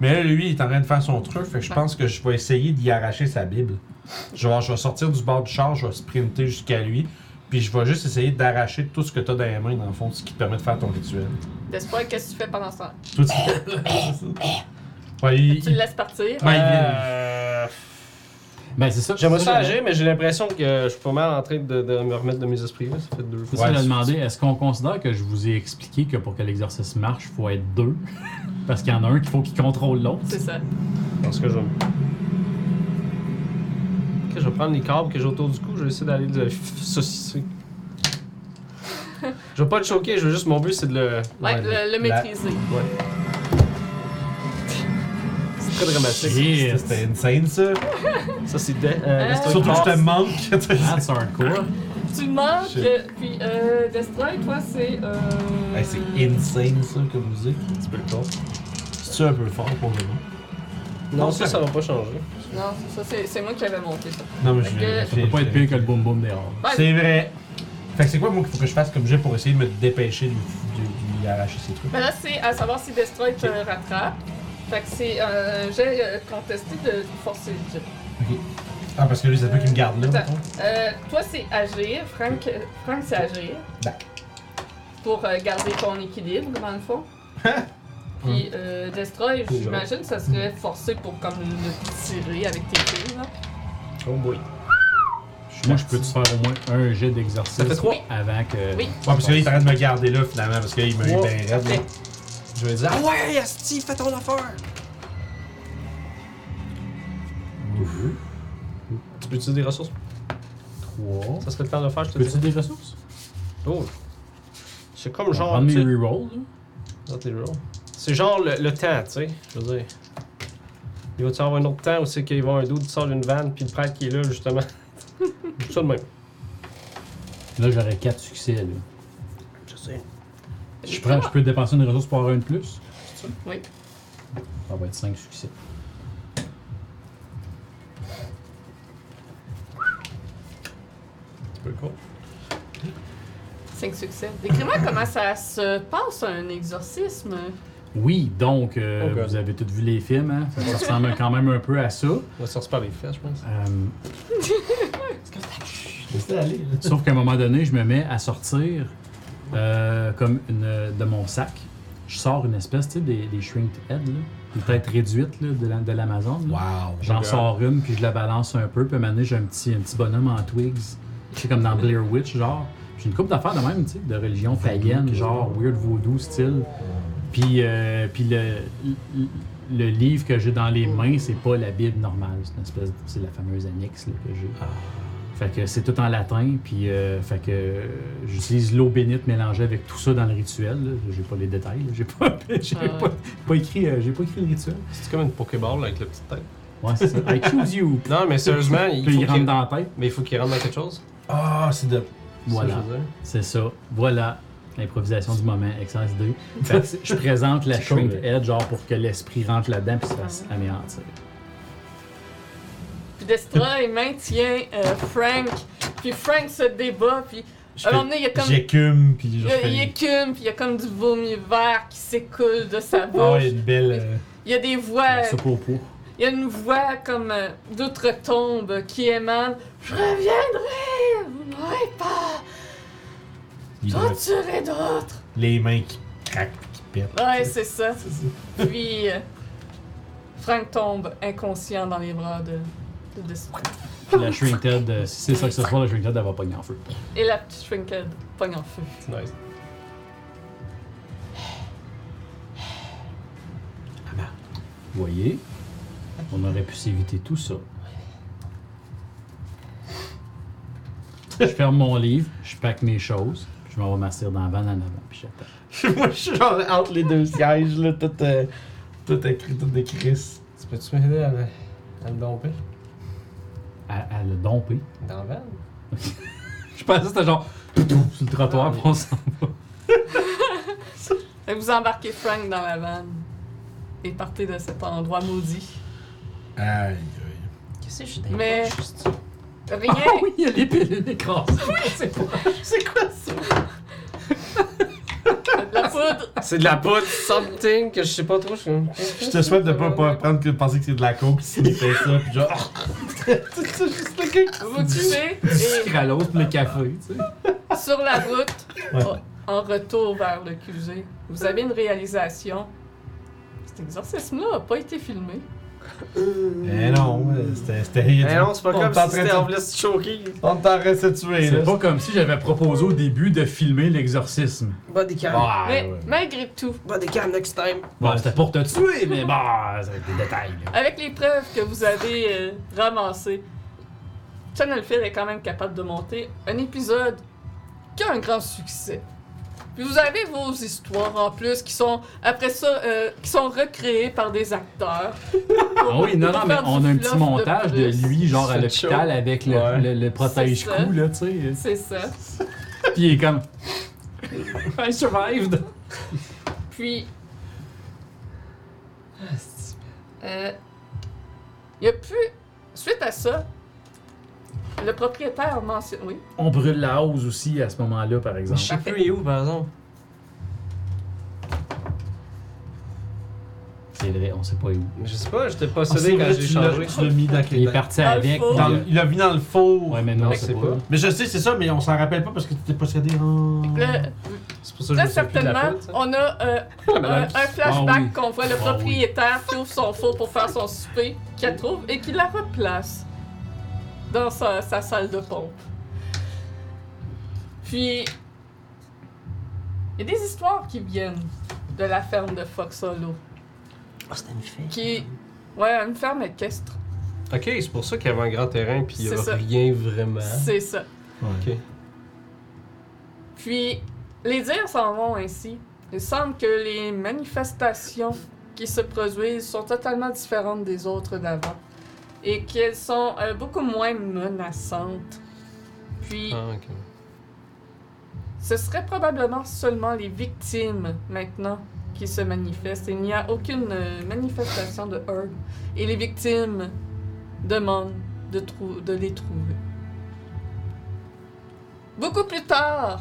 Speaker 1: Mais là, lui, il est en train de faire son truc. Fait que je pense que je vais essayer d'y arracher sa Bible. Je vais, je vais sortir du bord du char, je vais sprinter jusqu'à lui. Puis je vais juste essayer d'arracher tout ce que t'as dans les mains, dans le fond, ce qui te permet de faire ton rituel.
Speaker 2: D'espoir, qu'est-ce que tu fais pendant ce temps
Speaker 1: Tout ce Ouais, il.
Speaker 2: Tu le laisses partir.
Speaker 1: Ouais, il vient.
Speaker 3: Euh,
Speaker 4: Ben, c'est ça.
Speaker 3: J'aimerais ça
Speaker 4: ça,
Speaker 3: agir, mais j'ai l'impression que je suis pas mal en train de, de me remettre de mes esprits. Là. Ça fait deux
Speaker 4: C'est
Speaker 3: fois.
Speaker 1: Ouais,
Speaker 4: ça que je
Speaker 1: c'est-
Speaker 4: demandé. Est-ce qu'on considère que je vous ai expliqué que pour que l'exercice marche, il faut être deux Parce qu'il y en a un qu'il faut qu'il contrôle l'autre.
Speaker 2: C'est ça.
Speaker 3: Parce que je vais. Ok, je vais prendre les câbles que j'ai autour du cou, je vais essayer d'aller le f- saucisser. Je veux pas le choquer, je veux juste. Mon but, c'est de le.
Speaker 2: Ouais, le, le
Speaker 1: la-
Speaker 2: maîtriser.
Speaker 3: Ouais. C'est très dramatique.
Speaker 1: Ça,
Speaker 4: Shit.
Speaker 1: C'était insane, ça.
Speaker 3: Ça, c'est. de- euh, Destroy
Speaker 1: Surtout que je te
Speaker 3: Force.
Speaker 1: manque.
Speaker 4: That's hardcore.
Speaker 2: Tu manques,
Speaker 1: Shit.
Speaker 2: puis euh, Destroy, toi, c'est. Euh...
Speaker 1: Hey, c'est insane, ça, comme musique.
Speaker 3: Tu peux le faire.
Speaker 1: C'est-tu un peu fort pour le moment?
Speaker 3: Non, ça, ça va pas changer.
Speaker 2: Non, c'est ça, c'est- c'est moi qui avais monté ça.
Speaker 1: Non, mais je
Speaker 2: Fait
Speaker 1: vais.
Speaker 2: que-
Speaker 4: Ça peut pas être pire que le boom boom dehors.
Speaker 1: C'est vrai. Fait que c'est quoi, moi, qu'il faut que je fasse comme j'ai pour essayer de me dépêcher de lui, de- de lui arracher ses trucs?
Speaker 2: Ben là, c'est à savoir si Destroy te rattrape. Fait que c'est un jet euh, contesté de forcer.
Speaker 1: Ok. Ah, parce que lui, ça peut qu'il me garde là.
Speaker 2: Attends.
Speaker 1: mettons.
Speaker 2: Euh, toi, c'est agir. Frank, euh, Frank c'est agir.
Speaker 1: Back.
Speaker 2: Pour euh, garder ton équilibre, dans le fond. Puis euh, Destroy, j'imagine, ça serait forcé pour comme le tirer avec tes pieds. là.
Speaker 3: Oh boy.
Speaker 4: Moi, je peux te faire au moins un jet d'exercice
Speaker 3: Ça fait trois.
Speaker 4: avant que.
Speaker 2: Oui.
Speaker 1: Ouais, parce que là, il est en train de me garder là, finalement, parce qu'il m'a eu
Speaker 3: Ouais.
Speaker 1: bien raide, là.
Speaker 2: Mais-
Speaker 3: Je vais dire. Ah ouais!
Speaker 6: Hey, Asti, fais ton affaire!
Speaker 3: Tu peux utiliser des ressources.
Speaker 4: Trois.
Speaker 3: Ça serait le temps de le faire, je te
Speaker 4: Peux-tu
Speaker 3: dis.
Speaker 4: des ressources?
Speaker 3: Oh. C'est comme
Speaker 4: Je vais
Speaker 3: genre.
Speaker 4: prendre mes
Speaker 3: tu-
Speaker 4: rerolls. là.
Speaker 3: Dans tes rolls. C'est genre le, le temps, tu sais. Je veux dire. Il va-tu avoir un autre temps ou c'est qu'il va avoir un dos qui sort d'une vanne puis le prêtre qui est là, justement. Tout ça de même.
Speaker 4: Là, j'aurais quatre succès. Là.
Speaker 6: Je sais.
Speaker 4: Je, prends, je peux dépenser une ressource pour avoir une de plus.
Speaker 2: Oui.
Speaker 4: Ça va être cinq succès.
Speaker 3: Tu peux quoi?
Speaker 2: 5 succès. Décris-moi comment ça se passe un exorcisme.
Speaker 4: Oui, donc, euh,
Speaker 3: Oh God.
Speaker 4: vous avez tous vu les films, hein? Ça, ça ressemble quand même un peu à ça.
Speaker 3: On va sortir par les fesses, je pense.
Speaker 4: Euh,
Speaker 1: Laisse-le aller, là.
Speaker 4: Sauf qu'à un moment donné, je me mets à sortir euh, comme une, de mon sac. Je sors une espèce, tu sais, des, des shrinked head, là, une tête réduite là, de la- de l'Amazon. là.
Speaker 1: Wow.
Speaker 4: J'en
Speaker 3: Ok.
Speaker 4: sors une, puis je la balance un peu, puis à un moment donné, j'ai un petit, un petit bonhomme en twigs. C'est comme dans Blair Witch, genre. J'ai une coupe d'affaires de même, tu sais, de religion païenne, genre weird voodoo style. Puis, euh, puis le, le, le livre que j'ai dans les mains, c'est pas la Bible normale, c'est une espèce, c'est la fameuse annexe là, que j'ai. Fait que c'est tout en latin, puis euh, fait que euh, j'utilise l'eau bénite mélangée avec tout ça dans le rituel. là. J'ai pas les détails, là. j'ai pas, j'ai
Speaker 2: Ah.
Speaker 4: pas, pas écrit, euh, j'ai pas écrit le rituel.
Speaker 3: C'est comme une Pokéball avec la petite tête.
Speaker 4: Ouais, c'est ça. I choose you.
Speaker 3: Non, mais sérieusement, il
Speaker 4: Puis
Speaker 3: faut
Speaker 4: il rentre
Speaker 3: qu'il
Speaker 4: dans la tête.
Speaker 3: Mais il faut qu'il rentre dans quelque chose.
Speaker 1: Ah, c'est de.
Speaker 4: Voilà,
Speaker 3: Ça, je veux dire.
Speaker 4: c'est ça. Voilà l'improvisation du moment, Excellence 2. Fait que je présente la
Speaker 3: C'est cool,
Speaker 4: Shrinked Head, genre pour que l'esprit rentre là-dedans puis se fasse anéantir.
Speaker 2: Puis Destroy maintient euh, Frank. Puis Frank se débat. Puis
Speaker 1: Je
Speaker 2: à un
Speaker 1: fais-
Speaker 2: moment donné, il y a comme.
Speaker 1: J'écume, puis je
Speaker 2: Il y a, il
Speaker 1: fais.
Speaker 2: écume, puis il y a comme du vomi vert qui s'écoule de sa
Speaker 1: Ah,
Speaker 2: bouche.
Speaker 1: ouais, une belle. euh,
Speaker 2: Il y a des voix,
Speaker 4: Ça pour pour.
Speaker 2: il y a une voix comme euh, d'outre-tombe qui émane Je reviendrai, vous n'aurez pas,
Speaker 1: il doit-
Speaker 2: torturez d'autres.
Speaker 1: Les mains qui craquent, qui pètent.
Speaker 2: Ouais, c'est ça. Puis euh, Frank tombe inconscient dans les bras de, de Destroy.
Speaker 4: Puis la Shrinked Head, euh, si c'est ça que ce soit, la Shrinked Head, elle va pogner en feu.
Speaker 2: Et la petite Shrinked pogne en feu.
Speaker 3: C'est nice.
Speaker 4: Vous voyez, on aurait pu s'éviter tout ça. Je ferme mon livre, je pack mes choses, puis je m'en vais m'asseoir dans la vanne en avant, puis j'attends.
Speaker 1: Moi, je suis genre entre les deux sièges, là, tout, euh, tout écrit, tout décris.
Speaker 3: Tu peux-tu m'aider à, le- à le domper?
Speaker 4: À, à le domper.
Speaker 3: Dans la vanne?
Speaker 4: Je pensais que c'était genre sur le
Speaker 3: Ah,
Speaker 4: trottoir, puis on s'en va.
Speaker 2: Et vous embarquez Frank dans la vanne et partez de cet endroit maudit.
Speaker 1: Aïe, aïe.
Speaker 6: Qu'est-ce que je suis
Speaker 2: Mais-
Speaker 6: dans juste.
Speaker 2: Rien.
Speaker 4: Ah oui, il y a les pilules écrasées.
Speaker 2: La poudre
Speaker 3: C'est de la poudre, something que je sais pas trop. Je,
Speaker 1: Je te souhaite de pas, pas prendre que penser que c'est de la coke si tu fais ça, puis genre. oh!
Speaker 2: vous tuez et
Speaker 4: sucre à l'autre, le café, tu sais.
Speaker 2: Sur la route,
Speaker 1: Ouais.
Speaker 2: en- en retour vers le QG, vous avez une réalisation. Cet exorcisme-là n'a pas été filmé.
Speaker 1: Eh non, euh, c'était. c'était- il y a
Speaker 3: Eh
Speaker 1: du-
Speaker 3: non, c'est pas
Speaker 1: on
Speaker 3: comme
Speaker 1: t'en
Speaker 3: si c'était
Speaker 1: traite-
Speaker 3: on voulait se choquer.
Speaker 1: On t'en reste tué, là.
Speaker 4: C'est pas comme si j'avais proposé au début de filmer l'exorcisme.
Speaker 6: Body cam.
Speaker 4: Bah,
Speaker 2: Mais
Speaker 4: ouais.
Speaker 2: malgré tout,
Speaker 6: Body cam next time.
Speaker 4: Bon, c'était pour te tuer, mais bah, ça va être des détails. là.
Speaker 2: avec les preuves que vous avez euh, ramassées, Channel Fear est quand même capable de monter un épisode qui a un grand succès. Puis vous avez vos histoires en plus qui sont, après ça, euh, qui sont recréées par des acteurs.
Speaker 4: Ah oui, non, non, mais
Speaker 2: Faire du
Speaker 4: on a un
Speaker 2: fluff
Speaker 4: petit montage de,
Speaker 2: plus.
Speaker 4: lui, genre à
Speaker 3: C'est
Speaker 4: l'hôpital, avec le,
Speaker 3: Ouais.
Speaker 4: le- le protège-cou, là, tu
Speaker 2: C'est
Speaker 4: sais.
Speaker 2: ça.
Speaker 4: Puis il est comme. I survived!
Speaker 2: Puis.
Speaker 3: Ah,
Speaker 2: Euh, Il y a plus. Suite à ça, le propriétaire mentionne. Oui.
Speaker 4: On brûle la hausse aussi à ce moment-là, par exemple.
Speaker 6: Je sais plus il est où, par exemple.
Speaker 4: C'est vrai, on sait pas où.
Speaker 3: Mais Je sais pas, j'étais
Speaker 1: Ah, c'est
Speaker 3: possédé
Speaker 1: vrai,
Speaker 3: quand j'ai
Speaker 1: tu l'as
Speaker 3: changé.
Speaker 1: tu l'as mis dans
Speaker 4: Il est
Speaker 1: quel.
Speaker 4: parti
Speaker 2: Dans le
Speaker 4: avec.
Speaker 2: four.
Speaker 1: dans-
Speaker 4: puis, euh,
Speaker 1: ben, Il l'a mis dans le four.
Speaker 4: Ouais, mais non,
Speaker 3: Non,
Speaker 4: c'est
Speaker 3: c'est
Speaker 4: pas.
Speaker 3: pas.
Speaker 1: Mais je sais, c'est ça, mais on s'en rappelle pas parce que t'étais possédé en.
Speaker 2: Le-
Speaker 3: C'est pour ça
Speaker 2: Très
Speaker 3: que Mmh. je me souviens plus de la
Speaker 2: certainement,
Speaker 3: pote, ça.
Speaker 2: on a euh,
Speaker 3: La
Speaker 2: un,
Speaker 3: madame.
Speaker 2: un flashback
Speaker 4: Ah oui.
Speaker 2: qu'on voit le
Speaker 4: Ah
Speaker 2: propriétaire qui ouvre son four pour faire son souper, qu'elle trouve et qui la replace dans sa, sa salle de pompe. Puis, il y a des histoires qui viennent de la ferme de Foxolo,
Speaker 6: Ah, c'était une fille.
Speaker 2: qui ouais, une ferme équestre.
Speaker 3: Ok, c'est pour ça qu'il y avait un grand terrain puis il y
Speaker 2: C'est
Speaker 3: avait
Speaker 2: ça.
Speaker 3: rien vraiment.
Speaker 2: C'est ça.
Speaker 3: Ok.
Speaker 2: Puis, les dires s'en vont ainsi. Il semble que les manifestations qui se produisent sont totalement différentes des autres d'avant et qu'elles sont euh, beaucoup moins menaçantes. Puis,
Speaker 3: Ah, ok.
Speaker 2: ce serait probablement seulement les victimes maintenant qui se manifestent. Il n'y a aucune euh, manifestation de eux. Et les victimes demandent de, trou- de les trouver. Beaucoup plus tard,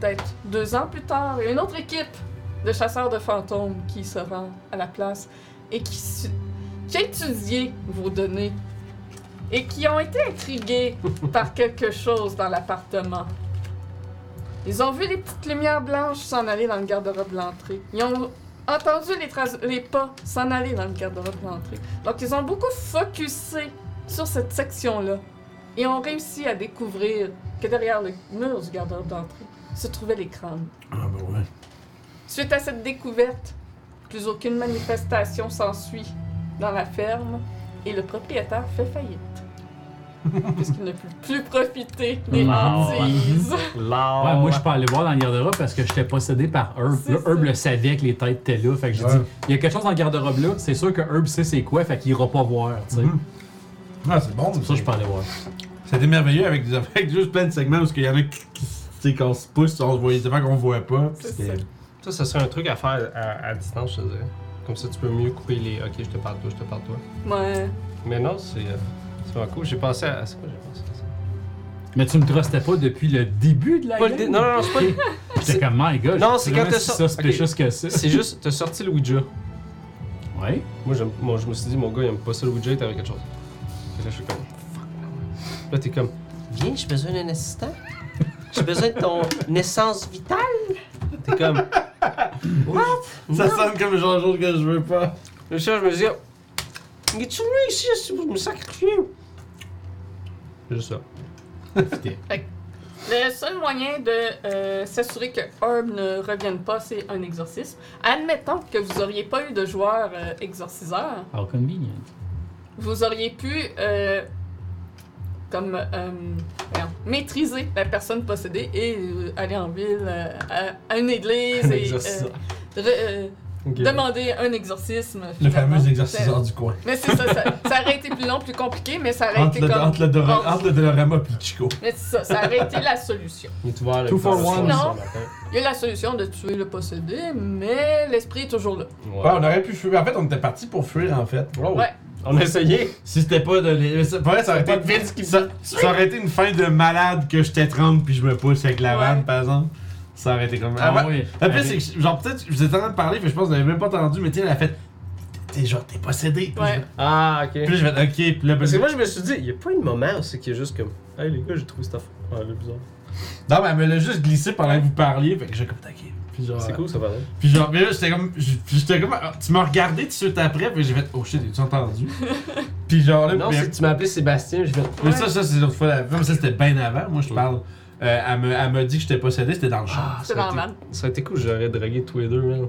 Speaker 2: peut-être deux ans plus tard, il y a une autre équipe de chasseurs de fantômes qui se rend à la place et qui, su- qui a étudié vos données et qui ont été intrigués par quelque chose dans l'appartement. Ils ont vu les petites lumières blanches s'en aller dans le garde-robe de l'entrée. Ils ont entendu les, traces- les pas s'en aller dans le garde-robe de l'entrée. Donc, ils ont beaucoup focusé sur cette section-là et ont réussi à découvrir que derrière le mur du garde-robe d'entrée se trouvaient les crânes.
Speaker 1: Ah, ben ouais.
Speaker 2: Suite à cette découverte, plus aucune manifestation s'ensuit dans la ferme et le propriétaire fait faillite. Puisqu'il ne peut plus profiter des
Speaker 4: Wow.
Speaker 1: Ah,
Speaker 2: hantises.
Speaker 4: Ouais,
Speaker 3: Là.
Speaker 4: moi, je suis pas allé voir dans le garde-robe parce que j'étais possédé par Herb.
Speaker 2: C'est
Speaker 4: Là, Herb
Speaker 2: ça.
Speaker 4: le savait que les têtes étaient là. Fait que j'ai
Speaker 1: Ouais.
Speaker 4: dit, il y a quelque chose dans le garde-robe là, c'est sûr que Herb sait c'est quoi, fait qu'il ira pas voir, tu sais.
Speaker 1: Mhm. Ah, c'est bon.
Speaker 4: Ça, je suis pas allé voir.
Speaker 1: C'était merveilleux avec, des, avec juste plein de segments parce qu'il y en a qui, qui tu sais, qu'on se pousse, on se voit des affaires qu'on voit pas.
Speaker 2: C'est
Speaker 1: C'était-
Speaker 2: ça.
Speaker 3: Ça, ça serait un truc à faire à, à distance, je te dirais. Comme ça, tu peux mieux couper les. Ok, je te parle de toi, je te parle de toi.
Speaker 2: Ouais.
Speaker 3: Mais non, c'est. euh, C'est vraiment cool. J'ai pensé à. C'est quoi, j'ai pensé à ça?
Speaker 4: Mais tu me trustais pas depuis le début de la
Speaker 3: Pas le
Speaker 4: game?
Speaker 3: dé- Non, non, non, c'est pas le-
Speaker 4: J'étais comme, my god.
Speaker 3: Non, c'est quand
Speaker 4: vraiment
Speaker 3: t'as
Speaker 4: si
Speaker 3: ça-
Speaker 4: suspicious que ça.
Speaker 3: C'est juste, t'as sorti le Ouija.
Speaker 4: Ouais.
Speaker 3: Moi, j'aime- moi, je me suis dit, mon gars, il aime pas ça le Ouija, il t'avais quelque chose. Et là, je suis comme, fuck, là, ouais. Là, t'es comme,
Speaker 6: Viens, j'ai besoin d'un assistant. J'ai besoin de ton naissance vitale.
Speaker 3: t'es comme. Là,
Speaker 1: Ça sonne comme le genre de chose que je veux pas.
Speaker 3: je cherche, je me dis,
Speaker 6: Es-tu venu ici si vous me sacrifiez?
Speaker 3: c'est juste ça.
Speaker 2: Le seul moyen de euh, s'assurer que Herb ne revienne pas, c'est un exorcisme. Admettons que vous auriez pas eu de joueur euh, exorciseur,
Speaker 4: How convenient.
Speaker 2: vous auriez pu euh, comme euh, voyons, maîtriser la personne possédée et euh, aller en ville euh, à, à une église
Speaker 3: Un
Speaker 2: et
Speaker 3: exorciseur.
Speaker 2: euh, re- euh,
Speaker 3: Ok.
Speaker 2: demander un exorcisme.
Speaker 1: Le
Speaker 2: finalement.
Speaker 1: fameux exorciseur du coin.
Speaker 2: C'est- Mais c'est ça, ça, ça aurait été plus long, plus compliqué, mais ça aurait
Speaker 1: Entre
Speaker 2: été
Speaker 1: le,
Speaker 2: comme...
Speaker 1: entre, le Dora-
Speaker 2: Bon,
Speaker 1: entre le Dolorama pis le Chico.
Speaker 2: Mais c'est ça, ça aurait été la solution.
Speaker 3: Il est ouvert le
Speaker 4: Two for
Speaker 3: le soir,
Speaker 4: one.
Speaker 3: le
Speaker 2: Non.
Speaker 3: matin.
Speaker 2: Il y a la solution de tuer le possédé, mais l'esprit est toujours là.
Speaker 3: Ouais.
Speaker 1: Ouais, on aurait pu fuir. En fait, on était parti pour fuir, en fait.
Speaker 3: Oh.
Speaker 2: Ouais.
Speaker 3: Ah, On a essayé.
Speaker 1: Si c'était pas de. les- Ça, pour vrai, ça aurait été. Vince qui ça, ça aurait été une fin de malade que je t'étrangle puis je me pousse avec la
Speaker 2: Ouais.
Speaker 1: vanne, par exemple. Ça aurait été comme. Ah,
Speaker 3: bah,
Speaker 1: ouais.
Speaker 4: oui.
Speaker 1: Le pire, c'est que, genre, peut-être, je vous étiez en train de parler, mais je pense que vous n'avez même pas entendu, mais tu sais, elle a fait. T'es genre, t'es possédé. Puis
Speaker 2: Ouais.
Speaker 3: Ah, ok.
Speaker 1: je- Puis je vais ok, puis là, ben,
Speaker 3: Parce que moi, je me suis dit, il y a pas un moment où c'est qu'il est juste comme, hey les gars, j'ai trouvé cette affaire. Ah, elle est bizarre.
Speaker 1: Non, mais elle me l'a juste glissé pendant que vous parliez, fait que j'ai comme taqué. Puis genre.
Speaker 3: C'est cool, ça, par exemple.
Speaker 1: Puis genre, mais là, j'étais comme. j- J'étais comme. ah, Tu m'as regardé tout de suite après, puis j'ai fait, oh shit, tu entendu? puis genre, là,
Speaker 3: Non,
Speaker 1: mais-
Speaker 3: c'est que tu m'as appelé Sébastien, je vais.
Speaker 1: Mais
Speaker 2: Ouais.
Speaker 1: ça, ça c'est l'autre fois. la- Comme ça, c'était bien avant. Moi, je te
Speaker 3: Ouais.
Speaker 1: parle Euh, elle, me, elle me dit que j'étais possédé, c'était dans le champ.
Speaker 3: Ah,
Speaker 2: C'est
Speaker 3: ça a été-
Speaker 2: normal.
Speaker 3: Ça a été cool, j'aurais drogué tous les deux, man.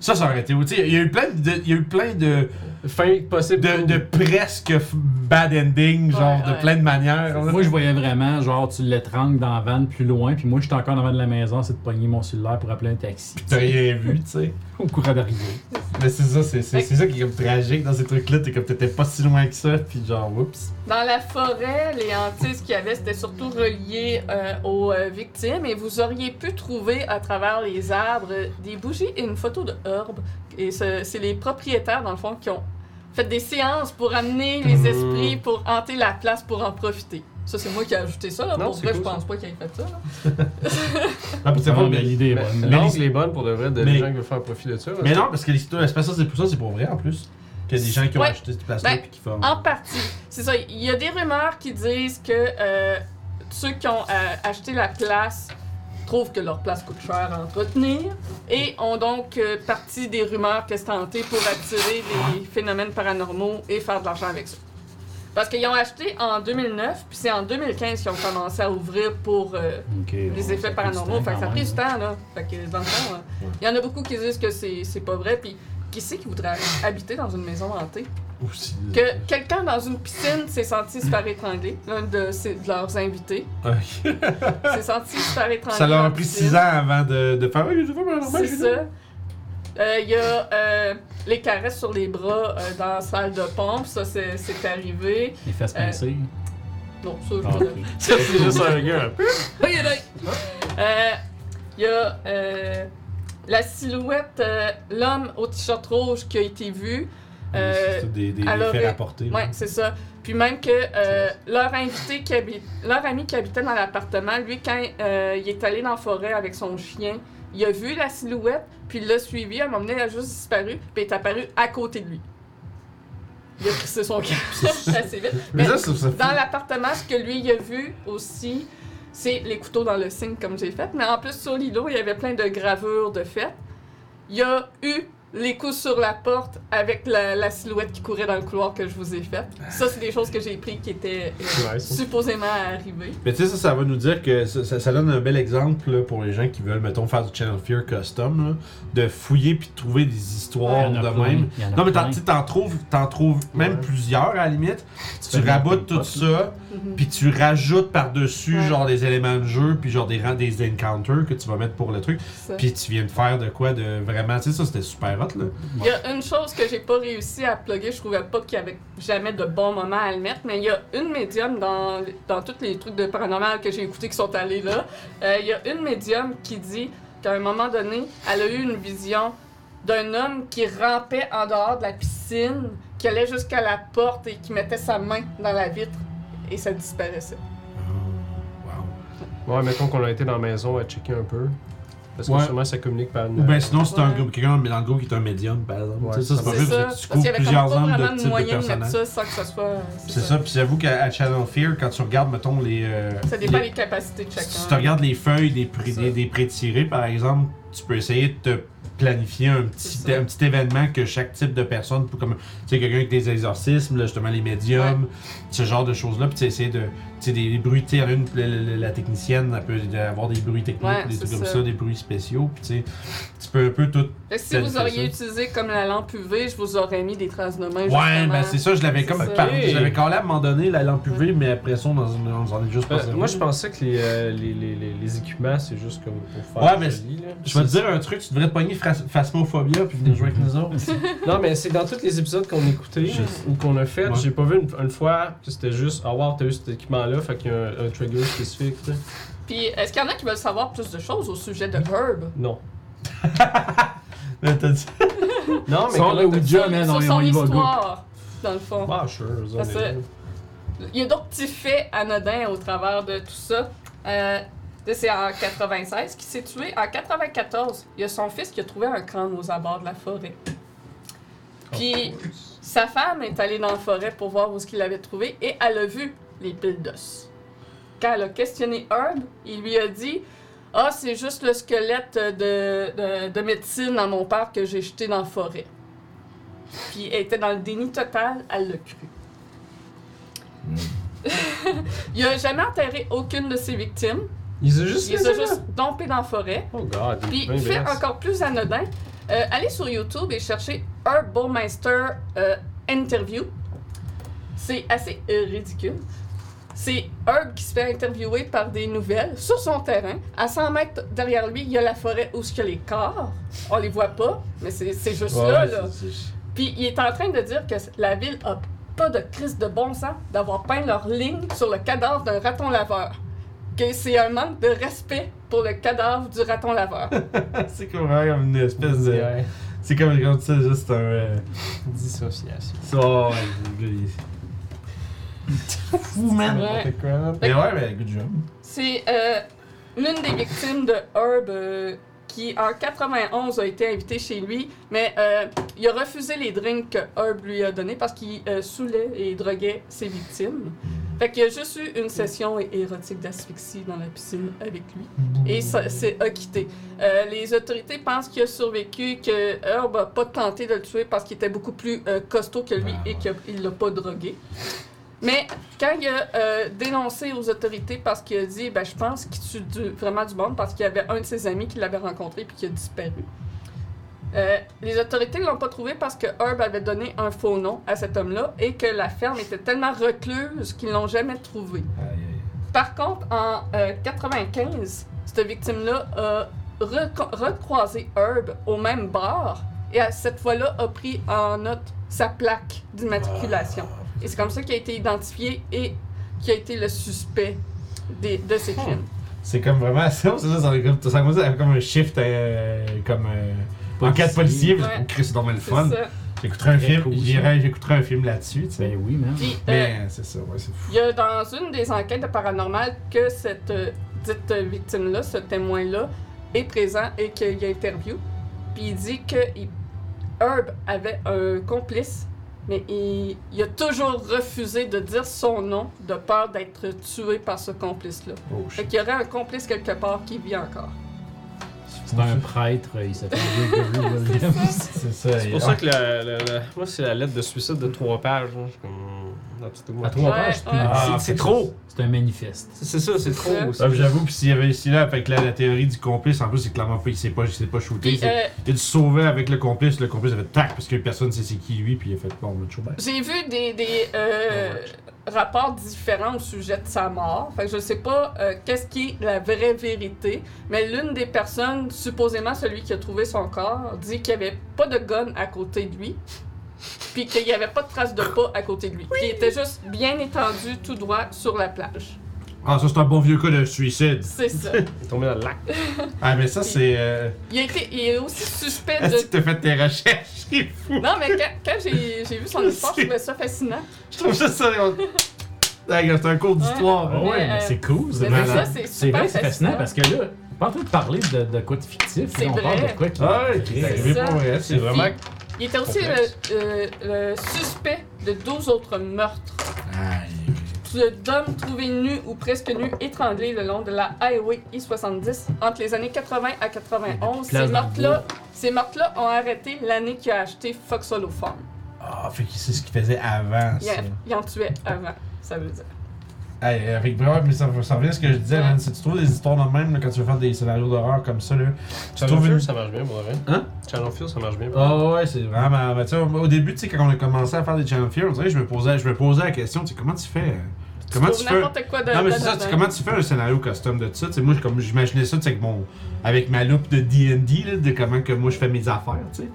Speaker 1: Ça, ça aurait été. tu sais, Il y a eu plein de, il y a eu plein de,
Speaker 3: Fin possible.
Speaker 1: de, de presque f- bad ending, genre
Speaker 2: Ouais,
Speaker 1: de
Speaker 2: ouais.
Speaker 1: plein de manières. là.
Speaker 4: Moi, je voyais vraiment, genre, tu l'étrangles dans la vanne plus loin, puis moi, j'étais encore devant de la maison, c'est de pogner mon cellulaire pour appeler un taxi.
Speaker 1: T'as rien vu, tu sais.
Speaker 4: Au courant d'arrivée.
Speaker 1: Mais c'est ça, c'est c'est-
Speaker 2: Fait-
Speaker 1: c'est ça qui est comme tragique dans ces trucs-là. T'es comme t'étais pas si loin que ça, puis genre, oups.
Speaker 2: Dans la forêt, les hantises qu'il y avait, c'était surtout relié euh, aux euh, victimes et vous auriez pu trouver à travers les arbres euh, des bougies et une photo de herbe. Et ce- c'est les propriétaires, dans le fond, qui ont fait des séances pour amener
Speaker 3: Hmm.
Speaker 2: les esprits, pour hanter la place, pour en profiter. Ça, c'est moi qui ai ajouté ça. Là.
Speaker 3: Non,
Speaker 2: pour
Speaker 3: c'est
Speaker 2: vrai,
Speaker 3: cool,
Speaker 2: je
Speaker 3: ça.
Speaker 2: pense pas qu'il ait fait ça. là.
Speaker 1: Ah, pour
Speaker 4: Non,
Speaker 1: savoir,
Speaker 4: mais
Speaker 1: mais,
Speaker 4: l'idée est
Speaker 3: Mais-
Speaker 4: bonne.
Speaker 1: mais-
Speaker 3: L'angle est bonne pour de vrai, de
Speaker 1: mais-
Speaker 3: les gens qui veulent faire profit de ça. là.
Speaker 1: mais non, parce que l'histoire, c'est pas ça, c'est pour ça, c'est pour vrai en plus. Qu'il y a des gens qui ont
Speaker 2: Ouais.
Speaker 1: acheté cette place-là,
Speaker 2: Ben,
Speaker 1: puis qui font.
Speaker 2: En partie. C'est ça. Il y a des rumeurs qui disent que euh, ceux qui ont euh, acheté la place trouvent que leur place coûte cher à entretenir et ont donc euh, parti des rumeurs que c'est tenté pour attirer des phénomènes paranormaux et faire de l'argent avec ça. Parce qu'ils ont acheté en 2009, puis c'est en 2015 qu'ils ont commencé à ouvrir pour euh,
Speaker 4: Ok, ouais,
Speaker 2: les
Speaker 4: ça fait
Speaker 2: effets
Speaker 4: du
Speaker 2: paranormaux.
Speaker 4: temps
Speaker 2: Fait que ça a
Speaker 4: quand
Speaker 2: pris
Speaker 4: même.
Speaker 2: du temps, là. Fait que dans le fond, euh,
Speaker 1: Ouais.
Speaker 2: il y en a beaucoup qui disent que c'est c'est pas vrai, puis qui c'est qui voudrait habiter dans une maison hantée?
Speaker 1: Aussi. euh,
Speaker 2: Que quelqu'un dans une piscine s'est senti se faire étrangler, l'un de, ses- de leurs invités.
Speaker 1: Ok.
Speaker 2: S'est senti se faire étrangler.
Speaker 1: Ça leur
Speaker 2: dans
Speaker 1: a
Speaker 2: la
Speaker 1: pris
Speaker 2: piscine.
Speaker 1: 6 ans avant de, de faire. Oui, je vais faire normal,
Speaker 2: C'est
Speaker 1: je suis
Speaker 2: ça. Euh, Il y a euh, les caresses sur les bras euh, dans la salle de pompe, ça c'est c'est arrivé.
Speaker 4: Les fesses pincées.
Speaker 2: Non, ça je
Speaker 4: Ah,
Speaker 2: peux
Speaker 4: ok.
Speaker 3: Ça, c'est juste un gars.
Speaker 2: Ah, il y en a- Euh, Il y a euh, la silhouette, euh, l'homme au t-shirt rouge qui a été
Speaker 4: Ah,
Speaker 2: vu. Euh,
Speaker 1: C'est tout des, des,
Speaker 2: elle
Speaker 1: des
Speaker 4: euh,
Speaker 1: faits
Speaker 2: aurait-
Speaker 1: rapportés. là.
Speaker 2: Ouais, c'est ça. Puis même que euh, leur invité qui habite, leur ami qui habitait dans l'appartement, lui quand euh, il est allé dans la forêt avec son chien, il a vu la silhouette, puis il l'a suivi, à un moment donné, elle a juste disparu, puis elle est apparue à côté de lui. Il a crissé son camp assez vite.
Speaker 1: Mais
Speaker 4: Ben,
Speaker 1: ça,
Speaker 2: Mais
Speaker 1: ça, ça
Speaker 2: dans l'appartement, ce que lui il a vu aussi, c'est les couteaux dans le signe comme j'ai fait. Mais en plus sur l'îlot, il y avait plein de gravures de fêtes. Il y a eu les coups sur la porte avec la, la silhouette qui courait dans le couloir que je vous ai faite. Ça, c'est des choses que j'ai pris qui étaient euh,
Speaker 3: Ouais, ça.
Speaker 2: supposément arrivées.
Speaker 1: Mais tu sais, ça, ça va nous dire que ça, ça- ça donne un bel exemple là, pour les gens qui veulent, mettons, faire du Channel Fear custom, là, de fouiller puis de trouver des histoires
Speaker 4: Il y en
Speaker 1: de
Speaker 4: a plein,
Speaker 1: même.
Speaker 4: il y en a
Speaker 1: Non, mais t'en,
Speaker 4: plein.
Speaker 1: tu sais, t'en trouves, t'en trouves même
Speaker 3: Ouais.
Speaker 1: plusieurs à la limite. Tu,
Speaker 4: fais des
Speaker 1: raboutes tout
Speaker 4: potes,
Speaker 1: ça,
Speaker 2: Mhm.
Speaker 1: puis tu rajoutes par-dessus
Speaker 2: Ouais.
Speaker 1: genre des éléments de jeu, puis genre des, ra- des encounters que tu vas mettre pour le truc.
Speaker 2: Ça.
Speaker 1: Puis tu viens de faire de quoi de vraiment. Tu sais, ça, c'était super hot là.
Speaker 2: Il y a une chose que j'ai pas réussi à plugger, je trouvais pas qu'il y avait jamais de bon moment à le mettre, mais il y a une médium dans, dans tous les trucs de paranormal que j'ai écoutés qui sont allés là. euh, il y a une médium qui dit qu'à un moment donné, elle a eu une vision d'un homme qui rampait en dehors de la piscine, qui allait jusqu'à la porte et qui mettait sa main dans la vitre et ça disparaissait.
Speaker 1: Wow.
Speaker 3: Ouais, mettons qu'on a été dans la maison à checker un peu. Parce que
Speaker 1: Ouais.
Speaker 3: sûrement ça communique par une. euh,
Speaker 1: Ou bien sinon, c'est un
Speaker 2: Ouais.
Speaker 1: groupe, quelqu'un dans le groupe qui est un médium, par exemple.
Speaker 3: Ouais,
Speaker 1: Tu sais, ça, c'est pas
Speaker 2: C'est
Speaker 1: vrai
Speaker 2: ça,
Speaker 1: parce que tu
Speaker 2: parce qu'il y
Speaker 1: couvres
Speaker 2: avait comme pas
Speaker 1: plusieurs angles
Speaker 2: vraiment
Speaker 1: de
Speaker 2: de,
Speaker 1: types de
Speaker 2: moyen de mettre
Speaker 1: personnages.
Speaker 2: ça sans que ça soit.
Speaker 1: C'est ça, puis j'avoue qu'à à Channel Fear, quand tu regardes, mettons, les. euh,
Speaker 2: Ça dépend
Speaker 1: les-
Speaker 2: des capacités de chacun.
Speaker 1: Si tu regardes les feuilles des, pré-
Speaker 2: C'est ça.
Speaker 1: des, des pré-tirés, par exemple, tu peux essayer de te planifier un petit,
Speaker 2: C'est ça.
Speaker 1: un petit événement que chaque type de personne, pour comme, tu sais, quelqu'un avec des exorcismes, là, justement, les médiums, ce genre de choses-là, puis tu sais, essayer de, tu sais, des, des bruits, tu sais, une, la, la- la technicienne, elle peut avoir des bruits techniques,
Speaker 2: Ouais,
Speaker 1: des trucs
Speaker 2: c'est
Speaker 1: comme
Speaker 2: ça.
Speaker 1: ça, des bruits spéciaux, puis tu sais, tu peux un peu tout
Speaker 2: Fait que si
Speaker 1: Tel
Speaker 2: vous
Speaker 1: que
Speaker 2: auriez
Speaker 1: ça.
Speaker 2: utilisé comme la lampe UV, je vous aurais mis des traces de main.
Speaker 1: Ouais, ben c'est ça, je l'avais
Speaker 2: C'est
Speaker 1: comme
Speaker 2: ça.
Speaker 1: par-
Speaker 3: Ok.
Speaker 1: je l'avais collé à un moment donné la lampe UV, mais après ça on en, on en est juste
Speaker 3: Euh,
Speaker 1: passé.
Speaker 3: moi, je pensais que les, euh, les, les, les, les équipements, c'est juste comme pour
Speaker 1: Ouais,
Speaker 3: faire.
Speaker 1: mais
Speaker 3: joli, là.
Speaker 1: je vais te dire un truc, tu devrais te pogner phas- Phasmophobia puis venir jouer avec nous autres.
Speaker 3: Non, mais c'est dans tous les épisodes qu'on écoutait
Speaker 1: Je
Speaker 3: ou qu'on a fait,
Speaker 1: Ouais.
Speaker 3: j'ai pas vu une, une fois que c'était juste, ah wow, t'as eu cet équipement-là, fait qu'il y a un, un trigger spécifique, tu sais.
Speaker 2: Puis, est-ce qu'il y en a qui veulent savoir plus de choses au sujet de Herb?
Speaker 3: Non.
Speaker 1: Là, t'as dit-
Speaker 3: Non, mais.
Speaker 4: Sors le
Speaker 3: quand-
Speaker 4: Ouija,
Speaker 2: sur
Speaker 4: man, on
Speaker 2: sur
Speaker 4: y-
Speaker 2: son
Speaker 4: on y va, go.
Speaker 2: histoire, dans le fond.
Speaker 3: Ah, sure, on
Speaker 2: Parce
Speaker 3: est
Speaker 2: que-
Speaker 3: là.
Speaker 2: Il y a d'autres petits faits anodins au travers de tout ça. Euh, là, c'est en 96 qui s'est tué. En 94, il y a son fils qui a trouvé un crâne aux abords de la forêt. Puis, sa femme est allée dans la forêt pour voir où ce qu'il avait trouvé et elle a vu les piles d'os. Quand elle a questionné Herb, il lui a dit Ah, c'est juste le squelette de, de, de médecine dans mon père que j'ai jeté dans la forêt. Puis elle était dans le déni total, elle l'a cru. il a jamais enterré aucune de ses victimes.
Speaker 3: Ils ont juste.
Speaker 2: Il les a juste dompés dans la forêt.
Speaker 3: Oh god, il
Speaker 2: Puis,
Speaker 3: est bien
Speaker 2: fait
Speaker 3: béasse.
Speaker 2: encore plus anodin, euh, allez sur YouTube et cherchez Herbomeister euh, Interview. C'est assez euh, ridicule. C'est Herb qui se fait interviewer par des nouvelles sur son terrain. À 100 mètres derrière lui, il y a la forêt où il y a les corps. On les voit pas, mais c'est c'est juste
Speaker 3: Ouais,
Speaker 2: là.
Speaker 3: c'est-
Speaker 2: là.
Speaker 3: c'est-
Speaker 2: Puis il est en train de dire que la ville a pas de crise de bon sens d'avoir peint leur ligne sur le cadavre d'un raton laveur. Que c'est un manque de respect pour le cadavre du raton laveur.
Speaker 1: c'est comme vraiment comme une espèce de.
Speaker 3: Ouais.
Speaker 1: C'est comme quand tu sais, juste un. euh,
Speaker 3: Dissociation.
Speaker 1: ça, ouais, le gars, il-
Speaker 6: Fou, man!
Speaker 2: Ouais.
Speaker 3: Fait quoi?
Speaker 1: Mais ouais, mais good job.
Speaker 2: C'est euh, l'une des victimes de Herb euh, qui, en 91, a été invitée chez lui, mais euh, il a refusé les drinks que Herb lui a donnés parce qu'il euh, saoulait et droguait ses victimes. Fait qu'il a juste eu une session é- érotique d'asphyxie dans la piscine avec lui. Et ça s'est acquitté. Euh, les autorités pensent qu'il a survécu, que Herb a pas tenté de le tuer parce qu'il était beaucoup plus euh, costaud que lui
Speaker 1: Ah,
Speaker 2: et qu'il l'a pas drogué. Mais quand il a euh, dénoncé aux autorités parce qu'il a dit, ben, je pense qu'il tue du- vraiment du monde parce qu'il y avait un de ses amis qui l'avait rencontré puis qui a disparu. Euh, les autorités l'ont pas trouvé parce que Herb avait donné un faux nom à cet homme-là et que la ferme était tellement recluse qu'ils l'ont jamais trouvé.
Speaker 1: Aïe, aïe.
Speaker 2: Par contre, en euh, 95, cette victime-là a reco- recroisé Herb au même bar et à cette fois-là a pris en note sa plaque d'immatriculation. Et c'est comme ça qu'il a été identifié et qui a été le suspect des- de ces crimes.
Speaker 1: C'est comme vraiment. Ça, c'est ça, ça, a comme- ça commence à être comme un shift, euh, comme. euh, enquête policier,
Speaker 2: Ouais.
Speaker 1: Chris, c'est normal le
Speaker 2: C'est
Speaker 1: fun.
Speaker 2: ça.
Speaker 1: J'écouterai un
Speaker 4: Très
Speaker 1: film,
Speaker 4: cool, ça.
Speaker 1: j'irai- j'écouterai un film là-dessus, tu sais.
Speaker 4: Ben oui, man.
Speaker 2: Puis, euh,
Speaker 1: Mais c'est ça, ouais, c'est fou.
Speaker 2: Il y a dans une des enquêtes de paranormal que cette euh, dite euh, victime-là, ce témoin-là, est présent et qu'il y a interview. Puis il dit que il- Herb avait un complice, mais il, il a toujours refusé de dire son nom de peur d'être tué par ce complice-là.
Speaker 1: Oh,
Speaker 2: Fait
Speaker 1: shit.
Speaker 2: qu'il y aurait un complice quelque part qui vit encore.
Speaker 4: C'est un prêtre, il s'appelle Gregory Williams.
Speaker 1: C'est ça.
Speaker 3: C'est
Speaker 1: il-
Speaker 3: pour ça
Speaker 1: ah,
Speaker 3: que la, la- la- moi, c'est la lettre de suicide de trois pages. hein. Je suis comme, non, tu te vois.
Speaker 4: À trois
Speaker 2: Ouais,
Speaker 4: pages, puis
Speaker 2: ouais.
Speaker 1: Ah,
Speaker 3: C'est- c'est trop!
Speaker 4: c'est un manifeste.
Speaker 3: C'est c'est ça, c'est trop.
Speaker 2: ça.
Speaker 1: ah, puis J'avoue, pis s'il y avait ici là, avec la, la théorie du complice, en plus, c'est clairement pas, il s'est pas, il s'est pas shooté.
Speaker 2: Puis,
Speaker 1: c'est-
Speaker 2: euh,
Speaker 1: Il a dû se sauver avec le complice, le complice a fait tac, parce que personne sait c'est qui lui, puis il a fait bon, le show back.
Speaker 2: J'ai vu des, des, euh, rapports différents au sujet de sa mort. Fait que je sais pas euh, qu'est-ce qui est la vraie vérité, mais l'une des personnes, supposément celui qui a trouvé son corps, dit qu'il n'y avait pas de gun à côté de lui, puis qu'il n'y avait pas de trace de pas à côté de lui. Qu'il était juste bien étendu tout droit sur la plage.
Speaker 1: Ah, ça, c'est un bon vieux cas de suicide.
Speaker 2: C'est ça.
Speaker 3: Il est tombé dans le lac.
Speaker 1: Ah, mais ça, c'est. Euh...
Speaker 2: Il, a été- il est aussi suspect
Speaker 4: Ah,
Speaker 2: de...
Speaker 1: Est-ce que t'as fait tes recherches? C'est fou.
Speaker 2: Non, mais quand, quand j'ai j'ai vu son histoire, je trouvais ça fascinant.
Speaker 1: Je trouve ça ça. Ah, gars, C'est un cours d'histoire.
Speaker 4: Ah
Speaker 2: Mais,
Speaker 4: ouais, mais
Speaker 2: euh,
Speaker 4: c'est cool, c'est
Speaker 2: mais
Speaker 1: malade.
Speaker 2: ça, c'est
Speaker 4: C'est
Speaker 2: super
Speaker 4: vrai, c'est fascinant parce que là, on est pas en train de parler de, de quoi de fictif,
Speaker 2: C'est
Speaker 4: là, on parle
Speaker 2: vrai.
Speaker 4: de quoi qui.
Speaker 1: Ah, ok,
Speaker 4: qui-
Speaker 1: c'est arrivé
Speaker 2: ça.
Speaker 1: pour vrai. C'est vraiment.
Speaker 2: Puis, il était aussi
Speaker 1: complexe.
Speaker 2: le, euh, le suspect de 12 autres meurtres.
Speaker 1: Aïe.
Speaker 2: D'hommes trouvés nus ou presque nus, étranglés le long de la Highway I-70 entre les années 80 à 91.
Speaker 4: Il y
Speaker 2: Ces
Speaker 4: a des places dans le
Speaker 2: meurtres-là ces meurtres-là ont arrêté l'année qu'il a acheté Fox Hollow Farm.
Speaker 1: Ah, fait qu'il sait ce qu'il faisait avant,
Speaker 2: Il,
Speaker 1: ça.
Speaker 2: en- il en tuait avant, ça veut dire.
Speaker 1: Hey, avec Bravo, mais ça me revient à ce que je disais,
Speaker 2: Ouais.
Speaker 1: man. Si tu trouves des histoires de même, là, quand tu veux faire des scénarios d'horreur comme ça, là. Tu
Speaker 3: Channel
Speaker 1: trouves
Speaker 3: Fuel,
Speaker 1: une.
Speaker 3: ça marche bien pour le vrai.
Speaker 1: Hein?
Speaker 3: Channel Fuel, ça marche bien. pour
Speaker 1: Ah ouais, c'est vraiment. mais tu sais, au au début, tu sais, quand on a commencé à faire des Channel Fear, on dirait que je me posais, je me posais la question, tu sais, comment tu fais. euh, Comment
Speaker 2: trouves
Speaker 1: tu fais.
Speaker 2: n'importe quoi de.
Speaker 1: Non, mais
Speaker 2: de
Speaker 1: c'est ça,
Speaker 2: dedans.
Speaker 1: tu- comment tu fais un scénario custom de ça? Tu sais, moi, je- comme j'imaginais ça, tu sais, avec, mon, avec ma loupe de DD, là, de comment que moi je fais mes affaires, tu sais.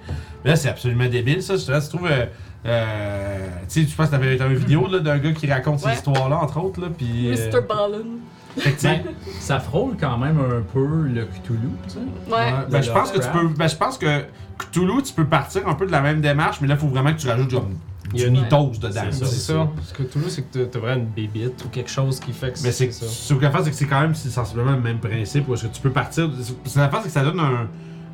Speaker 1: Mais là, c'est absolument débile, ça. Là, tu trouves. euh, euh, tu sais, je pense que t'avais t'avais une vidéo là, d'un gars qui raconte
Speaker 2: Ouais.
Speaker 1: ces histoires-là, entre autres, là, puis. euh,
Speaker 2: Mr. Ballin.
Speaker 1: fait que, tu sais,
Speaker 4: Ben, ça frôle quand même un peu le Cthulhu, tu sais.
Speaker 2: Ouais.
Speaker 1: Ouais, ben, je pense que tu peux. Ben, je pense que Cthulhu, tu peux partir un peu de la même démarche, mais là, il faut vraiment que tu rajoutes comme
Speaker 3: Il y a
Speaker 1: du
Speaker 3: une-
Speaker 1: mythos dedans.
Speaker 3: C'est
Speaker 1: là.
Speaker 3: ça. C'est ça. Ce que Toulouse, c'est que t'as- t'as vraiment une bébite ou quelque chose qui fait que
Speaker 1: Mais c'est que- ce que l'affaire, c'est que c'est quand même c'est sensiblement le même principe où est-ce que tu peux partir. de- c'est- L'affaire, c'est que ça donne un.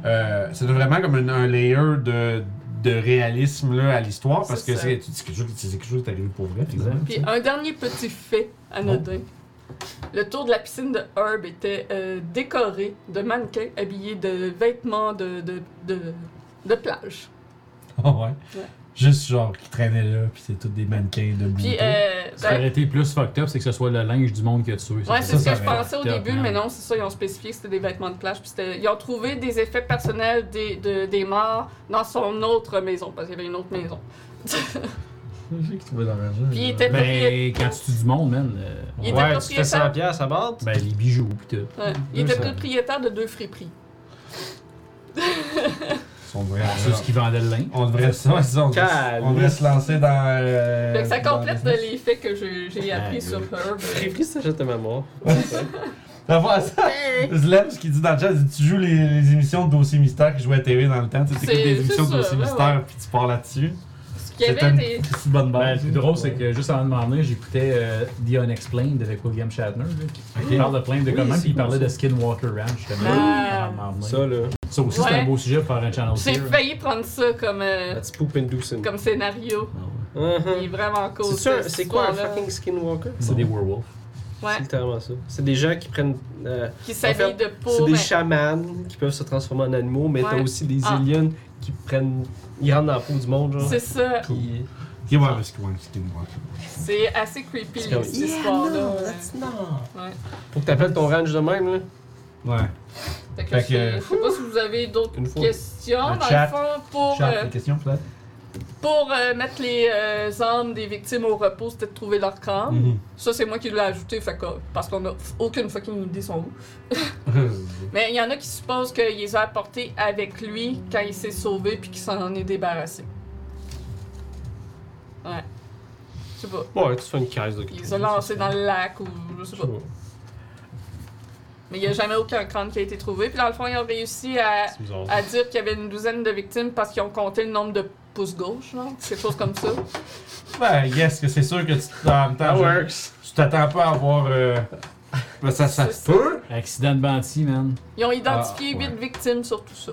Speaker 1: euh, ça donne vraiment comme un, un layer de, de réalisme là, à l'histoire parce
Speaker 2: C'est
Speaker 1: que
Speaker 2: ça.
Speaker 1: c'est c'est quelque chose c'est quelque chose qui est arrivé pour vrai. finalement.
Speaker 2: Puis un dernier petit fait anodin. Le tour de la piscine de Herb était euh, décoré de mannequins habillés de vêtements de, de, de, de plage.
Speaker 1: Ah ouais.
Speaker 2: Ouais.
Speaker 1: Juste genre qui traînaient là, puis c'est tous des mannequins de
Speaker 2: Puis, euh,
Speaker 4: Ce qui
Speaker 2: ben,
Speaker 4: aurait été plus fucked up, c'est que ce soit le linge du monde que tu tué.
Speaker 2: ouais, c'est
Speaker 1: ça,
Speaker 2: ce
Speaker 1: ça
Speaker 2: que je
Speaker 1: aurait
Speaker 2: pensais au
Speaker 4: été top,
Speaker 2: début,
Speaker 4: man.
Speaker 2: mais non, c'est ça, ils ont spécifié que c'était des vêtements de plage. Puis c'était- ils ont trouvé des effets personnels des, de- des morts dans son autre maison, parce qu'il y avait une autre maison.
Speaker 1: J'ai qui trouvait dans l'argent.
Speaker 2: Puis il était propriétaire.
Speaker 4: Ben, quand tu tues du monde, man, euh,
Speaker 2: Il était
Speaker 3: Ouais, tu fais 100
Speaker 2: propriétaire.
Speaker 3: piastres à bord.
Speaker 4: ben, les bijoux, pis tout.
Speaker 2: ouais, il était
Speaker 3: deux, ça.
Speaker 2: propriétaire de deux friperies.
Speaker 1: Ils sont vrais.
Speaker 4: C'est ce qui vendait le linge.
Speaker 1: On devrait, ça, ouais, c'est ça, on, devrait,
Speaker 3: Calme.
Speaker 1: on devrait se lancer dans. euh,
Speaker 2: Fait que ça
Speaker 1: dans
Speaker 2: complète
Speaker 1: les- Ben,
Speaker 2: les faits que je- j'ai appris sur Herb.
Speaker 3: Réfléchis ça, jette de mémoire.
Speaker 1: Dans le fond, ça, Zlem, ce qu'il dit dans le chat, il dit, tu joues les, les émissions de dossiers mystères qui jouaient à TV dans le temps. Tu sais, t'écoutes
Speaker 2: C'est-
Speaker 1: des émissions
Speaker 2: c'est
Speaker 1: de
Speaker 2: ça,
Speaker 1: dossiers
Speaker 2: ouais,
Speaker 1: mystères, puis tu pars là-dessus.
Speaker 2: Parce qu'il y
Speaker 1: C'était
Speaker 2: avait
Speaker 1: une
Speaker 2: des.
Speaker 1: petite bonne
Speaker 4: Ben,
Speaker 1: base.
Speaker 4: le plus drôle, c'est que juste avant de m'en venir, j'écoutais euh, The Unexplained avec William Shatner. là, qui
Speaker 1: Ok.
Speaker 4: parle de plein de comment,
Speaker 6: c'est
Speaker 4: puis il
Speaker 6: bon,
Speaker 4: parlait
Speaker 6: ça.
Speaker 4: de Skinwalker Ranch. justement,
Speaker 2: Ah.
Speaker 4: avant de m'en venir.
Speaker 3: Ça, là.
Speaker 4: Ça aussi, c'est
Speaker 2: Ouais.
Speaker 4: un beau sujet pour faire un channel hein.
Speaker 2: J'ai
Speaker 4: tier.
Speaker 2: failli prendre ça comme, euh,
Speaker 3: That's poop and doucin.
Speaker 2: comme scénario. Il est vraiment cool.
Speaker 3: Uh-huh. Hmm. C'est sûr,
Speaker 2: cette
Speaker 3: c'est quoi un
Speaker 2: histoire-là.
Speaker 3: fucking skinwalker?
Speaker 4: C'est des werewolves.
Speaker 2: Ouais,
Speaker 3: C'est littéralement ça. C'est des gens qui prennent. euh,
Speaker 2: qui s'habille de peau. ben,
Speaker 3: c'est des
Speaker 2: mais-
Speaker 3: chamans qui peuvent se transformer en animaux, mais t'as
Speaker 2: Ouais.
Speaker 3: aussi des
Speaker 2: Ah.
Speaker 3: aliens qui prennent. Ils rentrent dans la peau du monde, genre.
Speaker 2: C'est ça.
Speaker 3: Puis-
Speaker 1: Ok, ouais, parce que ouais, c'était une boîte.
Speaker 2: C'est assez creepy,
Speaker 3: C'est comme-
Speaker 2: cette
Speaker 6: Yeah,
Speaker 2: histoire-là.
Speaker 6: no, that's not.
Speaker 2: Ouais.
Speaker 3: Faut que t'appelles ton ranch de même, là.
Speaker 1: Ouais.
Speaker 2: Fait que
Speaker 1: Fait
Speaker 2: je sais-
Speaker 1: que-
Speaker 2: je sais pas si vous avez d'autres
Speaker 3: Une fois.
Speaker 2: questions,
Speaker 1: Le
Speaker 2: dans
Speaker 1: chat.
Speaker 2: le fond, pour,
Speaker 1: Chat,
Speaker 2: euh,
Speaker 1: des questions peut-être?
Speaker 2: pour euh, mettre les euh, âmes des victimes au repos, c'était de trouver leur crâne.
Speaker 1: Mhm.
Speaker 2: Ça, c'est moi qui l'ai ajouté, fait que, parce qu'on a aucune fucking idée sont où. Mais il y en a qui supposent qu'il les a apportés avec lui quand il s'est sauvé puis qu'il s'en est débarrassé. Ouais. Je sais pas.
Speaker 3: Ouais, tu fais une caisse de quelque
Speaker 2: Il les a
Speaker 3: chose.
Speaker 2: lancés dans le lac ou je sais
Speaker 3: Je
Speaker 2: pas.
Speaker 3: sais pas.
Speaker 2: Mais il n'y a jamais aucun crâne qui a été trouvé. Puis dans le fond, ils ont réussi à,
Speaker 3: C'est bizarre.
Speaker 2: à dire qu'il y avait une douzaine de victimes parce qu'ils ont compté le nombre de pouces gauche, non? Quelque chose comme ça.
Speaker 1: Ben, yes, que c'est sûr que tu, en même temps,
Speaker 3: That
Speaker 1: je-
Speaker 3: works.
Speaker 1: tu t'attends pas à avoir. euh, ben, ça, ça se
Speaker 2: C'est
Speaker 1: peut.
Speaker 4: Accident de Banty, man.
Speaker 2: Ils ont identifié
Speaker 1: Ah,
Speaker 2: huit
Speaker 1: ouais.
Speaker 2: victimes sur tout ça.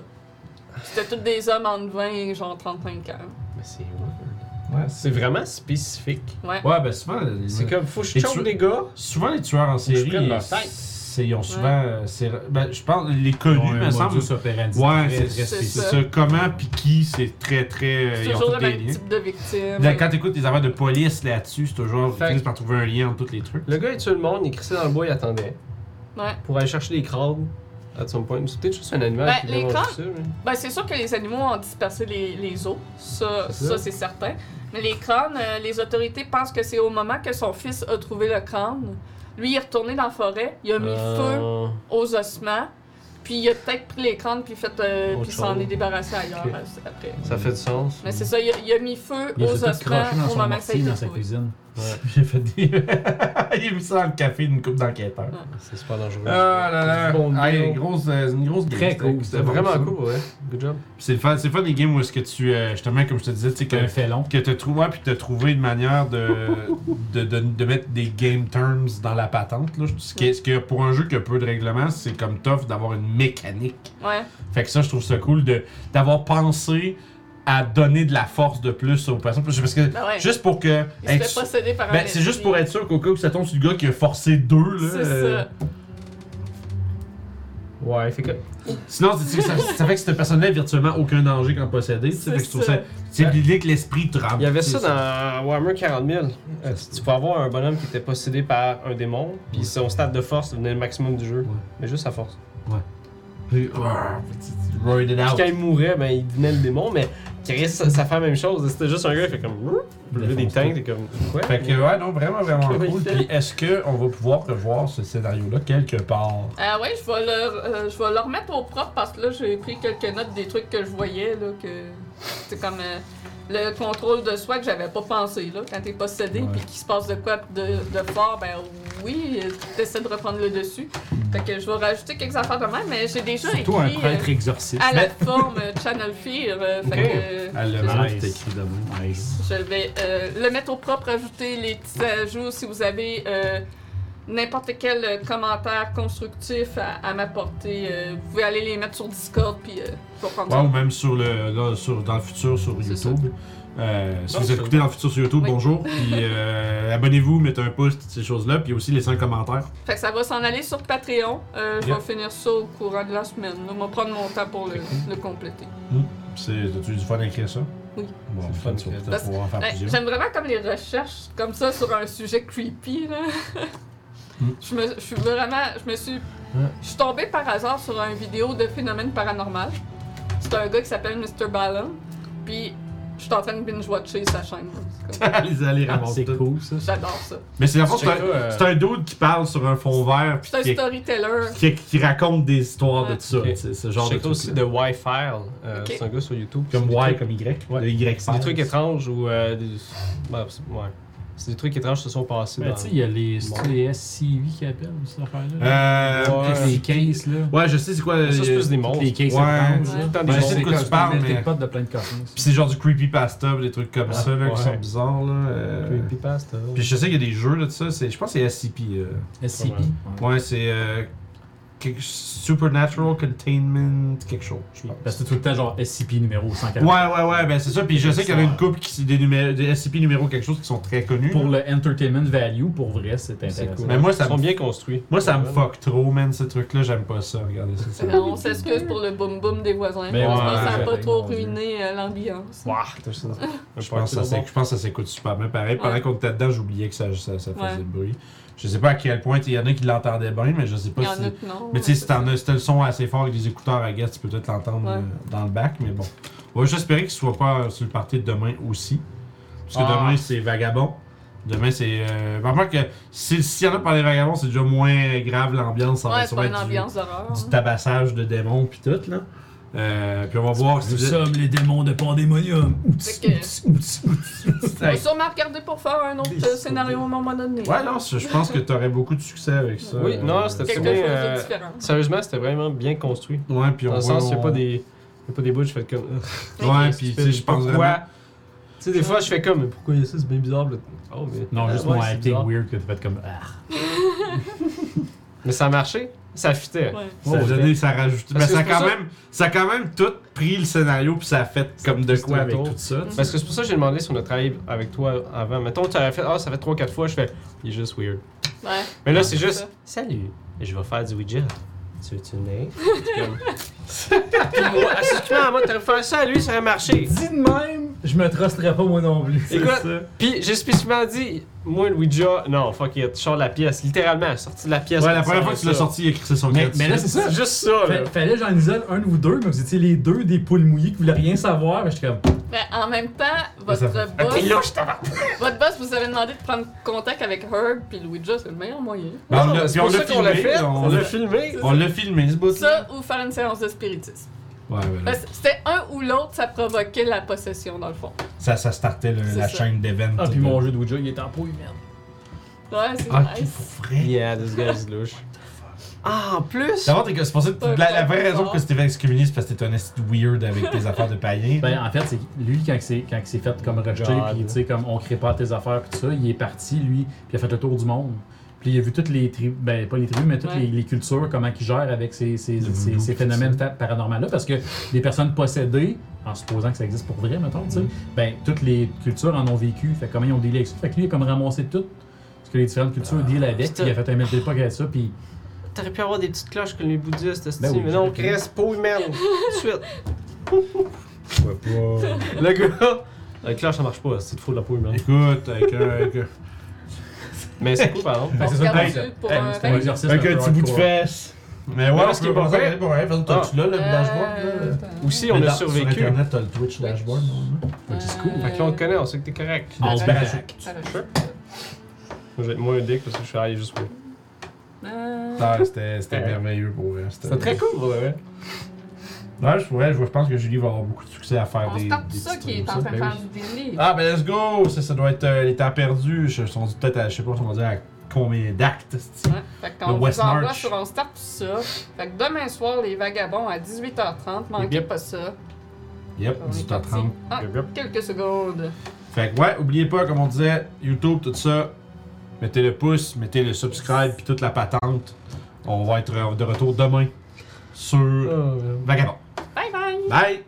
Speaker 2: C'était tous des hommes entre 20 et genre 35 ans.
Speaker 3: Mais c'est.
Speaker 1: Ouais,
Speaker 3: C'est vraiment spécifique.
Speaker 2: Ouais.
Speaker 1: Ouais, ben souvent, les-
Speaker 3: C'est comme, faut que je
Speaker 1: Et
Speaker 3: chope
Speaker 1: tu-
Speaker 3: les gars.
Speaker 1: souvent les tueurs en série,
Speaker 3: prenne leur tête.
Speaker 1: c'est- ils ont souvent. euh, c'est- ben, je pense, les connus,
Speaker 4: Ils ont un
Speaker 1: me semble.
Speaker 4: modus operandi
Speaker 1: Ouais,
Speaker 4: très,
Speaker 1: c'est-
Speaker 4: très
Speaker 2: c'est
Speaker 1: C'est
Speaker 4: spécifique.
Speaker 1: ça, comment puis qui, c'est très très. euh,
Speaker 2: C'est
Speaker 1: ils ont
Speaker 2: toujours
Speaker 1: tous
Speaker 2: le
Speaker 1: des
Speaker 2: même
Speaker 1: liens.
Speaker 2: type de victime.
Speaker 1: Là, Quand t'écoutes des affaires de police là-dessus, c'est toujours.
Speaker 3: Fait
Speaker 1: Ils finissent par trouver un lien entre tous les trucs.
Speaker 3: Le gars, il tue le monde, il crissait dans le bois, il attendait.
Speaker 2: Ouais.
Speaker 3: Pour aller chercher les crânes, à son point. C'est peut-être juste un animal
Speaker 2: Ben,
Speaker 3: qui
Speaker 2: les
Speaker 3: vient manger
Speaker 2: crânes-
Speaker 3: ça, mais-
Speaker 2: Ben, c'est sûr que les animaux ont dispersé les, les os, ça,
Speaker 3: C'est
Speaker 2: ça,
Speaker 3: ça.
Speaker 2: c'est certain. Mais les crânes, euh, les autorités pensent que c'est au moment que son fils a trouvé le crâne. Lui, il est retourné dans la forêt, il a mis feu
Speaker 3: Euh,
Speaker 2: aux ossements, puis il a peut-être pris les crânes puis fait, euh,
Speaker 3: Autre
Speaker 2: puis s'en
Speaker 3: chose.
Speaker 2: est débarrassé ailleurs
Speaker 3: Ok.
Speaker 2: euh, après.
Speaker 3: Ça fait du sens.
Speaker 2: Mais c'est ça, il a, il a mis feu
Speaker 4: Il
Speaker 2: aux
Speaker 4: s'est tout
Speaker 2: ossements
Speaker 4: croché dans
Speaker 2: au
Speaker 4: son
Speaker 2: moment que ça a
Speaker 4: mortier,
Speaker 2: été
Speaker 4: dans sa
Speaker 2: trouvé.
Speaker 4: cuisine.
Speaker 3: Ouais,
Speaker 1: J'ai fait des. il a mis ça dans le café d'une coupe d'enquêteurs.
Speaker 2: Ouais.
Speaker 3: c'est super dangereux.
Speaker 1: Ah là là!
Speaker 3: Bon
Speaker 1: Ah,
Speaker 3: deal.
Speaker 1: une grosse, euh, une grosse
Speaker 4: Très
Speaker 1: game,
Speaker 4: cool,
Speaker 1: c'était
Speaker 3: C'était
Speaker 1: bon, ça.
Speaker 3: vraiment cool, ouais. Good job.
Speaker 1: Puis C'est le fun, c'est le fun des games où est-ce que tu, euh, justement, comme je te disais, tu sais, que,
Speaker 4: un félon.
Speaker 1: que t'as trouvé, ouais, puis t'as trouvé une manière de, de, de, de mettre des game terms dans la patente, là. Ce qui est- ce que pour un jeu qui a peu de règlements, c'est comme tough d'avoir une mécanique.
Speaker 2: Ouais.
Speaker 1: Fait que ça, je trouve ça cool de d'avoir pensé à donner de la force de plus aux personnes. Parce que
Speaker 2: Ben ouais.
Speaker 1: juste pour que.
Speaker 2: Il se
Speaker 1: être
Speaker 2: fait
Speaker 1: sûr-
Speaker 2: posséder par un
Speaker 1: ben, c'est juste pour être sûr qu'au cas où ça tombe sur le gars qui a forcé deux, là.
Speaker 2: C'est
Speaker 1: euh,
Speaker 2: ça.
Speaker 3: Ouais, fait que.
Speaker 1: Sinon, tu sais, ça, ça fait que cette personne-là a virtuellement aucun danger qu'en posséder. Tu sais,
Speaker 2: C'est
Speaker 1: fait que je trouve
Speaker 2: ça.
Speaker 1: ça. C'est l'idée que l'esprit te rampe.
Speaker 3: Il y avait
Speaker 1: tu sais,
Speaker 3: ça dans Warhammer 40 000. Euh, tu pouvais avoir un bonhomme qui était possédé par un démon, puis son stade de force devenait le maximum du jeu.
Speaker 1: Ouais.
Speaker 3: Mais juste sa force.
Speaker 1: Puis, ah, petit- roid it
Speaker 2: hein.
Speaker 3: Puis quand
Speaker 1: out.
Speaker 3: il mourait, ben il devenait le démon, mais Chris, ça, ça fait la même chose. C'était juste un gars, il fait comme. Wouh! Il levait des
Speaker 1: Défonce
Speaker 3: tanks, t'es comme. Quoi?
Speaker 1: Fait que, ouais, non, vraiment, vraiment
Speaker 3: Comment il
Speaker 1: cool.
Speaker 3: fait?
Speaker 1: Puis, est-ce qu'on va pouvoir revoir ce scénario-là quelque part?
Speaker 2: Ah ouais, je vais le, euh, je vais le remettre au propre parce que là, j'ai pris quelques notes des trucs que je voyais, là, que... C'est comme euh, le contrôle de soi que j'avais pas pensé, là. Quand t'es possédé,
Speaker 1: Ouais.
Speaker 2: puis qu'il se passe de quoi de, de fort, ben oui, euh, t'essaies de reprendre le dessus. Fait que je vais rajouter quelques affaires de même, mais j'ai déjà
Speaker 4: Surtout un
Speaker 2: écrit
Speaker 4: prêtre
Speaker 2: euh,
Speaker 4: exorciste.
Speaker 2: à la forme euh, Channel Fear, euh, fait
Speaker 3: Ok.
Speaker 2: que...
Speaker 1: Elle
Speaker 4: Nice.
Speaker 1: le c'est écrit demain.
Speaker 4: Nice.
Speaker 2: Je vais euh, le mettre au propre, ajouter les petits ajouts si vous avez euh, n'importe quel euh, commentaire constructif à, à m'apporter. euh, vous pouvez aller les mettre sur Discord, puis euh, je vais prendre
Speaker 1: Ouais,
Speaker 2: ça.
Speaker 1: ou même sur le, là, sur, dans le futur sur
Speaker 2: C'est
Speaker 1: YouTube. Euh, si
Speaker 3: Non,
Speaker 1: vous
Speaker 3: c'est-
Speaker 1: écoutez dans le futur sur YouTube,
Speaker 2: Oui.
Speaker 1: bonjour. Puis euh, abonnez-vous, mettez un pouce, toutes ces choses-là. Puis aussi, laissez un commentaire.
Speaker 2: Fait que ça va s'en aller sur Patreon. Euh, je
Speaker 1: Bien.
Speaker 2: vais finir ça au courant de la semaine. là. On va prendre mon temps pour le, le compléter.
Speaker 1: C'est, tu du fun d'écrire ça? Bon,
Speaker 3: C'est le
Speaker 1: ça,
Speaker 3: fun,
Speaker 1: tu vas
Speaker 3: que-
Speaker 1: peut-être
Speaker 2: parce-
Speaker 1: pouvoir en faire
Speaker 2: Ouais,
Speaker 1: plusieurs.
Speaker 2: Ben, J'aime vraiment comme les recherches comme ça sur un sujet creepy là.
Speaker 1: Hmm. Hein?
Speaker 2: je, me, je suis vraiment, je me suis, je suis tombée par hasard sur une vidéo de phénomène paranormal. C'est un gars qui s'appelle Mr. Ballon. Puis je suis en train de binge watcher sa chaîne. C'est comme-
Speaker 1: Les allées
Speaker 4: Ah, c'est
Speaker 1: remontent tout.
Speaker 4: cool ça.
Speaker 2: J'adore ça.
Speaker 1: Mais c'est la fois, c'est
Speaker 3: Check ça,
Speaker 1: un-
Speaker 3: euh,
Speaker 1: c'est un dude qui parle sur un fond vert puis
Speaker 2: C'est un
Speaker 1: qui,
Speaker 2: storyteller.
Speaker 1: qui- qui raconte des histoires de tout ça.
Speaker 3: Ok.
Speaker 1: tu sais, Ce genre
Speaker 3: Je
Speaker 1: de
Speaker 3: checkais
Speaker 1: truc.
Speaker 3: aussi de Wi-Fi. euh,
Speaker 2: Ok.
Speaker 3: C'est un gars sur YouTube.
Speaker 1: Comme
Speaker 3: C'est des
Speaker 1: Y,
Speaker 3: trucs-
Speaker 1: comme Y.
Speaker 3: Ouais.
Speaker 1: De Y
Speaker 3: C'est des trucs
Speaker 1: étranges.
Speaker 3: étranges ou. euh, des- bah, c'est- ouais. C'est des trucs étranges qui se sont passés.
Speaker 4: Ben,
Speaker 3: dans-
Speaker 4: tu sais, il y a les, c'est-tu les SCI qui appellent, cette affaire-là.
Speaker 1: Euh.
Speaker 3: Ouais.
Speaker 4: les 15, là.
Speaker 1: Ouais, je sais c'est quoi.
Speaker 3: Ça, c'est
Speaker 1: euh,
Speaker 3: plus des monstres.
Speaker 4: Les 15
Speaker 1: Ouais.
Speaker 4: oranges,
Speaker 2: Ouais.
Speaker 4: là. Ben,
Speaker 3: Tout le temps des
Speaker 1: Ouais,
Speaker 3: monstres.
Speaker 1: c'est quoi tu parles, mais-
Speaker 7: potes de plein de cochons.
Speaker 1: Pis c'est genre du creepypasta, pis des trucs
Speaker 4: Ah,
Speaker 1: comme ça, là, qui
Speaker 3: ouais.
Speaker 1: sont bizarres, là. euh,
Speaker 3: Creepypasta.
Speaker 1: Puis je sais qu'il y a des jeux, là, de ça. c'est- Je pense que c'est SCP. euh,
Speaker 4: SCP.
Speaker 1: Ouais, c'est. euh, quelque- Supernatural Containment, quelque chose, je pense.
Speaker 4: Parce que c'est tout le temps genre SCP numéro 140.
Speaker 1: Ouais, ouais, ouais, ben c'est ça. Puis je sais qu'il y en a une
Speaker 4: Ça.
Speaker 1: couple qui c'est des, numé- des SCP numéro quelque chose qui sont très connus.
Speaker 4: Pour
Speaker 1: là.
Speaker 4: le entertainment value, pour vrai, c'est
Speaker 3: C'est
Speaker 4: intéressant.
Speaker 3: cool.
Speaker 1: Mais Ben, moi, ça
Speaker 3: Ils sont
Speaker 1: me-
Speaker 3: bien construits.
Speaker 1: Moi, ça me fuck trop, man, ces trucs-là. J'aime pas ça. Regardez ça. c'est-
Speaker 2: euh, On s'excuse pour le boom boom des voisins.
Speaker 4: Mais
Speaker 2: on
Speaker 1: ouais,
Speaker 2: pense que ça n'a pas
Speaker 7: j'avais,
Speaker 2: trop
Speaker 7: mon Dieu.
Speaker 2: ruiné euh, l'ambiance.
Speaker 3: Wouah, t'as ça.
Speaker 1: Je pense, que ça s'éc- je pense que ça s'écoute super bien. Pareil, pendant
Speaker 2: Ouais.
Speaker 1: qu'on était dedans, j'oubliais que ça, ça, ça faisait
Speaker 2: Ouais.
Speaker 1: le bruit. Je sais pas à quel point il y en a qui l'entendaient bien, mais je sais pas
Speaker 2: Il y en
Speaker 1: si.
Speaker 2: a que non.
Speaker 1: Mais tu sais, si t'en as, si t'as le son assez fort avec des écouteurs à guest, tu peux peut-être l'entendre
Speaker 2: Ouais.
Speaker 1: euh, dans le bac, mais bon. On va juste espérer qu'il soit pas euh, sur le parti de demain aussi. Parce que
Speaker 3: Ah.
Speaker 1: demain, c'est vagabond. Demain, c'est. Euh... par contre, que si- s'il y en a par les vagabonds, c'est déjà moins grave l'ambiance. Ça va
Speaker 2: Ouais, c'est
Speaker 1: sûrement
Speaker 2: pas une
Speaker 1: être du-
Speaker 2: ambiance hein. d'horreur.
Speaker 1: du, tabassage de démons puis tout, là. Euh, puis on va voir si vous êtes-
Speaker 4: les démons de Pandémonium.
Speaker 2: Fait que- On va sûrement regarder pour faire un autre euh, scénario à un moment donné.
Speaker 1: Ouais, non, c'est- je pense que t'aurais beaucoup de succès avec ça.
Speaker 3: Oui,
Speaker 1: Euh,
Speaker 3: non, c'était
Speaker 2: Quelque
Speaker 3: très
Speaker 2: chose
Speaker 3: bien.
Speaker 2: de
Speaker 3: euh,
Speaker 2: différent.
Speaker 3: Sérieusement, c'était vraiment bien construit.
Speaker 1: Ouais, puis on
Speaker 3: Dans le
Speaker 1: voit-
Speaker 3: sens, il n'y a
Speaker 1: on-
Speaker 3: pas des. y a pas des bouts, je fais comme. euh,
Speaker 1: Ouais, puis tu sais, je pense
Speaker 3: Pourquoi?
Speaker 1: vraiment.
Speaker 3: Tu sais, des fois, je fais comme, mais pourquoi il y a ça, c'est bien bizarre. là. Oh, mais...
Speaker 4: Non,
Speaker 1: Euh,
Speaker 3: Ah,
Speaker 4: juste
Speaker 3: ouais,
Speaker 4: mon
Speaker 3: c'est
Speaker 4: acting
Speaker 3: bizarre.
Speaker 4: weird que tu fais comme. Ah.
Speaker 3: Mais ça marchait, ça fitait.
Speaker 2: Ouais.
Speaker 1: Ça,
Speaker 4: Oh,
Speaker 1: donnait- ça rajoute.
Speaker 3: Parce
Speaker 1: Mais
Speaker 3: que
Speaker 1: ça a
Speaker 3: c'est pour
Speaker 1: quand
Speaker 3: ça-
Speaker 1: même, ça a quand même tout pris le scénario puis ça a fait comme de
Speaker 3: C'est
Speaker 1: quoi
Speaker 3: un
Speaker 1: avec
Speaker 3: tour.
Speaker 1: tout ça. tu sais.
Speaker 3: Parce que c'est pour ça que j'ai demandé si on a travaillé avec toi avant. Mettons, tu avais fait, ah, ça fait 3-4 fois, je fais, il est juste weird.
Speaker 2: Ouais.
Speaker 3: Mais là, c'est
Speaker 2: Ah, ça.
Speaker 3: juste, salut, je vais faire du widget. Tu veux-tu venir? Puis moi, assieds-toi à moi, t'aurais fait ça à lui, ça aurait marché.
Speaker 7: Ben, Dis de même, je me trusterais pas moi non plus.
Speaker 3: Écoute, puis j'ai spécifiquement dit, moi, Ouija, non, fuck it, je sors de la pièce, littéralement, sorti de la pièce.
Speaker 1: Ouais, la première fois que tu l'as sorti, il a crissé son
Speaker 7: Mais,
Speaker 1: cul
Speaker 7: mais là,
Speaker 1: dessus.
Speaker 7: c'est ça.
Speaker 3: C'est juste ça, là.
Speaker 4: Euh.
Speaker 7: Fa- fallait que j'en isole un ou deux, mais vous étiez les deux des poules mouillées qui voulaient rien savoir. mais J'étais comme.
Speaker 2: Mais Ben, en même temps, votre
Speaker 1: Ça fait-
Speaker 2: boss,
Speaker 3: Puis là, je t'avais.
Speaker 2: votre boss vous avait demandé de prendre contact avec Herb puis Luigi, c'est le meilleur moyen.
Speaker 1: Ben, on
Speaker 3: Non,
Speaker 1: l'a-
Speaker 3: mais
Speaker 1: puis
Speaker 3: c'est
Speaker 1: on
Speaker 3: pour
Speaker 1: l'a
Speaker 3: ça qu'on l'a
Speaker 1: filmé,
Speaker 3: fait.
Speaker 1: on
Speaker 3: On
Speaker 1: l'a-
Speaker 3: l'a filmé.
Speaker 1: On l'a filmé, ce bout
Speaker 2: Ça ou faire une séance de spiritisme.
Speaker 1: Ouais, ouais, là.
Speaker 2: Parce que C'était un ou l'autre, ça provoquait la possession dans le fond.
Speaker 1: Ça, ça startait le-
Speaker 2: C'est
Speaker 1: la
Speaker 2: ça.
Speaker 1: chaîne d'events.
Speaker 7: Ah, puis mon jeu de Ouija, il est en pouille, merde.
Speaker 2: Ouais, c'est
Speaker 1: Ah, qui
Speaker 2: nice.
Speaker 1: pour vrai.
Speaker 3: Yeah, this guy's louche. Ah, en plus!
Speaker 1: D'abord, t'es que- c'est pour ça que
Speaker 2: Pas
Speaker 1: la, la vraie
Speaker 2: pas
Speaker 1: raison
Speaker 2: fort.
Speaker 1: que c'était excommunié, c'est parce que t'es un esti weird avec tes affaires de païen.
Speaker 4: Ben, en fait, c'est lui, quand c'est quand c'est fait comme rejeté,
Speaker 3: God.
Speaker 4: puis tu sais, comme on crée pas tes affaires, puis tout ça, il est parti, lui, puis il a fait le tour du monde. Puis il a vu toutes les tribus, ben pas les tribus, mais toutes
Speaker 2: Ouais.
Speaker 4: les, les cultures, comment ils gèrent avec ces, ces,
Speaker 1: Le
Speaker 4: ces-
Speaker 1: voodoo,
Speaker 4: ces
Speaker 1: tout
Speaker 4: phénomènes fa- paranormaux-là. Parce que des personnes possédées, en supposant que ça existe pour vrai, mettons, tu sais, ben toutes les cultures en ont vécu. Fait que comment ils ont dealé avec ça. Fait que lui, il a comme ramassé tout ce que les différentes cultures dealent avec,
Speaker 3: putain.
Speaker 4: puis il a fait un melting pot avec ça, puis
Speaker 3: T'aurais pu avoir des petites cloches comme les bouddhistes,
Speaker 4: Ben oui,
Speaker 3: mais non,
Speaker 4: j'aurais pu.
Speaker 3: Chris, pauvre man! Tout de suite!
Speaker 1: Ouais, pas-
Speaker 3: Le gars! La cloche, ça marche pas, c'est trop de la peau humaine.
Speaker 1: Écoute, avec un, avec un-
Speaker 3: Mais c'est cool, par exemple.
Speaker 2: On
Speaker 4: c'est
Speaker 2: regarde
Speaker 4: ça, ben,
Speaker 2: dessus pour
Speaker 4: hey,
Speaker 2: un
Speaker 4: c'est un exercice.
Speaker 1: avec
Speaker 4: un
Speaker 1: un
Speaker 4: peu
Speaker 1: petit bout de
Speaker 4: hardcore.
Speaker 1: fesse. Mais ouais,
Speaker 3: Mais
Speaker 1: parce qu'il est pas
Speaker 3: vrai.
Speaker 1: pour rien. Fais-le,
Speaker 3: Ah.
Speaker 1: T'as-tu là,
Speaker 2: Euh,
Speaker 1: le dashboard? là?
Speaker 3: Aussi, on
Speaker 1: Mais
Speaker 3: a
Speaker 1: dans- Sur
Speaker 3: survécu.
Speaker 1: Internet, t'as le Twitch dashboard, non?
Speaker 4: Fait que c'est cool.
Speaker 3: Fait que
Speaker 2: euh,
Speaker 3: là, on te connaît, on sait que t'es correct.
Speaker 4: On
Speaker 2: Ah,
Speaker 4: se bat.
Speaker 3: Moi, je vais être moins un dick parce que je suis allé juste pour.
Speaker 2: Euh,
Speaker 1: Ah, c'était c'était
Speaker 3: Ouais.
Speaker 1: merveilleux pour vrai. C'était
Speaker 3: C'est très cool, ouais.
Speaker 1: Ouais, je, ouais, je je pense que Julie va avoir beaucoup de succès à faire
Speaker 2: On
Speaker 1: des.
Speaker 2: se tente
Speaker 1: des
Speaker 2: tout ça
Speaker 1: petits
Speaker 2: qui est
Speaker 1: trucs
Speaker 2: en
Speaker 1: comme
Speaker 2: train de
Speaker 1: ça.
Speaker 2: faire
Speaker 1: Ben
Speaker 2: du
Speaker 1: oui.
Speaker 2: délire.
Speaker 1: Ah, ben let's go! Ça, ça doit être euh, les temps perdus. Je, on dit peut-être à, je sais pas, on va dire à combien d'actes. c'est-tu.
Speaker 2: Ouais. Fait qu'on
Speaker 1: Ah! Le
Speaker 2: vous
Speaker 1: West
Speaker 2: envoie
Speaker 1: March.
Speaker 2: sur On Start tout ça. Fait que demain soir, les vagabonds à 18h30, manquez
Speaker 3: Yep.
Speaker 2: pas ça.
Speaker 1: Yep,
Speaker 2: On est
Speaker 1: 18h30.
Speaker 2: parti. Ah, quelques secondes.
Speaker 1: Fait que ouais, oubliez pas, comme on disait, YouTube, tout ça. Mettez le pouce, mettez le subscribe, puis toute la patente. On va être euh, de retour demain sur Vagabond.
Speaker 2: Bye bye!
Speaker 1: Bye!